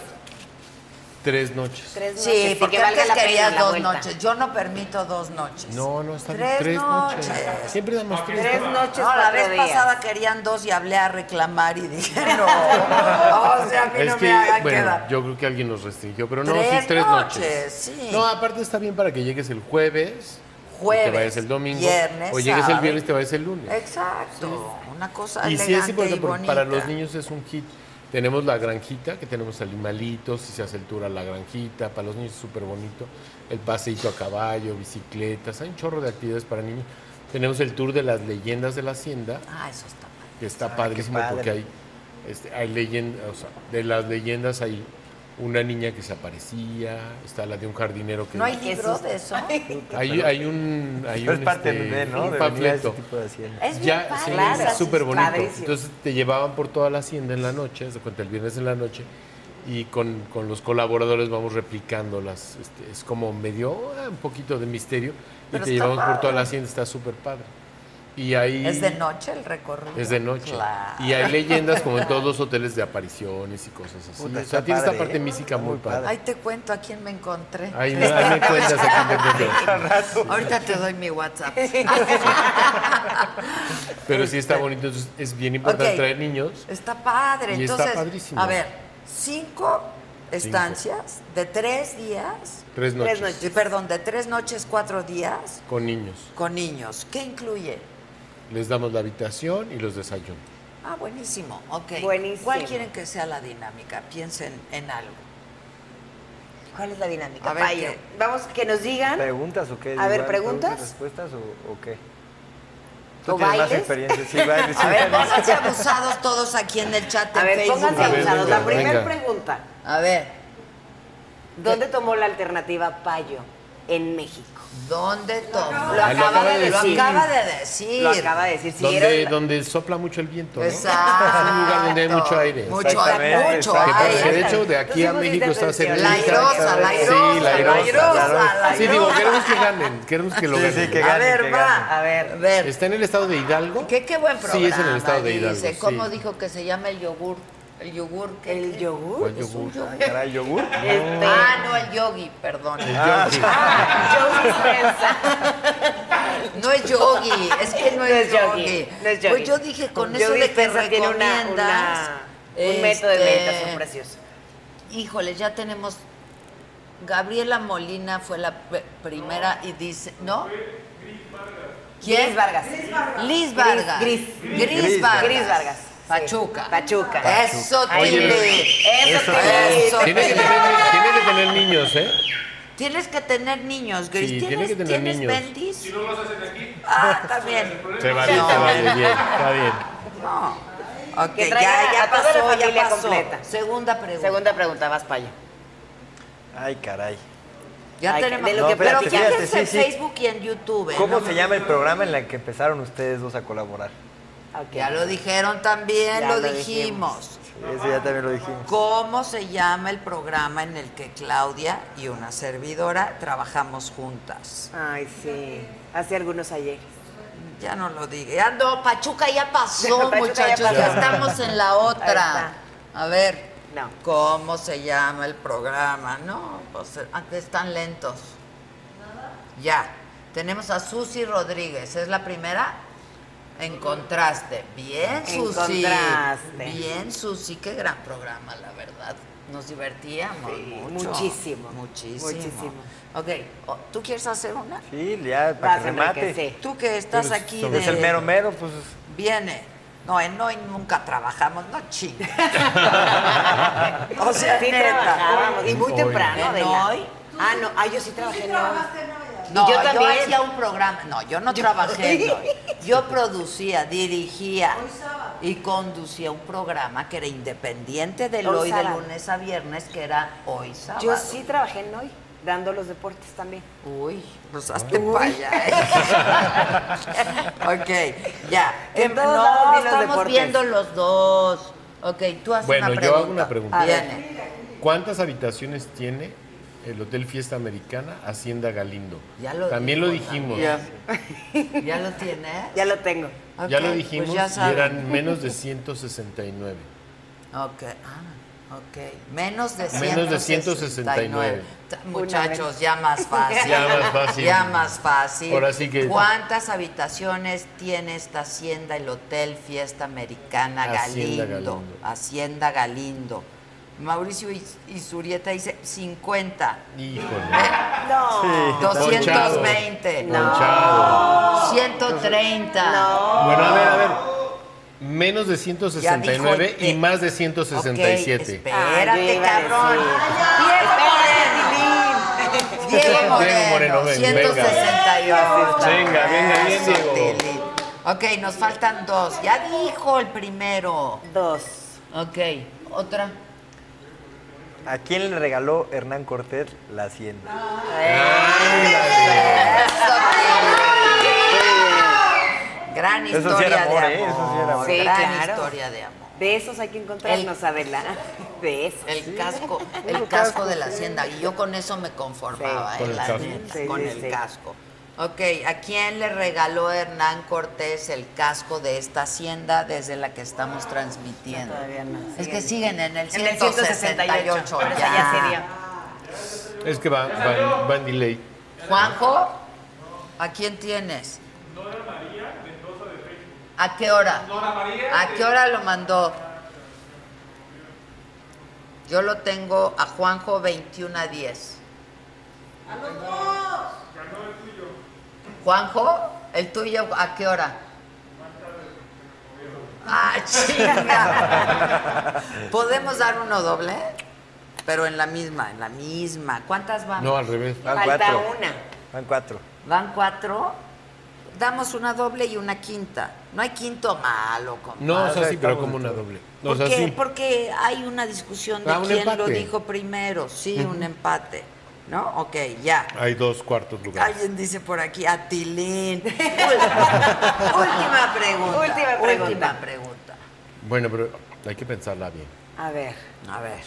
[SPEAKER 4] Tres noches.
[SPEAKER 2] Tres noches.
[SPEAKER 1] Sí,
[SPEAKER 2] y
[SPEAKER 1] porque
[SPEAKER 2] que valga
[SPEAKER 1] antes
[SPEAKER 2] la pena
[SPEAKER 1] querías
[SPEAKER 2] la
[SPEAKER 1] dos
[SPEAKER 2] vuelta.
[SPEAKER 1] noches. Yo no permito dos noches.
[SPEAKER 4] No, no, están
[SPEAKER 1] Tres
[SPEAKER 4] tres, noches.
[SPEAKER 1] noches.
[SPEAKER 4] Siempre damos tres.
[SPEAKER 2] Tres noches,
[SPEAKER 1] No, la
[SPEAKER 2] cuatro
[SPEAKER 1] vez
[SPEAKER 2] días.
[SPEAKER 1] pasada querían dos y hablé a reclamar y dije no. o sea, a mí
[SPEAKER 4] Es
[SPEAKER 1] no
[SPEAKER 4] que,
[SPEAKER 1] me hagan
[SPEAKER 4] bueno,
[SPEAKER 1] quedar.
[SPEAKER 4] yo creo que alguien nos restringió, pero no,
[SPEAKER 1] Tres
[SPEAKER 4] sí, tres noches.
[SPEAKER 1] noches, sí.
[SPEAKER 4] No, aparte está bien para que llegues el jueves, y
[SPEAKER 1] Jueves,
[SPEAKER 4] te vayas el domingo,
[SPEAKER 1] viernes,
[SPEAKER 4] o llegues el
[SPEAKER 1] sábado.
[SPEAKER 4] viernes y te vayas el lunes.
[SPEAKER 1] Exacto. Una cosa
[SPEAKER 4] Y sí
[SPEAKER 1] elegante
[SPEAKER 4] es importante
[SPEAKER 1] y
[SPEAKER 4] porque
[SPEAKER 1] bonita.
[SPEAKER 4] para los niños es un hit. Tenemos la granjita, que tenemos animalitos, y se hace el tour a la granjita, para los niños es súper bonito. El paseíto a caballo, bicicletas, hay un chorro de actividades para niños. Tenemos el tour de las leyendas de la hacienda,
[SPEAKER 1] Ah, eso está mal.
[SPEAKER 4] que está padrísimo
[SPEAKER 3] padre.
[SPEAKER 4] porque hay, este, hay leyendas, o sea, de las leyendas hay una niña que se aparecía, está la de un jardinero que...
[SPEAKER 1] ¿No hay
[SPEAKER 2] Qué
[SPEAKER 1] libro
[SPEAKER 2] susto.
[SPEAKER 1] de eso?
[SPEAKER 4] hay, hay un... hay
[SPEAKER 3] Pero es
[SPEAKER 4] un,
[SPEAKER 3] parte
[SPEAKER 4] este,
[SPEAKER 3] de, ¿no? De
[SPEAKER 4] un
[SPEAKER 3] venir a ese
[SPEAKER 4] panfleto.
[SPEAKER 3] tipo de hacienda.
[SPEAKER 2] ¿Eh?
[SPEAKER 1] Es bien
[SPEAKER 4] Ya,
[SPEAKER 1] padre.
[SPEAKER 4] sí,
[SPEAKER 2] Claro,
[SPEAKER 4] es súper bonito.
[SPEAKER 2] padrísimo.
[SPEAKER 4] Entonces te llevaban por toda la hacienda en la noche, se cuenta el viernes en la noche, y con, con los colaboradores vamos replicándolas. este, es como medio ah, un poquito de misterio,
[SPEAKER 1] Pero
[SPEAKER 4] y te
[SPEAKER 1] está
[SPEAKER 4] llevamos por toda
[SPEAKER 1] padre.
[SPEAKER 4] la hacienda, está súper padre. Y ahí.
[SPEAKER 1] ¿Es de noche el recorrido?
[SPEAKER 4] Es de noche.
[SPEAKER 1] Claro.
[SPEAKER 4] Y hay leyendas como en todos los hoteles de apariciones y cosas así.
[SPEAKER 3] Puta,
[SPEAKER 4] o sea,
[SPEAKER 3] está
[SPEAKER 4] tiene esta
[SPEAKER 3] padre,
[SPEAKER 4] parte
[SPEAKER 3] ¿eh?
[SPEAKER 4] mística
[SPEAKER 3] Está
[SPEAKER 4] muy
[SPEAKER 3] muy
[SPEAKER 4] padre.
[SPEAKER 1] Ahí te cuento a quién me encontré.
[SPEAKER 4] Ahí me, ahí me cuentas aquí te cuento.
[SPEAKER 1] Ahorita te doy mi WhatsApp.
[SPEAKER 4] Pero sí está bonito, entonces es bien importante
[SPEAKER 1] Ok.
[SPEAKER 4] traer niños.
[SPEAKER 1] Está padre.
[SPEAKER 4] Y está
[SPEAKER 1] Entonces,
[SPEAKER 4] padrísimo.
[SPEAKER 1] a ver, cinco estancias de tres días,
[SPEAKER 4] Tres noches.
[SPEAKER 1] Sí, perdón, de tres noches, cuatro días
[SPEAKER 4] Con niños.
[SPEAKER 1] con niños. ¿Qué incluye?
[SPEAKER 4] Les damos la habitación y los desayunos.
[SPEAKER 1] Ah, buenísimo. Ok.
[SPEAKER 2] Buenísimo.
[SPEAKER 1] ¿Cuál quieren que sea la dinámica? Piensen en algo.
[SPEAKER 2] ¿Cuál es la dinámica?
[SPEAKER 1] A ver,
[SPEAKER 2] Payo?
[SPEAKER 1] ¿qué?
[SPEAKER 2] Vamos, que nos digan.
[SPEAKER 3] ¿Preguntas o qué?
[SPEAKER 2] A ver,
[SPEAKER 3] Igual,
[SPEAKER 2] ¿preguntas?
[SPEAKER 3] ¿Respuestas o, o qué? Tú
[SPEAKER 2] ¿O
[SPEAKER 3] tienes más
[SPEAKER 2] bailes?
[SPEAKER 3] experiencia, sí, bailes. sí,
[SPEAKER 1] A ver,
[SPEAKER 3] bailes.
[SPEAKER 1] pónganse abusados todos aquí en el chat.
[SPEAKER 2] A
[SPEAKER 1] en
[SPEAKER 2] ver,
[SPEAKER 1] Facebook.
[SPEAKER 2] pónganse
[SPEAKER 4] A ver,
[SPEAKER 2] abusados. La
[SPEAKER 4] venga,
[SPEAKER 2] primera
[SPEAKER 4] venga.
[SPEAKER 2] pregunta.
[SPEAKER 1] A ver,
[SPEAKER 2] ¿Dónde tomó la alternativa Payo? En México.
[SPEAKER 1] ¿dónde tomó?
[SPEAKER 2] Lo
[SPEAKER 4] Ah, lo
[SPEAKER 2] acaba
[SPEAKER 4] acaba
[SPEAKER 2] de
[SPEAKER 4] de
[SPEAKER 2] decir.
[SPEAKER 1] Lo acaba de decir.
[SPEAKER 2] Lo acaba de decir. Sí,
[SPEAKER 4] donde,
[SPEAKER 2] era-
[SPEAKER 4] donde sopla mucho el viento. ¿no?
[SPEAKER 1] Exacto.
[SPEAKER 4] Es un lugar donde hay mucho aire.
[SPEAKER 1] Mucho aire,
[SPEAKER 3] Exactamente,
[SPEAKER 1] mucho
[SPEAKER 4] Que,
[SPEAKER 3] exactamente.
[SPEAKER 4] porque
[SPEAKER 1] aire.
[SPEAKER 4] de hecho, de aquí a
[SPEAKER 2] Entonces,
[SPEAKER 4] México está
[SPEAKER 2] hemos ido
[SPEAKER 4] cerca.
[SPEAKER 2] en
[SPEAKER 1] La airosa, la airosa,
[SPEAKER 4] Sí,
[SPEAKER 1] la
[SPEAKER 4] la
[SPEAKER 1] airosa,
[SPEAKER 4] airosa.
[SPEAKER 1] la
[SPEAKER 4] Sí, digo,
[SPEAKER 1] airosa.
[SPEAKER 4] queremos que ganen. Queremos que lo
[SPEAKER 3] Sí, sí,
[SPEAKER 4] ganen.
[SPEAKER 3] que
[SPEAKER 1] A
[SPEAKER 3] gane,
[SPEAKER 1] ver,
[SPEAKER 3] que
[SPEAKER 1] va.
[SPEAKER 3] gane.
[SPEAKER 1] A ver, a ver.
[SPEAKER 4] ¿Está en el estado de Hidalgo?
[SPEAKER 1] Qué, qué buen programa.
[SPEAKER 4] Sí, es en el estado de Hidalgo.
[SPEAKER 1] Dice,
[SPEAKER 4] sí.
[SPEAKER 1] ¿cómo dijo que se llama el yogur? El yogur. ¿qué?
[SPEAKER 2] ¿El yogur?
[SPEAKER 4] ¿Cuál yogur?
[SPEAKER 3] Caray, yogur.
[SPEAKER 2] Este,
[SPEAKER 1] Ah, no, el yogi, perdón. Ah,
[SPEAKER 4] El yogur.
[SPEAKER 2] Joe Dispenza.
[SPEAKER 1] No es yogi, es que no,
[SPEAKER 2] No
[SPEAKER 1] es,
[SPEAKER 2] es
[SPEAKER 1] yogi.
[SPEAKER 2] yogi, no es yogi.
[SPEAKER 1] Pues yo dije, con
[SPEAKER 2] Joe
[SPEAKER 1] eso de que
[SPEAKER 2] Dispenza tiene
[SPEAKER 1] recomiendas...
[SPEAKER 2] una- una- un método de
[SPEAKER 1] este,
[SPEAKER 2] meditación precioso.
[SPEAKER 1] Híjole, ya tenemos... Gabriela Molina fue la pe- primera y dice... ¿No? ¿Quién?
[SPEAKER 2] Gris Vargas.
[SPEAKER 1] Liz Vargas.
[SPEAKER 2] Gris.
[SPEAKER 1] Gris,
[SPEAKER 3] Gris
[SPEAKER 1] Vargas.
[SPEAKER 2] Gris Vargas.
[SPEAKER 1] Pachuca.
[SPEAKER 2] Pachuca.
[SPEAKER 1] Eso,
[SPEAKER 2] Ahí
[SPEAKER 1] Tilly.
[SPEAKER 2] es. Eso, Tilly.
[SPEAKER 1] Eso,
[SPEAKER 4] Tiene que,
[SPEAKER 1] Tilly.
[SPEAKER 4] tener, tiene que tener niños, ¿eh?
[SPEAKER 1] Tienes que tener niños, Gris.
[SPEAKER 4] Sí,
[SPEAKER 1] ¿Tienes,
[SPEAKER 4] tiene que tener
[SPEAKER 1] tienes
[SPEAKER 4] niños.
[SPEAKER 1] bendis? Si no los hacen aquí. Ah, también.
[SPEAKER 4] Se vale, se vale. Bien, está bien.
[SPEAKER 1] Ok,
[SPEAKER 2] Que
[SPEAKER 1] ya,
[SPEAKER 2] traigan a
[SPEAKER 1] ya
[SPEAKER 2] toda
[SPEAKER 1] pasó,
[SPEAKER 2] la familia
[SPEAKER 1] ya pasó.
[SPEAKER 2] completa.
[SPEAKER 1] Segunda pregunta.
[SPEAKER 2] Segunda pregunta, vas Payo.
[SPEAKER 3] Ay, caray.
[SPEAKER 1] Ya
[SPEAKER 2] Ay,
[SPEAKER 1] tenemos.
[SPEAKER 2] de lo que
[SPEAKER 1] pero
[SPEAKER 2] platicamos.
[SPEAKER 1] fíjense
[SPEAKER 3] Fíjate,
[SPEAKER 1] en
[SPEAKER 3] sí, sí.
[SPEAKER 1] Facebook y en YouTube. ¿eh?
[SPEAKER 3] ¿Cómo
[SPEAKER 1] ¿no?
[SPEAKER 3] se llama el programa en el que empezaron ustedes dos a colaborar?
[SPEAKER 2] Ok.
[SPEAKER 1] Ya lo dijeron también,
[SPEAKER 2] Ya
[SPEAKER 1] lo,
[SPEAKER 2] lo
[SPEAKER 1] dijimos.
[SPEAKER 3] Sí, Ese ya también lo dijimos.
[SPEAKER 1] ¿Cómo se llama el programa en el que Claudia y una servidora trabajamos juntas?
[SPEAKER 2] Ay, sí. Hace algunos ayer.
[SPEAKER 1] Ya no lo diga. Ya no, Pachuca ya pasó,
[SPEAKER 2] Pachuca ya
[SPEAKER 1] muchachos. Ya,
[SPEAKER 2] pasó.
[SPEAKER 1] estamos en la otra.
[SPEAKER 2] Ahí
[SPEAKER 1] A ver.
[SPEAKER 2] No.
[SPEAKER 1] ¿Cómo se llama el programa? No, pues eh, ah, que están lentos. Ya. Tenemos a Susi Rodríguez, es la primera en contraste. Bien,
[SPEAKER 2] En
[SPEAKER 1] Susi.
[SPEAKER 2] contraste.
[SPEAKER 1] Bien, Susi, qué gran programa, la verdad. Nos divertíamos
[SPEAKER 2] Sí,
[SPEAKER 1] mucho.
[SPEAKER 2] muchísimo,
[SPEAKER 1] Muchísimo.
[SPEAKER 2] muchísimo.
[SPEAKER 1] Ok, o- ¿tú quieres hacer una?
[SPEAKER 3] Sí, ya, para
[SPEAKER 2] Vas,
[SPEAKER 3] que remate.
[SPEAKER 2] Enrique, sí.
[SPEAKER 1] Tú que estás
[SPEAKER 3] Pero
[SPEAKER 1] aquí
[SPEAKER 3] Es
[SPEAKER 1] de-
[SPEAKER 3] el mero mero, pues.
[SPEAKER 1] Viene. No, en hoy nunca trabajamos, no chingues. o sea,
[SPEAKER 2] Sí
[SPEAKER 1] neta.
[SPEAKER 2] trabajábamos, y muy
[SPEAKER 4] Hoy.
[SPEAKER 2] temprano,
[SPEAKER 1] ¿En
[SPEAKER 2] de la-
[SPEAKER 1] hoy?
[SPEAKER 2] Ah, no, ah, yo sí trabajé en hoy.
[SPEAKER 1] No,
[SPEAKER 2] Yo
[SPEAKER 1] yo,
[SPEAKER 2] también.
[SPEAKER 1] hacía un programa. No, yo no trabajé. en hoy. Yo producía, dirigía y conducía un programa que era independiente del
[SPEAKER 2] Hoy
[SPEAKER 1] hoy, de
[SPEAKER 2] sábado.
[SPEAKER 1] lunes a viernes, que era hoy sábado.
[SPEAKER 2] Yo sí trabajé en hoy, dando los deportes también.
[SPEAKER 1] Uy, pues hazte para allá. ¿eh? ok, ya.
[SPEAKER 2] En todos
[SPEAKER 1] no,
[SPEAKER 2] lados vi los
[SPEAKER 1] estamos
[SPEAKER 2] deportes.
[SPEAKER 1] viendo los dos. Ok, tú haces
[SPEAKER 4] Bueno,
[SPEAKER 1] una
[SPEAKER 4] yo
[SPEAKER 1] pregunta.
[SPEAKER 4] hago una pregunta.
[SPEAKER 2] A ver.
[SPEAKER 1] Viene.
[SPEAKER 4] ¿Cuántas habitaciones tiene el Hotel Fiesta Americana Hacienda Galindo?
[SPEAKER 1] Ya lo
[SPEAKER 4] También lo
[SPEAKER 1] dijo,
[SPEAKER 4] dijimos.
[SPEAKER 1] ¿Ya lo tienes?
[SPEAKER 2] Ya lo tengo.
[SPEAKER 4] Ya
[SPEAKER 1] Ok,
[SPEAKER 4] lo
[SPEAKER 1] pues
[SPEAKER 4] dijimos
[SPEAKER 1] ya
[SPEAKER 4] y
[SPEAKER 1] saben.
[SPEAKER 4] eran menos de 169.
[SPEAKER 1] Ok, ah, ok. Menos de
[SPEAKER 4] Menos
[SPEAKER 1] 169.
[SPEAKER 4] de 169.
[SPEAKER 1] Ta- Muchachos, ya más fácil.
[SPEAKER 4] Ya más fácil.
[SPEAKER 1] Ya más fácil.
[SPEAKER 4] Ahora sí que-
[SPEAKER 1] ¿Cuántas habitaciones tiene esta hacienda, el Hotel Fiesta Americana
[SPEAKER 4] Hacienda
[SPEAKER 1] Galindo?
[SPEAKER 4] Galindo.
[SPEAKER 1] Hacienda Galindo. Mauricio Is- Isurieta dice Eh, 50.
[SPEAKER 4] Híjole.
[SPEAKER 2] No.
[SPEAKER 4] Ponchado.
[SPEAKER 1] 220.
[SPEAKER 4] Ponchado.
[SPEAKER 1] 130.
[SPEAKER 4] Bueno, a ver, a ver. Menos de
[SPEAKER 1] Ya dijo
[SPEAKER 4] 169
[SPEAKER 1] que-
[SPEAKER 4] y más de
[SPEAKER 1] Ok,
[SPEAKER 4] 167.
[SPEAKER 2] Ah, yo
[SPEAKER 1] espérate,
[SPEAKER 2] iba a
[SPEAKER 1] cabrón. Diego Moreno. Diego
[SPEAKER 4] Diego
[SPEAKER 1] Moreno.
[SPEAKER 4] Moreno, ven,
[SPEAKER 1] 168.
[SPEAKER 4] Venga, venga, bien,
[SPEAKER 1] Eso,
[SPEAKER 4] Diego.
[SPEAKER 1] Tilín. Ok, nos faltan dos. Ya dijo el primero.
[SPEAKER 2] Dos.
[SPEAKER 1] Ok, otra.
[SPEAKER 3] ¿A quién le regaló Hernán Cortés la hacienda?
[SPEAKER 2] Ah,
[SPEAKER 3] Ah,
[SPEAKER 1] Gran
[SPEAKER 3] Eso sí
[SPEAKER 1] historia
[SPEAKER 3] era amor,
[SPEAKER 1] de
[SPEAKER 3] ¿eh?
[SPEAKER 1] amor.
[SPEAKER 3] Eso sí era amor.
[SPEAKER 2] Sí,
[SPEAKER 1] Gran
[SPEAKER 2] claro.
[SPEAKER 1] historia de amor.
[SPEAKER 2] De esos hay que encontrarnos, Adela. De esos.
[SPEAKER 1] El casco, el casco de la hacienda. Y yo con eso me conformaba,
[SPEAKER 4] Sí.
[SPEAKER 1] eh,
[SPEAKER 4] Con el
[SPEAKER 1] la
[SPEAKER 4] casco.
[SPEAKER 1] neta,
[SPEAKER 2] Sí,
[SPEAKER 1] con
[SPEAKER 2] sí,
[SPEAKER 1] el
[SPEAKER 2] sí.
[SPEAKER 1] casco. Ok, ¿a quién le regaló Hernán Cortés el casco de esta hacienda desde la que estamos transmitiendo?
[SPEAKER 2] Todavía no,
[SPEAKER 1] Es
[SPEAKER 2] siguen.
[SPEAKER 1] que siguen en el
[SPEAKER 2] En el 168.
[SPEAKER 1] 168.
[SPEAKER 2] Pero esa ya
[SPEAKER 1] ya.
[SPEAKER 2] sería.
[SPEAKER 4] Es que va, va, va en delay.
[SPEAKER 1] Juanjo, ¿a quién tienes? Nora María Mendoza de Facebook. ¿A qué hora? Nora María. ¿A qué hora lo mandó? Yo lo tengo a Juanjo 21 a 10. ¡A los dos! Ganó el tuyo. Juanjo, ¿el tuyo a qué hora? ¡Ah, chinga! ¿Podemos dar uno doble? Pero en la misma, en la misma. ¿Cuántas vamos?
[SPEAKER 4] No, al revés.
[SPEAKER 3] Van
[SPEAKER 2] Falta
[SPEAKER 3] Ah, cuatro.
[SPEAKER 2] una.
[SPEAKER 3] Van cuatro.
[SPEAKER 1] Van cuatro. Damos una doble y una quinta. No hay quinto malo, compadre.
[SPEAKER 4] No, o sea,
[SPEAKER 3] Ah,
[SPEAKER 4] sí, pero
[SPEAKER 3] estamos
[SPEAKER 4] como
[SPEAKER 3] en
[SPEAKER 4] una
[SPEAKER 3] todo.
[SPEAKER 4] doble. O
[SPEAKER 1] ¿Por
[SPEAKER 4] sea,
[SPEAKER 1] qué?
[SPEAKER 4] sí.
[SPEAKER 1] Porque hay una discusión de
[SPEAKER 4] Ah, un
[SPEAKER 1] quién lo
[SPEAKER 4] empate.
[SPEAKER 1] dijo primero. Sí, un empate. ¿No? Ok, ya.
[SPEAKER 4] Hay dos cuartos lugares.
[SPEAKER 1] Alguien dice por aquí, Atilín. Última pregunta.
[SPEAKER 2] Última pregunta.
[SPEAKER 1] Última pregunta.
[SPEAKER 4] Bueno, pero hay que pensarla bien.
[SPEAKER 2] A ver.
[SPEAKER 1] A ver.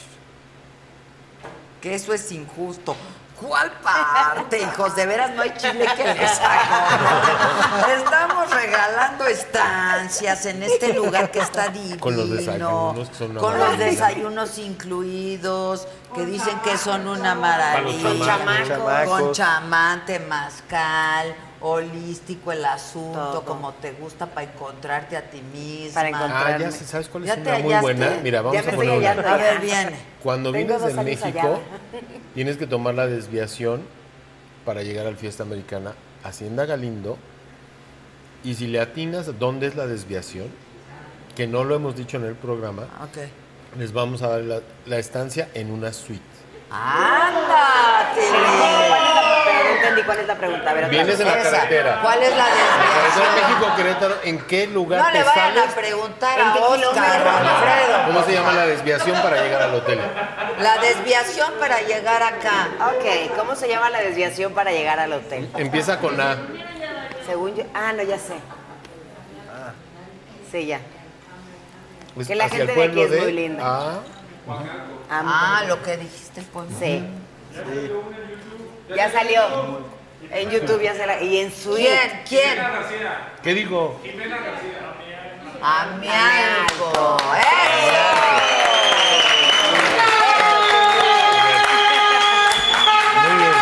[SPEAKER 1] Que eso es injusto. ¿Cuál parte, hijos? De veras no hay chile que les acomode. Estamos regalando estancias en este lugar que está divino.
[SPEAKER 4] Con los desayunos, que son una
[SPEAKER 1] Con los
[SPEAKER 4] maravilla.
[SPEAKER 1] desayunos incluidos, que dicen que son una maravilla.
[SPEAKER 4] Para los chamacos.
[SPEAKER 3] chamacos.
[SPEAKER 1] Con chamante, mascal, holístico el asunto,
[SPEAKER 2] Todo.
[SPEAKER 1] como te gusta para encontrarte a ti misma.
[SPEAKER 2] Para encontrar-
[SPEAKER 4] Ah,
[SPEAKER 2] Encontrarme.
[SPEAKER 4] ya sé, ¿sabes cuál es
[SPEAKER 1] ¿Ya te
[SPEAKER 4] una muy buena?
[SPEAKER 1] hallaste?
[SPEAKER 4] Mira, vamos
[SPEAKER 2] Ya me
[SPEAKER 4] a
[SPEAKER 2] estoy
[SPEAKER 4] poner una.
[SPEAKER 2] hallando.
[SPEAKER 1] A ver, viene.
[SPEAKER 4] Cuando
[SPEAKER 2] Tengo
[SPEAKER 4] vienes
[SPEAKER 2] dos
[SPEAKER 4] de
[SPEAKER 2] años
[SPEAKER 4] México, tienes que tomar la desviación para llegar al Fiesta Americana, Hacienda Galindo. Y si le atinas dónde es la desviación, que no lo hemos dicho en el programa,
[SPEAKER 1] Ok.
[SPEAKER 4] les vamos a dar la, la estancia en una suite.
[SPEAKER 1] ¡Anda!
[SPEAKER 2] Pero ¿cómo?
[SPEAKER 1] Tilín!
[SPEAKER 2] ¿Cuál es la- Pero no entendí cuál es la pregunta. A ver, otra
[SPEAKER 4] Vienes
[SPEAKER 2] vez.
[SPEAKER 4] en la
[SPEAKER 1] Esa.
[SPEAKER 4] carretera.
[SPEAKER 1] ¿Cuál es la
[SPEAKER 4] Carretera
[SPEAKER 1] desviación?
[SPEAKER 4] México-Querétaro, ¿en qué lugar
[SPEAKER 1] No
[SPEAKER 4] te
[SPEAKER 1] le vayan
[SPEAKER 4] sales?
[SPEAKER 1] a preguntar a
[SPEAKER 2] 20
[SPEAKER 1] Oscar,
[SPEAKER 2] kilómetros.
[SPEAKER 1] Alfredo.
[SPEAKER 4] ¿Cómo se llama la desviación para llegar al hotel?
[SPEAKER 1] La desviación para llegar acá.
[SPEAKER 2] Ok, ¿cómo se llama la desviación para llegar al hotel?
[SPEAKER 4] Empieza con A.
[SPEAKER 2] Según yo. Ah, no, ya sé. Sí, ya.
[SPEAKER 4] pues,
[SPEAKER 2] Que la
[SPEAKER 4] hacia
[SPEAKER 2] gente
[SPEAKER 4] el
[SPEAKER 2] de aquí
[SPEAKER 4] pueblo
[SPEAKER 2] es muy linda.
[SPEAKER 4] A,
[SPEAKER 2] Ah,
[SPEAKER 1] Ah, lo que dijiste pues. el poema.
[SPEAKER 2] sí. Ya salió. En YouTube ya se la. Y en su.
[SPEAKER 1] ¿Quién? ¿Quién?
[SPEAKER 4] ¿Qué digo?
[SPEAKER 1] A mi algo.
[SPEAKER 4] Muy bien.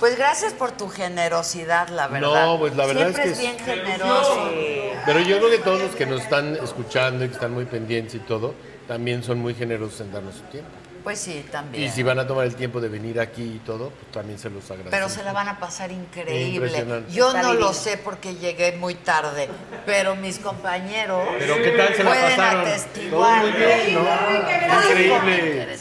[SPEAKER 1] Pues gracias por tu generosidad, la verdad.
[SPEAKER 4] No, pues la verdad
[SPEAKER 1] Siempre
[SPEAKER 4] es que
[SPEAKER 1] bien
[SPEAKER 4] es-
[SPEAKER 1] generoso.
[SPEAKER 4] Pero yo creo que todos los que nos están escuchando y que están muy pendientes y todo, también son muy generosos en darnos su tiempo.
[SPEAKER 1] Pues sí, también.
[SPEAKER 4] Y si van a tomar el tiempo de venir aquí y todo, pues también se los agradezco.
[SPEAKER 1] Pero se la van a pasar increíble.
[SPEAKER 4] Impresionante.
[SPEAKER 1] Yo
[SPEAKER 4] Está
[SPEAKER 1] no lo
[SPEAKER 4] divino.
[SPEAKER 1] sé porque llegué muy tarde, pero mis compañeros
[SPEAKER 4] Pero ¿qué tal se la
[SPEAKER 1] pueden
[SPEAKER 4] pasaron?
[SPEAKER 1] atestiguar.
[SPEAKER 4] Todo muy bien, ¿no? Increíble.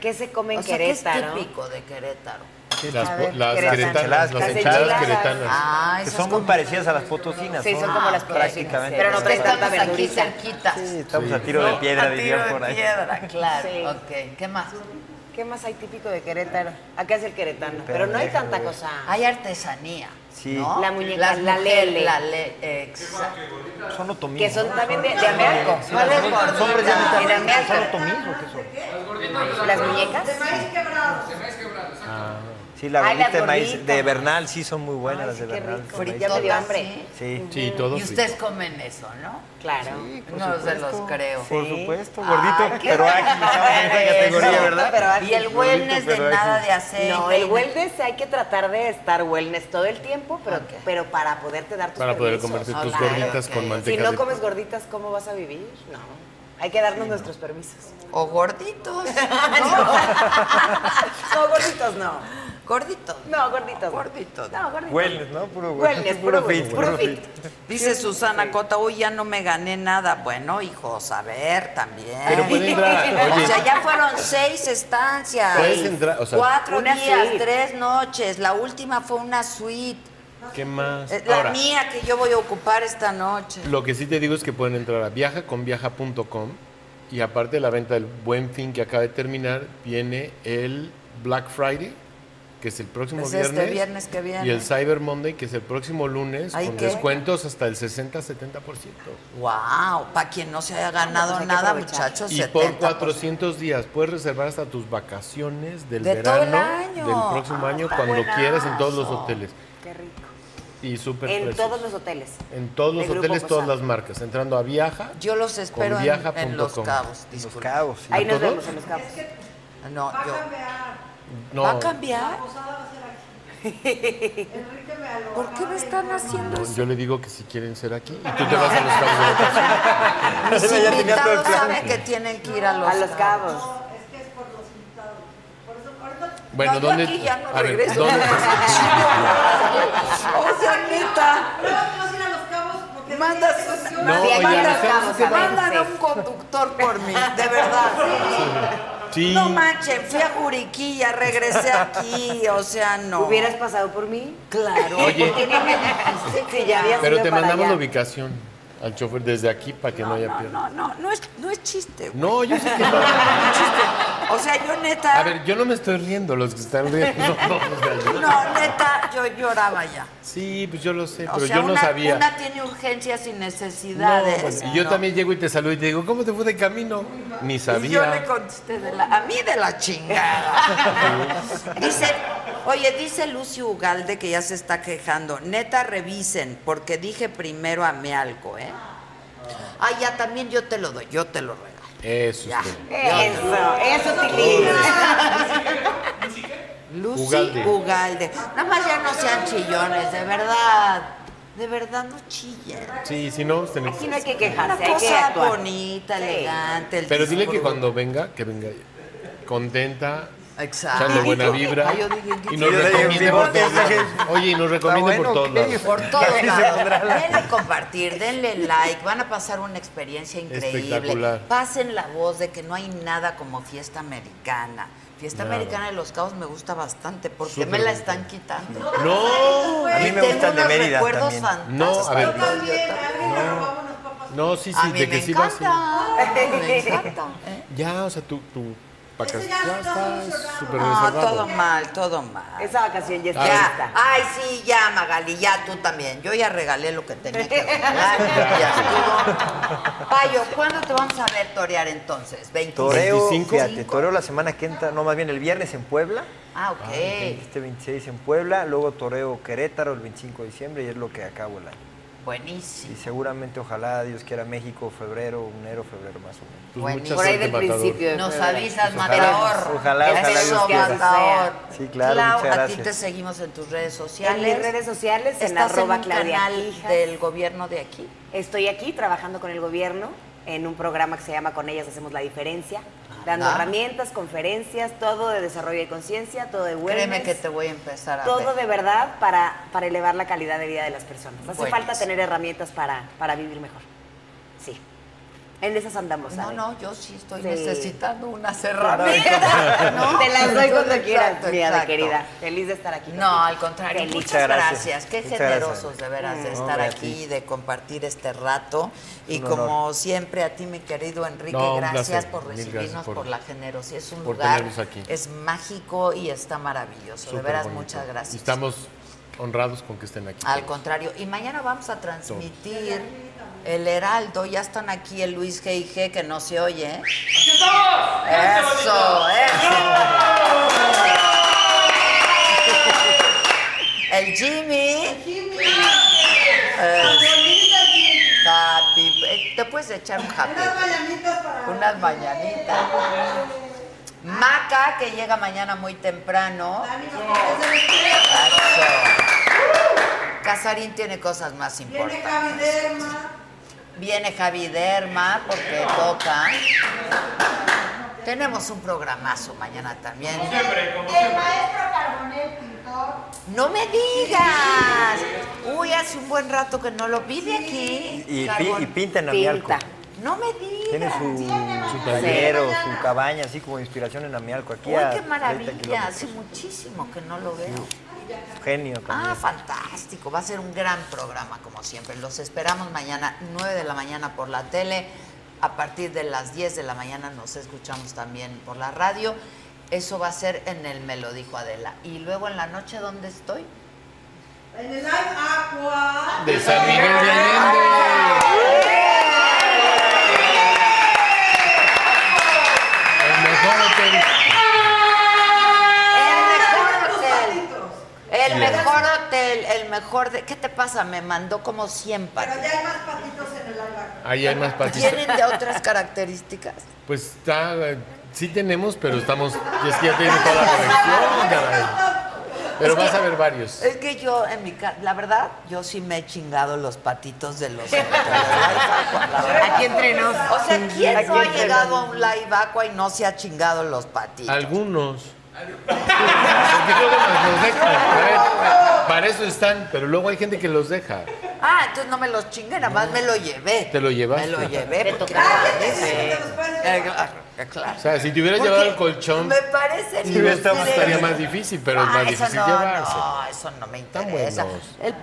[SPEAKER 2] ¿Qué se come en
[SPEAKER 1] O sea, ¿qué es
[SPEAKER 2] Querétaro?
[SPEAKER 1] típico de Querétaro?
[SPEAKER 4] Sí, las
[SPEAKER 2] A
[SPEAKER 4] po-
[SPEAKER 1] ¿eh?
[SPEAKER 2] ver,
[SPEAKER 4] las
[SPEAKER 2] Querétaro.
[SPEAKER 4] queretanas, las
[SPEAKER 2] Las
[SPEAKER 4] enchiladas
[SPEAKER 2] enchiladas.
[SPEAKER 4] queretanas.
[SPEAKER 1] Ah,
[SPEAKER 3] que
[SPEAKER 1] esas
[SPEAKER 3] son muy
[SPEAKER 1] como-
[SPEAKER 3] parecidas a las potosinas.
[SPEAKER 2] Sí, son como las potosinas,
[SPEAKER 3] prácticamente.
[SPEAKER 2] pero no
[SPEAKER 3] las
[SPEAKER 2] traen tanta
[SPEAKER 3] potosinas.
[SPEAKER 1] Estamos aquí
[SPEAKER 2] verdurita.
[SPEAKER 1] cerquitas.
[SPEAKER 3] Sí, estamos a tiro de
[SPEAKER 1] ¿no?
[SPEAKER 3] piedra,
[SPEAKER 1] A tiro
[SPEAKER 3] dirían
[SPEAKER 1] de
[SPEAKER 3] por ahí.
[SPEAKER 1] piedra, claro.
[SPEAKER 2] Sí.
[SPEAKER 1] Ok, ¿qué más?
[SPEAKER 2] ¿Qué más hay típico de Querétaro? Acá es el queretano, pero no hay tanta cosa.
[SPEAKER 1] Hay artesanía.
[SPEAKER 3] Sí.
[SPEAKER 1] ¿no?
[SPEAKER 2] La muñeca,
[SPEAKER 1] Las
[SPEAKER 2] la
[SPEAKER 1] mujeres,
[SPEAKER 2] lele.
[SPEAKER 1] La lele, exacto.
[SPEAKER 3] Son otomíes.
[SPEAKER 2] Que son
[SPEAKER 3] ¿no?
[SPEAKER 2] también de, de Amealco.
[SPEAKER 3] Sí,
[SPEAKER 2] ¿no?
[SPEAKER 3] las-
[SPEAKER 1] Vale,
[SPEAKER 3] son- son precisamente
[SPEAKER 2] Y de Amealco.
[SPEAKER 3] ¿Son otomíes o qué son?
[SPEAKER 2] Las muñecas.
[SPEAKER 3] Sí, la
[SPEAKER 2] Ay,
[SPEAKER 3] gordita
[SPEAKER 2] las
[SPEAKER 3] de maíz
[SPEAKER 2] gorditas.
[SPEAKER 3] de Bernal, sí son muy buenas
[SPEAKER 2] Ay,
[SPEAKER 3] las
[SPEAKER 2] sí,
[SPEAKER 3] de
[SPEAKER 2] qué
[SPEAKER 3] Bernal.
[SPEAKER 2] rico.
[SPEAKER 3] con maíz.
[SPEAKER 2] Ya me dio
[SPEAKER 1] ¿Todas,
[SPEAKER 2] hambre.
[SPEAKER 1] sí?
[SPEAKER 3] Sí,
[SPEAKER 4] Sí, todo
[SPEAKER 1] Y
[SPEAKER 4] frito.
[SPEAKER 1] ustedes comen eso, ¿no?
[SPEAKER 2] Claro.
[SPEAKER 3] por
[SPEAKER 1] no se los
[SPEAKER 3] supuesto.
[SPEAKER 1] creo.
[SPEAKER 3] Por
[SPEAKER 2] Sí.
[SPEAKER 3] supuesto,
[SPEAKER 1] Ah,
[SPEAKER 3] gordito,
[SPEAKER 1] qué
[SPEAKER 3] pero ágil, estamos en esa categoría,
[SPEAKER 1] Eso.
[SPEAKER 3] ¿verdad?
[SPEAKER 2] Pero ágil.
[SPEAKER 1] Y el wellness de
[SPEAKER 3] pero ágil.
[SPEAKER 1] nada de aceite.
[SPEAKER 2] No, el wellness hay que tratar de estar wellness todo el tiempo, pero, pero para poderte dar tus
[SPEAKER 4] Para poder
[SPEAKER 2] permisos.
[SPEAKER 4] comerse tus
[SPEAKER 1] Ah,
[SPEAKER 4] gorditas
[SPEAKER 1] ok.
[SPEAKER 4] con
[SPEAKER 1] Si
[SPEAKER 2] Si
[SPEAKER 4] manteca.
[SPEAKER 2] no
[SPEAKER 4] de-
[SPEAKER 2] comes gorditas, ¿cómo vas a vivir? No. Hay que darnos nuestros permisos.
[SPEAKER 1] O gorditos.
[SPEAKER 2] Ah, No, gorditos no.
[SPEAKER 1] Gorditos.
[SPEAKER 2] No, gorditos.
[SPEAKER 1] Gorditos.
[SPEAKER 2] No, gorditos.
[SPEAKER 3] Wellness, ¿no? Puro
[SPEAKER 2] Wellness, puro
[SPEAKER 3] fit,
[SPEAKER 2] wellness,
[SPEAKER 3] puro
[SPEAKER 2] puro
[SPEAKER 3] fit.
[SPEAKER 2] fit.
[SPEAKER 1] Dice Susana Cota, hoy ya no me gané nada. Bueno, hijos, a ver, también.
[SPEAKER 4] Pero puede entrar, oye.
[SPEAKER 1] O sea, ya fueron seis estancias.
[SPEAKER 4] Puedes entrar, o sea-
[SPEAKER 1] cuatro
[SPEAKER 2] Una
[SPEAKER 1] días,
[SPEAKER 2] suite.
[SPEAKER 1] tres noches. La última fue una suite.
[SPEAKER 4] ¿Qué más?
[SPEAKER 1] Es La
[SPEAKER 4] Ahora,
[SPEAKER 1] mía que yo voy a ocupar esta noche.
[SPEAKER 4] Lo que sí te digo es que pueden entrar a viajaconviaja.com y aparte de la venta del buen fin que acaba de terminar, viene el Black Friday, que es el próximo
[SPEAKER 1] Pues este
[SPEAKER 4] viernes.
[SPEAKER 1] viernes que viene.
[SPEAKER 4] Y el Cyber Monday, que es el próximo lunes,
[SPEAKER 1] Ay,
[SPEAKER 4] con
[SPEAKER 1] ¿qué?
[SPEAKER 4] descuentos hasta el 60-70%.
[SPEAKER 1] Wow, para quien no se haya ganado
[SPEAKER 2] Pues hay que
[SPEAKER 1] nada,
[SPEAKER 2] aprovechar.
[SPEAKER 1] muchachos,
[SPEAKER 4] Y por
[SPEAKER 1] 70%.
[SPEAKER 4] 400 días puedes reservar hasta tus vacaciones del
[SPEAKER 1] De todo
[SPEAKER 4] verano,
[SPEAKER 1] el año.
[SPEAKER 4] del próximo
[SPEAKER 1] Ah,
[SPEAKER 4] año,
[SPEAKER 1] está
[SPEAKER 4] cuando
[SPEAKER 1] buenazo.
[SPEAKER 4] quieras, en todos los hoteles.
[SPEAKER 2] Qué rico.
[SPEAKER 4] Y súper
[SPEAKER 2] En
[SPEAKER 4] precios.
[SPEAKER 2] todos los hoteles.
[SPEAKER 4] En todos los
[SPEAKER 2] del Grupo
[SPEAKER 4] hoteles, todas
[SPEAKER 2] Posada.
[SPEAKER 4] las marcas. Entrando a Viaja.
[SPEAKER 1] Yo los espero
[SPEAKER 4] con
[SPEAKER 1] en,
[SPEAKER 4] viaja
[SPEAKER 1] en
[SPEAKER 4] punto
[SPEAKER 1] Los
[SPEAKER 4] com.
[SPEAKER 1] Cabos,
[SPEAKER 3] Los
[SPEAKER 1] disculpa.
[SPEAKER 3] cabos, sí.
[SPEAKER 2] Ahí nos
[SPEAKER 4] todos?
[SPEAKER 2] vemos en los cabos.
[SPEAKER 1] No, yo.
[SPEAKER 4] No,
[SPEAKER 1] ¿Va a cambiar? ¿Por qué me están haciendo eso?
[SPEAKER 4] Yo le digo que si quieren ser aquí. Y tú te vas a los cabos de vacaciones.
[SPEAKER 1] Mis
[SPEAKER 3] Ya tenía todo el
[SPEAKER 1] invitados
[SPEAKER 3] plan.
[SPEAKER 1] saben que tienen que ir a Los,
[SPEAKER 2] A los cabos.
[SPEAKER 4] Bueno,
[SPEAKER 1] No, yo
[SPEAKER 4] ¿dónde?
[SPEAKER 1] aquí ya no
[SPEAKER 4] a ver,
[SPEAKER 1] regreso.
[SPEAKER 4] ¿dónde?
[SPEAKER 1] O sea, neta, manda sus-
[SPEAKER 4] No,
[SPEAKER 2] Sí, hay
[SPEAKER 4] oye,
[SPEAKER 2] que ir a
[SPEAKER 4] los
[SPEAKER 2] los
[SPEAKER 4] cabos.
[SPEAKER 2] cabos. a ver,
[SPEAKER 1] Mandan
[SPEAKER 2] sí.
[SPEAKER 1] a un conductor por mí, de verdad.
[SPEAKER 4] Sí.
[SPEAKER 1] No manchen, fui a Juriquilla, regresé aquí, o sea, no.
[SPEAKER 2] ¿Hubieras pasado por mí?
[SPEAKER 1] Claro.
[SPEAKER 4] Oye.
[SPEAKER 2] Sí, ya había
[SPEAKER 4] Pero
[SPEAKER 2] sido
[SPEAKER 4] te
[SPEAKER 2] para
[SPEAKER 4] mandamos
[SPEAKER 2] allá.
[SPEAKER 4] la ubicación al chofer desde aquí para que no, haya
[SPEAKER 1] No,
[SPEAKER 4] piernas.
[SPEAKER 1] no, no, no es, no es chiste. güey.
[SPEAKER 4] No, yo sé que no.
[SPEAKER 1] O sea, yo neta,
[SPEAKER 4] A ver, yo no me estoy riendo, los que están riendo. no, o sea, yo-
[SPEAKER 1] no, neta, yo lloraba ya.
[SPEAKER 4] Sí, pues yo lo sé,
[SPEAKER 1] O
[SPEAKER 4] pero
[SPEAKER 1] sea,
[SPEAKER 4] yo no
[SPEAKER 1] una,
[SPEAKER 4] sabía.
[SPEAKER 1] una tiene urgencias y
[SPEAKER 4] No,
[SPEAKER 1] necesidades.
[SPEAKER 4] pues, y yo
[SPEAKER 1] ¿no?
[SPEAKER 4] también llego y te saludo y te digo, ¿cómo te fue de camino? Ni
[SPEAKER 1] Y yo le
[SPEAKER 4] sabía.
[SPEAKER 1] contesté de la, a mí de la chingada. dice, oye, dice Lucio Ugalde que ya se está quejando. Neta, revisen, porque dije primero a me algo, ¿eh? Ah, ya también yo te lo doy, yo te lo regalo.
[SPEAKER 4] Eso
[SPEAKER 1] Ya.
[SPEAKER 4] es todo.
[SPEAKER 2] Eso, eso, Tilín.
[SPEAKER 1] Lucy Ugalde.
[SPEAKER 4] Ugalde.
[SPEAKER 1] Nada más ya no sean chillones, de verdad. De verdad no chillen.
[SPEAKER 4] Sí, si no, tenemos.
[SPEAKER 2] Aquí no hay que
[SPEAKER 1] Una
[SPEAKER 2] quejarse, hay que
[SPEAKER 1] cosa
[SPEAKER 2] actuar.
[SPEAKER 1] bonita,
[SPEAKER 2] Sí.
[SPEAKER 1] elegante. el
[SPEAKER 4] Pero dile que
[SPEAKER 1] disfrute.
[SPEAKER 4] cuando venga, que venga contenta,
[SPEAKER 1] Exacto.
[SPEAKER 4] echando buena vibra.
[SPEAKER 1] Ah, yo dije que-
[SPEAKER 4] Y nos
[SPEAKER 3] Yo le digo,
[SPEAKER 4] recomiende
[SPEAKER 3] sí,
[SPEAKER 4] por
[SPEAKER 3] porque
[SPEAKER 4] todos
[SPEAKER 3] dije,
[SPEAKER 4] lados. Oye, y nos recomienda
[SPEAKER 3] bueno,
[SPEAKER 4] por todos
[SPEAKER 3] ok.
[SPEAKER 4] lados.
[SPEAKER 1] Por todo
[SPEAKER 3] Ya se
[SPEAKER 1] lado.
[SPEAKER 3] pondrá la-
[SPEAKER 1] Denle compartir, denle like, van a pasar una experiencia increíble.
[SPEAKER 4] Espectacular.
[SPEAKER 1] Pasen la voz de que no hay nada como fiesta americana. Fiesta americana de los cabos me gusta bastante porque
[SPEAKER 4] Súper
[SPEAKER 1] me la
[SPEAKER 4] rico.
[SPEAKER 1] están quitando.
[SPEAKER 4] No,
[SPEAKER 3] A mí me
[SPEAKER 1] Tengo
[SPEAKER 3] gusta el de
[SPEAKER 1] unos
[SPEAKER 3] Mérida
[SPEAKER 1] recuerdos
[SPEAKER 3] también.
[SPEAKER 1] fantásticos.
[SPEAKER 4] No, a ver. Yo
[SPEAKER 1] Yo también.
[SPEAKER 4] no, sí,
[SPEAKER 1] A
[SPEAKER 4] sí,
[SPEAKER 1] mí
[SPEAKER 4] de
[SPEAKER 1] me
[SPEAKER 4] que sí vas. sí.
[SPEAKER 1] encanta. Me encanta. ¿eh?
[SPEAKER 4] Ya, o sea, tú, tú, vaca- ya estás súper
[SPEAKER 1] No,
[SPEAKER 4] reservado.
[SPEAKER 1] todo mal, todo mal.
[SPEAKER 2] Esa vacación ya está
[SPEAKER 1] Ya.
[SPEAKER 2] lista.
[SPEAKER 1] Ay, sí, ya, Magali, ya tú también. Yo ya regalé lo que tenía que regalar. ya estuvo. Payo, ¿cuándo te vamos a ver torear entonces? ¿25?
[SPEAKER 3] Toreo,
[SPEAKER 4] 25.
[SPEAKER 3] fíjate, toreo la semana que entra, no, más bien el viernes en Puebla.
[SPEAKER 1] Ah, ok.
[SPEAKER 3] Este 26 en Puebla, luego toreo Querétaro el 25 de diciembre y es lo que acabo el año.
[SPEAKER 1] Buenísimo.
[SPEAKER 3] Y seguramente, ojalá Dios quiera México, febrero, enero, febrero más o menos.
[SPEAKER 1] Pues Buenísimo.
[SPEAKER 2] Por ahí del principio. de
[SPEAKER 1] Nos
[SPEAKER 2] febrero.
[SPEAKER 1] avisas,
[SPEAKER 3] Ojalá,
[SPEAKER 1] Matador.
[SPEAKER 3] ojalá,
[SPEAKER 1] Te
[SPEAKER 3] ojalá
[SPEAKER 1] beso,
[SPEAKER 3] Dios quiera.
[SPEAKER 1] Matador.
[SPEAKER 3] Sí, claro,
[SPEAKER 1] Clau,
[SPEAKER 3] muchas
[SPEAKER 1] a ti
[SPEAKER 3] gracias.
[SPEAKER 1] te seguimos en tus redes
[SPEAKER 2] En
[SPEAKER 1] sociales.
[SPEAKER 2] mis redes sociales, en
[SPEAKER 1] Estás
[SPEAKER 2] arroba
[SPEAKER 1] en un
[SPEAKER 2] Claudia
[SPEAKER 1] canal
[SPEAKER 2] Hijas.
[SPEAKER 1] del gobierno de aquí.
[SPEAKER 2] Estoy aquí trabajando con el gobierno en un programa que se llama Con ellas hacemos la diferencia, dando
[SPEAKER 1] Ah.
[SPEAKER 2] herramientas, conferencias, todo de desarrollo de conciencia, todo de wellness.
[SPEAKER 1] Créeme que te voy a empezar a
[SPEAKER 2] todo
[SPEAKER 1] ver.
[SPEAKER 2] de verdad para, para elevar la calidad de vida de las personas. Hace
[SPEAKER 1] Buenísimo.
[SPEAKER 2] falta tener herramientas para, para vivir mejor. Sí. En esas andamos.
[SPEAKER 1] No,
[SPEAKER 2] Ale.
[SPEAKER 1] no, yo sí estoy
[SPEAKER 2] Sí.
[SPEAKER 1] necesitando unas
[SPEAKER 2] Mira,
[SPEAKER 1] herramientas. ¿no?
[SPEAKER 2] Te las doy cuando
[SPEAKER 1] Exacto,
[SPEAKER 2] quieras, mi Ada
[SPEAKER 1] exacto.
[SPEAKER 2] querida. Feliz de estar aquí.
[SPEAKER 1] No, al contrario,
[SPEAKER 2] Feliz.
[SPEAKER 1] muchas
[SPEAKER 3] Muchas
[SPEAKER 1] gracias.
[SPEAKER 3] gracias.
[SPEAKER 1] Qué
[SPEAKER 3] Muchas
[SPEAKER 1] generosos
[SPEAKER 3] gracias.
[SPEAKER 1] de veras de
[SPEAKER 2] Mm.
[SPEAKER 1] estar
[SPEAKER 3] Hombre, a
[SPEAKER 1] aquí,
[SPEAKER 3] ti.
[SPEAKER 1] de compartir este rato. Y
[SPEAKER 3] Un honor.
[SPEAKER 1] como siempre, a ti, mi querido Enrique,
[SPEAKER 4] No, un
[SPEAKER 1] gracias
[SPEAKER 4] placer.
[SPEAKER 1] por
[SPEAKER 4] Mil
[SPEAKER 1] recibirnos,
[SPEAKER 4] gracias
[SPEAKER 1] por,
[SPEAKER 4] por-
[SPEAKER 1] la generosidad. Es un
[SPEAKER 4] por
[SPEAKER 1] lugar,
[SPEAKER 4] tenernos aquí.
[SPEAKER 1] es mágico y está maravilloso. de
[SPEAKER 4] Súper
[SPEAKER 1] veras,
[SPEAKER 4] bonito.
[SPEAKER 1] muchas gracias.
[SPEAKER 4] Y Estamos honrados con que estén aquí.
[SPEAKER 1] Al contrario, y mañana vamos a transmitir el Heraldo. Ya están aquí el Luis G. y G, que no se oye. ¿eh? ¡Este ¡Eso! ¡Eso! El Jimmy. Happy. eh, Te puedes echar un happy. Unas mañanitas para. Unas mañanitas. Maca, que llega mañana muy temprano. Eso. Casarín tiene cosas más importantes. Viene Javi Derma. Viene Javi Derma porque toca. Tenemos un programazo mañana también. Como siempre, como siempre. El maestro Carbonel pintor. ¡No me digas! Uy, hace un buen rato que no lo vi de aquí.
[SPEAKER 3] Y, pi-
[SPEAKER 1] Carbon-
[SPEAKER 3] y pintan a Mialco.
[SPEAKER 2] Pinta.
[SPEAKER 1] No me digas.
[SPEAKER 3] Tiene su, su taller o su cabaña, así como inspiración en Amialco. Aquí
[SPEAKER 1] Uy,
[SPEAKER 3] a
[SPEAKER 1] qué
[SPEAKER 3] 30
[SPEAKER 1] maravilla.
[SPEAKER 3] kilómetros.
[SPEAKER 1] Hace muchísimo que no lo veo.
[SPEAKER 3] Genio también.
[SPEAKER 1] Ah, fantástico. Va a ser un gran programa, como siempre. Los esperamos mañana, 9 de la mañana por la tele. A partir de las 10 de la mañana nos escuchamos también por la radio. Eso va a ser en el Me lo dijo Adela. Y luego en la noche, ¿dónde estoy?
[SPEAKER 4] De San Miguel de Allende. El mejor hotel.
[SPEAKER 1] El mejor hotel. El
[SPEAKER 4] Sí.
[SPEAKER 1] mejor hotel, el mejor de... ¿Qué te pasa? Me mandó como 100 patitas.
[SPEAKER 4] Ahí hay más patitas.
[SPEAKER 1] ¿Tienen de otras características?
[SPEAKER 4] Pues está, eh, sí tenemos, pero estamos, es que ya tiene toda la conexión, caray. Pero vas a ver varios.
[SPEAKER 1] Es que yo, en mi casa, la verdad, yo sí me he chingado los patitos de los. de los live aqua,
[SPEAKER 2] Aquí entre nos.
[SPEAKER 1] O sea, ¿quién
[SPEAKER 2] Aquí
[SPEAKER 1] no ha
[SPEAKER 2] entre
[SPEAKER 1] llegado a
[SPEAKER 2] nos.
[SPEAKER 1] un live aqua y no se ha chingado los patitos?
[SPEAKER 4] Algunos. Porque luego nos los dejan. A ver, para eso están, pero luego hay gente que los deja.
[SPEAKER 1] Ah, entonces no me los chingué, nada más me lo llevé.
[SPEAKER 4] ¿Te lo llevaste?
[SPEAKER 1] Me lo llevé.
[SPEAKER 2] Te
[SPEAKER 1] porque
[SPEAKER 2] tocaron.
[SPEAKER 1] me parece- Eh, Claro, eh, claro.
[SPEAKER 4] O sea, si te hubieras
[SPEAKER 1] Porque
[SPEAKER 4] llevado el colchón,
[SPEAKER 1] Me parece
[SPEAKER 4] Sí, hubiera estado-
[SPEAKER 1] inútil.
[SPEAKER 4] estaría más difícil, pero es
[SPEAKER 1] Ah,
[SPEAKER 4] más
[SPEAKER 1] eso
[SPEAKER 4] difícil
[SPEAKER 1] no,
[SPEAKER 4] llevarse.
[SPEAKER 1] No, eso no me
[SPEAKER 4] Están
[SPEAKER 1] interesa.
[SPEAKER 4] buenos.
[SPEAKER 1] El-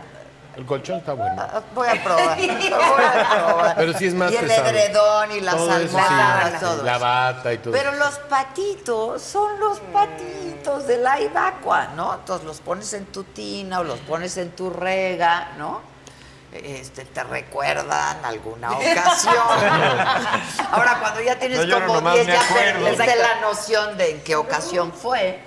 [SPEAKER 4] El colchón está bueno.
[SPEAKER 1] Ah, Voy a probar. Voy a probar.
[SPEAKER 4] Pero sí es más
[SPEAKER 1] Y el
[SPEAKER 4] pesado.
[SPEAKER 1] edredón y las
[SPEAKER 4] Todo eso
[SPEAKER 1] almohadas,
[SPEAKER 4] sí,
[SPEAKER 1] todo.
[SPEAKER 4] La
[SPEAKER 1] eso.
[SPEAKER 4] bata y todo.
[SPEAKER 1] Pero los patitos son los
[SPEAKER 3] Mm.
[SPEAKER 1] patitos de la ibacua, ¿no? Entonces los pones en tu tina o los pones en tu rega, ¿no? Este, te recuerdan alguna ocasión. Ahora, cuando ya
[SPEAKER 3] No
[SPEAKER 1] tienes
[SPEAKER 3] lloro,
[SPEAKER 1] como
[SPEAKER 3] nomás
[SPEAKER 1] 10,
[SPEAKER 3] me
[SPEAKER 1] ya
[SPEAKER 3] acuerdo.
[SPEAKER 1] perdiste la noción de en qué ocasión fue.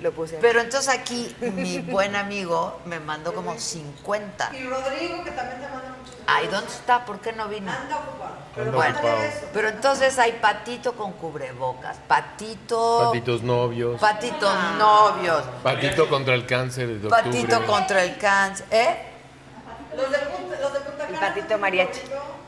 [SPEAKER 2] Lo puse. ahí.
[SPEAKER 1] Pero entonces aquí mi buen amigo me mandó como 50. Y Rodrigo, que también te manda muchos. Ay, ¿dónde está? ¿Por qué no vino?
[SPEAKER 4] Anda
[SPEAKER 1] bueno,
[SPEAKER 4] ocupado.
[SPEAKER 1] pero entonces hay patito con cubrebocas, patito,
[SPEAKER 4] Patitos novios.
[SPEAKER 1] patitos
[SPEAKER 2] Ah.
[SPEAKER 1] novios,
[SPEAKER 4] Patito contra el cáncer de octubre.
[SPEAKER 1] patito contra el cáncer, ¿eh?
[SPEAKER 2] El patito mariachi.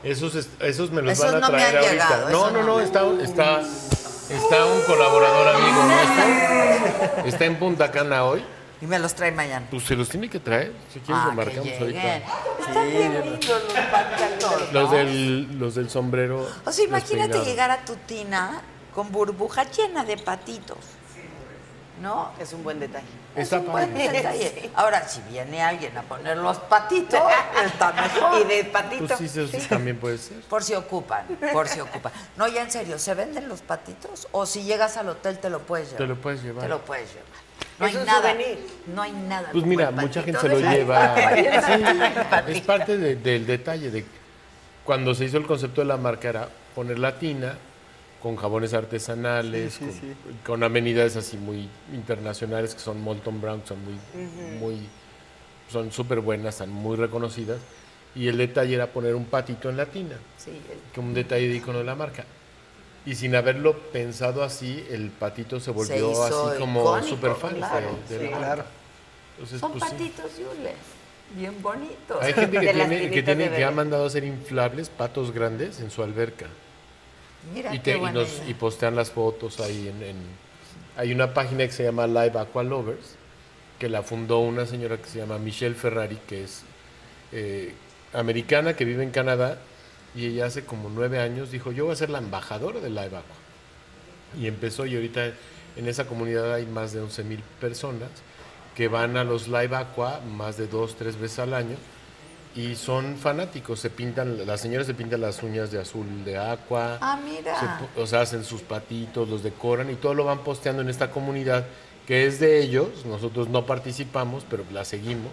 [SPEAKER 4] Esos, es- esos me los
[SPEAKER 1] Esos
[SPEAKER 4] van a
[SPEAKER 1] no me
[SPEAKER 4] traer
[SPEAKER 1] han
[SPEAKER 4] ahorita.
[SPEAKER 1] llegado,
[SPEAKER 4] no,
[SPEAKER 1] esos
[SPEAKER 4] no,
[SPEAKER 1] no.
[SPEAKER 4] no, está, está, está un colaborador amigo nuestro. Está en Punta Cana hoy.
[SPEAKER 1] Y me los trae mañana.
[SPEAKER 4] Pues se los tiene que traer. Si quieres,
[SPEAKER 1] Ah,
[SPEAKER 4] lo marcamos
[SPEAKER 1] que
[SPEAKER 4] ahorita.
[SPEAKER 1] lleguen. Están bien lindos los patitos.
[SPEAKER 4] Los
[SPEAKER 1] ¿no?
[SPEAKER 4] del, los del sombrero.
[SPEAKER 1] O sea, imagínate
[SPEAKER 4] despeinado.
[SPEAKER 1] llegar a tu tina con burbuja llena de patitos. ¿No?
[SPEAKER 2] Es un buen detalle.
[SPEAKER 4] Está
[SPEAKER 1] Buen
[SPEAKER 4] padre.
[SPEAKER 1] detalle. Ahora, si viene alguien a poner los patitos, está mejor.
[SPEAKER 2] Y de patito.
[SPEAKER 4] Pues sí, sí, sí, también puede ser.
[SPEAKER 1] Por si ocupan, por si ocupan. No, ya en serio, ¿se venden los patitos? O si llegas al hotel te lo puedes llevar.
[SPEAKER 4] Te lo puedes llevar.
[SPEAKER 1] Te lo puedes llevar. No
[SPEAKER 2] Es
[SPEAKER 1] hay
[SPEAKER 2] un
[SPEAKER 1] nada.
[SPEAKER 2] souvenir.
[SPEAKER 1] No hay nada.
[SPEAKER 4] Pues
[SPEAKER 1] como
[SPEAKER 4] mira,
[SPEAKER 1] el
[SPEAKER 4] mucha gente
[SPEAKER 1] patito
[SPEAKER 4] se lo
[SPEAKER 1] de la-
[SPEAKER 4] lleva. Sí,
[SPEAKER 1] Patito.
[SPEAKER 4] es parte de- del detalle de cuando se hizo el concepto de la marca era poner la tina con jabones artesanales, con, con amenidades así muy internacionales que son Molton Brown, que son muy, muy, son súper buenas, están muy reconocidas Y el detalle era poner un patito en la tina,
[SPEAKER 1] Sí, el-
[SPEAKER 4] como un detalle de icono de la marca. Y sin haberlo pensado así, el patito se volvió
[SPEAKER 1] hizo
[SPEAKER 4] así como
[SPEAKER 1] icónico,
[SPEAKER 4] super fan.
[SPEAKER 1] claro, sí. Claro.
[SPEAKER 4] Entonces,
[SPEAKER 1] Son
[SPEAKER 4] pues, sí.
[SPEAKER 1] patitos yules, bien bonitos.
[SPEAKER 4] Hay gente que
[SPEAKER 1] De las
[SPEAKER 4] tiene, que,
[SPEAKER 1] tiritas
[SPEAKER 4] tiene-
[SPEAKER 1] de
[SPEAKER 4] que ha
[SPEAKER 1] bebé.
[SPEAKER 4] mandado a hacer inflables patos grandes en su alberca.
[SPEAKER 1] Mira
[SPEAKER 4] Y, te-
[SPEAKER 1] qué
[SPEAKER 4] y
[SPEAKER 1] buena
[SPEAKER 4] nos-
[SPEAKER 1] idea.
[SPEAKER 4] y postean las fotos ahí en, en- Hay una página que se llama Live Aqua Lovers, que la fundó una señora que se llama Michelle Ferrari, que es eh, americana, que vive en Canadá, y ella hace como nueve años dijo, yo voy a ser la embajadora de Live Aqua. Y empezó, y ahorita en esa comunidad hay más de 11 mil personas que van a los Live Aqua más de dos, tres veces al año y son fanáticos. Se pintan, las señoras se pintan las uñas de azul de aqua.
[SPEAKER 1] Ah, mira.
[SPEAKER 4] Se po- o sea, hacen sus patitos, los decoran y todo lo van posteando en esta comunidad que es de ellos. Nosotros no participamos, pero la seguimos.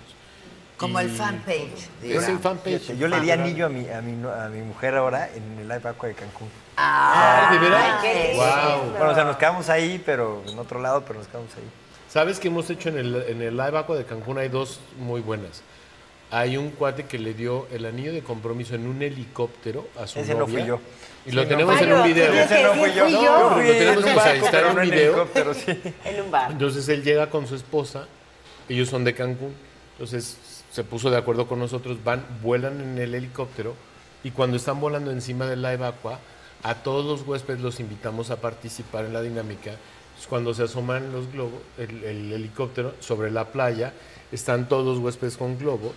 [SPEAKER 1] Como el
[SPEAKER 4] Y-
[SPEAKER 1] fanpage.
[SPEAKER 4] Es el fanpage.
[SPEAKER 3] Fíjate, Yo le di anillo a mi, a mi, no- a mi mujer ahora en el live Aqua de Cancún.
[SPEAKER 4] Ah, ¿de veras?
[SPEAKER 2] qué lindo.
[SPEAKER 4] Guau.
[SPEAKER 3] Bueno, o sea, nos quedamos ahí, pero en otro lado, pero nos quedamos ahí.
[SPEAKER 4] ¿Sabes qué hemos hecho en el, en el Live Aqua de Cancún? Hay dos muy buenas. Hay un cuate que le dio el anillo de compromiso en un helicóptero a su
[SPEAKER 3] Ese
[SPEAKER 4] novia.
[SPEAKER 3] no fui yo.
[SPEAKER 4] Y
[SPEAKER 3] Sí,
[SPEAKER 4] lo
[SPEAKER 3] no.
[SPEAKER 4] tenemos
[SPEAKER 2] Ay,
[SPEAKER 4] en un
[SPEAKER 2] lo
[SPEAKER 4] video.
[SPEAKER 2] tienes que decir, fui yo.
[SPEAKER 4] Lo
[SPEAKER 3] fui en
[SPEAKER 4] tenemos
[SPEAKER 3] un
[SPEAKER 4] que
[SPEAKER 3] barco,
[SPEAKER 4] instalar
[SPEAKER 3] pero
[SPEAKER 4] un
[SPEAKER 3] no en
[SPEAKER 4] video.
[SPEAKER 3] helicóptero, sí.
[SPEAKER 2] En un bar.
[SPEAKER 4] Entonces él llega con su esposa, ellos son de Cancún, entonces se puso de acuerdo con nosotros, van, vuelan en el helicóptero y cuando están volando encima del live aqua, a todos los huéspedes los invitamos a participar en la dinámica. Entonces, Cuando se asoman los globos, el, el helicóptero sobre la playa, están todos los huéspedes con globos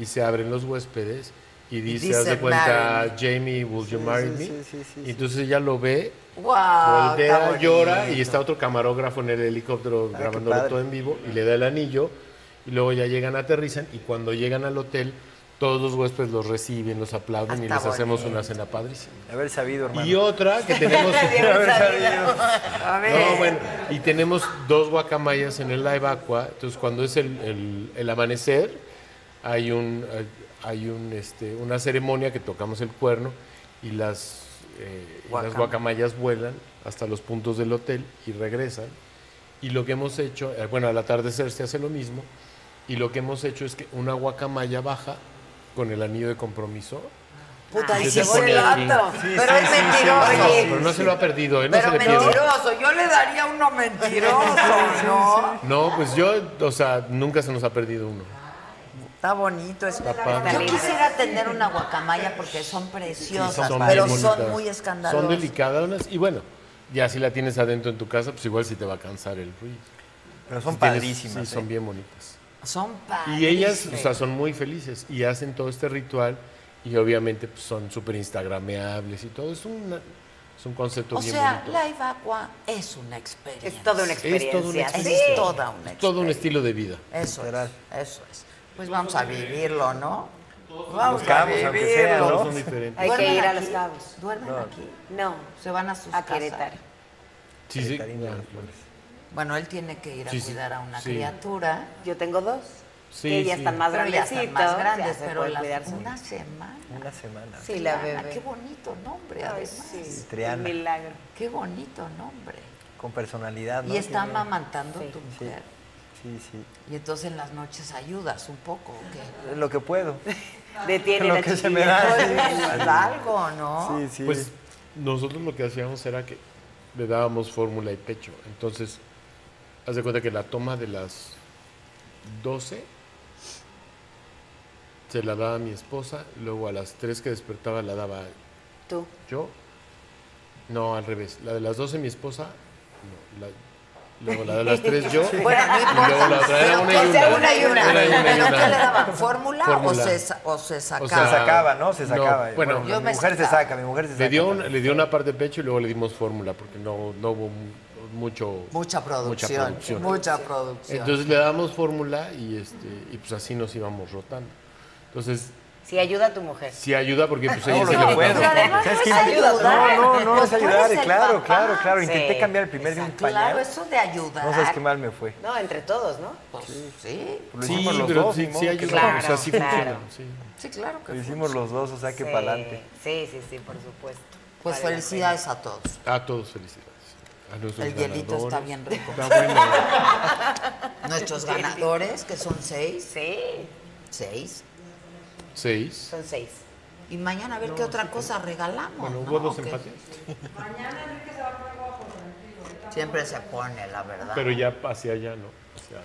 [SPEAKER 4] y se abren los huéspedes y dice, haz de
[SPEAKER 1] dice,
[SPEAKER 4] cuenta,
[SPEAKER 1] "Marry me".
[SPEAKER 4] Jamie, will you
[SPEAKER 3] Sí,
[SPEAKER 4] marry
[SPEAKER 3] sí,
[SPEAKER 4] me?
[SPEAKER 3] sí, sí, sí,
[SPEAKER 4] Y
[SPEAKER 3] sí.
[SPEAKER 4] entonces ella lo ve
[SPEAKER 1] ¡Guau! Ah, está
[SPEAKER 4] Voltea,
[SPEAKER 1] bonito.
[SPEAKER 4] llora y está otro camarógrafo en el helicóptero
[SPEAKER 3] Ah, qué
[SPEAKER 4] grabándolo
[SPEAKER 3] padre.
[SPEAKER 4] todo en vivo y le da el anillo y luego ya llegan, aterrizan y cuando llegan al hotel todos los huéspedes los reciben, los aplauden y
[SPEAKER 1] Hasta
[SPEAKER 4] les hacemos
[SPEAKER 1] bonito.
[SPEAKER 4] una cena padrísima.
[SPEAKER 3] Haber sabido, hermano.
[SPEAKER 4] Y otra que tenemos...
[SPEAKER 1] A ver.
[SPEAKER 4] No, bueno, y tenemos dos guacamayas en el live aqua, entonces cuando es el, el- el amanecer hay un eh, hay un este una ceremonia que tocamos el cuerno y las eh, y las guacamayas vuelan hasta los puntos del hotel y regresan. Y lo que hemos hecho, eh, bueno, al atardecer se hace lo mismo y lo que hemos hecho es que una guacamaya baja con el anillo de compromiso.
[SPEAKER 1] Puta,
[SPEAKER 4] y
[SPEAKER 1] y
[SPEAKER 4] se
[SPEAKER 1] se
[SPEAKER 4] te
[SPEAKER 1] fue
[SPEAKER 4] pone
[SPEAKER 1] el
[SPEAKER 4] aquí.
[SPEAKER 1] otro. Pero es
[SPEAKER 4] No,
[SPEAKER 1] mentiroso.
[SPEAKER 4] pero no se lo ha perdido, ¿eh? no
[SPEAKER 1] Pero
[SPEAKER 4] se le pierde.
[SPEAKER 1] mentiroso, yo le daría uno mentiroso, ¿no?
[SPEAKER 4] No, pues yo, o sea, nunca se nos ha perdido uno.
[SPEAKER 1] Está bonito. Es...
[SPEAKER 4] padre.
[SPEAKER 1] Yo quisiera tener una guacamaya porque son preciosas,
[SPEAKER 4] Sí, son
[SPEAKER 1] pero
[SPEAKER 4] bien
[SPEAKER 1] son
[SPEAKER 4] bonitas.
[SPEAKER 1] muy escandalosas.
[SPEAKER 4] Son delicadas y bueno, ya si la tienes adentro en tu casa, pues igual si te va a cansar el ruido.
[SPEAKER 3] Pero son
[SPEAKER 4] Si tienes-
[SPEAKER 3] padrísimas.
[SPEAKER 4] Sí, son
[SPEAKER 3] ¿eh?
[SPEAKER 4] bien bonitas.
[SPEAKER 1] Son
[SPEAKER 4] Y ellas, o
[SPEAKER 1] padrísimas.
[SPEAKER 4] sea, son muy felices y hacen todo este ritual y obviamente pues, son súper instagrameables y todo. Es, una- es un concepto
[SPEAKER 1] O
[SPEAKER 4] bien
[SPEAKER 1] sea,
[SPEAKER 4] bonito.
[SPEAKER 1] Live Aqua es una experiencia.
[SPEAKER 2] Es toda una
[SPEAKER 4] Es toda una
[SPEAKER 2] experiencia.
[SPEAKER 4] experiencia.
[SPEAKER 1] Es toda una experiencia.
[SPEAKER 4] Todo un estilo de vida.
[SPEAKER 1] Eso
[SPEAKER 3] Literal.
[SPEAKER 1] es, eso es. Pues vamos a vivirlo, ¿no? Vamos a
[SPEAKER 3] Buscamos, aunque sea,
[SPEAKER 1] vivirlo.
[SPEAKER 4] Todos
[SPEAKER 3] ¿no?
[SPEAKER 4] son diferentes.
[SPEAKER 2] Hay
[SPEAKER 1] ¿Duermen
[SPEAKER 2] que ir a
[SPEAKER 1] aquí?
[SPEAKER 2] los cabos.
[SPEAKER 1] ¿Duermen aquí?
[SPEAKER 2] No,
[SPEAKER 1] ¿Se van a sus
[SPEAKER 2] a
[SPEAKER 1] casas?
[SPEAKER 2] Querétaro.
[SPEAKER 4] Sí, sí.
[SPEAKER 3] Cariño de las flores.
[SPEAKER 1] Bueno, él tiene que ir a
[SPEAKER 4] Sí, sí,
[SPEAKER 1] cuidar a una
[SPEAKER 4] sí.
[SPEAKER 1] criatura.
[SPEAKER 2] Yo tengo dos.
[SPEAKER 4] Sí,
[SPEAKER 2] que ya
[SPEAKER 4] sí.
[SPEAKER 2] están más
[SPEAKER 1] Pero ya
[SPEAKER 2] grandecitos.
[SPEAKER 1] están más grandes,
[SPEAKER 2] ya se
[SPEAKER 1] pero
[SPEAKER 2] pueden
[SPEAKER 1] la,
[SPEAKER 2] cuidar solos.
[SPEAKER 1] una semana.
[SPEAKER 3] Una semana.
[SPEAKER 2] Sí, la
[SPEAKER 1] Ana,
[SPEAKER 2] bebé.
[SPEAKER 1] Qué bonito nombre,
[SPEAKER 2] Ay,
[SPEAKER 1] además.
[SPEAKER 2] sí.
[SPEAKER 3] Triana.
[SPEAKER 2] Un milagro.
[SPEAKER 1] Qué bonito nombre.
[SPEAKER 3] Con personalidad, ¿no?
[SPEAKER 1] y está
[SPEAKER 3] Sí,
[SPEAKER 1] amamantando tu
[SPEAKER 3] Sí,
[SPEAKER 1] mujer.
[SPEAKER 3] sí, sí.
[SPEAKER 1] Y entonces en las noches ayudas un poco, ¿o qué?
[SPEAKER 3] Lo que puedo.
[SPEAKER 2] Detiene
[SPEAKER 3] Lo
[SPEAKER 2] la
[SPEAKER 3] que se me
[SPEAKER 2] chiquilla.
[SPEAKER 3] da.
[SPEAKER 1] Pues, es algo, ¿no?
[SPEAKER 3] Sí, sí.
[SPEAKER 4] Pues nosotros lo que hacíamos era que le dábamos fórmula y pecho. Entonces, haz de cuenta que la toma de las 12 se la daba mi esposa, luego a las 3 que despertaba la daba
[SPEAKER 2] Tú.
[SPEAKER 4] yo. No, al revés. La de las 12 mi esposa, no, la- luego la de las 3 yo.
[SPEAKER 1] Bueno, no
[SPEAKER 4] Y luego la
[SPEAKER 1] importa.
[SPEAKER 4] otra era
[SPEAKER 1] pero
[SPEAKER 4] una y
[SPEAKER 1] que
[SPEAKER 4] una.
[SPEAKER 1] sea una y una.
[SPEAKER 4] Era y una y
[SPEAKER 1] ¿Pero
[SPEAKER 4] una.
[SPEAKER 1] qué le daban? ¿Fórmula,
[SPEAKER 4] Fórmula.
[SPEAKER 1] o se, sa- o se sacaba?
[SPEAKER 4] O
[SPEAKER 3] se
[SPEAKER 4] sea,
[SPEAKER 3] sacaba, ¿no? Se
[SPEAKER 4] ah, no,
[SPEAKER 3] sacaba.
[SPEAKER 4] bueno,
[SPEAKER 1] yo
[SPEAKER 3] mi
[SPEAKER 1] me
[SPEAKER 3] mujer se
[SPEAKER 1] sacaba.
[SPEAKER 3] saca, mi mujer se saca.
[SPEAKER 4] Le dio, un-
[SPEAKER 3] también.
[SPEAKER 4] le dio una parte de pecho y luego le dimos fórmula porque no, no hubo mu- mucho,
[SPEAKER 1] mucha producción. Mucha producción.
[SPEAKER 4] producción. Entonces le damos fórmula y, este, y pues así nos íbamos rotando. Entonces,
[SPEAKER 2] Sí, ayuda a tu mujer.
[SPEAKER 4] sí ayuda porque pues ella
[SPEAKER 3] No, lo
[SPEAKER 4] se
[SPEAKER 3] que
[SPEAKER 4] levantaba.
[SPEAKER 3] puedo.
[SPEAKER 1] Pero además
[SPEAKER 3] ¿Sabes
[SPEAKER 1] vas
[SPEAKER 3] qué?
[SPEAKER 1] a ayudar.
[SPEAKER 3] No, no, no
[SPEAKER 1] Pues
[SPEAKER 3] vas a
[SPEAKER 1] tú
[SPEAKER 3] ayudar.
[SPEAKER 1] eres el
[SPEAKER 3] Claro,
[SPEAKER 1] papá.
[SPEAKER 3] claro, claro.
[SPEAKER 2] Sí.
[SPEAKER 3] Intenté cambiar el primer día un
[SPEAKER 1] claro,
[SPEAKER 3] pañal.
[SPEAKER 1] eso de ayudar.
[SPEAKER 3] No sabes qué mal me fue.
[SPEAKER 2] No, entre todos, ¿no?
[SPEAKER 1] Pues, sí.
[SPEAKER 3] Lo
[SPEAKER 4] Sí,
[SPEAKER 3] hicimos los
[SPEAKER 4] pero
[SPEAKER 3] dos,
[SPEAKER 4] sí,
[SPEAKER 3] ni modo
[SPEAKER 4] sí
[SPEAKER 3] que
[SPEAKER 4] ayuda.
[SPEAKER 2] Claro,
[SPEAKER 4] o sea, sí
[SPEAKER 2] claro.
[SPEAKER 4] funciona. sí.
[SPEAKER 1] Sí, claro que
[SPEAKER 3] Lo
[SPEAKER 1] fue.
[SPEAKER 3] hicimos los dos, o sea que para adelante.
[SPEAKER 2] Sí, sí, sí, por supuesto.
[SPEAKER 1] Pues
[SPEAKER 2] Vale la
[SPEAKER 1] felicidades a todos.
[SPEAKER 4] A todos felicidades. A nuestros
[SPEAKER 1] El hielito está
[SPEAKER 4] ganadores.
[SPEAKER 1] bien rico.
[SPEAKER 4] Está bueno.
[SPEAKER 1] Nuestros ganadores, que son seis,
[SPEAKER 2] pena. Sí.
[SPEAKER 1] seis.
[SPEAKER 4] Seis.
[SPEAKER 2] Son seis.
[SPEAKER 1] Y mañana a ver qué otra cosa regalamos.
[SPEAKER 4] Bueno,
[SPEAKER 1] ¿no?
[SPEAKER 4] hubo dos
[SPEAKER 1] ¿O qué?
[SPEAKER 4] empates,
[SPEAKER 1] Siempre se pone, la verdad.
[SPEAKER 4] pero ya hacia allá no. O sea,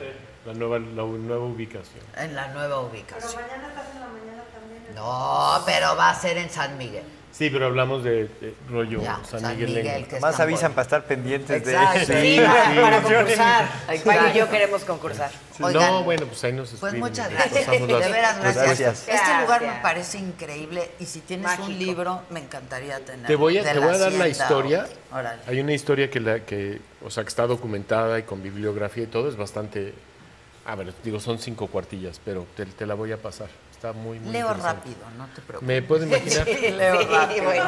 [SPEAKER 4] la, nueva, la u- nueva ubicación.
[SPEAKER 1] En la nueva ubicación. Pero mañana estás en la mañana también. No, pero va a ser en San Miguel.
[SPEAKER 4] Sí, pero hablamos de, de rollo
[SPEAKER 1] Ya,
[SPEAKER 4] San,
[SPEAKER 1] San
[SPEAKER 4] Miguel.
[SPEAKER 1] Miguel,
[SPEAKER 4] Lengo.
[SPEAKER 1] que es
[SPEAKER 3] Más
[SPEAKER 1] tan
[SPEAKER 3] avisan
[SPEAKER 1] bueno.
[SPEAKER 3] para estar pendientes
[SPEAKER 1] Exacto.
[SPEAKER 3] de...
[SPEAKER 2] Sí,
[SPEAKER 1] Sí,
[SPEAKER 2] para,
[SPEAKER 1] sí,
[SPEAKER 2] para
[SPEAKER 1] sí.
[SPEAKER 2] concursar.
[SPEAKER 1] Exacto.
[SPEAKER 2] Mayo y yo queremos concursar.
[SPEAKER 1] Oigan,
[SPEAKER 4] no, bueno, pues ahí nos
[SPEAKER 1] Pues
[SPEAKER 4] escriben.
[SPEAKER 1] muchas
[SPEAKER 4] y
[SPEAKER 1] gracias. De
[SPEAKER 4] pasamos las-
[SPEAKER 1] veras,
[SPEAKER 3] las
[SPEAKER 1] gracias.
[SPEAKER 3] gracias.
[SPEAKER 1] Este lugar me
[SPEAKER 2] Gracias.
[SPEAKER 1] parece increíble y si tienes un
[SPEAKER 2] Mágico.
[SPEAKER 1] libro, me encantaría tener.
[SPEAKER 4] Te voy a,
[SPEAKER 1] de
[SPEAKER 4] te voy a dar la
[SPEAKER 1] hacienda.
[SPEAKER 4] historia.
[SPEAKER 1] Órale.
[SPEAKER 4] Hay una historia que, la, que, o sea, que está documentada y con bibliografía y todo, es bastante... A ver, digo, son cinco cuartillas, pero te, te la voy a pasar. Está muy, muy
[SPEAKER 1] Leo
[SPEAKER 4] interesante.
[SPEAKER 1] rápido, no te preocupes.
[SPEAKER 4] ¿Me puedo imaginar?
[SPEAKER 1] Sí, leo
[SPEAKER 2] Sí,
[SPEAKER 1] rápido.
[SPEAKER 2] bueno.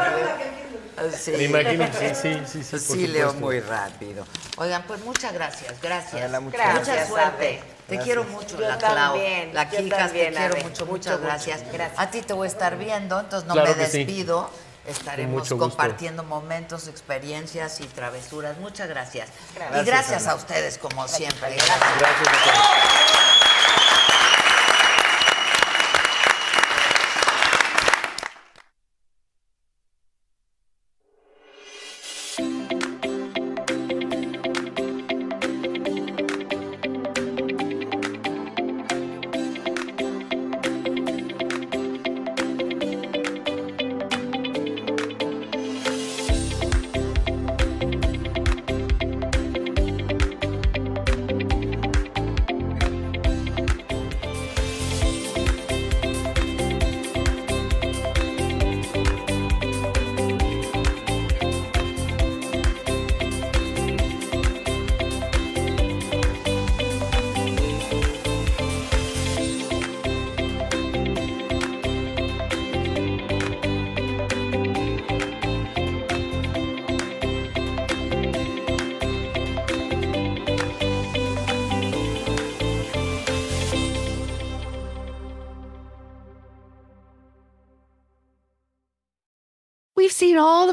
[SPEAKER 1] Sí.
[SPEAKER 4] Me imagino, sí, sí, sí, sí. por
[SPEAKER 1] Sí, leo
[SPEAKER 4] supuesto.
[SPEAKER 1] muy rápido. Oigan, pues muchas gracias, gracias.
[SPEAKER 3] Adela, muchas
[SPEAKER 1] Mucha
[SPEAKER 2] gracias.
[SPEAKER 1] suerte.
[SPEAKER 2] Gracias,
[SPEAKER 1] Te quiero mucho,
[SPEAKER 2] Yo
[SPEAKER 1] la Clau.
[SPEAKER 2] también,
[SPEAKER 1] La
[SPEAKER 2] yo
[SPEAKER 1] Quijas, te
[SPEAKER 2] también,
[SPEAKER 1] quiero
[SPEAKER 2] Ade.
[SPEAKER 1] mucho,
[SPEAKER 2] Mucho,
[SPEAKER 1] muchas
[SPEAKER 2] mucho.
[SPEAKER 1] gracias.
[SPEAKER 2] Gracias.
[SPEAKER 1] A ti te voy a estar viendo, entonces no
[SPEAKER 4] Claro
[SPEAKER 1] me
[SPEAKER 4] que sí.
[SPEAKER 1] despido. Estaremos
[SPEAKER 4] mucho gusto.
[SPEAKER 1] compartiendo momentos, experiencias y travesuras. Muchas gracias.
[SPEAKER 2] Gracias,
[SPEAKER 1] y gracias a ustedes, como siempre. Gracias.
[SPEAKER 3] Gracias a todos.
[SPEAKER 9] We've seen all the